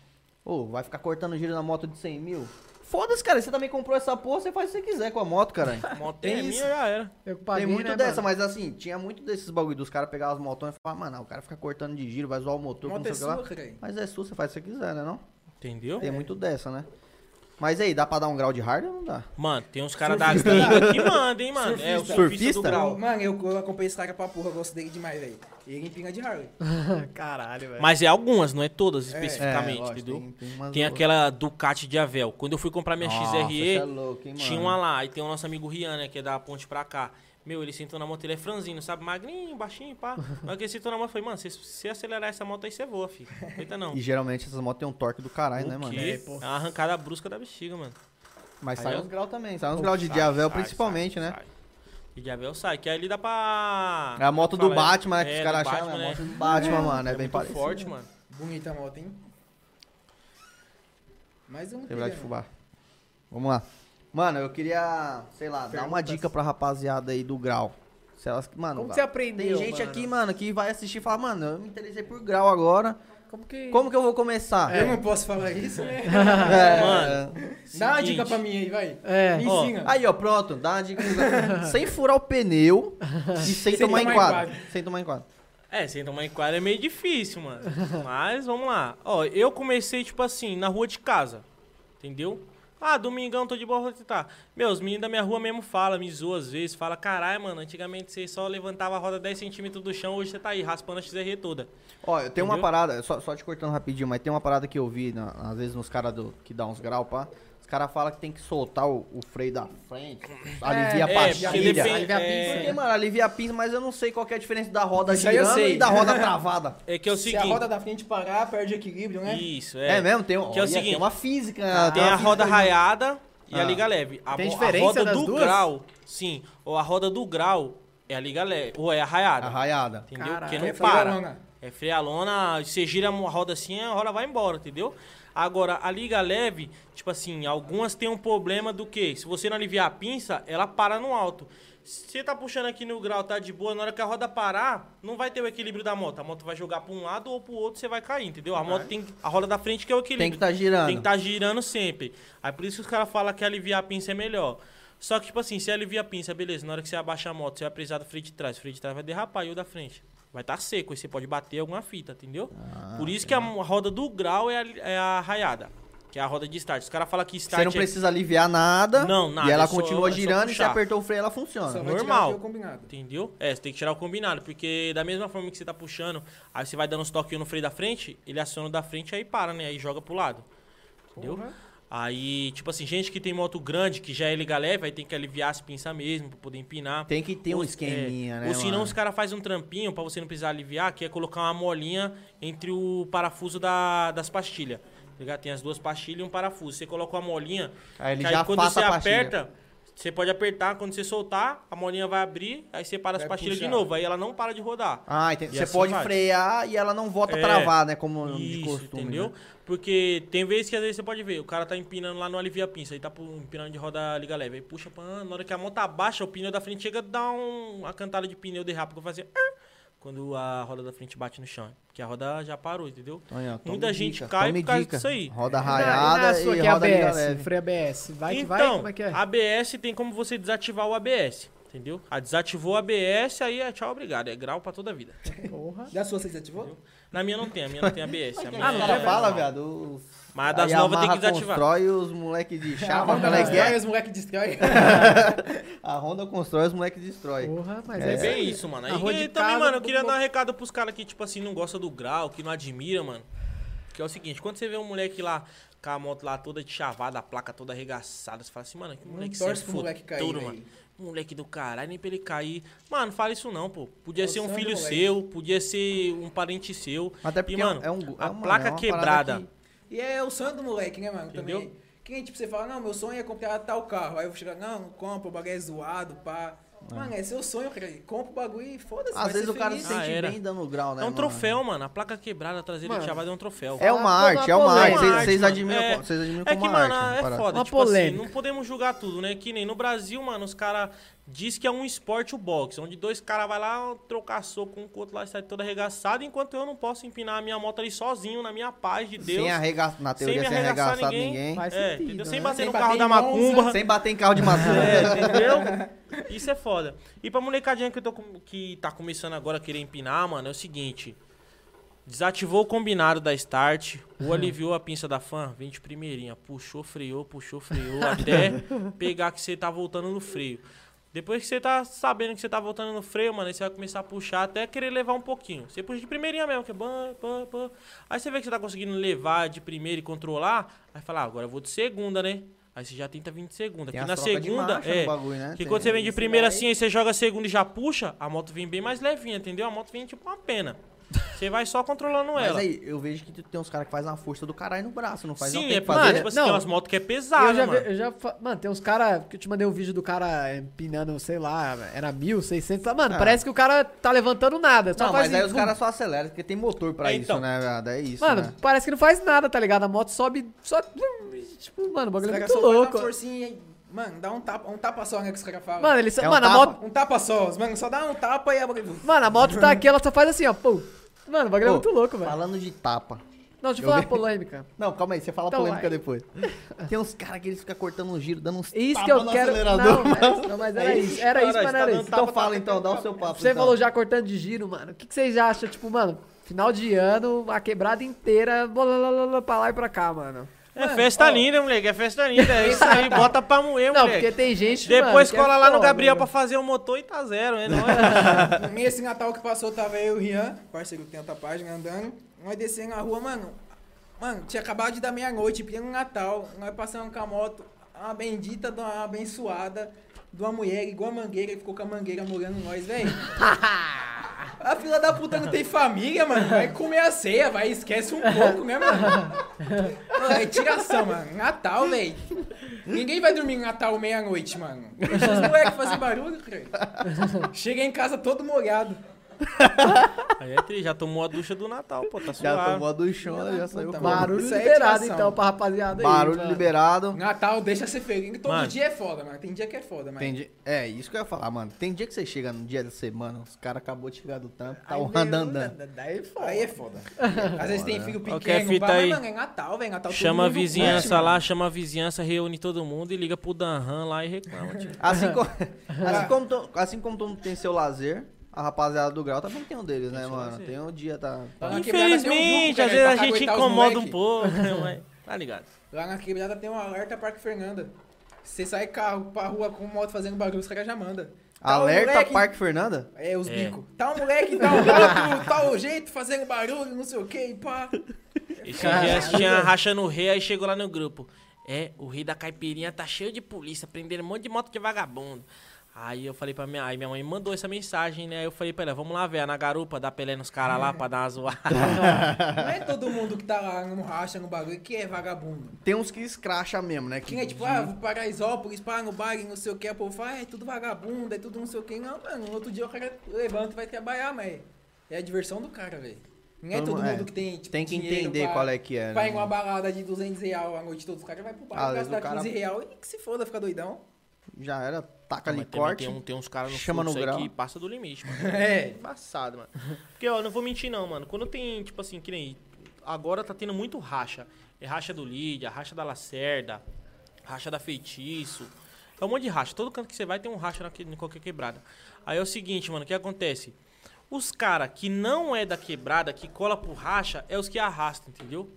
A: ô, vai ficar cortando giro na moto de 100 mil? Foda-se, cara. Você também comprou essa porra, você faz o que você quiser com a moto, cara.
D: A moto
C: Tem
D: é minha,
C: isso.
D: já era.
B: Eu paguei,
A: Tem muito
B: né,
A: dessa,
B: mano?
A: mas assim, tinha muito desses bagulho dos caras pegar as motões e falar, mano, o cara fica cortando de giro, vai zoar o motor,
C: moto
A: que
C: é
A: não sei o que lá.
C: sua, cara.
A: Mas é sua, você faz o que você quiser, né não?
D: Entendeu?
A: Tem muito dessa, né? Mas aí, dá pra dar um grau de hard ou não dá?
D: Mano, tem uns caras da gringa que mandam, hein, mano. É o
A: Surfista.
D: surfista,
A: Surfista?
D: do grau.
C: Mano, eu, eu acompanho esse cara pra porra, eu gosto dele demais, velho. Ele empina de Harley.
B: Caralho, velho.
D: Mas é algumas, não é todas especificamente,
A: é, lógico,
D: entendeu?
A: tem- tem umas
D: Tem
A: outras.
D: aquela Ducati de Avel. Quando eu fui comprar minha
A: Nossa,
D: XRE,
A: cê é louco, hein, mano?
D: tinha uma lá. E tem o nosso amigo Rian, né, que é da ponte pra cá. Meu, ele sentou na moto, ele é franzino, sabe? Magrinho, baixinho, pá. Na hora que ele sentou na moto, eu falei, mano, se você acelerar essa moto aí, você voa, filho. Eita, não.
A: E geralmente essas motos tem um torque do caralho,
D: O
A: né, mano?
D: quê?
A: É,
D: É uma arrancada brusca da bexiga, mano.
A: Mas
D: Aí
A: sai
D: eu-
A: uns graus também, sai uns
D: Sai,
A: graus de diavel
D: sai,
A: principalmente,
D: sai,
A: né?
D: sai. De diavel sai, que aí ele dá pra...
A: É a moto do
D: Fala, é-
A: Batman, né? Que
D: é,
A: os
D: do
A: caras acham, né? A
D: Batman, né?
A: moto do Batman, mano, é, bem
D: muito
A: parecido.
D: forte, mano.
C: Bonita a moto, hein? Mais um.
A: Lembrar de fubá. Vamos lá. Mano, eu queria, sei lá, dar uma
C: Perguntas.
A: dica pra rapaziada aí do grau. Se elas, mano,
B: Como
A: vai-
B: que você
A: tem
B: aprendeu,
A: gente
B: mano?
A: aqui, mano, que vai assistir e fala, mano, eu me interessei por grau agora.
B: Como que...
A: Como que eu vou começar?
D: É.
C: Eu
B: É.
C: não posso falar isso, né?
A: É.
D: Mano.
C: Dá uma
D: Seguinte.
C: dica pra mim aí, vai.
B: É.
C: Me
D: Ó,
C: ensina.
A: Aí, ó, pronto, dá uma dica. sem furar o pneu e sem, tomar enquadro. Sem tomar enquadro.
D: É, sem tomar enquadro é meio difícil, mano. Mas vamos lá. Ó, eu comecei, tipo assim, na rua de casa. Entendeu? Ah, domingão tô de boa, vou tentar. Meu, os meninos da minha rua mesmo falam, me zoam às vezes, fala caralho, mano, antigamente você só levantava a roda 10 centímetros do chão, hoje você tá aí raspando a XR toda.
A: Ó, eu tenho uma
D: Entendeu?
A: parada, só, só te cortando rapidinho, mas tem uma parada que eu vi, na- às vezes, nos caras que dá uns grau, pá. Os caras falam que tem que soltar o, o freio da frente, alivia a
D: é,
A: pastilha.
D: porque depende-
B: Alivia a
D: é-
B: pinça,
A: Porque,
B: né?
A: mano, alivia a pinça, mas eu não sei qual que é a diferença da roda
C: Isso aí eu
A: girando
C: sei.
A: e da roda travada.
D: É que é o
C: Se a
D: seguinte.
C: roda da frente parar, perde o equilíbrio, né?
D: Isso,
A: É,
D: é.
A: mesmo? Tem, um-
D: Que é o
A: olha, tem
D: seguinte,
A: uma física.
D: Tem
A: uma
D: a
A: física
D: roda
A: de-
D: raiada e
A: Ah.
D: a liga leve. A,
B: Tem
D: bo- a
B: diferença
D: roda
B: das
D: do
B: duas?
D: grau, sim. Ou a roda do grau é a liga leve, ou é a
A: A
D: raiada.
A: raiada.
D: Entendeu?
B: Caralho.
D: Porque
C: É
D: não
C: freio
D: para.
C: à lona.
D: É freio a lona, você gira uma roda assim, a roda vai embora, entendeu? Agora, a liga leve, tipo assim, algumas tem um problema do que? Se você não aliviar a pinça, ela para no alto. Se você tá puxando aqui no grau, tá de boa, na hora que a roda parar, não vai ter o equilíbrio da moto. A moto vai jogar pra um lado ou pro outro, você vai cair, entendeu? A moto tem a roda da frente que é o equilíbrio.
A: Tem que tá girando.
D: Tem que tá girando sempre. Aí por isso que os caras falam que aliviar a pinça é melhor. Só que, tipo assim, se alivia a pinça, beleza. Na hora que você abaixa a moto, você vai precisar do freio de trás. O freio de trás vai derrapar e o da frente. Vai estar tá seco, aí você pode bater alguma fita, entendeu?
A: Ah,
D: por
A: é.
D: isso que a mo- roda do grau é a, é a raiada, que é a roda de start. Os caras falam que start
A: Você não
D: é-
A: precisa aliviar nada.
D: Não, nada,
A: E
D: é
A: ela
D: só-
A: continua
D: é só
A: girando e se
D: puxar.
A: apertou o freio, ela
C: Só
A: funciona.
C: vai tirar
D: normal.
C: o que é o combinado.
D: Entendeu? É, você tem que tirar o combinado, porque da mesma forma que você tá puxando, aí você vai dando uns toquinhos no freio da frente, ele aciona o da frente aí para, né? Aí joga pro lado. Entendeu? Aí, tipo assim, gente que tem moto grande, que já é liga leve, aí tem que aliviar as pinças mesmo pra poder empinar.
A: Tem que ter um
D: Ou-
A: esqueminha,
D: é,
A: né?
D: Ou senão
A: mano?
D: os caras fazem um trampinho pra você não precisar aliviar, que é colocar uma molinha entre o parafuso da, das pastilhas. tá ligado? Tem as duas pastilhas e um parafuso. Você coloca uma molinha,
A: Aí ele
D: que
A: já
D: aí quando
A: afasta
D: você
A: a pastilha.
D: aperta, você pode apertar, quando você soltar, a molinha vai abrir, aí você para as
C: Vai
D: pastilhas de
C: puxar.
D: novo, aí ela não para de rodar.
A: Ah, entendi.
D: E
A: Você
D: assim
A: pode
D: vai.
A: frear e ela não volta a
D: É.
A: travar, né? Como de
D: Isso,
A: costume.
D: entendeu?
A: né?
D: Porque tem vezes que às vezes você pode ver, o cara tá empinando lá no alivia pinça, aí tá pu- empinando de roda liga leve, aí puxa, pá, na hora que a moto abaixa, o pneu da frente chega a dar um, uma cantada de pneu derrapa, que fazia "Ah", quando a roda da frente bate no chão, porque a roda já parou, entendeu?
A: Então, aí, ó, tome
D: Muita gente
A: dica,
D: cai
A: tome
D: por causa
A: dica.
D: disso aí. Ah,
A: Roda
B: E na-
A: raiada
B: e É, na sua,
A: e
B: que é
A: roda liga
B: ABS,
A: leve.
B: freio ABS. Vai que vai,
D: então,
B: como é que é?
D: ABS tem como você desativar o ABS, entendeu? Ah, desativou o ABS, aí é tchau, obrigado, é grau pra toda a vida.
B: Porra.
C: Da sua, você desativou?
D: Na minha não tem, a minha não tem ABS. a minha
A: Ah,
D: é-
A: não, cara fala, viado. os-
D: Mas a das
A: a
D: novas tem que
A: Yamaha
D: desativar.
A: constrói os moleque de chapa,
C: Vamos dar mais
A: moleque
C: dói,
A: é.
C: os moleque destrói.
A: A Honda constrói, os moleque destrói.
B: Porra, mas
D: É,
B: é,
D: bem isso, mano.
B: Na rua de
D: E também,
B: casa,
D: mano, eu queria
B: tudo
D: dar um recado pros caras que, tipo assim, não gosta do grau, que não admira, mano. Que é o seguinte, quando você vê um moleque lá com a moto lá toda de chavada, a placa toda arregaçada, você fala assim, mano, que
C: Não
D: moleque
C: torce
D: sem
C: pro moleque cair,
D: futuro,
C: velho.
D: mano. Moleque do caralho, nem pra ele cair. Mano, fala isso não, pô. Podia
C: É o
D: ser um
C: sonho do
D: filho
C: moleque.
D: seu, podia ser um parente seu.
B: Ah,
A: Até porque
D: e, mano,
A: é um- é
D: a
A: uma- é
D: placa
A: uma parada
D: quebrada.
A: que-
C: E E é o sonho do moleque, né, mano? Também.
D: Entendeu?
C: Quem, tipo, você fala, não, meu sonho é comprar tal carro. Aí eu vou chegar, não, não compra, o bagulho é zoado, pá. Mano, é seu sonho, cara. Compra o bagulho e foda-se. vai
A: Às vezes
C: ser
A: o cara se
C: feliz.
D: Ah,
A: sente
D: era.
A: bem dando o grau, né?
D: É um
A: mano?
D: troféu, mano. A placa quebrada, a traseira
B: Mano,
D: do Chavada é um troféu.
A: É uma
B: Toda
A: arte, é uma
B: polêmica.
A: arte. Vocês- Vocês
D: mano.
A: admiram,
D: É.
B: né?
A: como- vocês admiram
D: É
A: como
D: que, mano,
A: arte. uma
D: é
A: parada.
D: foda.
B: Uma
D: tipo assim,
B: polêmica.
D: não podemos julgar tudo, né? Que nem no Brasil, mano, os caras dizem que é um esporte o boxe, onde dois caras vai lá trocar soco um com o outro lá, sai todo arregaçado, enquanto eu não posso empinar a minha moto ali sozinho, na minha paz de Deus.
A: Sem arregaçar, na
D: Sem
A: teoria,
D: me
A: sem
D: arregaçar
A: arregaçar
D: ninguém.
A: ninguém.
B: Faz
D: É,
B: sentido,
D: entendeu? Sem
B: né?
D: bater
C: Sem
D: no
C: bater
D: carro
C: em
D: da
C: Monza,
D: macumba.
A: Sem bater em carro de maçã.
D: É, entendeu? Isso é foda. E pra molecadinha que, eu tô com- que tá começando agora a querer empinar, mano, é o seguinte. Desativou o combinado da start, ou aliviou a pinça da fã, vem de primeirinha. Puxou, freou, puxou, freou, até pegar que você tá voltando no freio. Depois que você tá sabendo que você tá voltando no freio, mano, aí você vai começar a puxar até querer levar um pouquinho. Você puxa de primeirinha mesmo, que é bam, bam, bam. Aí você vê que você tá conseguindo levar de primeira e controlar, aí fala, ah, agora eu vou de segunda, né? Aí você já tenta vir de segunda.
A: Tem
D: que
A: as
D: na
A: trocas de
D: segunda,
A: marcha no
D: é,
A: bagulho, né?
D: que
A: Tem-
D: quando você vem de
C: Isso
D: primeira
C: daí.
D: assim, aí você joga a segunda e já puxa, a moto vem bem mais levinha, entendeu? A moto vem tipo uma pena. Você vai só controlando
A: Mas
D: ela.
A: aí, eu vejo que tu- tem uns caras que fazem uma força do caralho no braço, não faz não
D: Sim,
A: tem
D: é
A: que
D: mano,
A: fazer.
D: tipo assim,
B: Não.
D: tem umas motos que é
A: né,
B: Eu
D: pesada,
B: já, vi,
D: mano.
B: eu já fa- Mano, tem uns caras que eu te mandei um vídeo do cara empinando, sei lá, era 1.600. tá- Mano,
A: Ah.
B: parece que o cara tá levantando nada. Só
A: Não,
B: faz
A: mas aí os
B: isso.
A: caras só aceleram, porque tem motor pra
D: É,
A: isso,
D: então.
A: né, viado? É isso,
B: Mano,
A: né?
B: parece que não faz nada, tá ligado? A moto sobe, só. Tipo, mano, o
C: Os
B: bagulho é
C: caras
B: muito
C: só faz uma
B: louco.
C: forcinha e- Mano, dá um tapa, um tapa só, né, que os caras falam.
B: Mano, ele só,
A: É um
B: mano, a
A: tapa.
B: moto,
C: Um tapa só, os mano, só dá um tapa e a bagulho.
B: mano, a moto tá aqui, ela só faz assim, ó. Pum. Mano, o bagulho é
A: Ô,
B: muito louco, velho.
A: Falando de tapa.
B: Não, deixa eu
A: eu
B: falar
A: vi-
B: uma polêmica.
A: Não, calma aí, você fala
B: Então
A: polêmica
B: vai.
A: depois. Tem uns caras que eles ficam cortando um giro, dando uns
B: É Isso
A: tapa
B: que eu
A: no
B: quero.
A: acelerador. É
B: Não, mas, não, mas era isso. Era isso, mas
D: Cara, você
B: não era
D: tá
B: isso.
A: Então fala então, dá o seu papo.
B: Você
A: então.
B: falou já cortando de giro, mano. O que, que vocês acham? Tipo, mano, final de ano, a quebrada inteira, blá, blá, blá, blá, blá, pra lá e pra cá, mano.
D: É festa linda, moleque. É festa linda. É isso aí, bota pra moer,
B: Não,
D: moleque.
B: porque tem gente.
D: Depois
B: mano, que é
D: cola lá no
B: foda,
D: Gabriel pra
B: mano.
D: fazer o motor e tá zero, é nóis.
C: Nesse Natal que passou, tava eu e o Rian, parceiro que tem outra página, andando. Nós descendo na rua, mano. Mano, tinha acabado de dar meia-noite, pleno Natal. Nós passamos com a moto, uma bendita, de uma abençoada, de uma mulher igual a mangueira, que ficou com a mangueira molhando nós, velho. A fila da puta não tem família, mano. Vai comer a ceia, vai, esquece um pouco, né, mano? Mano, É tiração, mano. Natal, velho. Ninguém vai dormir no Natal meia-noite, mano. Deixa os moleques fazer barulho, cara. Chega em casa todo molhado.
D: aí é tri, já tomou a ducha do Natal, pô, tá
A: Já tomou
D: suave.
A: a duchona, já saiu
C: puta,
A: com
C: mano.
B: Barulho
C: Isso aí é
B: liberado,
C: tiração.
B: então, pra rapaziada aí.
A: Barulho
B: mano.
A: liberado.
C: Natal deixa ser feliz. Todo
D: Mano.
C: dia é foda, mano. Tem dia que é foda, mas.
A: Tem di- É, isso que eu ia falar, mano. Tem dia que você chega no dia da semana, os caras acabou de chegar do trampo, tá
C: Aí
A: o
C: vem-
A: randandando.
C: Daí é foda. Aí é foda. Às vezes tem filho
D: né? Qualquer
C: pequeno,
D: fita
C: pá, mas,
D: aí.
C: mano, é Natal, velho. Natal todo
D: Chama a
C: mundo curte,
D: vizinhança
C: mano.
D: lá, chama a vizinhança, reúne todo mundo e liga pro Danhan lá e reclama, tipo. tio.
A: Assim, co- assim, como to- assim como todo mundo tem seu lazer, a rapaziada do grau também tem um deles, né, mano?
D: lazer.
A: Tem um dia, tá.
C: Tá na quebrada, tem um
D: Infelizmente,
C: grupo,
D: às vezes
C: cara,
D: a
C: pra
D: gente
C: aguentar os
D: incomoda um
C: moleque.
D: pouco, né, mas tá ligado.
C: Lá na quebrada tem um alerta Parque Fernanda. Você sai carro pra rua com moto fazendo barulho, os caras já mandam.
A: Alerta
C: Parque
A: Parque Fernanda?
C: É, os
D: É.
C: bicos. Tá um moleque, tá um outro, tá o jeito, fazendo barulho, não sei o que, pá.
D: Esse dia tinha racha no rei, aí chegou lá no grupo. É, o rei da caipirinha tá cheio de polícia, prenderam um monte de moto de vagabundo. Aí eu falei pra minha, aí minha mãe mandou essa mensagem, né? Aí eu falei pra ela, vamos lá, velho, na garupa, dar pelé nos caras lá pra dar uma zoada.
C: Não é todo mundo que tá lá no racha, no bagulho, que é vagabundo.
A: Tem uns que escracha mesmo, né?
C: Quem é tipo, ah, vou para Isópolis, pá, no bar, não sei o que, o povo fala, "Ah, é tudo vagabundo, é tudo não sei o que. Não, mano, no outro dia o cara levanta e vai trabalhar, mas é a diversão do cara, velho. Não é
A: Todo
C: todo
A: mundo-
C: mundo
A: é.
C: que tem, tipo,
A: Tem que
C: dinheiro
A: entender
C: pra-
A: qual é que é,
C: Vai
A: né?
C: em uma balada de 200 real a noite, todos os caras vai pro bar,
A: Ah, às vezes
C: gastar
A: o cara-
C: 15 real e que se foda, fica doidão.
A: ah, Já era, taca
D: Mas
A: ali
D: também
A: corte.
D: Tem, um- tem uns caras no
A: chama no
D: fluxo aí
A: grau.
D: que passa do limite, mano.
C: É.
D: Embaçado, mano. Porque, ó, não vou mentir não, mano. Quando tem, tipo assim, que nem... Agora tá tendo muito racha. É racha do Lídia, racha da Lacerda, racha da Feitiço. É um monte de racha. Todo canto que você vai tem um racha na que- em qualquer quebrada. Aí é o seguinte, mano, o que acontece? Os cara que não é da quebrada, que cola pro racha, é os que arrastam, entendeu?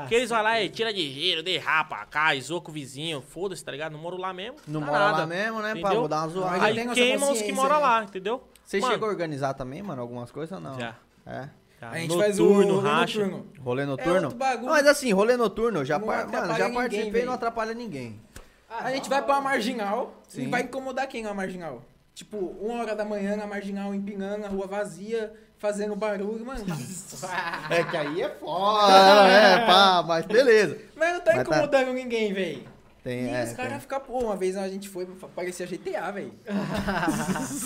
D: Porque eles vão lá e tira de giro, derrapa, cai, zoa com o vizinho, foda-se, tá ligado? Não moro lá mesmo.
A: Não
D: tá
A: mora lá
D: nada.
A: mesmo, né, pá?
D: Entendeu?
A: Vou dar uma zoada.
C: Mas já
D: Aí
C: tem essa
D: queima os que
C: consciência,
D: moram
C: né?
D: lá, entendeu?
A: Você
D: Mano,
A: chegou a organizar também, mano, algumas coisas ou não?
D: Já.
A: É.
D: Tá,
C: A gente
D: noturno,
C: faz o rolê
D: racha.
C: noturno.
A: Rolê noturno?
C: outro bagulho.
A: Não, mas assim, rolê noturno, eu já,
C: Não
A: par-
C: atrapalha
A: mano, já
C: ninguém,
A: participei e não
C: velho.
A: atrapalha ninguém.
C: a gente vai pra uma marginal e
A: Sim.
C: é vai incomodar quem na marginal? Tipo, uma hora da manhã na marginal empinando, a rua vazia, fazendo barulho, mano.
A: É que aí é foda, é, pá, mas beleza.
C: Mas não tá
A: Mas tá-
C: incomodando ninguém, velho.
A: Tem,
C: E
A: é,
C: os caras
A: tem.
C: ficam, pô, uma vez a gente foi, parecia GTA, velho.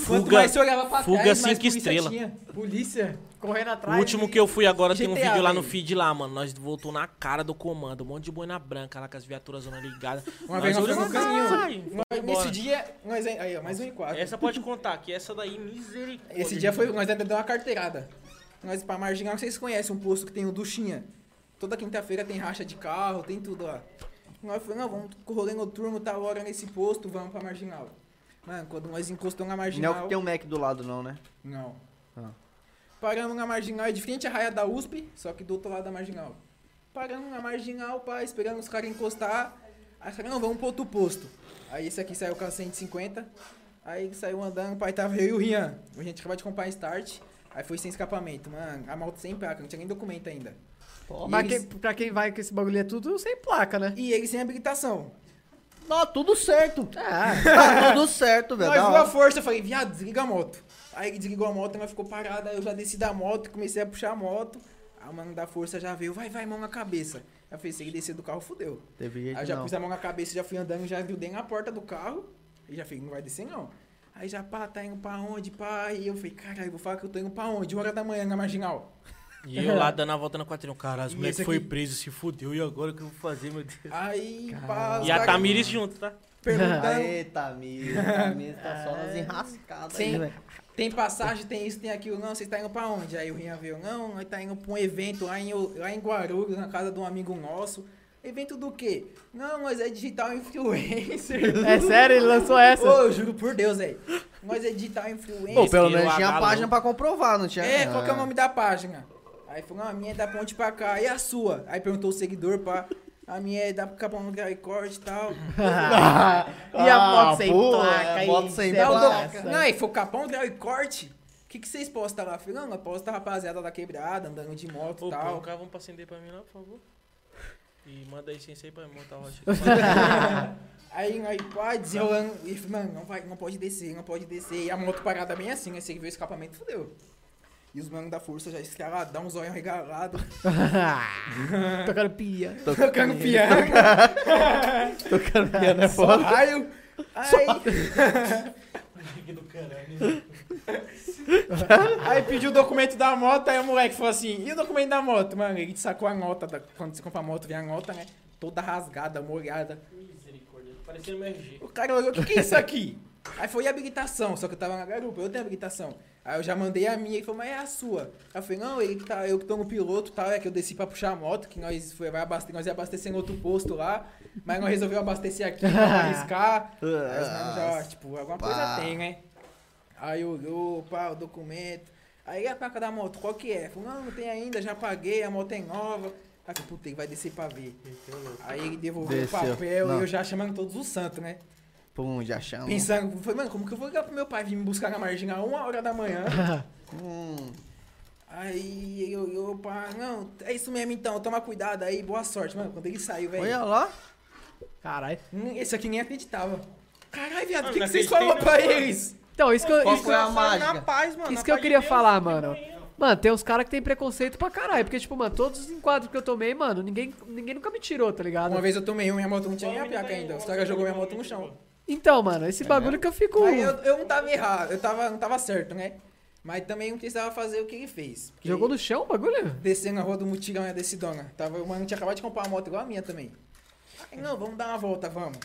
C: Quanto
D: Fuga-
C: mais você olhava pra
D: fuga
C: trás, mais
D: cinco
C: polícia
D: estrela.
C: tinha. Polícia.
B: Correndo atrás.
D: O último que eu fui agora tem um
C: GTA,
D: vídeo lá no
C: velho.
D: feed lá, mano. Nós voltou na cara do comando. Um monte de boina branca lá com as viaturas zona ligada.
C: Uma vez nós fomos no
D: caralho,
C: caminho.
D: foi
C: Nós-
D: embora.
C: Nesse dia, nós... Aí, ó, mais um e quatro.
D: Essa pode contar, que essa daí, misericórdia.
C: Esse dia foi, nós ainda deu uma carteirada. Nós pra marginal, vocês conhecem um posto que tem o Duchinha. Toda quinta-feira tem racha de carro, tem tudo lá. Nós falamos, não, vamos com rolê noturno, tal hora nesse posto, vamos pra marginal. Mano, quando nós encostamos na
A: Não
C: marginal.
A: é o que tem o Mac do lado, não, né?
C: Não.
A: Ah.
C: Paramos na marginal, é de frente à raia da USP, só que do outro lado da marginal. Paramos na marginal, pá, esperando os caras encostar. Aí os caras, não, vamos pro outro posto. Aí esse aqui saiu com a 150. Aí ele saiu andando, pai, tava eu e o Rian. A gente acabou de comprar um start. Aí foi sem escapamento, mano. A moto sem placa, não tinha nem documento ainda.
B: Mas
C: E
B: quem-
C: eles-
B: pra quem vai com esse bagulho é tudo sem placa, né?
C: E ele sem habilitação.
A: Não, tudo certo.
B: Ah,
A: Tá tudo certo, velho.
C: Nós
A: da
C: viu a
A: hora.
C: força, eu falei, viado, desliga a moto. Aí ele desligou a moto, nós ficou parada, aí eu já desci da moto, comecei a puxar a moto. A mano da força já veio, vai, vai, mão na cabeça. Aí eu falei, se ele descer do carro, fudeu.
A: Teve
C: Aí eu
A: jeito,
C: já
A: não.
C: pus a mão na cabeça, já fui andando, já grudei na porta do carro. E já falei, não vai descer não. Aí já, pá, tá indo pra onde, pá? E eu falei, caralho, vou falar que eu tô indo pra onde? Uma hora da manhã na marginal.
D: E eu lá dando a volta na quadrilha. Cara, os
C: E
D: moleques
C: esse
D: foi
C: aqui?
D: preso, se fudeu. E agora o que eu vou fazer, meu Deus?
C: Aí, pá, os
D: E a
C: caras
D: Tamires junto, tá?
C: perguntando.
A: Aê, Tamir. Tamir tá só nas enrascadas aí,
C: Sim.
A: velho.
C: Tem passagem, tem isso, tem aquilo. Não, vocês tá indo pra onde? Aí o Rian veio, não, nós tá indo pra um evento lá em, lá em Guarulhos, na casa de um amigo nosso. Evento do quê? Não, nós é digital influencer.
B: é sério, ele lançou
C: Ô,
B: essa.
C: eu juro por Deus, velho. Nós é digital influencer.
A: Pô, pelo
D: Esse
A: menos
D: que
A: tinha
D: eu
A: a página
D: abalo.
A: pra comprovar, não tinha?
C: É, qual que é o
A: Ah.
C: nome da página? Aí falou, não, a minha é da ponte pra cá, e a sua? Aí perguntou o seguidor, pá, a minha é da Capão do Record e tal.
B: E a moto
A: Ah,
B: sem
A: pô,
B: placa,
A: é,
B: aí,
A: moto sem
B: céu é
C: Dá o
A: placa.
B: do-
C: do... Não, e foi o Capão Grau e Corte. O que, que vocês postam lá? Falei, não, nós posta a rapaziada da quebrada, andando de moto
D: Ô,
C: e
D: pô,
C: tal.
D: o carro vamos pra acender pra mim lá, por favor. E manda a essência aí pra mim montar a rocha.
C: Aí, aí pá, desenrolando. E falei, mano, não, vai, não pode descer, não pode descer. E a moto parada bem assim, aí você que vê o escapamento, fodeu. E os manos da força já escaladão, um zóio regalado,
B: Tocando pia.
C: tocando piano,
A: Tocando piano é
C: só
A: foda.
C: raio. Aí, aí pediu o documento da moto, aí o moleque falou assim, e o documento da moto? Mano, ele sacou a nota, da- quando você compra a moto, vem a nota, né? Toda rasgada, molhada.
D: Misericórdia, parecendo meu RG.
C: O cara olhou, o que, que é isso aqui? Aí foi habilitação, só que eu tava na garupa, eu tenho habilitação. Aí eu já mandei a minha, ele falou, mas é a sua. Aí eu falei, não, ele que tá, eu que tô no piloto e tal, é que eu desci pra puxar a moto, que nós, foi, vai abastecer, nós ia abastecer em outro posto lá, mas nós resolveu abastecer aqui pra arriscar. Aí os manos já, tipo, alguma coisa
A: pá.
C: tem, né? Aí olhou, pá, o documento. Aí a placa da moto, qual que é? Falei, não, não tem ainda, já paguei, a moto é nova. Aí eu falei, puta, ele vai descer pra ver. Aí ele devolveu o
A: Desceu.
C: papel
A: Não.
C: e eu já chamando todos os santos, né?
A: Pum, já
B: Tá
A: chama.
C: Pensando, falei, mano, como que eu vou ligar pro meu pai vir me buscar na marginal uma hora da manhã?
A: Hum,
C: aí eu, eu, pá, não, é isso mesmo então, toma cuidado aí, boa sorte, mano. Quando ele saiu,
A: olha
C: velho,
A: lá.
B: Caralho.
C: hum, esse aqui nem acreditava. Caralho, viado, o
D: Mano,
C: que,
D: não
C: que vocês falaram
D: acreditei, né? não,
C: pra
D: mano.
C: eles?
B: Então, isso que eu,
A: Qual
B: isso,
A: foi a mágica?
D: Na paz, mano,
B: isso
D: na
B: que eu
D: paz de
B: queria
D: Deus,
B: falar,
D: de
B: mano.
D: manhã.
B: Mano, tem uns caras que tem preconceito pra caralho. Porque, tipo, mano, todos os enquadros que eu tomei, mano, ninguém, ninguém nunca me tirou, tá ligado?
C: Uma vez eu tomei um, minha moto não tinha nem a
D: Homem não
C: placa
D: tem-
C: ainda. Os
D: homem
C: caras
D: não
C: jogou
D: tem
C: minha moto no
D: homem,
C: chão.
D: tipo.
B: Então, mano, esse bagulho que eu fico.
C: Aí eu, eu não tava errado, eu tava, não tava certo, né? Mas também não precisava fazer o que ele fez. porque
B: Jogou no chão o bagulho?
C: Descendo na rua do mutirão, né, desse dona. Tava, o mano tinha acabado de comprar uma moto igual a minha também. Aí, não, vamos dar uma volta, vamos.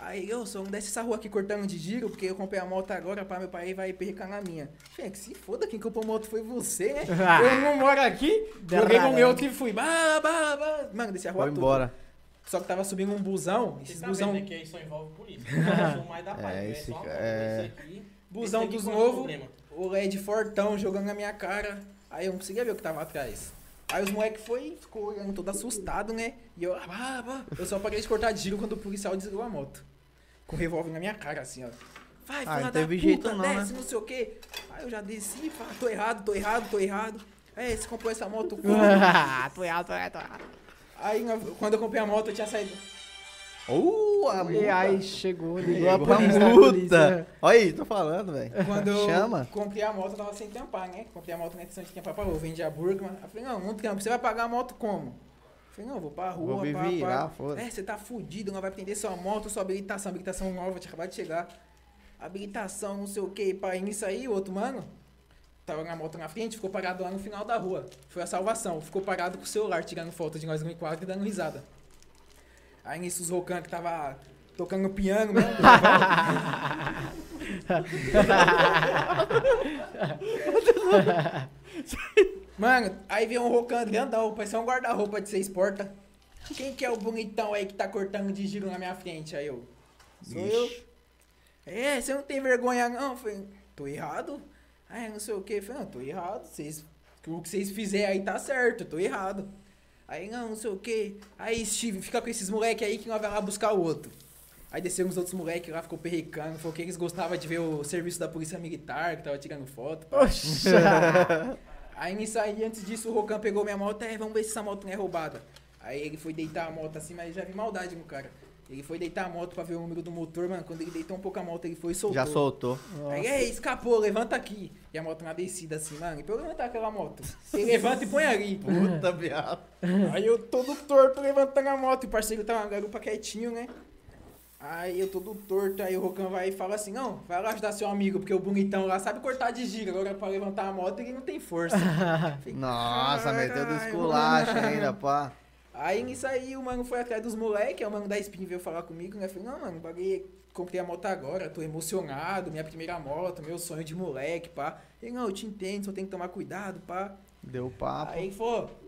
C: Aí, eu só não desce essa rua aqui cortando de giro, porque eu comprei a moto agora pra meu pai vai percar na minha. Falei, que se foda, quem comprou moto foi você, né?
B: Ah.
C: eu não moro aqui. Joguei com o meu outro e fui. Bah, bah, bah. Mano, desci a rua
A: Foi
C: toda.
A: embora.
C: Só que tava subindo um busão.
D: Vocês
C: Esses
D: tá
C: busão,
D: vendo, né, que aí só envolve polícia. Eu sou mais da paz,
A: É,
D: né?
A: esse
D: Só uma
A: ca-
D: coisa,
A: é.
D: esse aqui-
C: busão
D: esse aqui
C: dos
D: qual é o
C: novos.
D: problema?
C: O LED fortão jogando na minha cara. Aí eu não conseguia ver o que tava atrás. Aí os moleques foi, ficou olhando todo assustado, né? E eu, ah, bah, bah. eu só parei de cortar giro quando o policial desligou a moto. Com o revólver na minha cara, assim, ó. Vai,
A: Ah,
C: filha
A: não
C: da
A: teve
C: puta,
A: jeito não, né?
C: desce, não sei o quê. Aí eu já desci, pá, tô errado, tô errado, tô errado. É, você comprou essa moto quando?
B: Ah, tô errado, tô errado, tô errado.
C: Aí, na- quando eu comprei a moto, eu tinha saído.
A: Uh, a multa.
B: E aí chegou, ligou a
A: Chegou a
B: polícia. é. a
A: multa.
B: polícia.
A: Olha aí, tô falando, velho.
C: Quando
A: Chama.
C: eu comprei a moto, eu tava sem tampar, né? Comprei a moto na edição de tampar pra rua, vendi a Burgman. Eu falei, não, não trampo, você vai pagar a moto como? Eu falei, não, vou pra rua,
A: Vou me
C: pá, pá.
A: virar, foda-se.
C: É, você tá fudido, não vai prender sua moto, sua habilitação, habilitação nova, tinha acabado de chegar. Habilitação, não sei o que, pra isso aí, o outro mano. Tava na moto na frente, ficou parado lá no final da rua. Foi a salvação. Ficou parado com o celular, tirando foto de nós no enquadro e dando risada. Aí nisso os Rocan que tava tocando piano mesmo. Mano, aí veio um rocan grandão, parecia um guarda-roupa de seis portas. Quem que é o bonitão aí que tá cortando de giro na minha frente? Aí eu. Sou eu. É, você não tem vergonha não? Eu falei, tô errado? Aí não sei o que. Falei, não, tô errado. Vocês, o que vocês fizerem aí tá certo, tô errado. Aí não, não sei o que. Aí Steve, fica com esses moleque aí que nós vai lá buscar o outro. Aí desceram os outros moleques lá, ficou perrecando, falou que eles gostavam de ver o serviço da polícia militar, que tava tirando foto. pá.
B: Poxa.
C: Aí nisso aí, antes disso, o Rocan pegou minha moto, é, vamos ver se essa moto não é roubada. Aí ele foi deitar a moto assim, mas já vi maldade no cara. Ele foi deitar a moto pra ver o número do motor, mano. Quando ele deitou um pouco a moto, ele foi e soltou.
A: Já soltou.
C: Aí, é, escapou, levanta aqui. E a moto na descida assim, mano. E pra eu levantar aquela moto? Ele levanta e põe ali.
A: Puta viado.
C: Aí eu todo torto levantando a moto. E o parceiro tá na garupa quietinho, né? Aí eu todo torto, aí o Rocan vai e fala assim, não, vai lá ajudar seu amigo, porque o bonitão lá sabe cortar de giro, agora pra levantar a moto ele não tem força. Falei,
A: Nossa, meteu do
C: "Caralho,
A: esculacho
C: mano."
A: ainda, pá.
C: Aí nisso aí o mano foi atrás dos moleques, aí o mano da Spin veio falar comigo, né? Falei, não, mano, paguei, comprei a moto agora, tô emocionado, minha primeira moto, meu sonho de moleque, pá. Ele, não, eu te entendo, só tem que tomar cuidado, pá.
A: Deu papo.
C: Aí ele falou, Ah,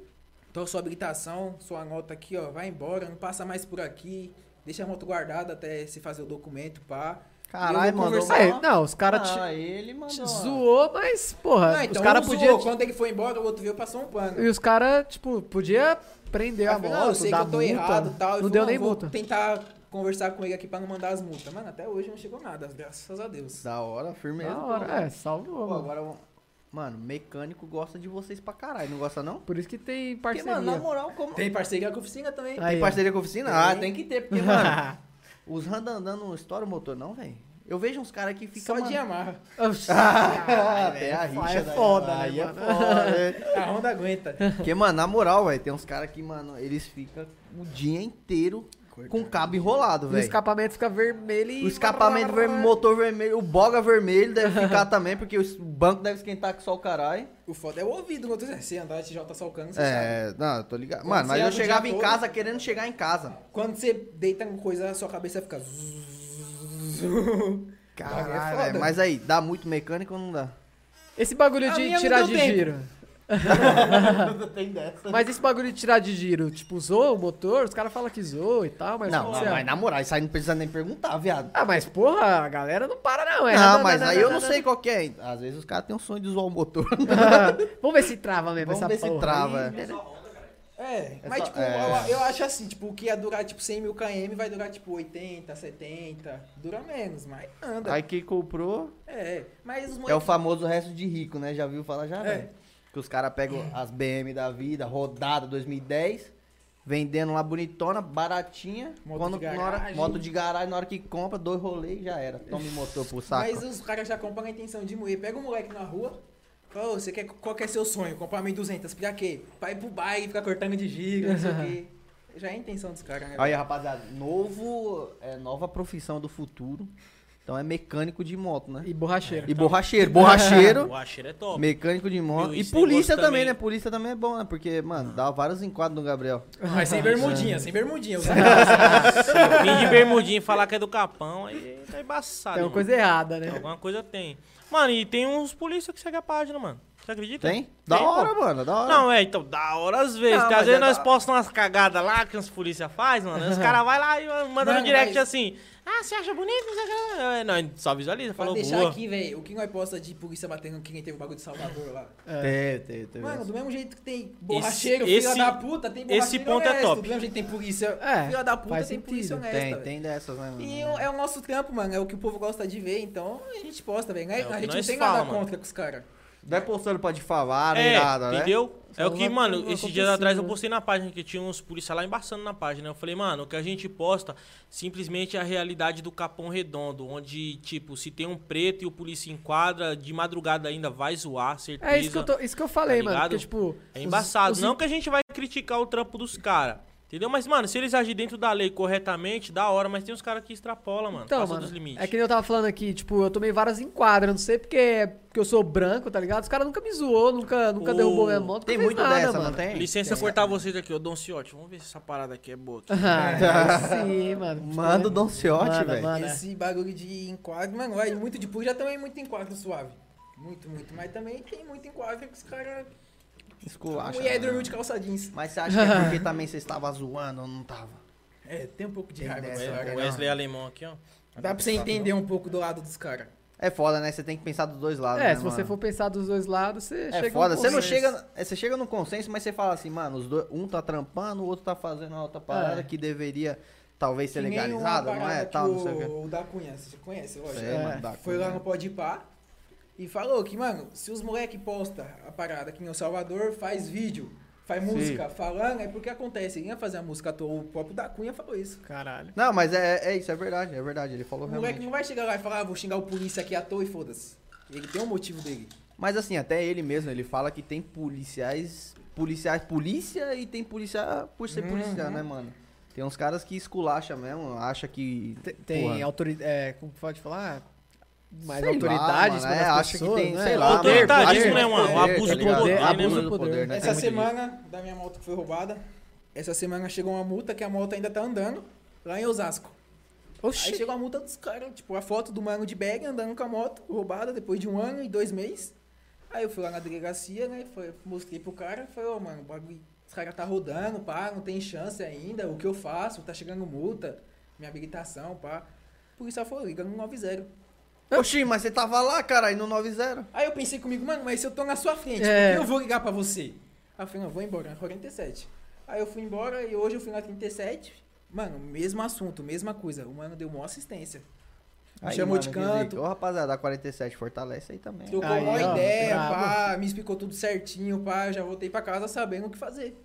C: tô sua habilitação, sua nota aqui, ó, vai embora, não passa mais por aqui, deixa a moto guardada até se fazer o documento, pá. eu
A: Caralho,
C: vou
A: mandou
C: conversar-
B: Aí,
A: mal.
B: não, os caras
A: Ah,
B: te,
A: ele
B: te
A: mandou.
B: zoou, mas, porra,
C: Não,
B: os
C: então
B: caras
C: um
B: podiam.
C: zoou, quando ele foi embora, o outro veio e passou um pano.
B: E os caras, tipo, podia prender
C: Aí
B: a
C: eu
B: moto,
C: falei, não, eu sei que
B: dar
C: eu tô
B: multa.
C: errado e tal. Ele
B: não
C: falou, "Ah,
B: deu nem
C: vou
B: multa.
C: tentar conversar com ele aqui pra não mandar as multas. Mano, até hoje não chegou nada, graças a Deus.
A: Da hora, firmeza.
B: Da hora, é, salvou.
A: Pô,
B: mano.
A: agora, eu- mano, mecânico gosta de vocês pra caralho, não gosta não?
B: Por isso que tem
A: Porque,
B: parceria.
A: mano, na moral, como...
C: Tem parceria com a oficina também.
B: Aí,
A: Tem
B: ó.
A: parceria com a oficina? Ah,
C: Tem.
A: tem que ter, porque, mano, os randandã não estoura o motor não, velho? Eu vejo uns caras que ficam...
C: Só de amarra.
B: Oxi.
A: Ah,
B: Caralho,
A: é a
B: aí
A: rixa
B: é
A: daí,
B: foda,
A: mano.
B: né,
A: Aí é
B: mano?
A: foda, né?
C: A Honda aguenta.
A: Porque, mano, na moral, velho, tem uns caras que, mano, eles ficam o dia inteiro com o cabo enrolado,
B: O
A: velho.
B: escapamento fica vermelho e...
A: O escapamento vermelho, motor vermelho, o boga vermelho deve ficar também, porque o banco deve esquentar que só o caralho.
C: O foda é o ouvido quando você você andar de TJ salcando, você sabe.
A: É, não, eu tô ligado. Mano,
C: Quando
A: mas
C: você
A: eu
C: anda o
A: chegava
C: dia
A: em
C: todo-
A: casa querendo chegar em casa.
C: Quando você deita com coisa, a sua cabeça fica... zzzz.
A: Caralho,
C: foda.
A: velho, é mas aí, dá muito mecânico ou não dá?
B: Esse bagulho
C: A minha
B: de
C: não
B: tirar
C: deu
B: de
C: tempo.
B: giro.
A: Tem dessa.
B: Mas esse bagulho de tirar de giro, tipo, zoa o motor? Os caras falam que zoa e tal, mas...
A: Não,
B: como
A: mas,
B: você-
A: mas na moral, isso aí não precisa nem perguntar, viado.
B: Ah, mas porra, a galera não para não, é.
A: não, mas aí eu não sei qual que é. ainda. Às vezes os caras têm um sonho de zoar o motor.
B: Vamos ver se trava mesmo
A: Vamos
B: essa
A: ver se
B: porra
A: trava.
B: aí.
C: É,
A: É
C: mas
A: só-
C: tipo,
A: é.
C: Eu, eu acho assim, tipo, o que ia durar tipo 100 mil km vai durar tipo 80, 70, dura menos, mas anda.
A: Aí quem comprou
C: É, mas os
A: é o
C: moleques...
A: famoso resto de rico, né? Já viu falar já,
C: É.
A: velho? Que os caras pegam as BM da vida, rodada 2010, vendendo lá bonitona, baratinha.
C: Moto
A: quando,
C: de
A: na hora-
C: garagem.
A: moto de garagem, na hora que compra, dois rolês já era. Tome motor pro saco.
C: Mas os caras já compram a intenção de moer. Pega um moleque na rua, fala, "Ô, você quer, qual que é seu sonho? Comprar 1.200, pra quê? Pra ir pro baile, ficar cortando de giro, não sei o quê. Já é a intenção dos caras, né?
A: Aí, rapaziada, novo, é, nova profissão do futuro. Então é mecânico de moto, né?
B: E borracheiro.
A: E borracheiro. Borracheiro.
D: O Asher é top.
A: Mecânico de moto.
D: Meu,
A: E
D: esse
A: polícia
D: negócio
A: também,
D: também-
A: né? Polícia também é bom, né? Porque, mano, dá vários enquadros no Gabriel.
C: Mas sem bermudinha, sem bermudinha. Os
D: Vim de bermudinha e falar que é do capão, aí tá embaçado.
B: Tem uma
D: irmão.
B: coisa errada, né?
D: Alguma coisa tem. Mano, e tem uns polícia que seguem a página, mano. Você acredita?
A: Tem? Da
D: Tem, pô.
A: hora, mano, da hora.
D: Não, é, então, da hora às vezes.
C: Não,
D: porque às
C: mas
D: vezes
C: é
D: nós
C: da-
D: postamos umas cagadas lá que os polícia faz, mano. Aí Os caras vai lá e manda
C: Mano,
D: no direct
C: mas-
D: assim. Ah, você acha bonito? Não, sei o que. É, não, só visualiza,
C: Pra
D: falou
C: deixar
D: boa.
C: aqui, velho, o que nós posta de polícia batendo quem teve o bagulho de Salvador lá?
A: Tem, tem, tem.
C: Mano, do mesmo jeito que tem borracheiro, filha
D: Esse- esse-
C: da puta, tem borracheiro
D: esse ponto é
C: honesto.
D: top.
C: Do mesmo jeito que tem polícia,
B: É,
C: filha da puta, tem
B: faz sentido.
C: polícia honesta,
A: tem,
C: velho.
A: tem dessas, né, mano?
C: E é o- é o nosso trampo, mano, é o que o povo gosta de ver, então a gente posta, velho.
D: É o
C: a
D: que
C: gente não
D: nós
C: tem
D: fala,
C: nada
D: mano.
C: contra com os caras.
A: Vai postando é pra difamar, nem
D: é,
A: nada, né?
D: entendeu? É o
B: Só
D: que,
B: vai-
D: mano,
B: vai
D: esses dias
B: acontecendo,
D: atrás eu
B: né?
D: postei na página que tinha uns policiais lá embaçando na página. Eu falei, mano, o que a gente posta simplesmente é a realidade do Capão Redondo, onde, tipo, se tem um preto e o polícia enquadra, de madrugada ainda vai zoar, certeza.
B: É isso que eu, tô- isso que eu falei,
D: Tá
B: mano. Porque,
D: ligado?
B: tipo.
D: É
B: os-
D: embaçado.
B: os-
D: Não que a gente vai criticar o trampo dos caras. Entendeu? Mas, mano, se eles agirem dentro da lei corretamente, da hora, mas tem uns caras que extrapolam, mano.
B: Então,
D: passa
B: mano,
D: dos limites.
B: é que nem eu tava falando aqui, tipo, eu tomei várias enquadras, não sei porque, é porque eu sou branco, tá ligado? Os caras nunca me zoou, nunca, nunca
D: Ô,
B: derrubou minha moto, nunca
A: Tem
B: fez
A: muito
B: nada,
A: dessa,
B: mano.
A: não tem?
D: Licença cortar vocês aqui, ô Don Ciotti. Vamos ver se essa parada aqui é boa. aqui.
B: Ah, sim, mano.
A: Manda o Don Ciotti,
B: Manda,
A: velho.
B: manda. Mano, é.
C: Esse bagulho de enquadro, mano, vai muito de puja também é muito enquadro suave. Muito, muito. Mas também tem muito enquadro que os caras.
A: Esculacha. né?
C: Mulher dormiu de calça jeans.
A: Mas você acha que é porque também você estava zoando ou não tava?
C: É, tem um pouco de
A: Tem
C: raiva dos
A: dessa,
C: caras.
A: né?
D: O Wesley é Alemão aqui, ó.
C: Dá pra você entender um pouco do lado dos caras.
A: É foda, né? Você tem que pensar dos dois lados.
B: É,
A: né,
B: se você
A: mano?
B: for pensar dos dois lados, você chega um
A: É
B: num
A: foda, você não
B: consenso.
A: chega. é, Você chega no consenso, mas você fala assim, mano, os dois, um tá trampando, o outro tá fazendo a outra parada
B: É.
A: que deveria talvez ser
C: Que nem uma
A: legalizada, não é?
C: parada
A: Tal, não sei o
C: que
A: quê.
C: o, o da Cunha, você conhece, lógico.
A: Sei,
B: É,
C: né?
A: mano, da
C: Foi
A: Cunha.
C: lá no Pode Pá e falou que, mano, se os moleque posta a parada aqui em El Salvador, faz vídeo, faz
A: Sim.
C: música falando, é porque acontece. Ele ia fazer a música à toa, o próprio da Cunha falou isso.
B: Caralho.
A: Não, mas é, é isso, é verdade, é verdade. Ele falou
C: O moleque
A: realmente.
C: não vai chegar lá e falar, ah, vou xingar o polícia aqui à toa e foda-se. Ele tem um motivo dele.
A: Mas assim, até ele mesmo, ele fala que tem policiais. Policiais, polícia e tem policial por ser policial, né, mano? Tem uns caras que esculacha mesmo, acha que.
B: Te- Tem
A: porra,
B: autoridade. É, como pode falar? Mais
A: sei lá,
B: autoridade
A: mano,
B: sobre
A: é,
B: as
A: acho que
B: pessoas,
A: tem,
B: né?
A: sei lá. mano,
D: Autoritarismo,
A: acho que
D: né,
A: tem
D: mano?
A: poder,
D: Abuso
A: tá
D: do
A: ligado?
D: poder, né,
A: Abuso
B: mano?
A: do poder, né?
C: Essa
A: Tem muito disso.
C: semana, da minha moto que foi roubada, essa semana chegou uma multa que a moto ainda tá andando lá em Osasco. Aí
B: Oxi.
C: chegou a multa dos caras, tipo, a foto do mano de bag andando com a moto, roubada depois de um ano e dois meses. Aí eu fui lá na delegacia, né? foi- mostrei pro cara, falei, ô mano, o bagulho, os caras tá rodando, pá, não tem chance ainda, o que eu faço? Tá chegando multa, minha habilitação, pá. Por isso ela falou, liga no 90.
A: Oxi, mas você tava lá, cara, aí no 90.
C: Aí eu pensei comigo, mano, mas se eu tô na sua frente,
B: É.
C: por que eu vou ligar pra você? Aí eu falei, não, eu vou embora, na 47. Aí eu fui embora e hoje eu fui na 37. Mano, mesmo assunto, mesma coisa. O mano deu uma assistência. Me
A: Aí,
C: chamou de
A: mano, quer dizer,
C: canto.
A: Ô, rapaziada, a 47 fortalece aí também. É.
C: Trocou
B: Aí,
C: uma
B: ó,
C: ideia,
B: brabo.
C: pá, me explicou tudo certinho, pá, já voltei pra casa sabendo o que fazer.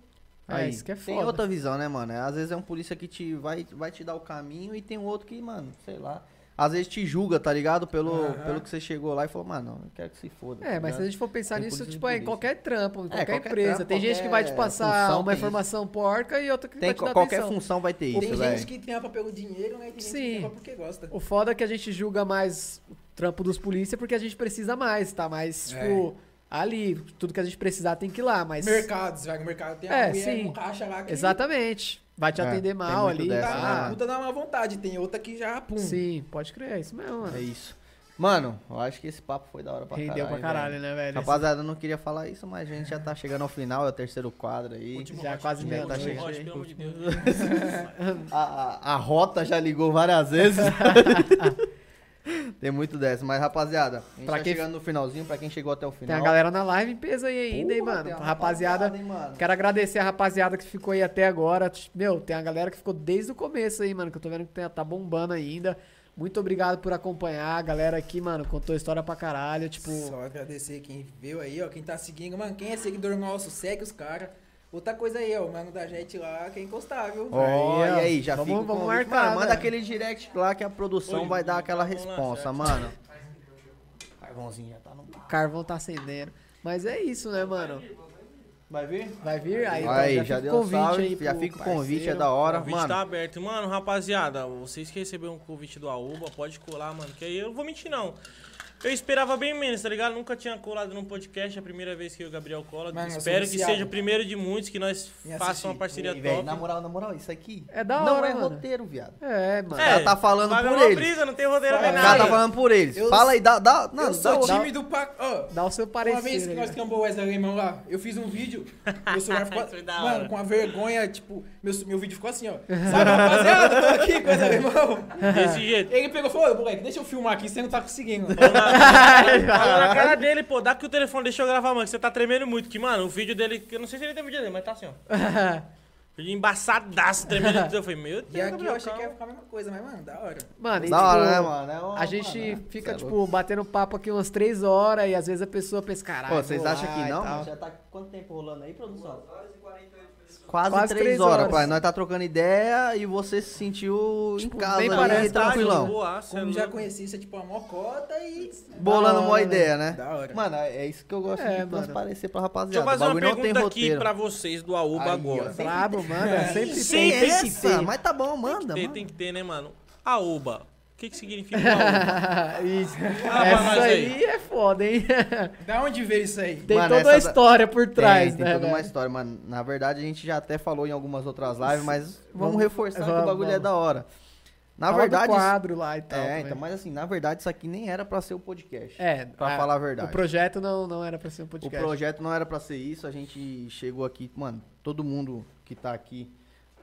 B: É, isso que é
A: Tem
B: foda.
A: outra visão, né, mano? Às vezes é um polícia que te vai, vai te dar o caminho e tem um outro que, mano, sei lá. Às vezes te julga, tá ligado? Pelo,
C: Aham.
A: pelo que você chegou lá e falou, mano, eu quero que se foda.
B: É,
A: tá
B: mas se a
A: ligado?
B: gente for pensar
A: Tem
B: nisso,
A: polícia de
B: tipo, é em
A: polícia.
B: qualquer trampo, em qualquer
A: qualquer
B: empresa.
A: trampo,
B: tem gente que vai te
A: qualquer
B: passar
A: função
B: uma
A: tem
B: informação porca e outra que
A: Tem
B: vai te
A: co-
B: dar
A: qualquer
B: atenção.
A: função vai ter isso,
C: tem
A: velho.
C: gente que trampa pelo dinheiro, né? e Tem gente
B: Sim.
C: que trampa porque gosta.
B: O foda é que a gente julga mais o trampo dos polícia porque a gente precisa mais, tá? Mas,
C: É.
B: tipo, ali, tudo que a gente precisar tem que ir lá, mas...
C: Mercados, vai no mercado, tem
B: É,
C: a mulher
B: sim.
C: com caixa lá que
B: Exatamente. Vai te
A: É,
B: atender
A: tem
B: mal
A: muito
B: ali.
A: dessa,
C: tá
A: né,
B: tá?
C: na
A: mano?
C: puta dá uma vontade, tem outra que já, pum.
B: Sim, pode crer, é isso mesmo, mano.
A: É isso. Mano, eu acho que esse papo foi da hora pra
B: Rendeu
A: caralho.
B: pra caralho,
A: velho.
B: né, velho?
A: Rapaziada, eu não queria falar isso, mas a gente já tá chegando ao final, é o terceiro quadro aí. tá
D: Último
B: já
D: round,
B: quase
D: último
A: meia-noite,
D: round,
B: gente.
D: pelo amor de Deus.
A: A, a, a rota já ligou várias vezes. Tem muito dessa, mas rapaziada, a gente
B: Pra
A: tá
B: quem-
A: chegando no finalzinho, pra quem chegou até o final.
B: Tem a galera na live em peso aí ainda, hein,
A: Porra,
B: mano.
A: tem uma
B: Rapaziada,
A: hein, mano.
B: quero agradecer a rapaziada que ficou aí até agora. Meu, tem a galera que ficou desde o começo aí, mano, que eu tô vendo que tem- tá bombando ainda. Muito obrigado por acomhar. A galera aqui, mano, contou história pra caralho. Tipo,
C: Só agradecer quem veio aí, ó, quem tá seguindo. Mano, quem é seguidor nosso, segue os caras. Outra coisa aí, ó, o mano da gente lá, é quer encostar, viu?
A: Ó,
B: Aí, ó.
A: e aí, já
B: Vamos-
A: fica o
B: vamos
A: convite.
B: marcar,
A: Mano, manda
B: né?
A: aquele direct lá que a produção
D: Oi,
A: vai dar aquela
D: vamos lá,
A: resposta,
D: certo.
A: mano. Carvãozinho já tá no
B: o carvão tá acendendo. Mas é isso, né, mano?
A: Vai vir?
B: Vai vir aí. então
A: Aí, já,
B: fica o
A: deu um salve, já
B: pro
A: fica o convite, é
B: parceiro.
A: da
D: O
A: hora,
D: convite
A: mano.
D: tá aberto. Mano, rapaziada, vocês que receberam o convite do Aoba, pode colar, mano. Que aí eu não vou mentir, não. Eu esperava bem menos, tá ligado? Nunca tinha colado num podcast, é a primeira vez que eu e o Gabriel cola.
C: Mano, eu sou
D: Espero que
C: viciado.
D: seja o primeiro de muitos, que nós
C: Me assisti.
D: façamos uma parceria
A: Ei,
D: top. É,
A: velho, na moral, na moral, isso aqui
B: É da
A: não
B: hora,
A: é
B: mano.
A: roteiro, viado.
B: É, mano.
A: cara tá falando
D: paga
A: por
D: uma
A: eles.
D: brisa, não tem roteiro
A: O
B: É
D: nem
A: cara tá
D: nada.
A: falando por eles.
C: Eu-
A: Fala aí, dá, dá, não,
C: eu
A: dá
C: sou
A: o-
C: tímido pra. Ó,
B: Dá o seu parecer.
C: Uma vez que
B: aí,
C: nós
B: né?
C: cambou o Wesley Alemão lá, eu fiz um vídeo, meu celular ficou.
D: Isso foi da hora.
C: mano, com a vergonha, tipo, meu, meu vídeo ficou assim, ó. Sabe, rapaziada, eu tô aqui com o Wesley Alemão.
D: Desse jeito.
C: Ele pegou e falou, ô, moleque, deixa eu filmar aqui, você não tá conseguindo.
D: Fala na cara dele, pô, dá que o telefone, deixa eu gravar, mano, que você tá tremendo muito. Que, mano, o vídeo dele, que eu não sei se ele tem vídeo dele, mas tá assim, ó. Ele embaçadaço, tremendo. Eu falei, meu Deus,
C: E aqui eu
D: Gabriel,
C: achei que ia
D: calma.
C: ficar a mesma coisa, mas, mano, da hora.
B: Mano, e,
A: Da hora,
B: tipo,
A: né, mano? É uma-
B: A gente
A: mano, é.
B: fica,
A: Cê é
B: tipo,
A: louco.
B: batendo papo aqui umas três horas e às vezes a pessoa pensa, caralho.
A: Pô, vocês
B: vou Tá lá
A: acham que
B: e
A: não?
B: tal."
A: mano? Já tá quanto tempo rolando aí, produção? Quase,
B: Quase
A: três,
B: três
A: horas,
B: horas.
A: pai. Nós tá trocando ideia e você se sentiu
B: Tipo,
A: em casa
B: nem
A: ali,
B: parece, tá,
A: tranquilão.
D: Boa, cê é
C: Como já
D: louco.
C: conheci, isso é tipo uma mocota e.
A: Bolando
B: Da
A: uma
B: hora,
A: ideia, né?
C: Da hora.
A: Mano, é isso que eu gosto
B: É,
A: de
B: mano.
A: transparecer pra rapaziada.
D: Deixa eu fazer
A: o
D: uma
A: bagulho não tem
D: pergunta aqui
A: roteiro.
D: pra vocês do Aoba
A: Aí, ó.
D: agora.
A: é Sempre
B: Brabo, manda. Sempre tem.
D: Sempre
A: Tem
D: tem
A: essa, mas tá bom, manda,
D: Tem,
A: mano.
D: tem que ter, né, mano? Aoba. O que que significa Aoba?
B: Isso.
D: Ah, mas
B: Essa
D: aí.
B: aí é foda, hein?
C: Da onde veio isso aí?
B: Tem
A: Mano,
B: toda
A: essa
B: uma
A: da-
B: história por trás,
A: Tem, tem
B: né?
A: toda uma
B: velho?
A: história, mano. Na verdade, a gente já até falou em algumas outras lives, mas vamos,
B: Vamos-
A: reforçar que
B: vamos,
A: o bagulho é
B: vamos.
A: da hora. Na
B: Fala do
A: verdade, isso-
B: quadro lá e tal.
A: é,
B: também.
A: então, mas assim, na verdade, isso aqui nem era pra ser o podcast.
B: É,
A: Pra falar a verdade.
B: O projeto não, não era pra ser um
A: O
B: podcast.
A: projeto não era pra ser isso, a gente chegou aqui, mano, todo mundo que tá aqui,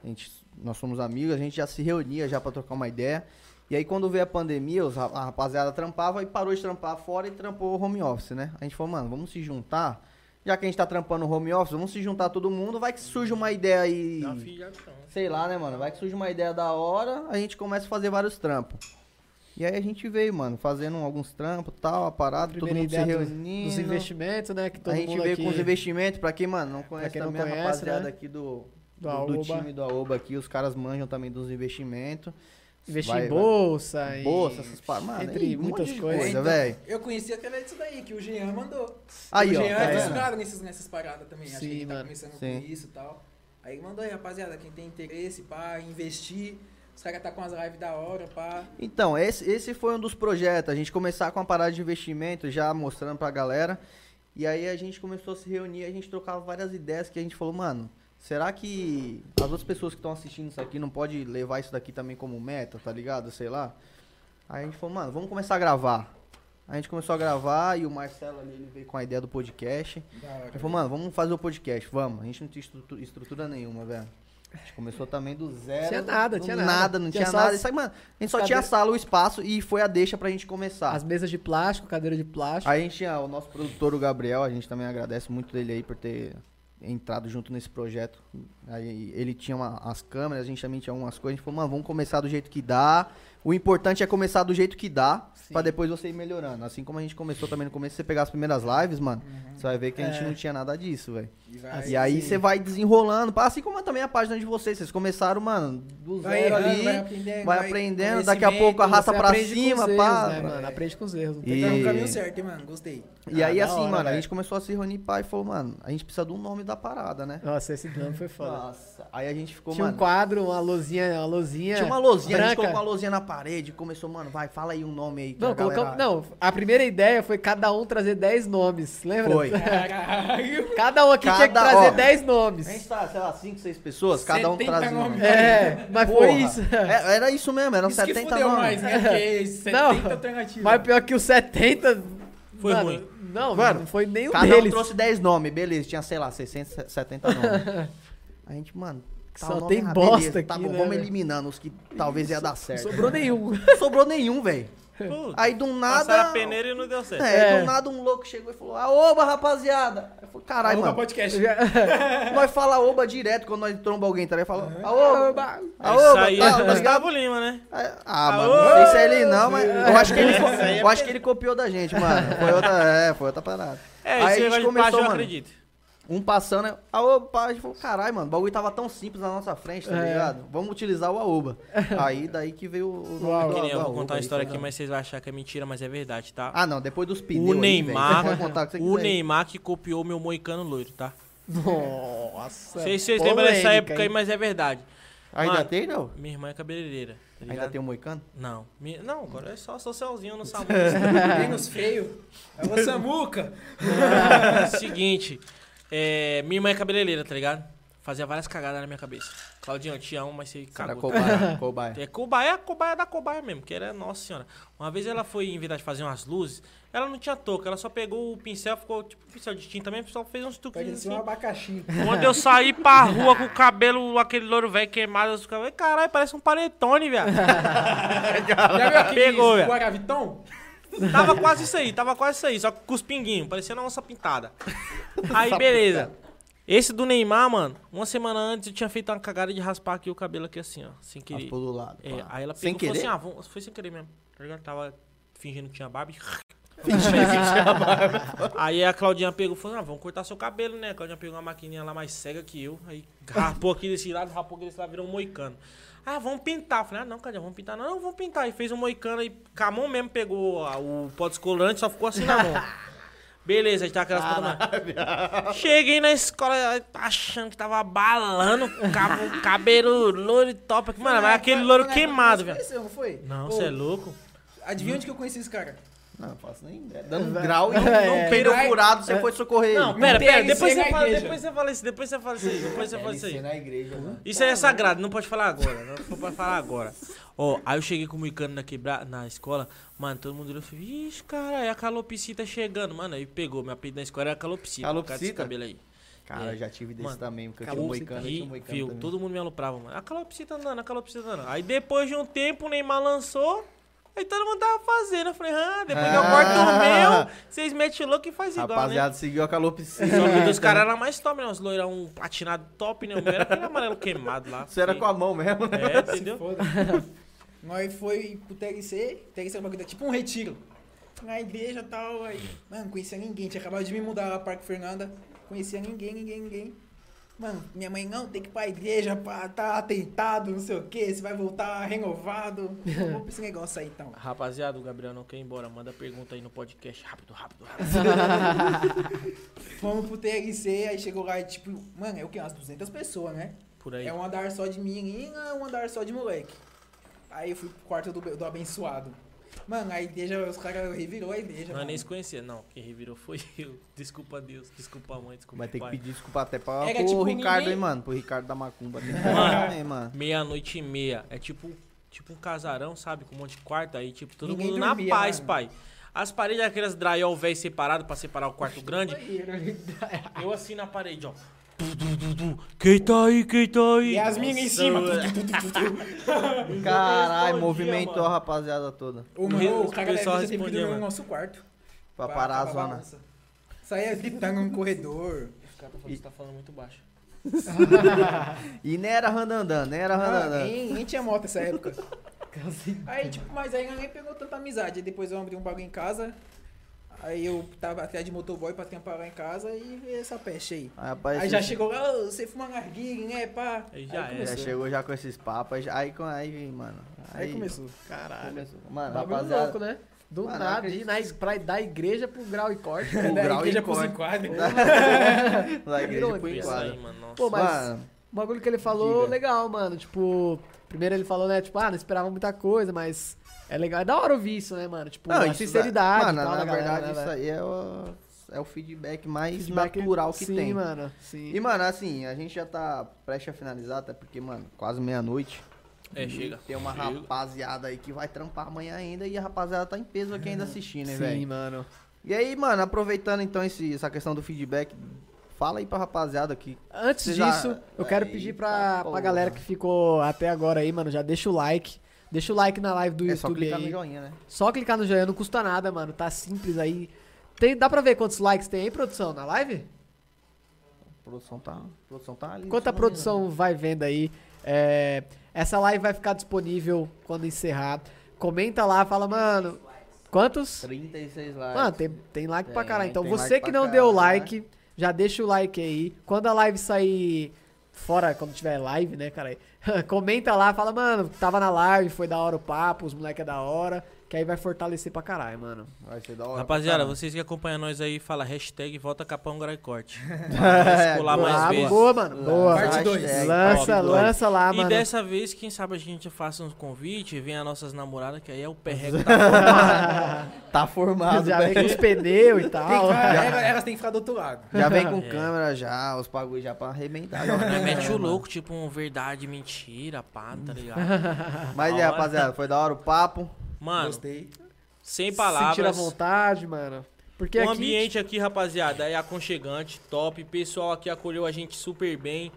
A: a gente, nós somos amigos, a gente já se reunia já pra trocar uma ideia. E aí quando veio a pandemia, os ra- a rapaziada trampava e parou de trampar fora e trampou o home office, né? A gente falou, mano, vamos se juntar. Já que a gente tá trampando o home office, vamos se juntar todo mundo, vai que surge uma ideia aí.
D: Dá uma filhação.
A: Sei lá, né, mano? Vai que surge uma ideia da hora, a gente começa a fazer vários trampos. E aí a gente veio, mano, fazendo alguns trampos, tal, a parada, todo
B: Primeira
A: mundo se
B: ideia dos,
A: reunindo.
B: dos investimentos, né? Que todo
A: a gente
B: mundo
A: veio
B: aqui
A: com os investimentos, pra quem, mano, não conhece
B: quem não
A: também
B: conhece,
A: a rapaziada
B: né?
A: aqui do,
B: do
A: do, do
B: Aoba.
A: time do Aoba aqui, os caras manjam também dos investimentos.
B: investir
A: Vai,
B: em
A: vai.
B: bolsa, em-
A: Bolsa, essas paradas, mano,
B: entre
A: é um monte
B: muitas
A: de
B: coisas. né?
A: coisa,
C: É, então,
A: velho.
C: Eu conheci aquela disso daí, que o Jean mandou.
A: Aí,
C: o
A: ó,
C: Jean
A: tá
C: é
A: vendo?
C: fissurado nesses, nessas paradas também. Acho
B: Sim,
C: que ele tá
B: mano.
C: começando
A: Sim.
C: com isso e tal. Aí ele mandou aí, rapaziada, quem tem interesse, pá, investir. Os caras tá com as lives da hora, pá.
A: Então, esse, esse foi um dos projetos. A gente começar com a parada de investimento, já mostrando pra galera. E aí a gente começou a se reunir, a gente trocava várias ideias que a gente falou, mano, será que as outras pessoas que estão assistindo isso aqui não pode levar isso daqui também como meta, tá ligado? Sei lá. Aí a gente falou, mano, vamos começar a gravar. A gente começou a gravar e o Marcelo ali ele veio com a ideia do podcast.
C: Da hora.
A: Ele falou, mano, vamos fazer o podcast, vamos. A gente não tinha estrutu- estrutura nenhuma, velho. A gente começou também do zero.
B: Tinha nada,
A: do
B: tinha nada.
A: não
B: Tinha
A: tinha,
B: só
A: nada.
B: as-
A: Isso aí, mano, a gente só
B: as
A: tinha a
B: cadeiras.
A: sala, o espaço e foi a deixa pra gente começar.
B: As mesas de plástico, cadeira de plástico.
A: Aí a gente tinha o nosso produtor, o Gabriel, a gente também agradece muito dele aí por ter entrado junto nesse projeto. Aí ele tinha uma- as câmeras, a gente também tinha algumas coisas. A gente falou, mano, vamos começar do jeito que dá. O importante é começar do jeito que dá,
B: Sim.
A: pra depois você ir melhorando. Assim como a gente começou também no começo, você pegar as primeiras lives, mano,
B: Uhum.
A: você vai ver que
B: É.
A: a gente não tinha nada disso, velho.
C: E, vai-
A: E aí
C: sim.
A: você vai desenrolando, pá, assim como também a página de vocês, vocês começaram, mano, do
C: Vai
A: zero
C: errando,
A: ali,
C: vai
A: vai
C: aprendendo,
A: aprendendo,
C: vai-
A: daqui a pouco arrasta
B: Você
A: pra
B: aprende com
A: cima,
B: os erros,
A: pá.
B: né, mano? Aprende com os erros. não tem
A: E-
C: Tá no caminho certo, hein, mano? Gostei.
A: E
B: Ah,
A: aí
B: da
A: assim,
B: hora,
A: mano, a
B: velho.
A: gente começou a se reunir, pai, e falou, mano, a gente precisa de um nome da parada, né?
B: Nossa, esse plano foi foda.
A: Nossa, aí a gente ficou,
B: tinha
A: Ah, mano...
B: um quadro, uma luzinha, uma luzinha.
A: Tinha uma lozinha, a gente
B: branca.
A: colocou uma lozinha na parede, começou, mano, vai, fala aí um nome aí. que
B: Não,
A: a galera-
B: colocamos, não, a primeira ideia foi cada um trazer 10 nomes, lembra? É.
A: Foi.
C: Caralho!
B: Cada um aqui tinha que
A: Cada-
B: trazer
A: ó.
B: 10
A: A gente
B: nomes.
A: tá, sei lá, 5, 6 pessoas, cada um
C: 70
A: trazia um
C: nomes.
A: nome.
B: É, mas foi
A: Porra,
B: isso.
A: é, era isso mesmo, eram
C: Isso que
A: 70
C: fudeu
A: nomes.
C: mais, né? Porque 70 alternativas.
B: Mas pior que os 70.
D: Foi
B: mano,
D: ruim.
B: Não,
A: Mano,
B: não foi nenhum
A: Cada um
B: deles.
A: trouxe 10 nomes, beleza. Tinha, sei lá, 670 nomes. A gente, mano.
B: Que
A: tal
B: só
A: nome
B: tem
A: errado,
B: bosta
A: beleza, Tá
B: aqui,
A: bom,
B: né,
A: vamos
B: velho?
A: eliminando os que talvez ia dar certo.
B: Sobrou nenhum.
A: Sobrou nenhum, velho.
D: Pô,
A: Aí do
D: passaram
A: nada.
D: a peneira e não deu certo.
A: É,
B: É.
A: do nada um louco chegou e falou: Aoba, rapaziada! Aí Eu falei, caralho,
C: Opa,
A: mano.
C: podcast.
A: Nós fala oba direto quando nós tromba alguém, tá? Aí fala,
B: É.
A: aoba,
D: Isso
A: aoba,
D: aí é
A: tal, tá ligado?
D: Gustavo Lima, né?
A: Ah, mano,
D: Aoba!
A: não sei se é ele não, mas eu acho que ele, co-
D: Essa aí é
A: eu acho que ele copiou da gente, mano. Foi outra, é, foi outra parada.
D: É,
A: Aí
D: esse
A: a gente
D: negócio de plágio
A: começou,
D: eu
A: mano.
D: acredito.
A: Um passando, né? a opa, a gente falou, caralho, mano, o bagulho tava tão simples na nossa frente, tá
B: É.
A: ligado? Vamos utilizar o Aoba. Aí daí que veio o nome
B: Uau.
A: do
D: Que nem eu
A: Aoba
D: vou contar uma
A: aí,
D: história
A: tá
D: aqui,
A: ligado?
D: mas vocês vão achar que é mentira, mas é verdade, tá?
A: Ah, não, depois dos pneus
D: o
A: aí, velho,
D: Neymar,
A: você pode contar o que você
D: o
A: quiser.
D: Neymar que copiou meu moicano loiro, tá?
B: Nossa.
D: Não sei se vocês lembram dessa
B: polêmica,
D: época aí,
B: hein?
D: mas é verdade.
A: Ainda
D: Mano,
A: tem, não?
D: Minha irmã é cabeleireira, tá ligado?
A: Ainda tem o Moicano?
D: Não, mi- não, agora é só socialzinho no salão.
C: Vem nos feios. É o Samuca.
D: Seguinte, é, minha irmã é cabeleireira, tá ligado? Fazia várias cagadas na minha cabeça. Claudinho, eu te amo, mas você
A: Cara,
D: cagou.
A: cobaia, cobaia.
D: É cobaia, a cobaia da cobaia mesmo, que era nossa senhora. Uma vez ela foi, em verdade, fazer umas luzes, ela não tinha touca, ela só pegou o pincel, ficou tipo pincel de tinta mesmo, só fez uns truquinhos
C: Parecia um
D: assim.
C: abacaxi.
D: Quando eu saí pra rua com o cabelo, aquele louro velho queimado, eu ficava, caralho, parece um panetone, viado.
C: Já viu aquele
D: Pegou, velho.
C: Guaraviton?
D: Tava quase isso aí, tava quase isso aí, só que com os pinguinhos, parecendo uma onça pintada. Aí, beleza. Esse do Neymar, mano, uma semana antes eu tinha feito uma cagada de raspar aqui o cabelo aqui assim, ó. Sem querer.
A: Raspou do lado.
D: É,
A: pá.
D: aí ela pegou
A: Sem
D: e falou
A: querer?
D: assim, ah, vamos- foi sem querer mesmo. Eu tava fingindo que tinha Barbie. aí a Claudinha pegou e falou, ah, vamos cortar seu cabelo, né? A Claudinha pegou uma maquininha lá mais cega que eu. Aí rapou aqui desse lado, rapou aqui desse lado, virou um moicano. Ah, vamos pintar. Eu Falei, ah, não, Claudinha, vamos pintar. Não, não, vamos pintar. E fez um moicano aí, com a mão mesmo pegou a- o pó descolorante, só ficou assim na mão. Beleza, a gente tá aquelas fotos mais. Cheguei na escola achando que tava balando, cabo- cabelo louro e top. aqui. Mano, mas aquele louro queimado, velho.
C: Conheceu, não foi?
D: Não,
C: Ô,
D: você é louco?
C: Adivinha onde que eu conheci esse cara?
A: Não, não faço nem ideia. Dando um grau e não,
B: É.
A: não peido
C: Vai-
A: furado, você foi socorrer ele.
D: Não, pera,
C: tem
D: pera,
C: que
D: depois
C: ser
D: você,
C: na
D: fala,
C: igreja.
D: depois você fala isso, depois você fala isso aí, depois você fala assim. isso
A: Isso é
D: aí.
A: na igreja, mano.
D: Isso aí é sagrado, não pode falar agora, não pode falar agora. Ó, aí eu cheguei com o Moicano na, quebra, na escola, mano, todo mundo olhou e falou, ixi, cara, é a calopsita chegando, mano, aí pegou, meu apelido na escola era calopsita, por causa desse
A: Calopsita?
D: cabelo aí.
A: Cara,
D: É.
A: eu já tive desse
D: Mano,
A: também, porque eu tinha um
D: Calopsita.
A: moicano, eu tinha um
D: E,
A: moicano
D: viu,
A: também.
D: todo mundo me aloprava, mano. A calopsita tá andando, a calopsita andando. Aí depois de um tempo o Neymar lançou, aí todo mundo tava fazendo. Eu falei, ah, depois que eu
A: Ah.
D: corto o meu, vocês metem o louco e faz igual,
A: Rapaziada, seguiu a
D: né? Só que
A: calopsita.
D: o dos caras era mais top, né? Os loirão um patinado top, né? O meu era aquele amarelo queimado lá.
A: Isso era
D: Que-
A: com a mão mesmo, né?
D: É, entendeu?
C: Foda. Nós foi pro TLC, TLC era um bagulho, tipo um retiro. Na igreja e tal, aí. Mano, conhecia ninguém, tinha acabado de me mudar lá, Parque Fernanda. Conhecia ninguém, ninguém, ninguém. Mano, minha mãe, não, tem que ir pra igreja, pá, tá atentado, não sei o que, você vai voltar renovado. Vou pra esse negócio aí então.
D: Rapaziada, o Gabriel não quer ir embora. Manda pergunta aí no podcast. Rápido, rápido, rápido.
A: É
C: Fomos pro TLC, aí chegou lá e tipo, mano, é o que? Umas 200 pessoas, né?
D: Por aí.
C: É um andar só de menina, um andar só de moleque. Aí eu fui pro quarto do, do abençoado. Mano, a igreja, os caras revirou a igreja.
D: Não,
C: mano.
D: nem se conhecia. Não, quem revirou foi eu. Desculpa Deus, desculpa a mãe, desculpa
A: Vai
D: o
A: ter que
D: pai.
A: pedir desculpa até pra,
C: Era
A: pro
C: tipo
A: Ricardo,
C: ninguém-
A: hein, mano. Pro Ricardo da Macumba. Tem que
D: Mano.
A: falar, hein, mano.
D: meia-noite e meia. É tipo, tipo um casarão, sabe? Com um monte de quarto aí, tipo, todo
C: Ninguém
D: mundo
C: dormia, né?
D: na paz,
C: mano.
D: pai. As paredes aquelas drywall velho separado pra separar o quarto grande.
A: né?
D: Eu assim na parede, ó. Du, du, du, du. Quem tá aí? Quem tá aí?
C: E as minas em cima.
D: respondia,
A: Caralho, movimentou a
D: mano.
A: rapaziada toda.
C: Ô,
D: Mesmo
C: mano,
D: que
C: o
D: o
C: cara da
D: pessoal
C: igreja teve que
D: respondia,
C: dormir no
D: mano.
C: nosso quarto.
A: Pra parar a zona.
C: bagunça. Saía gritando no corredor.
D: Esse cara tá falando, você tá falando muito baixo.
A: E nem era randandan, nem era
C: Ah,
A: randandan.
C: nem, nem tinha moto nessa época. aí, tipo, mas aí ninguém pegou tanta amizade. Aí depois eu abri um bagulho em casa. Aí eu tava atrás de motoboy pra tampar lá em casa e vi essa peste aí.
A: Aí, apareceu-
C: Aí já chegou lá, "Ô, você fuma narguilha, né, pá?
D: Aí já era.
A: já
C: começou.
A: chegou já com esses papos. Aí, aí, com- aí mano.
C: Aí, começou.
B: Caralho.
A: começou. Mano,
B: Bagulho
A: rapaziada.
B: louco, né? Do
A: Mano,
B: nada,
A: acredito-
B: ir na, is- pra, da igreja pro grau e corte.
A: O
C: Daí
A: grau
C: que já
A: e
C: pus em
A: corte.
C: quadro.
A: Da igreja pro
B: Ironia.
D: Isso aí,
A: enquadro.
D: mano. Nossa.
B: Pô, mas
A: Mano,
B: o bagulho que ele falou,
A: Diga.
B: legal, mano. Tipo, primeiro ele falou, né? Tipo, ah, não esperava muita coisa, mas é legal. É da hora ouvir isso, né, mano? Tipo, a
A: isso
B: sinceridade.
A: dá-
B: e
A: Mano,
B: tal,
A: na
B: da galera,
A: verdade,
B: né,
A: isso
B: velho?
A: aí é o, é o feedback mais
B: Feedback-
A: natural que
B: sim,
A: tem.
B: mano. Sim.
A: E, mano, assim, a gente já tá prestes a finalizar, até porque, mano, quase meia-noite.
D: É, chega.
A: Tem uma
D: Chega.
A: rapaziada aí que vai trampar amanhã ainda e a rapaziada tá em peso aqui ainda assistindo, hein,
B: Sim,
A: velho?
B: mano.
A: E aí, mano, aproveitando então esse- essa questão do feedback, fala aí pra rapaziada aqui.
B: Antes
A: Vocês já-
B: disso, eu quero
A: Eita,
B: pedir pra, pra
A: porra.
B: galera que ficou até agora aí, mano, já deixa o like. Deixa o like na live do
A: É só
B: YouTube
A: clicar
B: aí.
A: no joinha, né?
B: Só clicar no joinha, não custa nada, mano. Tá simples aí. Tem, dá pra ver quantos likes tem aí, produção, na live?
A: A produção tá, a produção tá ali.
B: Enquanto a produção vai vendo aí, é, essa live vai ficar disponível quando encerrar. Comenta lá, fala, mano, quantos?
A: 36 likes.
B: Mano, tem, tem like pra
A: Tem,
B: caralho. Então
A: tem
B: você
A: like
B: que
A: pra
B: não deu
A: caralho.
B: like, já deixa o like aí. Quando a live sair fora, quando tiver live, né, cara? Comenta lá, fala, mano, tava na live, foi da hora o papo, os moleque é da hora. Que aí vai fortalecer pra caralho, mano.
A: Vai ser da hora. Tá.
D: Rapaziada,
A: pra
D: vocês que acompanham nós aí, fala hashtag volta capão grau e corte.
A: caralho.
D: escolar mais
B: boa,
D: vezes.
B: boa,
A: Tá,
B: mano. Boa.
C: Parte dois.
A: Hashtag
B: Lança,
A: É, então, top dois.
B: lança
C: Ah,
B: lá,
D: e
B: mano.
D: dessa vez, quem sabe a gente faça uns convite, venha nossas namoradas, que aí é o perreco tá formado.
A: Tá formado,
B: Já vem
D: né?
A: velho.
B: com os pneus e tal.
C: Tem que- elas- Elas têm que ficar do outro lado.
A: Já vem com
D: É.
A: câmera já, os bagulho já né? pra arrebentar.
D: Nós é mete o
A: É, Mano.
D: louco, tipo um verdade, mentira, pá, tá ligado?
A: Mas e aí,
D: Da hora.
A: rapaziada, foi da hora o papo.
D: Mano,
C: Gostei.
D: sem
B: Sentir à
D: palavras.
B: vontade, mano. Porque
D: o
B: aqui.
D: ambiente aqui, rapaziada, é aconchegante, top. O pessoal aqui acolheu a gente super bem.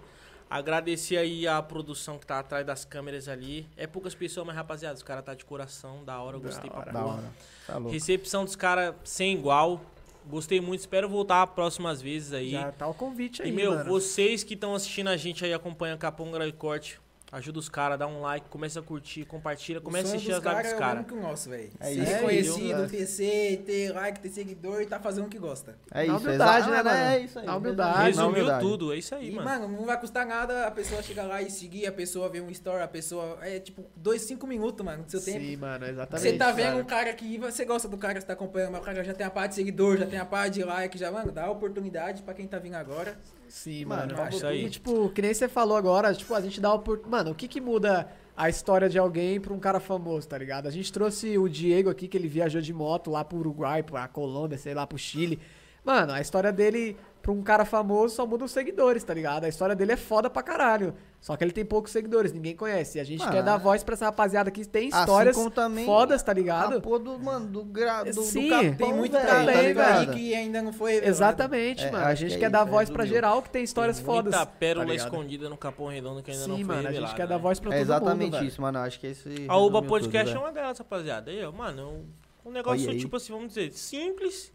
D: Agradecer aí a produção que tá atrás das câmeras ali. É poucas pessoas, mas rapaziada, os caras tá de coração, da hora, eu gostei pra
A: Da hora. Tá louco.
D: Recepção dos caras sem igual. Gostei muito, espero voltar próximas vezes aí.
B: Já tá o convite aí,
D: e, meu,
B: mano.
D: vocês que estão assistindo a gente aí, acompanha Capão Grau e Corte, ajuda os caras, dá um like, começa a curtir, compartilha, começa a
C: sonho
D: assistir
C: dos
D: as
C: cara
D: lives dos
C: É o
D: caras.
C: mesmo que o nosso, velho.
A: É
C: Ser
A: isso.
C: reconhecido,
B: É isso.
C: ter ser, ter like, ter seguidor e tá fazendo o que gosta.
A: É
B: Na
A: isso,
B: humildade,
A: exa-
B: né,
A: é,
B: mano?
A: É isso aí.
B: Na humildade.
A: Na
D: Resumiu
A: humildade.
D: tudo, é isso aí,
C: E,
D: mano.
C: mano, não vai custar nada a pessoa chegar lá e seguir, a pessoa ver um story, a pessoa. É tipo, dois, cinco minutos, mano, do seu tempo.
B: Sim, mano, exatamente.
C: Você tá vendo
B: cara.
C: um cara que você gosta do cara que você tá acompanhando, mas o cara já tem a parte de seguidor, já tem a parte de like, já, mano, dá oportunidade pra quem tá vindo agora.
B: Sim,
A: Mano,
B: mano.
A: é
D: isso aí.
B: E, tipo, que nem você falou agora, tipo, a gente dá oportunidade. Mano, o que que muda a história de alguém pra um cara famoso, tá ligado? A gente trouxe o Diego aqui, que ele viajou de moto lá pro Uruguai, pra Colômbia, sei lá, pro Chile. Mano, a história dele pra um cara famoso só muda os seguidores, tá ligado? A história dele é foda pra caralho. Só que ele tem poucos seguidores, ninguém conhece. E a gente
A: Mano,
B: quer dar voz pra essa rapaziada que tem histórias
A: Assim como também
B: fodas, tá
A: A
B: ligado?
A: pô do, mano, do, gra, do,
B: Sim,
A: do capão,
C: Tem muito
A: velho,
C: talento
A: tá
B: também,
C: aí
A: ligado?
C: que ainda não foi. revelado.
B: Exatamente,
A: É,
B: mano. A
A: acho
B: gente
A: que é
B: quer
A: isso,
B: dar
A: é
B: voz pra
A: resumiu.
B: geral que tem histórias fodas.
D: Muita
B: tá
D: pérola
B: ligado?
D: escondida no Capão Redondo que ainda não
B: Sim,
D: foi
B: mano, a gente
D: revelada,
B: quer dar
D: né?
B: voz pra todo
A: É exatamente
B: mundo, velho.
A: isso, mano. Acho que esse.
D: A Uba
A: resumiu
D: Podcast
A: tudo,
D: é
A: velho.
D: uma delas, rapaziada. Aí, ó, mano, um um
A: Olha
D: negócio,
A: aí.
D: tipo assim, vamos dizer, simples,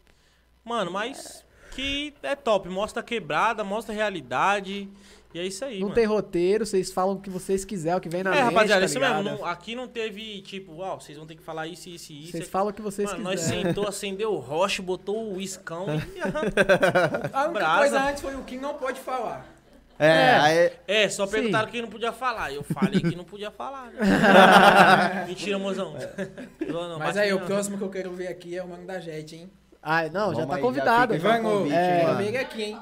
D: mano, mas que é top. Mostra a quebrada, mostra a realidade. E é isso aí,
B: Não
D: mano.
B: tem roteiro, vocês falam o que vocês quiserem, o que vem na
D: é,
B: mente,
D: rapaziada,
B: tá
D: isso mesmo.
B: ligado?
D: não- aqui não teve, tipo, ó, vocês vão ter que falar isso, isso e isso.
B: Vocês
D: aqui-
B: falam o que vocês
D: Mano, nós
B: quiserem.
D: sentou, acendeu o roche, botou o iscão e...
C: A única
D: Um Brasa.
C: Ah, coisa antes foi o que não pode falar.
A: É,
B: É.
A: aí-
D: É, só perguntaram
B: Sim.
D: quem não podia falar. Eu falei que não podia falar. né? Mentira, mozão.
B: É.
D: Zoa não,
C: Mas
D: bate né?
C: aí, o
D: não.
C: próximo que eu quero ver aqui é o mano da Jet, hein?
B: Ah, não, já
A: Vamos
B: tá
A: aí,
B: convidado.
A: já fica
C: Vamos.
A: o convite,
B: É,
C: Quero
A: mano.
C: ver ele aqui, hein?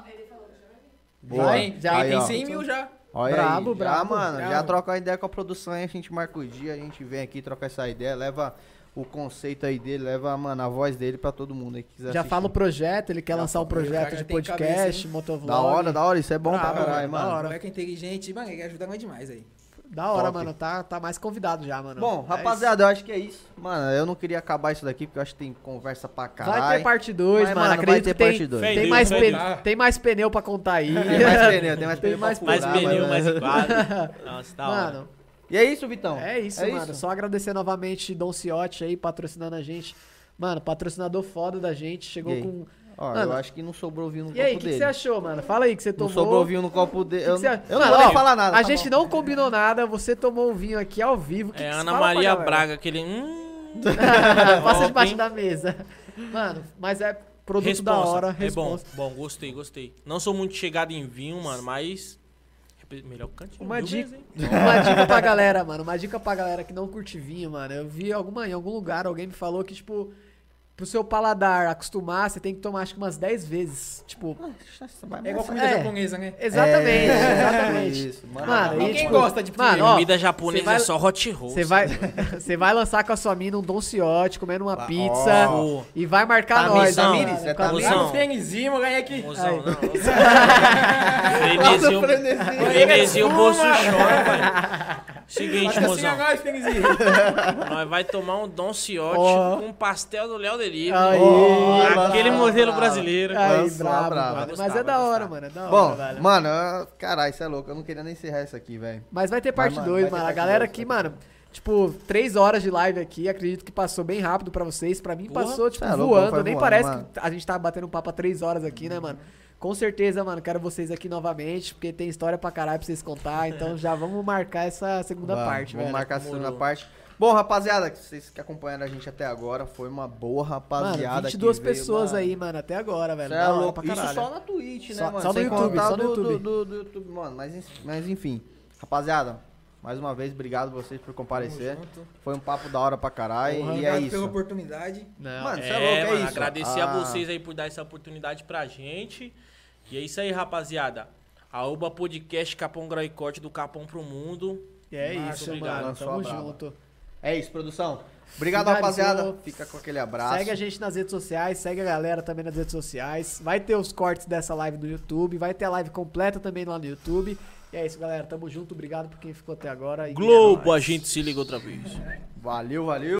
A: Boa.
C: Tem, já
A: Aí,
C: tem
A: ó.
C: 100 mil já.
A: Olha
B: Brabo,
A: aí, já,
B: brabo,
A: mano, já
C: brabo.
A: troca uma ideia com a produção aí, a gente marca o dia, a gente vem aqui, troca essa ideia, leva o conceito aí dele, leva, mano, a voz dele pra todo mundo aí que quiser
B: Já
A: assistir.
B: fala o projeto, ele quer lançar um projeto
C: cara
B: de
C: tem cabeça,
B: podcast,
C: hein?
B: motovlog.
A: Da hora, da hora, isso é bom pra
B: Brabo,
A: caralho,
B: mano, da
A: mano.
B: hora.
C: O moleque é inteligente, mano, ele ajuda nós demais aí.
B: Da hora,
A: Top.
B: mano. Tá, tá mais convidado já, mano.
A: Bom,
B: É isso.
A: rapaziada, eu acho que é isso. Mano, eu não queria acabar isso daqui, porque eu acho que tem conversa pra caralho.
B: Vai ter parte
A: Mas,
B: 2, mano.
A: mano, vai
B: Acredito
A: ter
B: que tem,
A: parte dois.
B: Tem,
D: Fendeu,
B: mais pe-
D: fendeu.
B: tem mais pneu pra contar aí.
A: Tem mais pneu, tem mais pneu pra
D: Mais
A: furar,
D: pneu,
A: mas-
D: mais quadro. Nossa, da hora.
B: Mano,
A: E é isso, Vitão?
B: É isso, mano. Só agradecer novamente Don Ciotti aí patrocinando a gente. Mano, patrocinador foda da gente.
A: E
B: Chegou
A: aí?
B: com.
A: Ó, eu
B: Mano.
A: acho que não sobrou vinho no
B: E
A: copo
B: aí, o que, que
A: dele.
B: você achou, mano? Fala aí que você
A: não
B: tomou.
A: sobrou vinho no copo dele.
B: Que que
A: Eu,
B: você
A: não-
B: acha?
A: eu não
B: Mano,
A: vou nem
B: ó,
A: falar nada.
B: A
A: tá
B: gente
A: bom.
B: não combinou nada, você tomou um vinho aqui ao vivo. que
D: É
B: que você
D: Ana
B: fala pra
D: Maria
B: galera?
D: Braga, aquele. Hum,
B: Passa
D: Top,
B: debaixo
D: hein?
B: da mesa. Mano, mas é produto da
D: responsa.
B: hora.
D: É bom,
B: responsa.
D: bom, gostei, gostei. Não sou muito chegado em vinho, mano, mas. Melhor cantinho.
B: Uma
D: mil
B: dica-
D: vezes, hein?
B: Uma dica pra galera, mano. Uma dica pra galera que não curte vinho, mano. Eu vi alguma, em algum lugar, alguém me falou que, tipo, pro seu paladar acostumar, você tem que tomar acho que umas 10 vezes. Tipo,
A: Ah,
C: É igual comida
B: É.
C: japonesa, né?
B: exatamente,
A: É,
B: exatamente.
A: isso, mano.
B: mano,
C: Ninguém
B: e, tipo,
C: gosta de
B: mano, ó,
D: Comida japonesa
B: cê vai-
D: é só hot roll.
B: Você vai, você vai lançar com a sua mina um Don Ciotti, comendo uma
A: Ó.
B: pizza e vai marcar
D: Tá
B: nós. né?
D: missão,
B: mano,
A: Tamires, é
B: com a-
D: Tamires.
C: Lá
D: Mozão.
C: no tênisinho, moleque aqui.
D: Mozão, não.
A: Nossa,
D: Frenesia,
A: eu frenesi.
D: frenesia, o bolso chora, velho. Seguinte,
C: Patrocina
D: mozão.
C: nós, tênisinho.
D: Nós vai tomar um Don Ciotti
B: Ó.
D: com um pastel do Léo Delivery.
B: Aí. É.
A: Ó,
D: Aquele
A: lá,
D: modelo
A: lá.
D: brasileiro.
B: Aí,
A: Lançou a
B: brabo,
A: brava.
B: mano.
D: Vai gostar,
B: Mas é
D: vai
B: da hora,
D: gostar.
B: mano. É da hora,
A: Bom,
B: velho.
A: mano, eu- caralho, você é louco. Eu não queria nem encerrar isso aqui, velho.
B: Mas vai ter parte
A: mano,
B: 2,
A: vai
B: mano.
A: ter
B: A
A: parte
B: galera
A: dois,
B: aqui,
A: vai ter.
B: mano, tipo, 3 horas de live aqui. Acredito que passou bem rápido pra vocês. Pra mim
D: Porra,
B: passou, tipo,
A: tá louco,
B: voando.
A: foi
B: Nem
A: voando,
B: parece
A: mano.
B: que a gente tá batendo um papo há 3 horas aqui, né, mano? Com certeza, mano, quero vocês aqui novamente, porque tem história pra caralho pra vocês contar. Então já vamos marcar essa segunda
A: Vamos,
B: parte,
A: Vamos
B: velho.
A: marcar a segunda
D: Demorou.
A: parte. Bom, rapaziada, que vocês que acompanharam a gente até agora, foi uma boa rapaziada.
B: Mano,
A: que
B: 22
A: veio,
B: pessoas
A: mano.
B: aí, mano, até agora, velho.
A: Cê é
B: Da hora
A: louco.
B: pra
A: Isso
B: caralho.
A: só na Twitch, né,
B: Só-
A: mano?
B: só no
A: Sem
B: YouTube,
A: contar
B: só no
A: do-
B: YouTube.
A: Do, do- do YouTube, mano. Mas, ens- mas enfim. Rapaziada, mais uma vez, obrigado vocês por comparecer.
C: Tamo junto.
A: Foi um papo da hora pra caralho.
B: Porra,
A: e é
C: Obrigado pela
A: isso.
C: oportunidade.
B: Não,
A: Mano, cê é louco,
D: É,
A: é
D: mano,
A: isso.
D: agradecer
A: Ah.
D: a vocês aí por dar essa oportunidade pra gente. E é isso aí, rapaziada. A Uba Podcast Capão Grau e Corte do Capão pro Mundo.
B: é
D: Massa,
B: isso,
D: obrigado,
B: mano.
A: lançou
B: Tamo
A: a braba.
B: junto.
A: É isso, produção. Obrigado,
B: Finalizou.
A: rapaziada. Fica com aquele abraço.
B: Segue a gente nas redes sociais, segue a galera também nas redes sociais. Vai ter os cortes dessa live no YouTube, vai ter a live completa também lá no YouTube. E é isso, galera. Tamo junto. Obrigado por quem ficou até agora. e é
D: Globo, a
B: nóis.
D: gente se liga outra vez.
A: Valeu, valeu.